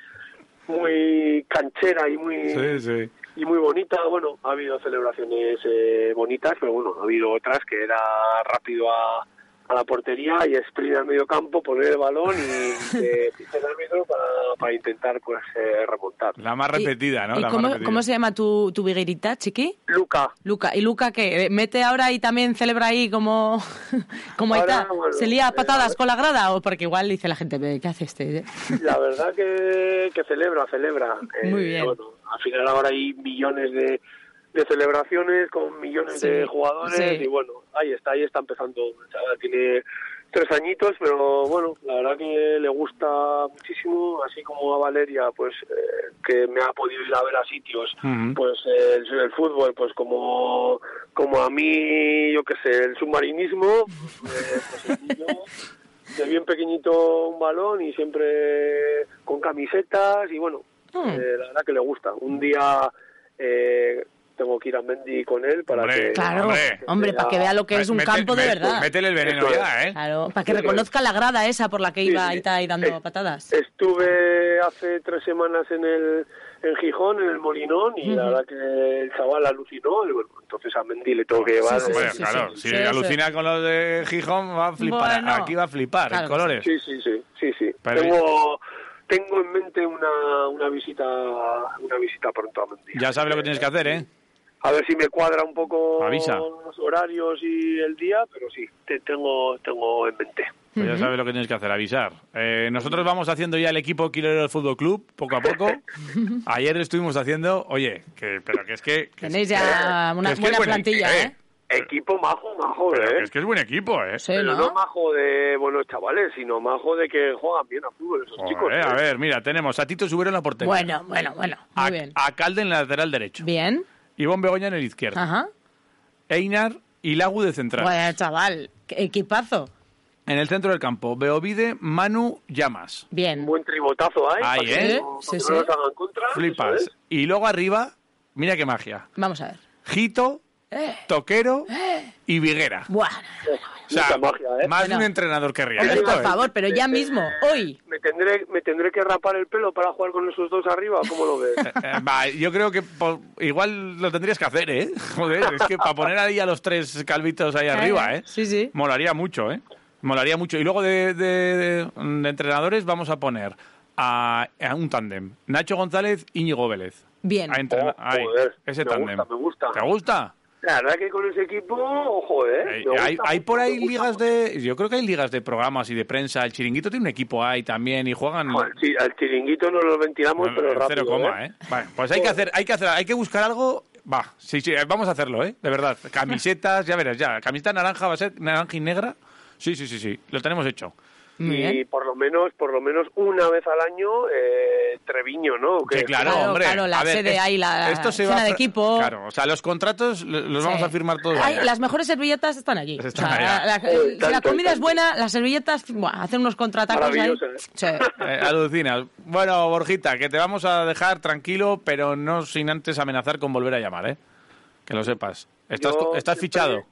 [SPEAKER 28] muy canchera y muy
[SPEAKER 4] sí.
[SPEAKER 28] y muy bonita. Bueno, ha habido celebraciones eh, bonitas, pero bueno, ha habido otras que era rápido a, a la portería y sprint al medio campo, poner el balón y eh, pise el árbitro para, para intentar pues eh, remontar.
[SPEAKER 4] La más repetida, ¿no?
[SPEAKER 5] ¿Y
[SPEAKER 4] La más
[SPEAKER 5] cómo,
[SPEAKER 4] repetida.
[SPEAKER 5] cómo se llama tu, tu viguerita, chiqui?
[SPEAKER 28] Luca.
[SPEAKER 5] Luca. ¿Y Luca qué? ¿Mete ahora y también celebra ahí como, como
[SPEAKER 28] Ahora,
[SPEAKER 5] Aitá?
[SPEAKER 28] bueno,
[SPEAKER 5] ¿Se lía a
[SPEAKER 28] eh, a
[SPEAKER 5] patadas
[SPEAKER 28] ver.
[SPEAKER 5] con la grada? o Porque igual dice la gente, "Ve, ¿qué hace este? eh?".
[SPEAKER 28] La verdad que, que celebra, celebra. Eh,
[SPEAKER 5] Muy bien.
[SPEAKER 28] Bueno, al final ahora hay millones de, de celebraciones con millones
[SPEAKER 5] Sí,
[SPEAKER 28] de jugadores
[SPEAKER 5] sí.
[SPEAKER 28] y bueno, ahí está, ahí está empezando. El chaval tiene tres añitos, pero bueno, la verdad que le gusta muchísimo, así como a Valeria, pues eh, que me ha podido ir a ver a sitios,
[SPEAKER 20] Ujú.
[SPEAKER 28] pues eh, el, el fútbol, pues como, como a mí, yo qué sé, el submarinismo, eh, pues, el niño de bien pequeñito un balón y siempre con camisetas y bueno,
[SPEAKER 5] Mm.
[SPEAKER 28] eh, la verdad que le gusta. Un día eh, tengo que ir a Mendy con él para
[SPEAKER 4] Hombre,
[SPEAKER 28] que...
[SPEAKER 4] Claro, hombre.
[SPEAKER 5] Hombre, para que vea lo que
[SPEAKER 4] Me-
[SPEAKER 5] es un
[SPEAKER 4] mete-
[SPEAKER 5] campo de
[SPEAKER 4] me-
[SPEAKER 5] verdad.
[SPEAKER 4] Métele el veneno
[SPEAKER 28] Eso es.
[SPEAKER 4] ya, ¿eh?
[SPEAKER 5] Claro, para que
[SPEAKER 28] Eso es.
[SPEAKER 5] reconozca la grada esa por la que
[SPEAKER 28] Sí,
[SPEAKER 5] iba
[SPEAKER 28] sí.
[SPEAKER 5] Aitá ahí dando
[SPEAKER 28] Eh,
[SPEAKER 5] patadas.
[SPEAKER 28] Estuve hace tres semanas en el en Gijón, en el Molinón, y la
[SPEAKER 5] Ujú.
[SPEAKER 28] verdad que el chaval alucinó. Y bueno, entonces a Mendy le tengo que llevar...
[SPEAKER 4] Sí,
[SPEAKER 28] eh,
[SPEAKER 4] Hombre, claro, si
[SPEAKER 28] sí,
[SPEAKER 4] alucina con lo de Gijón, va a flipar.
[SPEAKER 28] Bueno.
[SPEAKER 4] Aquí va a flipar, en colores.
[SPEAKER 28] Sí, sí, sí, sí, sí.
[SPEAKER 4] Pero-
[SPEAKER 28] tengo, tengo en mente una, una visita una visita pronto a Mendy.
[SPEAKER 4] Ya sabes lo que tienes que hacer, ¿eh?
[SPEAKER 28] A ver si me cuadra un poco
[SPEAKER 4] Avisa.
[SPEAKER 28] los horarios y el día, pero sí, te tengo, tengo en mente.
[SPEAKER 4] Pues ya sabes lo que tienes que hacer, avisar. Eh, nosotros vamos haciendo ya el equipo Quilero del Fútbol Club, poco a poco. Ayer estuvimos haciendo, oye, que, pero que es que... que es-
[SPEAKER 5] Tenéis ya
[SPEAKER 4] que
[SPEAKER 5] una
[SPEAKER 4] es que es
[SPEAKER 5] buena
[SPEAKER 4] buen
[SPEAKER 5] plantilla,
[SPEAKER 4] equipo,
[SPEAKER 5] ¿eh?
[SPEAKER 28] Equipo majo, majo,
[SPEAKER 4] Pero
[SPEAKER 28] ¿eh?
[SPEAKER 4] que es que es buen equipo, ¿eh?
[SPEAKER 28] Pero no majo de buenos chavales, sino majo de que juegan bien a fútbol esos chicos.
[SPEAKER 4] Joder, a
[SPEAKER 28] ¿eh?
[SPEAKER 4] ver, mira, tenemos a Tito Subero en la portería.
[SPEAKER 5] Bueno, bueno, bueno. Muy
[SPEAKER 4] a,
[SPEAKER 5] bien.
[SPEAKER 4] a Calde en la lateral derecho.
[SPEAKER 5] Bien.
[SPEAKER 4] Ivonne Begoña en el izquierdo.
[SPEAKER 5] Ajá.
[SPEAKER 4] Einar y Lagu de central.
[SPEAKER 5] Bueno, chaval, qué equipazo.
[SPEAKER 4] En el centro del campo, Beovide, Manu, Llamas.
[SPEAKER 5] Bien.
[SPEAKER 28] Buen tribotazo hay.
[SPEAKER 4] Ahí,
[SPEAKER 28] para que
[SPEAKER 4] ¿eh?
[SPEAKER 28] no-
[SPEAKER 5] Sí,
[SPEAKER 28] para que
[SPEAKER 5] sí.
[SPEAKER 28] no nos hagan contra.
[SPEAKER 4] Flipas. Y luego arriba, mira qué magia.
[SPEAKER 5] Vamos a ver.
[SPEAKER 4] Gito,
[SPEAKER 5] Eh,
[SPEAKER 4] Toquero
[SPEAKER 5] eh.
[SPEAKER 4] y Viguera.
[SPEAKER 5] Bueno,
[SPEAKER 4] O sea,
[SPEAKER 28] ¿eh?
[SPEAKER 4] más de un
[SPEAKER 5] Bueno.
[SPEAKER 4] entrenador querría.
[SPEAKER 5] Hombre,
[SPEAKER 4] esto,
[SPEAKER 5] por
[SPEAKER 4] ¿eh?
[SPEAKER 5] favor, pero ya mismo, hoy.
[SPEAKER 28] Me tendré, me tendré que rapar el pelo para jugar con esos dos arriba, ¿cómo lo ves?
[SPEAKER 4] Eh, va, yo creo que por- igual lo tendrías que hacer, ¿eh? Joder, es que para poner ahí a los tres calvitos ahí
[SPEAKER 5] Claro,
[SPEAKER 4] arriba, ¿eh?
[SPEAKER 5] Sí, sí.
[SPEAKER 4] Molaría mucho, ¿eh? Molaría mucho. Y luego de, de- de- de entrenadores vamos a poner a, a un tándem. Nacho González, Íñigo Vélez.
[SPEAKER 5] Bien.
[SPEAKER 4] A entrena- ahí,
[SPEAKER 28] Ah, joder,
[SPEAKER 4] ese
[SPEAKER 28] me
[SPEAKER 4] tándem.
[SPEAKER 28] gusta, me gusta.
[SPEAKER 4] ¿Te gusta?
[SPEAKER 28] La verdad que con ese equipo, ojo, ¿eh? Me
[SPEAKER 4] Eh,
[SPEAKER 28] gusta
[SPEAKER 4] hay, hay
[SPEAKER 28] mucho,
[SPEAKER 4] por ahí
[SPEAKER 28] me gusta
[SPEAKER 4] ligas de... Yo creo que hay ligas de programas y de prensa. El Chiringuito tiene un equipo ahí también y juegan...
[SPEAKER 28] mucho. Sí, al chiringuito no lo ventilamos,
[SPEAKER 4] Bueno,
[SPEAKER 28] pero
[SPEAKER 4] en
[SPEAKER 28] rápido.
[SPEAKER 4] cero coma, ¿eh? Vale, pues hay que hacer, hay que hacer, hay que buscar algo. Va, sí, sí, eh, vamos a hacerlo, ¿eh? De verdad. Camisetas, ya verás, ya. Camiseta naranja va a ser naranja y negra. Sí, sí, sí, sí. Lo tenemos hecho.
[SPEAKER 28] Y por lo menos, por lo menos una vez al año, eh, Treviño, ¿no?
[SPEAKER 4] Que claro, hombre.
[SPEAKER 5] claro, la
[SPEAKER 4] a ver,
[SPEAKER 5] sede
[SPEAKER 4] es-
[SPEAKER 5] ahí, la- la
[SPEAKER 4] esto se
[SPEAKER 5] cena
[SPEAKER 4] va a
[SPEAKER 5] de
[SPEAKER 4] fra-
[SPEAKER 5] equipo.
[SPEAKER 4] Claro, o sea, los contratos lo- los vamos
[SPEAKER 5] Sí.
[SPEAKER 4] a firmar todos.
[SPEAKER 5] Ay,
[SPEAKER 4] allá.
[SPEAKER 5] las mejores servilletas están allí.
[SPEAKER 4] Pues Están
[SPEAKER 5] O sea,
[SPEAKER 4] allá.
[SPEAKER 5] la-
[SPEAKER 4] Joder,
[SPEAKER 5] si la
[SPEAKER 4] tanto,
[SPEAKER 5] comida es
[SPEAKER 4] tanto.
[SPEAKER 5] buena, las servilletas buah, hacen unos contratacos ahí.
[SPEAKER 4] Maravilloso,
[SPEAKER 5] Sí.
[SPEAKER 4] Eh, alucinas. Bueno, Borjita, que te vamos a dejar tranquilo, pero no sin antes amenazar con volver a llamar, ¿eh? Que lo sepas. Estás,
[SPEAKER 28] Yo
[SPEAKER 4] estás
[SPEAKER 28] siempre-
[SPEAKER 4] fichado.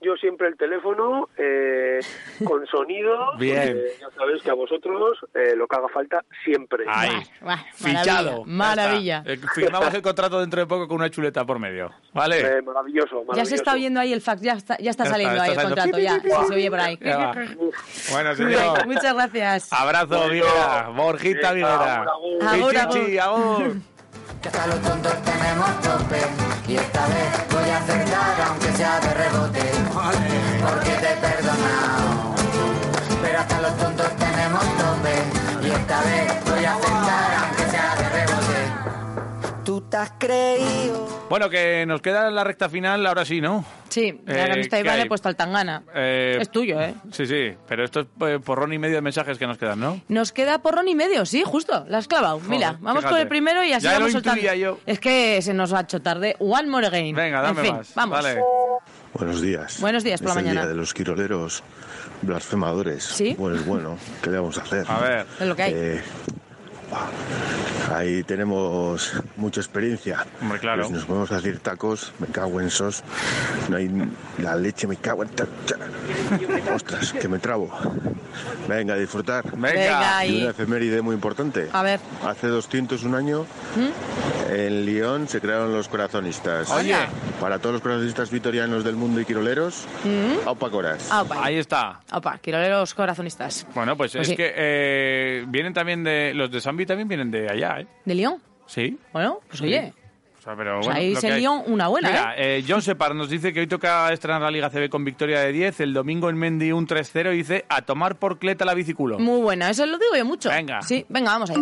[SPEAKER 28] yo siempre el teléfono eh, con sonido.
[SPEAKER 4] Bien.
[SPEAKER 28] porque ya sabéis que a vosotros eh, lo que haga falta siempre.
[SPEAKER 4] Ahí.
[SPEAKER 5] Buah,
[SPEAKER 4] Fichado.
[SPEAKER 5] Maravilla.
[SPEAKER 4] Ya está. Eh, Firmamos el contrato dentro de poco con una chuleta por medio. ¿Vale?
[SPEAKER 28] Eh, maravilloso,
[SPEAKER 5] Ya se está oyendo ahí el fax, ya está, ya
[SPEAKER 4] Ya
[SPEAKER 5] está
[SPEAKER 4] está,
[SPEAKER 5] saliendo
[SPEAKER 4] está
[SPEAKER 5] ahí el
[SPEAKER 4] saliendo.
[SPEAKER 5] contrato, ya,
[SPEAKER 4] Pi, pi, pi,
[SPEAKER 5] se oye por ahí.
[SPEAKER 4] Ya va. Bueno,
[SPEAKER 5] Venga,
[SPEAKER 4] señor.
[SPEAKER 5] Muchas gracias.
[SPEAKER 4] Abrazo, Viguera. Borjita Viguera.
[SPEAKER 5] Agur,
[SPEAKER 4] Pichichi, agur.
[SPEAKER 38] A lo tonto tenemos tope y esta vez voy a acertar aunque sea de rebote. Porque te he perdonado. Pero hasta los tontos tenemos tope y esta vez voy a acertar aunque sea de rebote. Tú te has creído.
[SPEAKER 4] Bueno, que nos queda la recta final, ahora sí, ¿no?
[SPEAKER 5] Sí, la
[SPEAKER 4] Eh,
[SPEAKER 5] que no está
[SPEAKER 4] ¿qué
[SPEAKER 5] Iván le
[SPEAKER 4] hay?
[SPEAKER 5] he puesto al tangana.
[SPEAKER 4] Eh,
[SPEAKER 5] Es tuyo, ¿eh?
[SPEAKER 4] Sí, sí, pero esto es eh, porrón y medio de mensajes que nos quedan, ¿no?
[SPEAKER 5] Nos queda porrón y medio, sí, justo, la has clavado. Mira, vamos con
[SPEAKER 4] fíjate.
[SPEAKER 5] el primero y así
[SPEAKER 4] Ya lo
[SPEAKER 5] vamos soltando.
[SPEAKER 4] intuía yo.
[SPEAKER 5] Es que se nos ha hecho tarde. One more game. Venga,
[SPEAKER 4] dame
[SPEAKER 5] en fin,
[SPEAKER 4] más.
[SPEAKER 5] Vamos.
[SPEAKER 4] Vale.
[SPEAKER 39] Buenos días.
[SPEAKER 5] Buenos días por
[SPEAKER 39] Es
[SPEAKER 5] la
[SPEAKER 39] el
[SPEAKER 5] mañana.
[SPEAKER 39] día de los quiroleros blasfemadores.
[SPEAKER 5] ¿Sí?
[SPEAKER 39] Pues bueno, ¿qué le vamos a hacer?
[SPEAKER 4] A ver.
[SPEAKER 5] Es lo que hay.
[SPEAKER 39] Eh, ah, ahí tenemos mucha experiencia.
[SPEAKER 4] Hombre, claro.
[SPEAKER 39] Pues nos podemos decir tacos, me cago en sos. No hay la leche, me cago en. ta- ta- Ostras, que me trabo. Venga, a disfrutar.
[SPEAKER 5] Venga, ahí.
[SPEAKER 39] Y una efeméride muy importante.
[SPEAKER 5] A ver.
[SPEAKER 39] Hace 201 años en Lyon se crearon los corazonistas.
[SPEAKER 4] Oye.
[SPEAKER 39] Para todos los corazonistas vitorianos del mundo y quiroleros,
[SPEAKER 5] Mm.
[SPEAKER 39] aupa coras.
[SPEAKER 5] Ah, opa.
[SPEAKER 4] Ahí está.
[SPEAKER 5] Opa, quiroleros corazonistas.
[SPEAKER 4] Bueno, pues,
[SPEAKER 5] Pues
[SPEAKER 4] es
[SPEAKER 5] sí.
[SPEAKER 4] que eh, vienen también de. Los de Zambi también vienen de allá, ¿eh?
[SPEAKER 5] ¿De Lyon?
[SPEAKER 4] Sí.
[SPEAKER 5] Bueno, pues
[SPEAKER 4] Sí.
[SPEAKER 5] oye.
[SPEAKER 4] O sea, pero
[SPEAKER 5] pues
[SPEAKER 4] bueno,
[SPEAKER 5] ahí
[SPEAKER 4] lo
[SPEAKER 5] se
[SPEAKER 4] que hay.
[SPEAKER 5] Lyon una buena,
[SPEAKER 4] Mira,
[SPEAKER 5] ¿eh?
[SPEAKER 4] eh, John Separ nos dice que hoy toca estrenar la Liga CB con victoria de 10, el domingo en Mendy un 3-0 y dice a tomar por cleta la biciculo.
[SPEAKER 5] Muy buena, eso lo digo yo mucho. Venga. Sí, venga, vamos allá.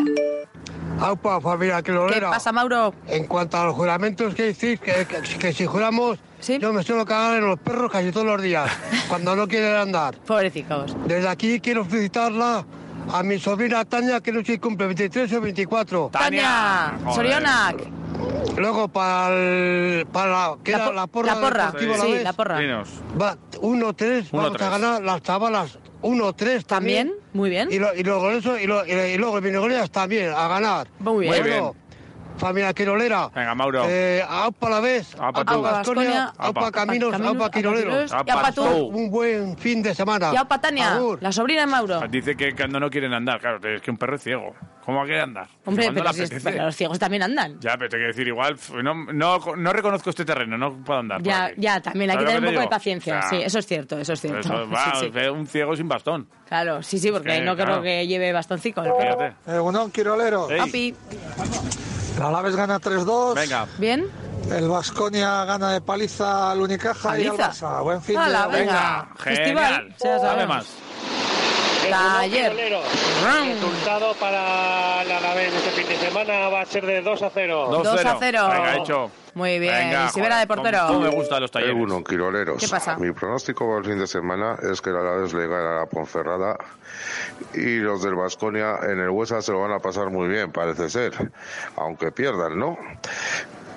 [SPEAKER 34] Aupa, familia Quilolera.
[SPEAKER 5] ¿Qué pasa, Mauro?
[SPEAKER 34] En cuanto a los juramentos que hicisteis, que, que- que si juramos, yo me suelo cagar en los perros casi todos los días, cuando no quieren andar.
[SPEAKER 5] Pobrecitos.
[SPEAKER 34] Desde aquí quiero felicitarla a mi sobrina Tania, que no sé si cumple 23 o 24.
[SPEAKER 5] Tania, Joder. Sorionak.
[SPEAKER 34] Luego para el- para que
[SPEAKER 5] La
[SPEAKER 34] era
[SPEAKER 5] po-
[SPEAKER 34] la porra.
[SPEAKER 5] la porra,
[SPEAKER 34] deportiva,
[SPEAKER 5] sí,
[SPEAKER 34] ves?
[SPEAKER 5] la porra.
[SPEAKER 4] Dinos.
[SPEAKER 34] Va 1-3,
[SPEAKER 4] Uno,
[SPEAKER 34] vamos
[SPEAKER 4] tres.
[SPEAKER 34] a ganar las chavalas 1-3 también.
[SPEAKER 5] muy bien.
[SPEAKER 34] Y, lo- y luego eso, y, lo- y- y luego el Vinogoleas también, a ganar.
[SPEAKER 5] Muy
[SPEAKER 4] bien. Muy bien.
[SPEAKER 34] Bueno, Familia Quirolera.
[SPEAKER 4] Venga, Mauro.
[SPEAKER 34] Eh, aupa la vez,
[SPEAKER 4] Aupa
[SPEAKER 34] aupa,
[SPEAKER 4] tú.
[SPEAKER 5] Vasconia,
[SPEAKER 34] Vasconia,
[SPEAKER 4] aupa
[SPEAKER 34] aupa Caminos,
[SPEAKER 5] Caminos,
[SPEAKER 34] aupa
[SPEAKER 5] aupa
[SPEAKER 34] Quiroleros.
[SPEAKER 5] Quiroleros y aupa tú.
[SPEAKER 34] Un buen fin de semana.
[SPEAKER 5] Y opa, Tania,
[SPEAKER 34] Agur.
[SPEAKER 5] la sobrina de Mauro.
[SPEAKER 4] Dice que cuando no quieren andar, claro, es que un perro es ciego. ¿Cómo va a querer andar?
[SPEAKER 5] Hombre,
[SPEAKER 4] Cuando
[SPEAKER 5] pero,
[SPEAKER 4] le
[SPEAKER 5] si es-
[SPEAKER 4] apetece.
[SPEAKER 5] pero los ciegos también andan.
[SPEAKER 4] Ya, pero te quiero decir, igual, f- no, no, no reconozco este terreno, no puedo andar. por
[SPEAKER 5] Ya,
[SPEAKER 4] aquí.
[SPEAKER 5] ya, también hay que
[SPEAKER 4] ¿Sabes lo
[SPEAKER 5] tener un
[SPEAKER 4] te
[SPEAKER 5] poco de
[SPEAKER 4] digo?
[SPEAKER 5] paciencia.
[SPEAKER 4] O sea,
[SPEAKER 5] Sí, eso es cierto, eso es cierto.
[SPEAKER 4] eso va,
[SPEAKER 5] Sí, sí.
[SPEAKER 4] Un ciego sin bastón.
[SPEAKER 5] Claro, sí, sí, porque
[SPEAKER 4] que,
[SPEAKER 5] no creo
[SPEAKER 4] claro.
[SPEAKER 5] que lleve bastoncito. ¿no?
[SPEAKER 4] Fíjate.
[SPEAKER 34] Egunon, Quirolero.
[SPEAKER 4] Ey.
[SPEAKER 5] Papi,
[SPEAKER 34] La Alaves gana 3-2.
[SPEAKER 4] Venga.
[SPEAKER 5] ¿bien?
[SPEAKER 34] El Vasconia gana de paliza al Unicaja y al
[SPEAKER 5] Paliza.
[SPEAKER 34] Barça. Buen fin
[SPEAKER 5] Hala,
[SPEAKER 34] de
[SPEAKER 5] venga.
[SPEAKER 4] Genial.
[SPEAKER 5] Festival, ya sabemos.
[SPEAKER 4] Dame más.
[SPEAKER 5] Taller.
[SPEAKER 34] Resultado para la Alavés este fin de semana va a ser de 2 a 0.
[SPEAKER 4] 2-0.
[SPEAKER 5] 2 a 0.
[SPEAKER 4] Venga, hecho.
[SPEAKER 5] Muy bien.
[SPEAKER 4] Venga,
[SPEAKER 5] y Sivera de
[SPEAKER 4] joder,
[SPEAKER 5] portero.
[SPEAKER 4] cómo- cómo me gusta los talleres.
[SPEAKER 11] Egunon, quiroleros.
[SPEAKER 5] ¿Qué pasa?
[SPEAKER 11] Mi pronóstico para el fin de semana es que la Alavés le gana a Ponferrada y los del Vasconia en el Huesa se lo van a pasar muy bien, parece ser, aunque pierdan, ¿no?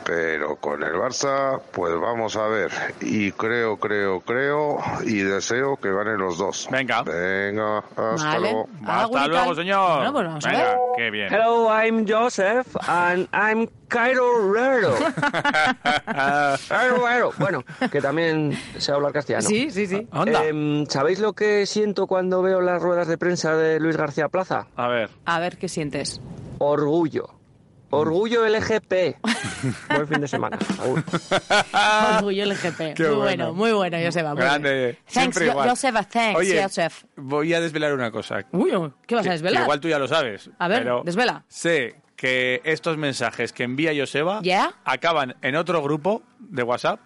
[SPEAKER 11] Pero con el Barça, pues vamos a ver. Y creo, creo, creo y deseo que ganen los dos.
[SPEAKER 4] Venga.
[SPEAKER 11] Venga, hasta
[SPEAKER 5] Vale.
[SPEAKER 11] luego.
[SPEAKER 5] Ah,
[SPEAKER 4] Hasta luego, señor.
[SPEAKER 5] Bueno, pues vamos a
[SPEAKER 4] Venga,
[SPEAKER 5] ver.
[SPEAKER 4] qué bien.
[SPEAKER 3] Hello, I'm Joseph and I'm Cairo Rero.
[SPEAKER 4] Ah.
[SPEAKER 3] Rero, Rero. Ah, Bueno, que también sé hablar castellano.
[SPEAKER 5] Sí, sí, sí.
[SPEAKER 4] Ah,
[SPEAKER 3] Em, ¿Sabéis lo que siento cuando veo las ruedas de prensa de Luis García Plaza?
[SPEAKER 4] A ver.
[SPEAKER 5] A ver qué sientes.
[SPEAKER 3] Orgullo.
[SPEAKER 4] Mm.
[SPEAKER 3] Orgullo LGP. Buen fin de semana. Agur.
[SPEAKER 5] Orgullo LGP.
[SPEAKER 4] Qué
[SPEAKER 5] muy
[SPEAKER 4] bueno.
[SPEAKER 5] bueno, muy bueno, Joseba. muy
[SPEAKER 4] Grande.
[SPEAKER 5] bien. Thanks,
[SPEAKER 4] Siempre
[SPEAKER 5] Jo-
[SPEAKER 4] igual.
[SPEAKER 5] Joseba, thanks,
[SPEAKER 4] Oye,
[SPEAKER 5] Joseph.
[SPEAKER 4] Voy a desvelar una cosa.
[SPEAKER 5] ¿Qué vas
[SPEAKER 4] Que-
[SPEAKER 5] a desvelar?
[SPEAKER 4] que igual tú ya lo sabes.
[SPEAKER 5] A ver,
[SPEAKER 4] pero
[SPEAKER 5] desvela.
[SPEAKER 4] Sé que estos mensajes que envía Joseba
[SPEAKER 5] ¿Ya?
[SPEAKER 4] acaban en otro grupo de WhatsApp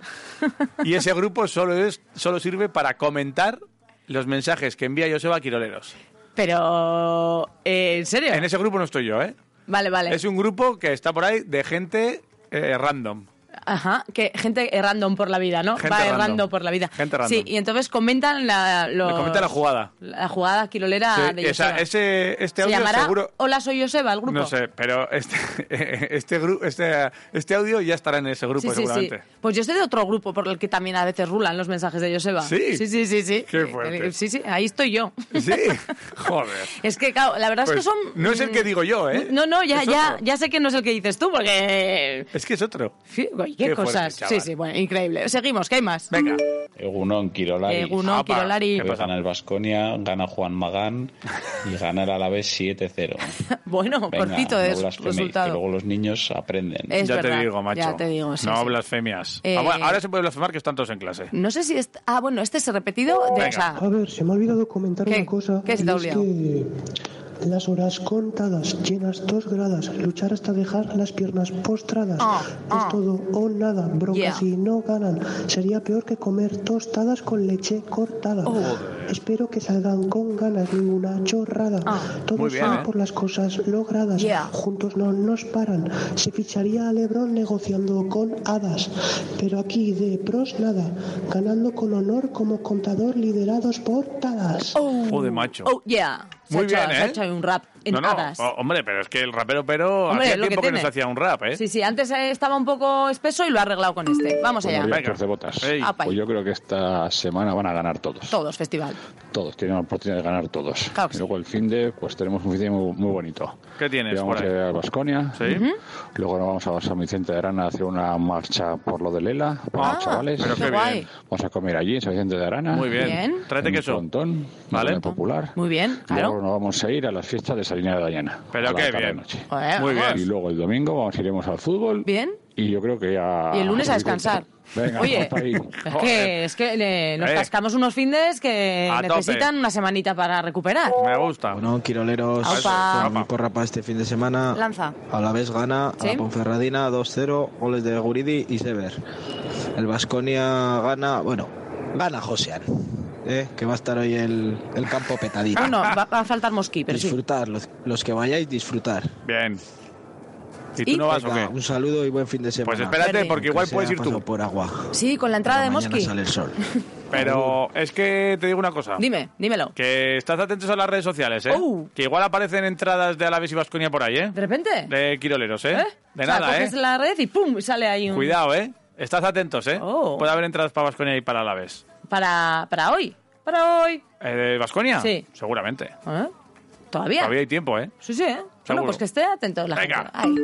[SPEAKER 4] y ese grupo solo, es, solo sirve para comentar los mensajes que envía Joseba a Quiroleros.
[SPEAKER 5] Pero, eh, ¿en serio?
[SPEAKER 4] En ese grupo no estoy yo, ¿eh?
[SPEAKER 5] Vale, vale.
[SPEAKER 4] Es un grupo que está por ahí de gente eh, random.
[SPEAKER 5] Ajá, que gente errando por la vida, ¿no?
[SPEAKER 4] Gente
[SPEAKER 5] Va
[SPEAKER 4] random.
[SPEAKER 5] errando por la vida.
[SPEAKER 4] Gente random.
[SPEAKER 5] Sí, y entonces comentan la, los-
[SPEAKER 4] Me comenta la jugada.
[SPEAKER 5] La jugada quirolera
[SPEAKER 4] Sí,
[SPEAKER 5] Ah, de
[SPEAKER 4] esa-
[SPEAKER 5] Joseba.
[SPEAKER 4] ese, este
[SPEAKER 5] Se
[SPEAKER 4] audio
[SPEAKER 5] llamará
[SPEAKER 4] seguro...
[SPEAKER 5] Hola, soy Joseba, el grupo.
[SPEAKER 4] No sé, pero este, este, gru- este, este audio ya estará en ese grupo
[SPEAKER 5] Sí, sí, sí.
[SPEAKER 4] seguramente.
[SPEAKER 5] Pues yo estoy de otro grupo por el que también a veces rulan los mensajes de Joseba.
[SPEAKER 4] ¿Sí?
[SPEAKER 5] sí, sí, sí. sí. Eh,
[SPEAKER 4] Qué fuerte.
[SPEAKER 5] Sí, sí, ahí estoy yo.
[SPEAKER 4] Sí, joder.
[SPEAKER 5] Es que, claro, la verdad
[SPEAKER 4] Pues
[SPEAKER 5] es que son... mm,
[SPEAKER 4] No es el que digo yo, ¿eh?
[SPEAKER 5] No, no, ya,
[SPEAKER 4] Es
[SPEAKER 5] ya,
[SPEAKER 4] otro.
[SPEAKER 5] ya sé que no es el que dices tú, porque...
[SPEAKER 4] Es que es otro.
[SPEAKER 5] Sí, uy, qué,
[SPEAKER 15] Qué fuerte,
[SPEAKER 5] cosas.
[SPEAKER 15] chaval.
[SPEAKER 5] sí, sí, bueno, increíble. Seguimos, ¿qué hay más?
[SPEAKER 4] Venga.
[SPEAKER 15] Egunon Kirolari.
[SPEAKER 5] Egunon, Apa. Kirolari. ¿Qué pasa?
[SPEAKER 15] Gana el Vasconia, gana Juan Magán y gana el Alavés 7-0.
[SPEAKER 5] Bueno,
[SPEAKER 15] Venga,
[SPEAKER 5] cortito
[SPEAKER 15] no
[SPEAKER 5] es
[SPEAKER 15] blasfeméis, que
[SPEAKER 5] resultado.
[SPEAKER 15] luego los niños aprenden.
[SPEAKER 5] Es
[SPEAKER 4] ya
[SPEAKER 5] verdad,
[SPEAKER 4] te digo, macho.
[SPEAKER 5] ya te digo, sí,
[SPEAKER 4] no
[SPEAKER 5] sí.
[SPEAKER 4] blasfemias.
[SPEAKER 5] Eh,
[SPEAKER 4] Ah, bueno, Ahora se puede blasfemar que están todos en clase.
[SPEAKER 5] No sé si es... Ah, bueno, este es repetido. De,
[SPEAKER 4] Venga.
[SPEAKER 5] o sea,
[SPEAKER 25] A ver, se me ha olvidado comentar
[SPEAKER 5] ¿Qué?
[SPEAKER 25] una cosa.
[SPEAKER 5] ¿Qué se te
[SPEAKER 25] y
[SPEAKER 5] ha
[SPEAKER 25] es que las horas contadas, llenas dos gradas, luchar hasta dejar las piernas postradas.
[SPEAKER 5] Ah,
[SPEAKER 25] Es todo o nada, bronca
[SPEAKER 35] Yeah.
[SPEAKER 25] si no ganan. Sería peor que comer tostadas con leche cortada.
[SPEAKER 5] Oh.
[SPEAKER 25] Espero que salgan con ganas, ninguna chorrada.
[SPEAKER 5] Ah.
[SPEAKER 35] Muy
[SPEAKER 25] Todos
[SPEAKER 35] bien,
[SPEAKER 25] son
[SPEAKER 35] ¿eh?
[SPEAKER 25] por las cosas logradas. Juntos no nos paran. Se ficharía a Lebron negociando con hadas. Pero aquí de pros nada. Ganando con honor como contador liderados por tadas.
[SPEAKER 4] Joder, macho.
[SPEAKER 5] Oh, yeah. Se
[SPEAKER 4] Muy
[SPEAKER 5] ha hecho-
[SPEAKER 4] bien,
[SPEAKER 5] se ha
[SPEAKER 4] ¿eh?
[SPEAKER 5] hecho ahí un rap en
[SPEAKER 4] no, no,
[SPEAKER 5] hadas.
[SPEAKER 4] oh, hombre, pero es que el rapero pero
[SPEAKER 5] Hombre,
[SPEAKER 4] hacía
[SPEAKER 5] lo que
[SPEAKER 4] tiempo que,
[SPEAKER 5] tiene.
[SPEAKER 4] nos hacía un rap, ¿eh?
[SPEAKER 5] Sí, sí, antes eh, estaba un poco espeso y lo ha arreglado con este. Vamos allá.
[SPEAKER 3] botas.
[SPEAKER 5] Apa.
[SPEAKER 3] Pues yo creo que esta semana van a ganar todos.
[SPEAKER 5] Todos, festival.
[SPEAKER 3] Todos tienen la oportunidad de ganar todos.
[SPEAKER 5] Claro que
[SPEAKER 3] y luego el fin de, pues tenemos un fin de muy, muy bonito.
[SPEAKER 4] ¿Qué tienes
[SPEAKER 3] Luego
[SPEAKER 4] por
[SPEAKER 3] vamos a
[SPEAKER 4] ahí?
[SPEAKER 3] ir a Basconia. Luego nos vamos a San Vicente de Arana a hacer una marcha por lo de Lela, por
[SPEAKER 4] Ah,
[SPEAKER 3] los chavales.
[SPEAKER 4] pero qué Qué guay. bien.
[SPEAKER 3] Vamos a comer allí en San Vicente de Arana.
[SPEAKER 4] Muy bien. Bien. Tráete
[SPEAKER 3] En
[SPEAKER 4] queso.
[SPEAKER 3] Un frontón,
[SPEAKER 4] Vale.
[SPEAKER 3] vale. popular.
[SPEAKER 5] Muy bien, claro.
[SPEAKER 3] Luego nos vamos a ir a las fiestas de Salina de Dayana.
[SPEAKER 4] Pero
[SPEAKER 3] a la
[SPEAKER 4] qué
[SPEAKER 3] tarde
[SPEAKER 4] bien.
[SPEAKER 3] noche.
[SPEAKER 5] Joder, Muy Eh, vamos. bien.
[SPEAKER 3] Y luego el domingo vamos iremos al fútbol.
[SPEAKER 5] Bien.
[SPEAKER 3] Y yo creo que ya...
[SPEAKER 5] Y el lunes a descansar.
[SPEAKER 3] Venga,
[SPEAKER 5] Oye,
[SPEAKER 3] vamos para ahí.
[SPEAKER 5] Es que, es que eh, nos
[SPEAKER 3] Eh.
[SPEAKER 5] cascamos unos findes que
[SPEAKER 3] A tope.
[SPEAKER 5] necesitan una semanita para recuperar.
[SPEAKER 4] Me gusta.
[SPEAKER 16] Bueno, Quiroleros,
[SPEAKER 5] Aupa.
[SPEAKER 16] con mi porra para este fin de semana.
[SPEAKER 5] Lanza.
[SPEAKER 16] A la vez gana a
[SPEAKER 5] Sí.
[SPEAKER 16] la Ponferradina 2-0, goles de Guridi y Sever. El Vasconia gana, bueno, gana Josean, eh, que va a estar hoy el, el campo petadito.
[SPEAKER 5] Bueno, va, va a faltar mosquí, pero sí.
[SPEAKER 16] disfrutar, los, los que vayáis, disfrutar.
[SPEAKER 4] Bien. ¿Y tú no vas o
[SPEAKER 16] Venga,
[SPEAKER 4] qué?
[SPEAKER 16] Un saludo y buen fin de semana.
[SPEAKER 4] Pues espérate, porque igual
[SPEAKER 16] Que sea
[SPEAKER 4] puedes ir tú.
[SPEAKER 16] paso por agua.
[SPEAKER 5] Sí, con la entrada de
[SPEAKER 16] Mañana
[SPEAKER 5] mosquí.
[SPEAKER 16] sale el sol.
[SPEAKER 4] Pero es que te digo una cosa.
[SPEAKER 5] Dime, dímelo.
[SPEAKER 4] Que estás atentos a las redes sociales, ¿eh?
[SPEAKER 5] Oh.
[SPEAKER 4] Que igual aparecen entradas de Alaves y Vasconia por ahí, ¿eh?
[SPEAKER 5] ¿De repente?
[SPEAKER 4] De Quiroleros, ¿eh?
[SPEAKER 5] ¿Eh?
[SPEAKER 4] De
[SPEAKER 5] O sea,
[SPEAKER 4] nada, ¿eh?
[SPEAKER 5] coges la red y pum, sale ahí un...
[SPEAKER 4] Cuidado, ¿eh? Estás atentos, ¿eh?
[SPEAKER 5] Oh.
[SPEAKER 4] Puede haber entradas para Vasconia y para Alaves.
[SPEAKER 5] Para, para hoy. Para hoy.
[SPEAKER 4] ¿Eh, ¿De Vasconia?
[SPEAKER 5] Sí.
[SPEAKER 4] Seguramente.
[SPEAKER 5] ¿Eh? ¿Todavía?
[SPEAKER 4] Todavía hay tiempo, ¿eh?
[SPEAKER 5] Sí, sí, ¿eh? Bueno,
[SPEAKER 4] Seguro.
[SPEAKER 5] pues que esté atento la gente. Ay,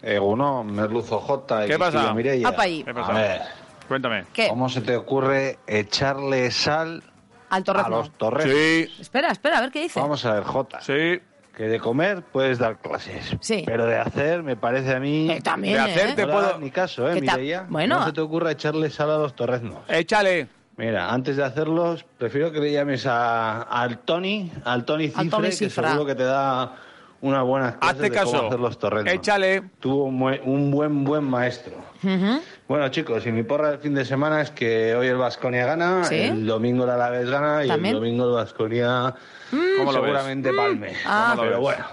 [SPEAKER 17] Eguno, Merluzo J. y
[SPEAKER 4] ¿Qué pasa?
[SPEAKER 17] Cristina Mireia.
[SPEAKER 5] Apa ahí.
[SPEAKER 17] A ver,
[SPEAKER 4] Cuéntame.
[SPEAKER 5] ¿Qué?
[SPEAKER 17] ¿cómo se te ocurre echarle sal
[SPEAKER 5] Al
[SPEAKER 17] a
[SPEAKER 5] torrezno.
[SPEAKER 17] los torreznos? Sí.
[SPEAKER 5] Espera, espera, a ver qué dice.
[SPEAKER 17] Vamos a ver, J.
[SPEAKER 4] Sí.
[SPEAKER 17] Que de comer puedes dar clases.
[SPEAKER 5] Sí.
[SPEAKER 17] Pero de hacer, me parece a mí.
[SPEAKER 5] Que también,
[SPEAKER 17] De
[SPEAKER 5] ¿eh?
[SPEAKER 17] hacer te
[SPEAKER 5] Que
[SPEAKER 17] puedo.
[SPEAKER 5] ta-
[SPEAKER 17] Ni caso, ¿eh,
[SPEAKER 5] que ta-
[SPEAKER 17] Mireia?
[SPEAKER 5] bueno.
[SPEAKER 17] No se te ocurra echarle sal a los torreznos.
[SPEAKER 4] Échale.
[SPEAKER 17] Mira, antes de hacerlos, prefiero que le llames a, al Tony, al Tony Cifre,
[SPEAKER 4] Al Tony
[SPEAKER 17] que
[SPEAKER 4] Cifra.
[SPEAKER 17] seguro que te da una buena clase
[SPEAKER 4] Hazte
[SPEAKER 17] de cómo
[SPEAKER 4] caso.
[SPEAKER 17] hacer los torreznos.
[SPEAKER 4] Échale.
[SPEAKER 17] Tuvo un buen- un buen, buen maestro. Bueno, chicos, y mi porra del fin de semana es que hoy el Vasconia gana,
[SPEAKER 5] Sí.
[SPEAKER 17] el domingo el Alavés gana y
[SPEAKER 5] También.
[SPEAKER 17] el domingo el Vasconia
[SPEAKER 4] ¿Cómo lo ves?
[SPEAKER 17] seguramente palme.
[SPEAKER 5] Ah.
[SPEAKER 17] Pero
[SPEAKER 4] ¿Cómo lo ves?
[SPEAKER 17] bueno,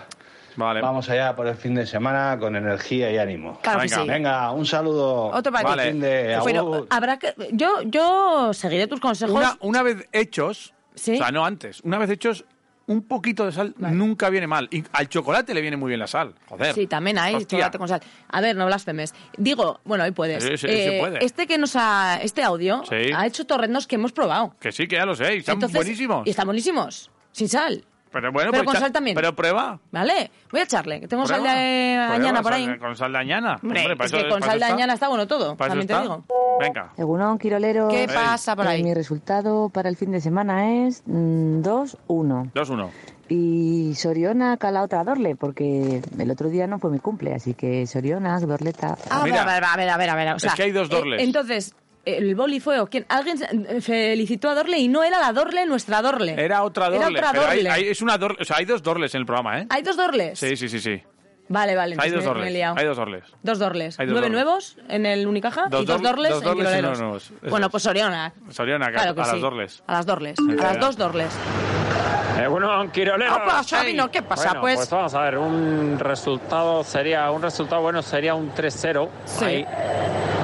[SPEAKER 17] vamos allá por el fin de semana con energía y ánimo.
[SPEAKER 5] Claro que
[SPEAKER 17] venga.
[SPEAKER 5] sí.
[SPEAKER 17] venga, un saludo.
[SPEAKER 5] Otro para ti.
[SPEAKER 17] Buen fin de
[SPEAKER 5] Pero
[SPEAKER 17] agur.
[SPEAKER 5] habrá que... Yo, yo seguiré tus consejos.
[SPEAKER 4] Una, una vez hechos, o sea, no antes, una vez hechos, un poquito de sal nunca viene mal. Y al chocolate le viene muy bien la sal. Joder.
[SPEAKER 5] Sí, también hay
[SPEAKER 4] Hostia.
[SPEAKER 5] chocolate con sal. A ver, no blasfemes. Digo, bueno, ahí puedes.
[SPEAKER 4] Sí, sí, sí puede.
[SPEAKER 5] Este que nos ha, este audio
[SPEAKER 4] Sí.
[SPEAKER 5] ha hecho torrenos que hemos probado.
[SPEAKER 4] Que sí, que ya lo sé. y Están
[SPEAKER 5] Entonces-
[SPEAKER 4] buenísimos.
[SPEAKER 5] Y están buenísimos, sin sal,
[SPEAKER 4] Pero bueno,
[SPEAKER 5] pero
[SPEAKER 4] pues
[SPEAKER 5] con
[SPEAKER 4] ya-
[SPEAKER 5] sal también.
[SPEAKER 4] Pero prueba.
[SPEAKER 5] ¿vale? Voy a echarle, que tengo
[SPEAKER 4] prueba,
[SPEAKER 5] sal de
[SPEAKER 4] prueba,
[SPEAKER 5] añana por
[SPEAKER 4] sal-
[SPEAKER 5] ahí.
[SPEAKER 4] Con sal de añana.
[SPEAKER 5] Hombre,
[SPEAKER 4] para
[SPEAKER 5] es
[SPEAKER 4] eso-
[SPEAKER 5] que con
[SPEAKER 4] para
[SPEAKER 5] sal de
[SPEAKER 4] eso está.
[SPEAKER 5] añana está bueno todo,
[SPEAKER 4] Para eso
[SPEAKER 5] también te
[SPEAKER 4] está.
[SPEAKER 5] digo.
[SPEAKER 4] Venga.
[SPEAKER 22] Egunon, Quiroleros.
[SPEAKER 5] ¿Qué pasa por
[SPEAKER 22] Eh,
[SPEAKER 5] ahí?
[SPEAKER 22] Mi resultado para el fin de semana es mm, 2-1.
[SPEAKER 4] 2-1.
[SPEAKER 22] Y Soriona Calahorra Dorle, porque el otro día no fue mi cumple, así que Soriona, Dorleta.
[SPEAKER 5] A
[SPEAKER 4] Pues
[SPEAKER 5] ver, a ver, a ver, a ver, a ver, o
[SPEAKER 22] Es
[SPEAKER 5] sea,
[SPEAKER 22] que hay dos
[SPEAKER 5] eh,
[SPEAKER 22] Dorles.
[SPEAKER 5] entonces, el boli fue o quién? Alguien eh, felicitó a Dorle y no era la Dorle, nuestra Dorle.
[SPEAKER 4] Era otra
[SPEAKER 5] Era
[SPEAKER 4] dorle.
[SPEAKER 5] otra
[SPEAKER 4] pero hay-
[SPEAKER 5] Dorle.
[SPEAKER 4] hay- es una dorle. O sea, hay dos dorles en el programa, ¿eh?
[SPEAKER 5] ¿Hay dos Dorles?
[SPEAKER 4] Sí, sí, sí, sí.
[SPEAKER 5] Vale, vale,
[SPEAKER 4] Hay
[SPEAKER 5] entonces
[SPEAKER 4] dos
[SPEAKER 5] me- me he
[SPEAKER 4] dorles.
[SPEAKER 5] liado.
[SPEAKER 4] Hay dos dorles.
[SPEAKER 5] Dos dorles.
[SPEAKER 4] Hay dos
[SPEAKER 5] Nueve
[SPEAKER 4] dorles.
[SPEAKER 5] nuevos en el Unicaja
[SPEAKER 4] Dos
[SPEAKER 5] y dos
[SPEAKER 4] dorm-
[SPEAKER 5] dorles,
[SPEAKER 4] dos
[SPEAKER 5] en
[SPEAKER 4] dorles y
[SPEAKER 5] Quiroleros.
[SPEAKER 4] uno nuevos. Eso
[SPEAKER 5] Bueno,
[SPEAKER 4] es.
[SPEAKER 5] pues Soriona.
[SPEAKER 4] Soriona, a-
[SPEAKER 5] Claro que
[SPEAKER 4] a
[SPEAKER 5] sí.
[SPEAKER 4] las dorles.
[SPEAKER 5] A las dorles.
[SPEAKER 4] Sí,
[SPEAKER 5] A las
[SPEAKER 4] ya.
[SPEAKER 5] dos dorles.
[SPEAKER 14] Eh, Egunon, Quiroleros.
[SPEAKER 5] Opa, Sabino, ¿qué pasa,
[SPEAKER 14] Bueno,
[SPEAKER 5] pues?
[SPEAKER 14] pues? vamos a ver, un resultado sería, un resultado bueno sería un 3-0. ahí.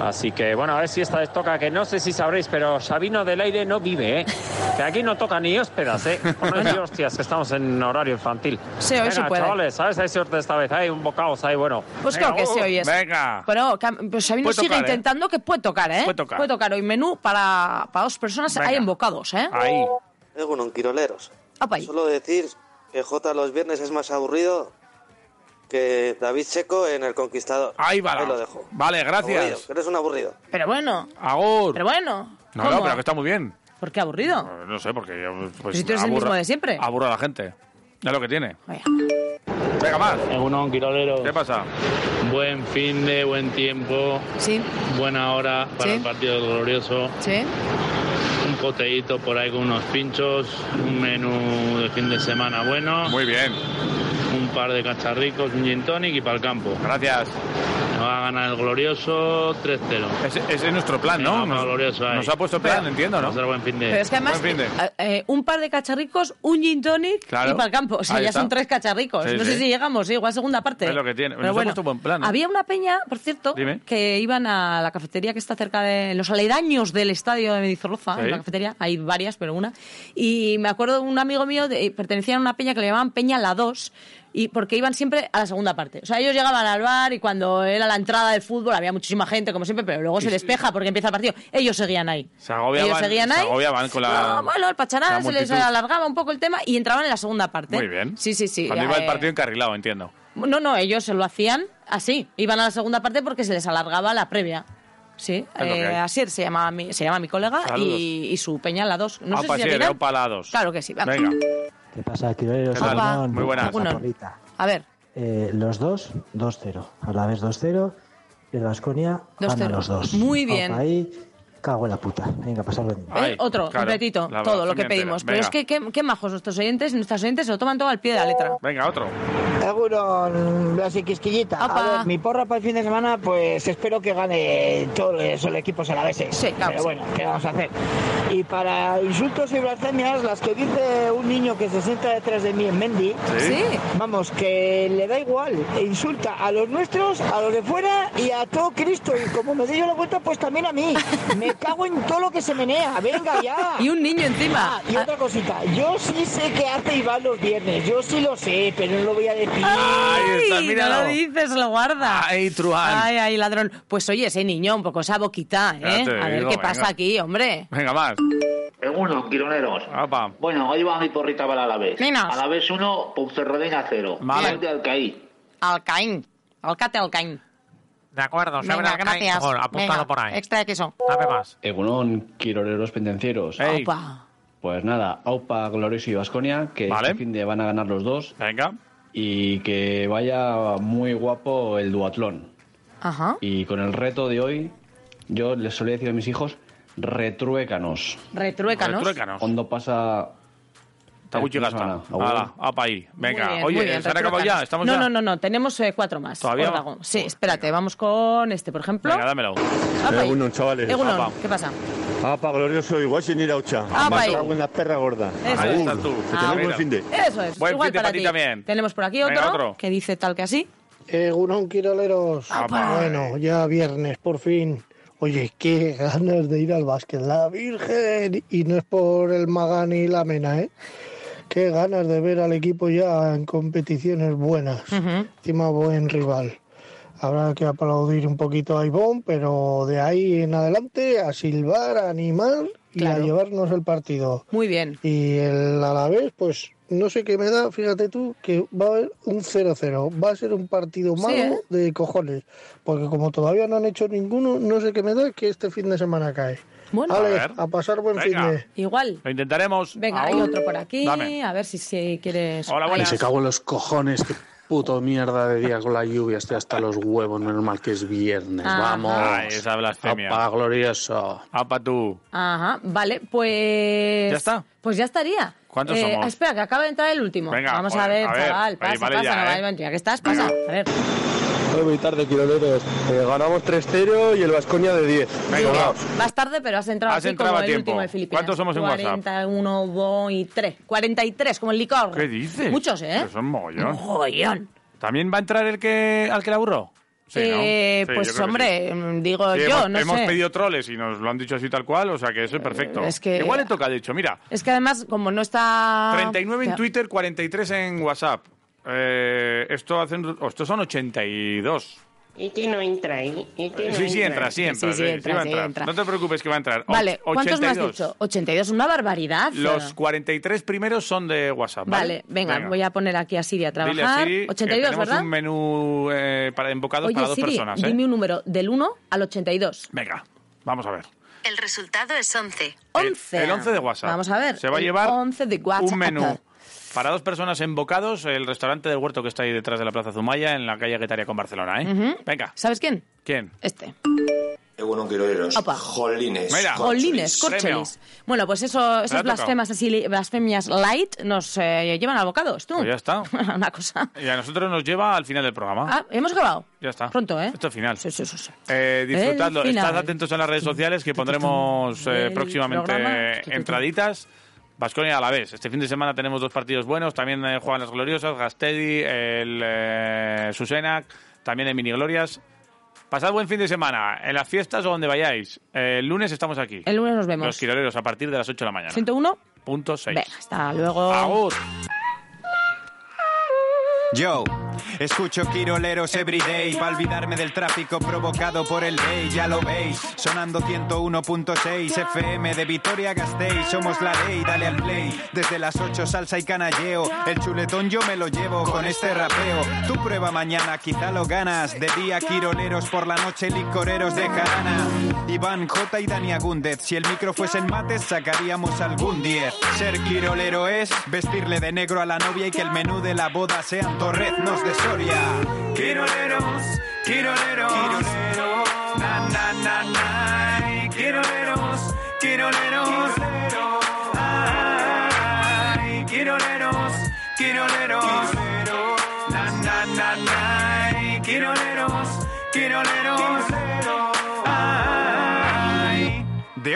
[SPEAKER 14] Así que bueno, a ver si esta vez toca, que no sé si sabréis, pero Sabino del aire no vive, ¿eh? Que aquí no toca ni hóspedas, ¿eh? Hombre, sí, hostias, que estamos en horario infantil.
[SPEAKER 5] Sí, hoy
[SPEAKER 14] Venga,
[SPEAKER 5] se puede.
[SPEAKER 14] chavales, ¿sabes? Hay suerte esta vez, hay un bocaos ahí, bueno.
[SPEAKER 5] Pues
[SPEAKER 14] Venga,
[SPEAKER 5] creo que sí,
[SPEAKER 14] uh,
[SPEAKER 5] hoy es. Pero cam- pues Sabino
[SPEAKER 14] Puede
[SPEAKER 5] sigue
[SPEAKER 14] tocar, ¿eh?
[SPEAKER 5] intentando que puede tocar, ¿eh?
[SPEAKER 14] Puede tocar.
[SPEAKER 5] hoy. Menú para, para dos personas
[SPEAKER 7] Venga.
[SPEAKER 5] hay embocados, ¿eh?
[SPEAKER 7] Algunos quiroleros.
[SPEAKER 5] Apa ahí.
[SPEAKER 7] Solo decir que J los viernes es más aburrido que David Seco en El Conquistador.
[SPEAKER 4] Ahí va.
[SPEAKER 7] lo dejo.
[SPEAKER 4] Vale, gracias.
[SPEAKER 7] Aburrido, que eres un aburrido.
[SPEAKER 5] Pero bueno.
[SPEAKER 4] Agur.
[SPEAKER 5] Pero bueno.
[SPEAKER 4] No,
[SPEAKER 5] ¿cómo?
[SPEAKER 4] no, pero que está muy bien.
[SPEAKER 5] ¿Por qué aburrido?
[SPEAKER 4] No, No sé, porque yo, pues,
[SPEAKER 5] si tú eres el
[SPEAKER 4] aburro-
[SPEAKER 5] mismo de siempre.
[SPEAKER 4] Aburro a la gente. Es lo que tiene. Venga, más.
[SPEAKER 14] Egunon, Quirolero.
[SPEAKER 4] ¿Qué pasa?
[SPEAKER 14] Buen fin de buen tiempo.
[SPEAKER 5] Sí.
[SPEAKER 14] Buena hora para
[SPEAKER 5] Sí.
[SPEAKER 14] el partido del glorioso.
[SPEAKER 5] Sí.
[SPEAKER 14] Un poteíto por ahí con unos pinchos. Un menú de fin de semana bueno.
[SPEAKER 4] Muy bien.
[SPEAKER 14] Un par de cacharricos, un gin tonic y para el campo.
[SPEAKER 4] Gracias.
[SPEAKER 14] Va a ganar el glorioso 3-0.
[SPEAKER 4] Ese, es nuestro plan,
[SPEAKER 14] ¿no?
[SPEAKER 4] Nos- nos ha puesto plan, entiendo, ¿no?
[SPEAKER 14] Será buen fin de.
[SPEAKER 5] Pero es que además, eh, eh, un par de cacharricos, un gin tonic
[SPEAKER 4] Claro.
[SPEAKER 5] y para el campo. O sea,
[SPEAKER 4] Ahí
[SPEAKER 5] ya
[SPEAKER 4] está.
[SPEAKER 5] son tres cacharricos.
[SPEAKER 4] Sí,
[SPEAKER 5] no
[SPEAKER 4] sí.
[SPEAKER 5] sé si llegamos, sí, igual segunda parte. ¿eh?
[SPEAKER 4] Es lo que tiene. Nos
[SPEAKER 5] Pero
[SPEAKER 4] ha
[SPEAKER 5] bueno,
[SPEAKER 4] puesto buen plan, ¿eh?
[SPEAKER 5] había una peña, por cierto,
[SPEAKER 4] Dime.
[SPEAKER 5] que iban a la cafetería que está cerca de los aledaños del estadio de Medizorroza,
[SPEAKER 4] Sí.
[SPEAKER 5] en la cafetería. Hay varias, pero una. Y me acuerdo un amigo mío, de- pertenecía a una peña que le llamaban Peña La 2. Y porque iban siempre a la segunda parte. O sea, ellos llegaban al bar y cuando era la entrada del fútbol había muchísima gente, como siempre, pero luego se despeja porque empieza el partido. Ellos seguían ahí.
[SPEAKER 4] Se agobiaban,
[SPEAKER 5] Ellos seguían
[SPEAKER 4] se
[SPEAKER 5] ahí.
[SPEAKER 4] agobiaban con la.
[SPEAKER 5] No, bueno, el
[SPEAKER 4] la
[SPEAKER 5] pacharán se les
[SPEAKER 4] multitud.
[SPEAKER 5] alargaba un poco el tema y entraban en la segunda parte.
[SPEAKER 4] Muy bien.
[SPEAKER 5] Sí, sí, sí.
[SPEAKER 4] Cuando iba el
[SPEAKER 5] Eh,
[SPEAKER 4] partido encarrilado, entiendo.
[SPEAKER 5] No, no, ellos se lo hacían así. Iban a la segunda parte porque se les alargaba la previa. Sí,
[SPEAKER 4] Es lo que
[SPEAKER 5] eh,
[SPEAKER 4] hay.
[SPEAKER 5] Asier se llama mi, se llama mi colega
[SPEAKER 4] Saludos.
[SPEAKER 5] y, y su peña la dos. No sé
[SPEAKER 4] Aupa,
[SPEAKER 5] si
[SPEAKER 4] sí,
[SPEAKER 5] seguirán.
[SPEAKER 4] aupa, la dos.
[SPEAKER 5] Claro que sí, vamos.
[SPEAKER 4] Venga.
[SPEAKER 16] ¿Qué pasa, Quirolero?
[SPEAKER 4] ¿Qué tal?
[SPEAKER 16] Salmón,
[SPEAKER 4] Muy buenas.
[SPEAKER 16] Paco
[SPEAKER 5] Alguno.
[SPEAKER 16] Porrita.
[SPEAKER 5] A ver,
[SPEAKER 16] Eh, los dos, 2-0. A la vez 2-0. Y el Vasconia gana
[SPEAKER 5] 2-0.
[SPEAKER 16] los dos.
[SPEAKER 5] Muy bien.
[SPEAKER 16] Opa, ahí, cago en la puta. Venga, pasarlo bien.
[SPEAKER 5] ¿eh? otro, completito, todo lo que pedimos. Pero es que qué, qué majos nuestros oyentes, nuestras oyentes se lo toman todo al pie de la
[SPEAKER 4] Oh,
[SPEAKER 5] letra.
[SPEAKER 4] Venga, otro.
[SPEAKER 38] Egunon, Blas y Quisquillita. A
[SPEAKER 5] Opa.
[SPEAKER 38] ver, mi porra para el fin de semana, pues espero que gane todo el equipo Salaveses.
[SPEAKER 5] Sí, claro.
[SPEAKER 38] Pero bueno, ¿qué vamos a hacer? Y para insultos y blasfemias, las que dice un niño que se sienta detrás de mí en Mendy,
[SPEAKER 5] Sí. Sí.
[SPEAKER 38] vamos, que le da igual, e insulta a los nuestros, a los de fuera y a todo Cristo. Y como me doy yo la vuelta, pues también a mí. Me cago en todo lo que se menea, venga ya.
[SPEAKER 5] Y un niño encima.
[SPEAKER 38] Ah, y otra cosita, yo sí sé que hace Iván los viernes, yo sí lo sé, pero no lo voy a decir.
[SPEAKER 5] Ay, no lo dices, lo guarda.
[SPEAKER 38] Ay, truán.
[SPEAKER 5] Ay, ay, ladrón. Pues oye, ese niño, un poco esa boquita,
[SPEAKER 4] Ya
[SPEAKER 5] ¿eh?
[SPEAKER 4] te
[SPEAKER 5] A ver
[SPEAKER 4] digo,
[SPEAKER 5] qué
[SPEAKER 4] venga.
[SPEAKER 5] pasa aquí, hombre.
[SPEAKER 4] Venga, más.
[SPEAKER 40] Egunon, quironeros. Bueno, ahí va mi porrita para la vez.
[SPEAKER 5] Menos.
[SPEAKER 40] A la vez uno, Ponferradín a cero.
[SPEAKER 5] Vale.
[SPEAKER 40] Gol de Alcaí.
[SPEAKER 5] Alcaín. Alcate Alcaín.
[SPEAKER 3] De acuerdo, sobre
[SPEAKER 5] Venga,
[SPEAKER 3] Alcaín.
[SPEAKER 5] gracias.
[SPEAKER 3] Bueno, apúntalo
[SPEAKER 5] Venga,
[SPEAKER 3] por ahí.
[SPEAKER 5] Extra queso.
[SPEAKER 3] Dame más.
[SPEAKER 41] Egunon, quiroleros pendencieros.
[SPEAKER 5] Opa.
[SPEAKER 41] Pues nada, Aupa, Glorioso y Vasconia, que
[SPEAKER 4] Vale.
[SPEAKER 41] este fin de van a ganar los dos.
[SPEAKER 4] Venga.
[SPEAKER 41] Y que vaya muy guapo el duatlón.
[SPEAKER 5] Ajá.
[SPEAKER 41] Y con el reto de hoy, yo les solía decir a mis hijos, retruécanos.
[SPEAKER 5] Retruécanos.
[SPEAKER 41] Cuando pasa... Eh,
[SPEAKER 4] Taguchi
[SPEAKER 41] el fin de
[SPEAKER 4] gasta.
[SPEAKER 41] semana? ¿A
[SPEAKER 4] Hala,
[SPEAKER 41] huevo?
[SPEAKER 4] apa ahí. Venga.
[SPEAKER 5] Muy bien, muy
[SPEAKER 4] Oye,
[SPEAKER 5] bien,
[SPEAKER 4] ¿se han acabado
[SPEAKER 5] retruécanos.
[SPEAKER 4] ya? ¿Estamos
[SPEAKER 5] no,
[SPEAKER 4] ya?
[SPEAKER 5] No, no, no, tenemos eh, cuatro más.
[SPEAKER 4] ¿Todavía?
[SPEAKER 5] Órdago. Sí, espérate, vamos con este, por ejemplo.
[SPEAKER 4] Venga, dámelo.
[SPEAKER 5] Apa ahí. Eh,
[SPEAKER 9] Egunon, Eh, chavales.
[SPEAKER 5] Egunon,
[SPEAKER 9] Apa.
[SPEAKER 5] ¿qué pasa?
[SPEAKER 9] Apa, glorioso, igual sin ir a Ocha.
[SPEAKER 5] Apa
[SPEAKER 9] Me
[SPEAKER 5] ahí.
[SPEAKER 9] cago en la perra gorda.
[SPEAKER 5] Eso
[SPEAKER 9] Agur.
[SPEAKER 5] es.
[SPEAKER 9] Que tengáis
[SPEAKER 5] Ah,
[SPEAKER 9] buen fin de.
[SPEAKER 5] Eso es.
[SPEAKER 9] Buen
[SPEAKER 5] Igual
[SPEAKER 9] fin de
[SPEAKER 5] para
[SPEAKER 9] para ti también.
[SPEAKER 5] Tenemos por aquí
[SPEAKER 9] Venga,
[SPEAKER 5] otro,
[SPEAKER 9] otro.
[SPEAKER 5] que dice tal que así.
[SPEAKER 41] Egunon Quiroleros.
[SPEAKER 5] Apa.
[SPEAKER 41] Eh, Bueno, ya viernes, por fin. Oye, qué ganas de ir al básquet, la Virgen. Y no es por el Magán y la Mena, ¿eh? Qué ganas de ver al equipo ya en competiciones buenas. Encima buen rival. Habrá que aplaudir un poquito a Ivón, pero de ahí en adelante a silbar, a animar y a llevarnos el partido.
[SPEAKER 5] Muy bien.
[SPEAKER 41] Y el Alavés, pues no sé qué me da, fíjate tú, que va a haber un 0-0. Va a ser un partido
[SPEAKER 5] Sí,
[SPEAKER 41] malo
[SPEAKER 5] ¿eh?
[SPEAKER 41] de cojones. Porque como todavía no han hecho ninguno, no sé qué me da que este fin de semana cae.
[SPEAKER 5] Bueno.
[SPEAKER 41] Ale,
[SPEAKER 4] A ver.
[SPEAKER 41] a pasar buen
[SPEAKER 4] Venga.
[SPEAKER 41] fin de.
[SPEAKER 5] Igual.
[SPEAKER 4] Lo intentaremos.
[SPEAKER 5] Venga, hay
[SPEAKER 4] Agur.
[SPEAKER 5] otro por aquí.
[SPEAKER 4] Dame.
[SPEAKER 5] A ver si, si quieres. Ahí.
[SPEAKER 9] Y se cago en los cojones, qué puto mierda de día con la lluvia. Estoy hasta los huevos, menos mal que es viernes.
[SPEAKER 5] Ajá.
[SPEAKER 9] Vamos.
[SPEAKER 5] Ay,
[SPEAKER 4] Ah. esa blasfemia.
[SPEAKER 9] Apa, glorioso.
[SPEAKER 4] Apa tú.
[SPEAKER 5] Ajá, vale, pues.
[SPEAKER 4] ¿Ya está?
[SPEAKER 5] Pues ya estaría.
[SPEAKER 4] ¿Cuántos
[SPEAKER 5] Eh,
[SPEAKER 4] somos?
[SPEAKER 5] Espera, que acaba de entrar el último.
[SPEAKER 9] Venga,
[SPEAKER 5] Vamos
[SPEAKER 9] joder,
[SPEAKER 5] a ver,
[SPEAKER 9] a ver.
[SPEAKER 5] chaval.
[SPEAKER 9] Oye,
[SPEAKER 5] Pasa,
[SPEAKER 9] vale
[SPEAKER 5] pasa,
[SPEAKER 9] ya,
[SPEAKER 5] no,
[SPEAKER 9] ¿eh?
[SPEAKER 5] vale, bueno, ya que estás, pasa. A ver.
[SPEAKER 28] Hoy muy tarde, quiroleros. Eh, ganamos 3-0 y el Vasconia de 10. Sobraos.
[SPEAKER 5] Vas tarde, pero has entrado
[SPEAKER 28] Has
[SPEAKER 5] así
[SPEAKER 28] entrado
[SPEAKER 5] como
[SPEAKER 28] a
[SPEAKER 5] el
[SPEAKER 28] tiempo.
[SPEAKER 5] último de Filipinas.
[SPEAKER 28] ¿Cuántos somos en WhatsApp?
[SPEAKER 5] 41, 2 y 3. 43, como el licor.
[SPEAKER 4] ¿Qué dices?
[SPEAKER 5] Muchos, ¿eh?
[SPEAKER 4] Pero son mogollón.
[SPEAKER 5] Mogollón.
[SPEAKER 4] ¿También va a entrar el que al que la aburro? Sí, ¿no?
[SPEAKER 5] Eh,
[SPEAKER 4] Sí, yo
[SPEAKER 5] pues
[SPEAKER 4] creo que sí.
[SPEAKER 5] hombre, mm, digo
[SPEAKER 4] Sí,
[SPEAKER 5] yo,
[SPEAKER 4] hemos,
[SPEAKER 5] no
[SPEAKER 4] hemos
[SPEAKER 5] sé.
[SPEAKER 4] pedido troles y nos lo han dicho así tal cual, o sea que eso es perfecto.
[SPEAKER 5] es que-
[SPEAKER 4] Igual le toca, de hecho, mira,
[SPEAKER 5] Es que además, como no está...
[SPEAKER 4] 39 en
[SPEAKER 5] Ya.
[SPEAKER 4] Twitter, oh, 43 en WhatsApp. Eh, esto hacen, o estos son 82.
[SPEAKER 41] Este no entra ahí. Este no
[SPEAKER 4] Sí, sí, entra, sí, entra.
[SPEAKER 5] Sí, sí, entra,
[SPEAKER 4] va a
[SPEAKER 5] sí,
[SPEAKER 4] entrar.
[SPEAKER 5] entra.
[SPEAKER 4] No te preocupes que va a entrar. O-
[SPEAKER 5] Vale, ¿cuántos me has
[SPEAKER 4] 82.
[SPEAKER 5] dicho? 82, una barbaridad.
[SPEAKER 4] Los 43 primeros son de WhatsApp. Vale,
[SPEAKER 5] Vale, venga, voy a poner aquí a Siri a trabajar.
[SPEAKER 4] Dile a Siri que
[SPEAKER 5] 82,
[SPEAKER 4] tenemos
[SPEAKER 5] ¿verdad?
[SPEAKER 4] un menú eh, para embocados
[SPEAKER 5] Oye,
[SPEAKER 4] para dos
[SPEAKER 5] Siri,
[SPEAKER 4] personas. ¿eh?
[SPEAKER 5] dime un número del 1 al 82.
[SPEAKER 4] Venga, vamos a ver.
[SPEAKER 5] El resultado es 11.
[SPEAKER 4] El-
[SPEAKER 5] 11.
[SPEAKER 4] El 11 de WhatsApp.
[SPEAKER 5] Vamos a ver.
[SPEAKER 4] Se va a
[SPEAKER 5] el
[SPEAKER 4] llevar
[SPEAKER 5] 11 de WhatsApp.
[SPEAKER 4] un menú para dos personas embocados, el restaurante del huerto que está ahí detrás de la Plaza Zumaya, en la calle Guetaria con Barcelona. ¿eh?
[SPEAKER 5] Ujú.
[SPEAKER 4] Venga,
[SPEAKER 5] ¿Sabes quién?
[SPEAKER 4] ¿quién?
[SPEAKER 5] Este.
[SPEAKER 3] Egunon Quiroleros.
[SPEAKER 5] Opa.
[SPEAKER 3] Jolines.
[SPEAKER 4] Mira.
[SPEAKER 5] Jolines, corchelis. Bueno, pues eso,
[SPEAKER 3] Me la
[SPEAKER 5] esas
[SPEAKER 3] ha tocado.
[SPEAKER 5] blasfemas así, blasfemias light nos eh, llevan a bocados, tú.
[SPEAKER 4] Pues ya está.
[SPEAKER 5] Una cosa.
[SPEAKER 4] Y a nosotros nos lleva al final del programa.
[SPEAKER 5] Ah, hemos acabado.
[SPEAKER 4] ya está.
[SPEAKER 5] Pronto, ¿eh?
[SPEAKER 4] Esto es final.
[SPEAKER 5] Sí, sí, sí.
[SPEAKER 4] Eh, disfrutadlo.
[SPEAKER 5] El final.
[SPEAKER 4] Estad atentos en las redes sociales que pondremos eh,
[SPEAKER 5] Del programa.
[SPEAKER 4] próximamente entraditas. Vasconia a la vez. Este fin de semana tenemos dos partidos buenos. También eh, juegan las gloriosas, Gastedi, el eh, Susena, también el Mini Glorias. Pasad buen fin de semana, en las fiestas o donde vayáis. Eh, el lunes estamos aquí.
[SPEAKER 5] El lunes nos
[SPEAKER 4] Los
[SPEAKER 5] vemos.
[SPEAKER 4] quiroleros a partir de las 8 de la mañana.
[SPEAKER 5] 101.
[SPEAKER 4] Punto 6.
[SPEAKER 5] Venga, hasta luego.
[SPEAKER 1] Yo escucho quiroleros everyday para olvidarme del tráfico provocado por el day, ya lo veis. Sonando 101.6 FM de Vitoria Gasteiz, somos la ley, dale al play. Desde las 8 salsa y canalleo, el chuletón yo me lo llevo con este rapeo. Tu prueba mañana, quizá lo ganas. De día quiroleros, por la noche licoreros de jarana. Iván J y Dani Agúndez, si el micro fuese el mate sacaríamos algún 10. Ser quirolero es vestirle de negro a la novia y que el menú de la boda sean torreznos de Soria. Quiroleros, quiroleros, quiroleros, na na na na, quiroleros, quiroleros, ay, quiroleros, quiroleros, na na na na, quiroleros, quiroleros, ay. De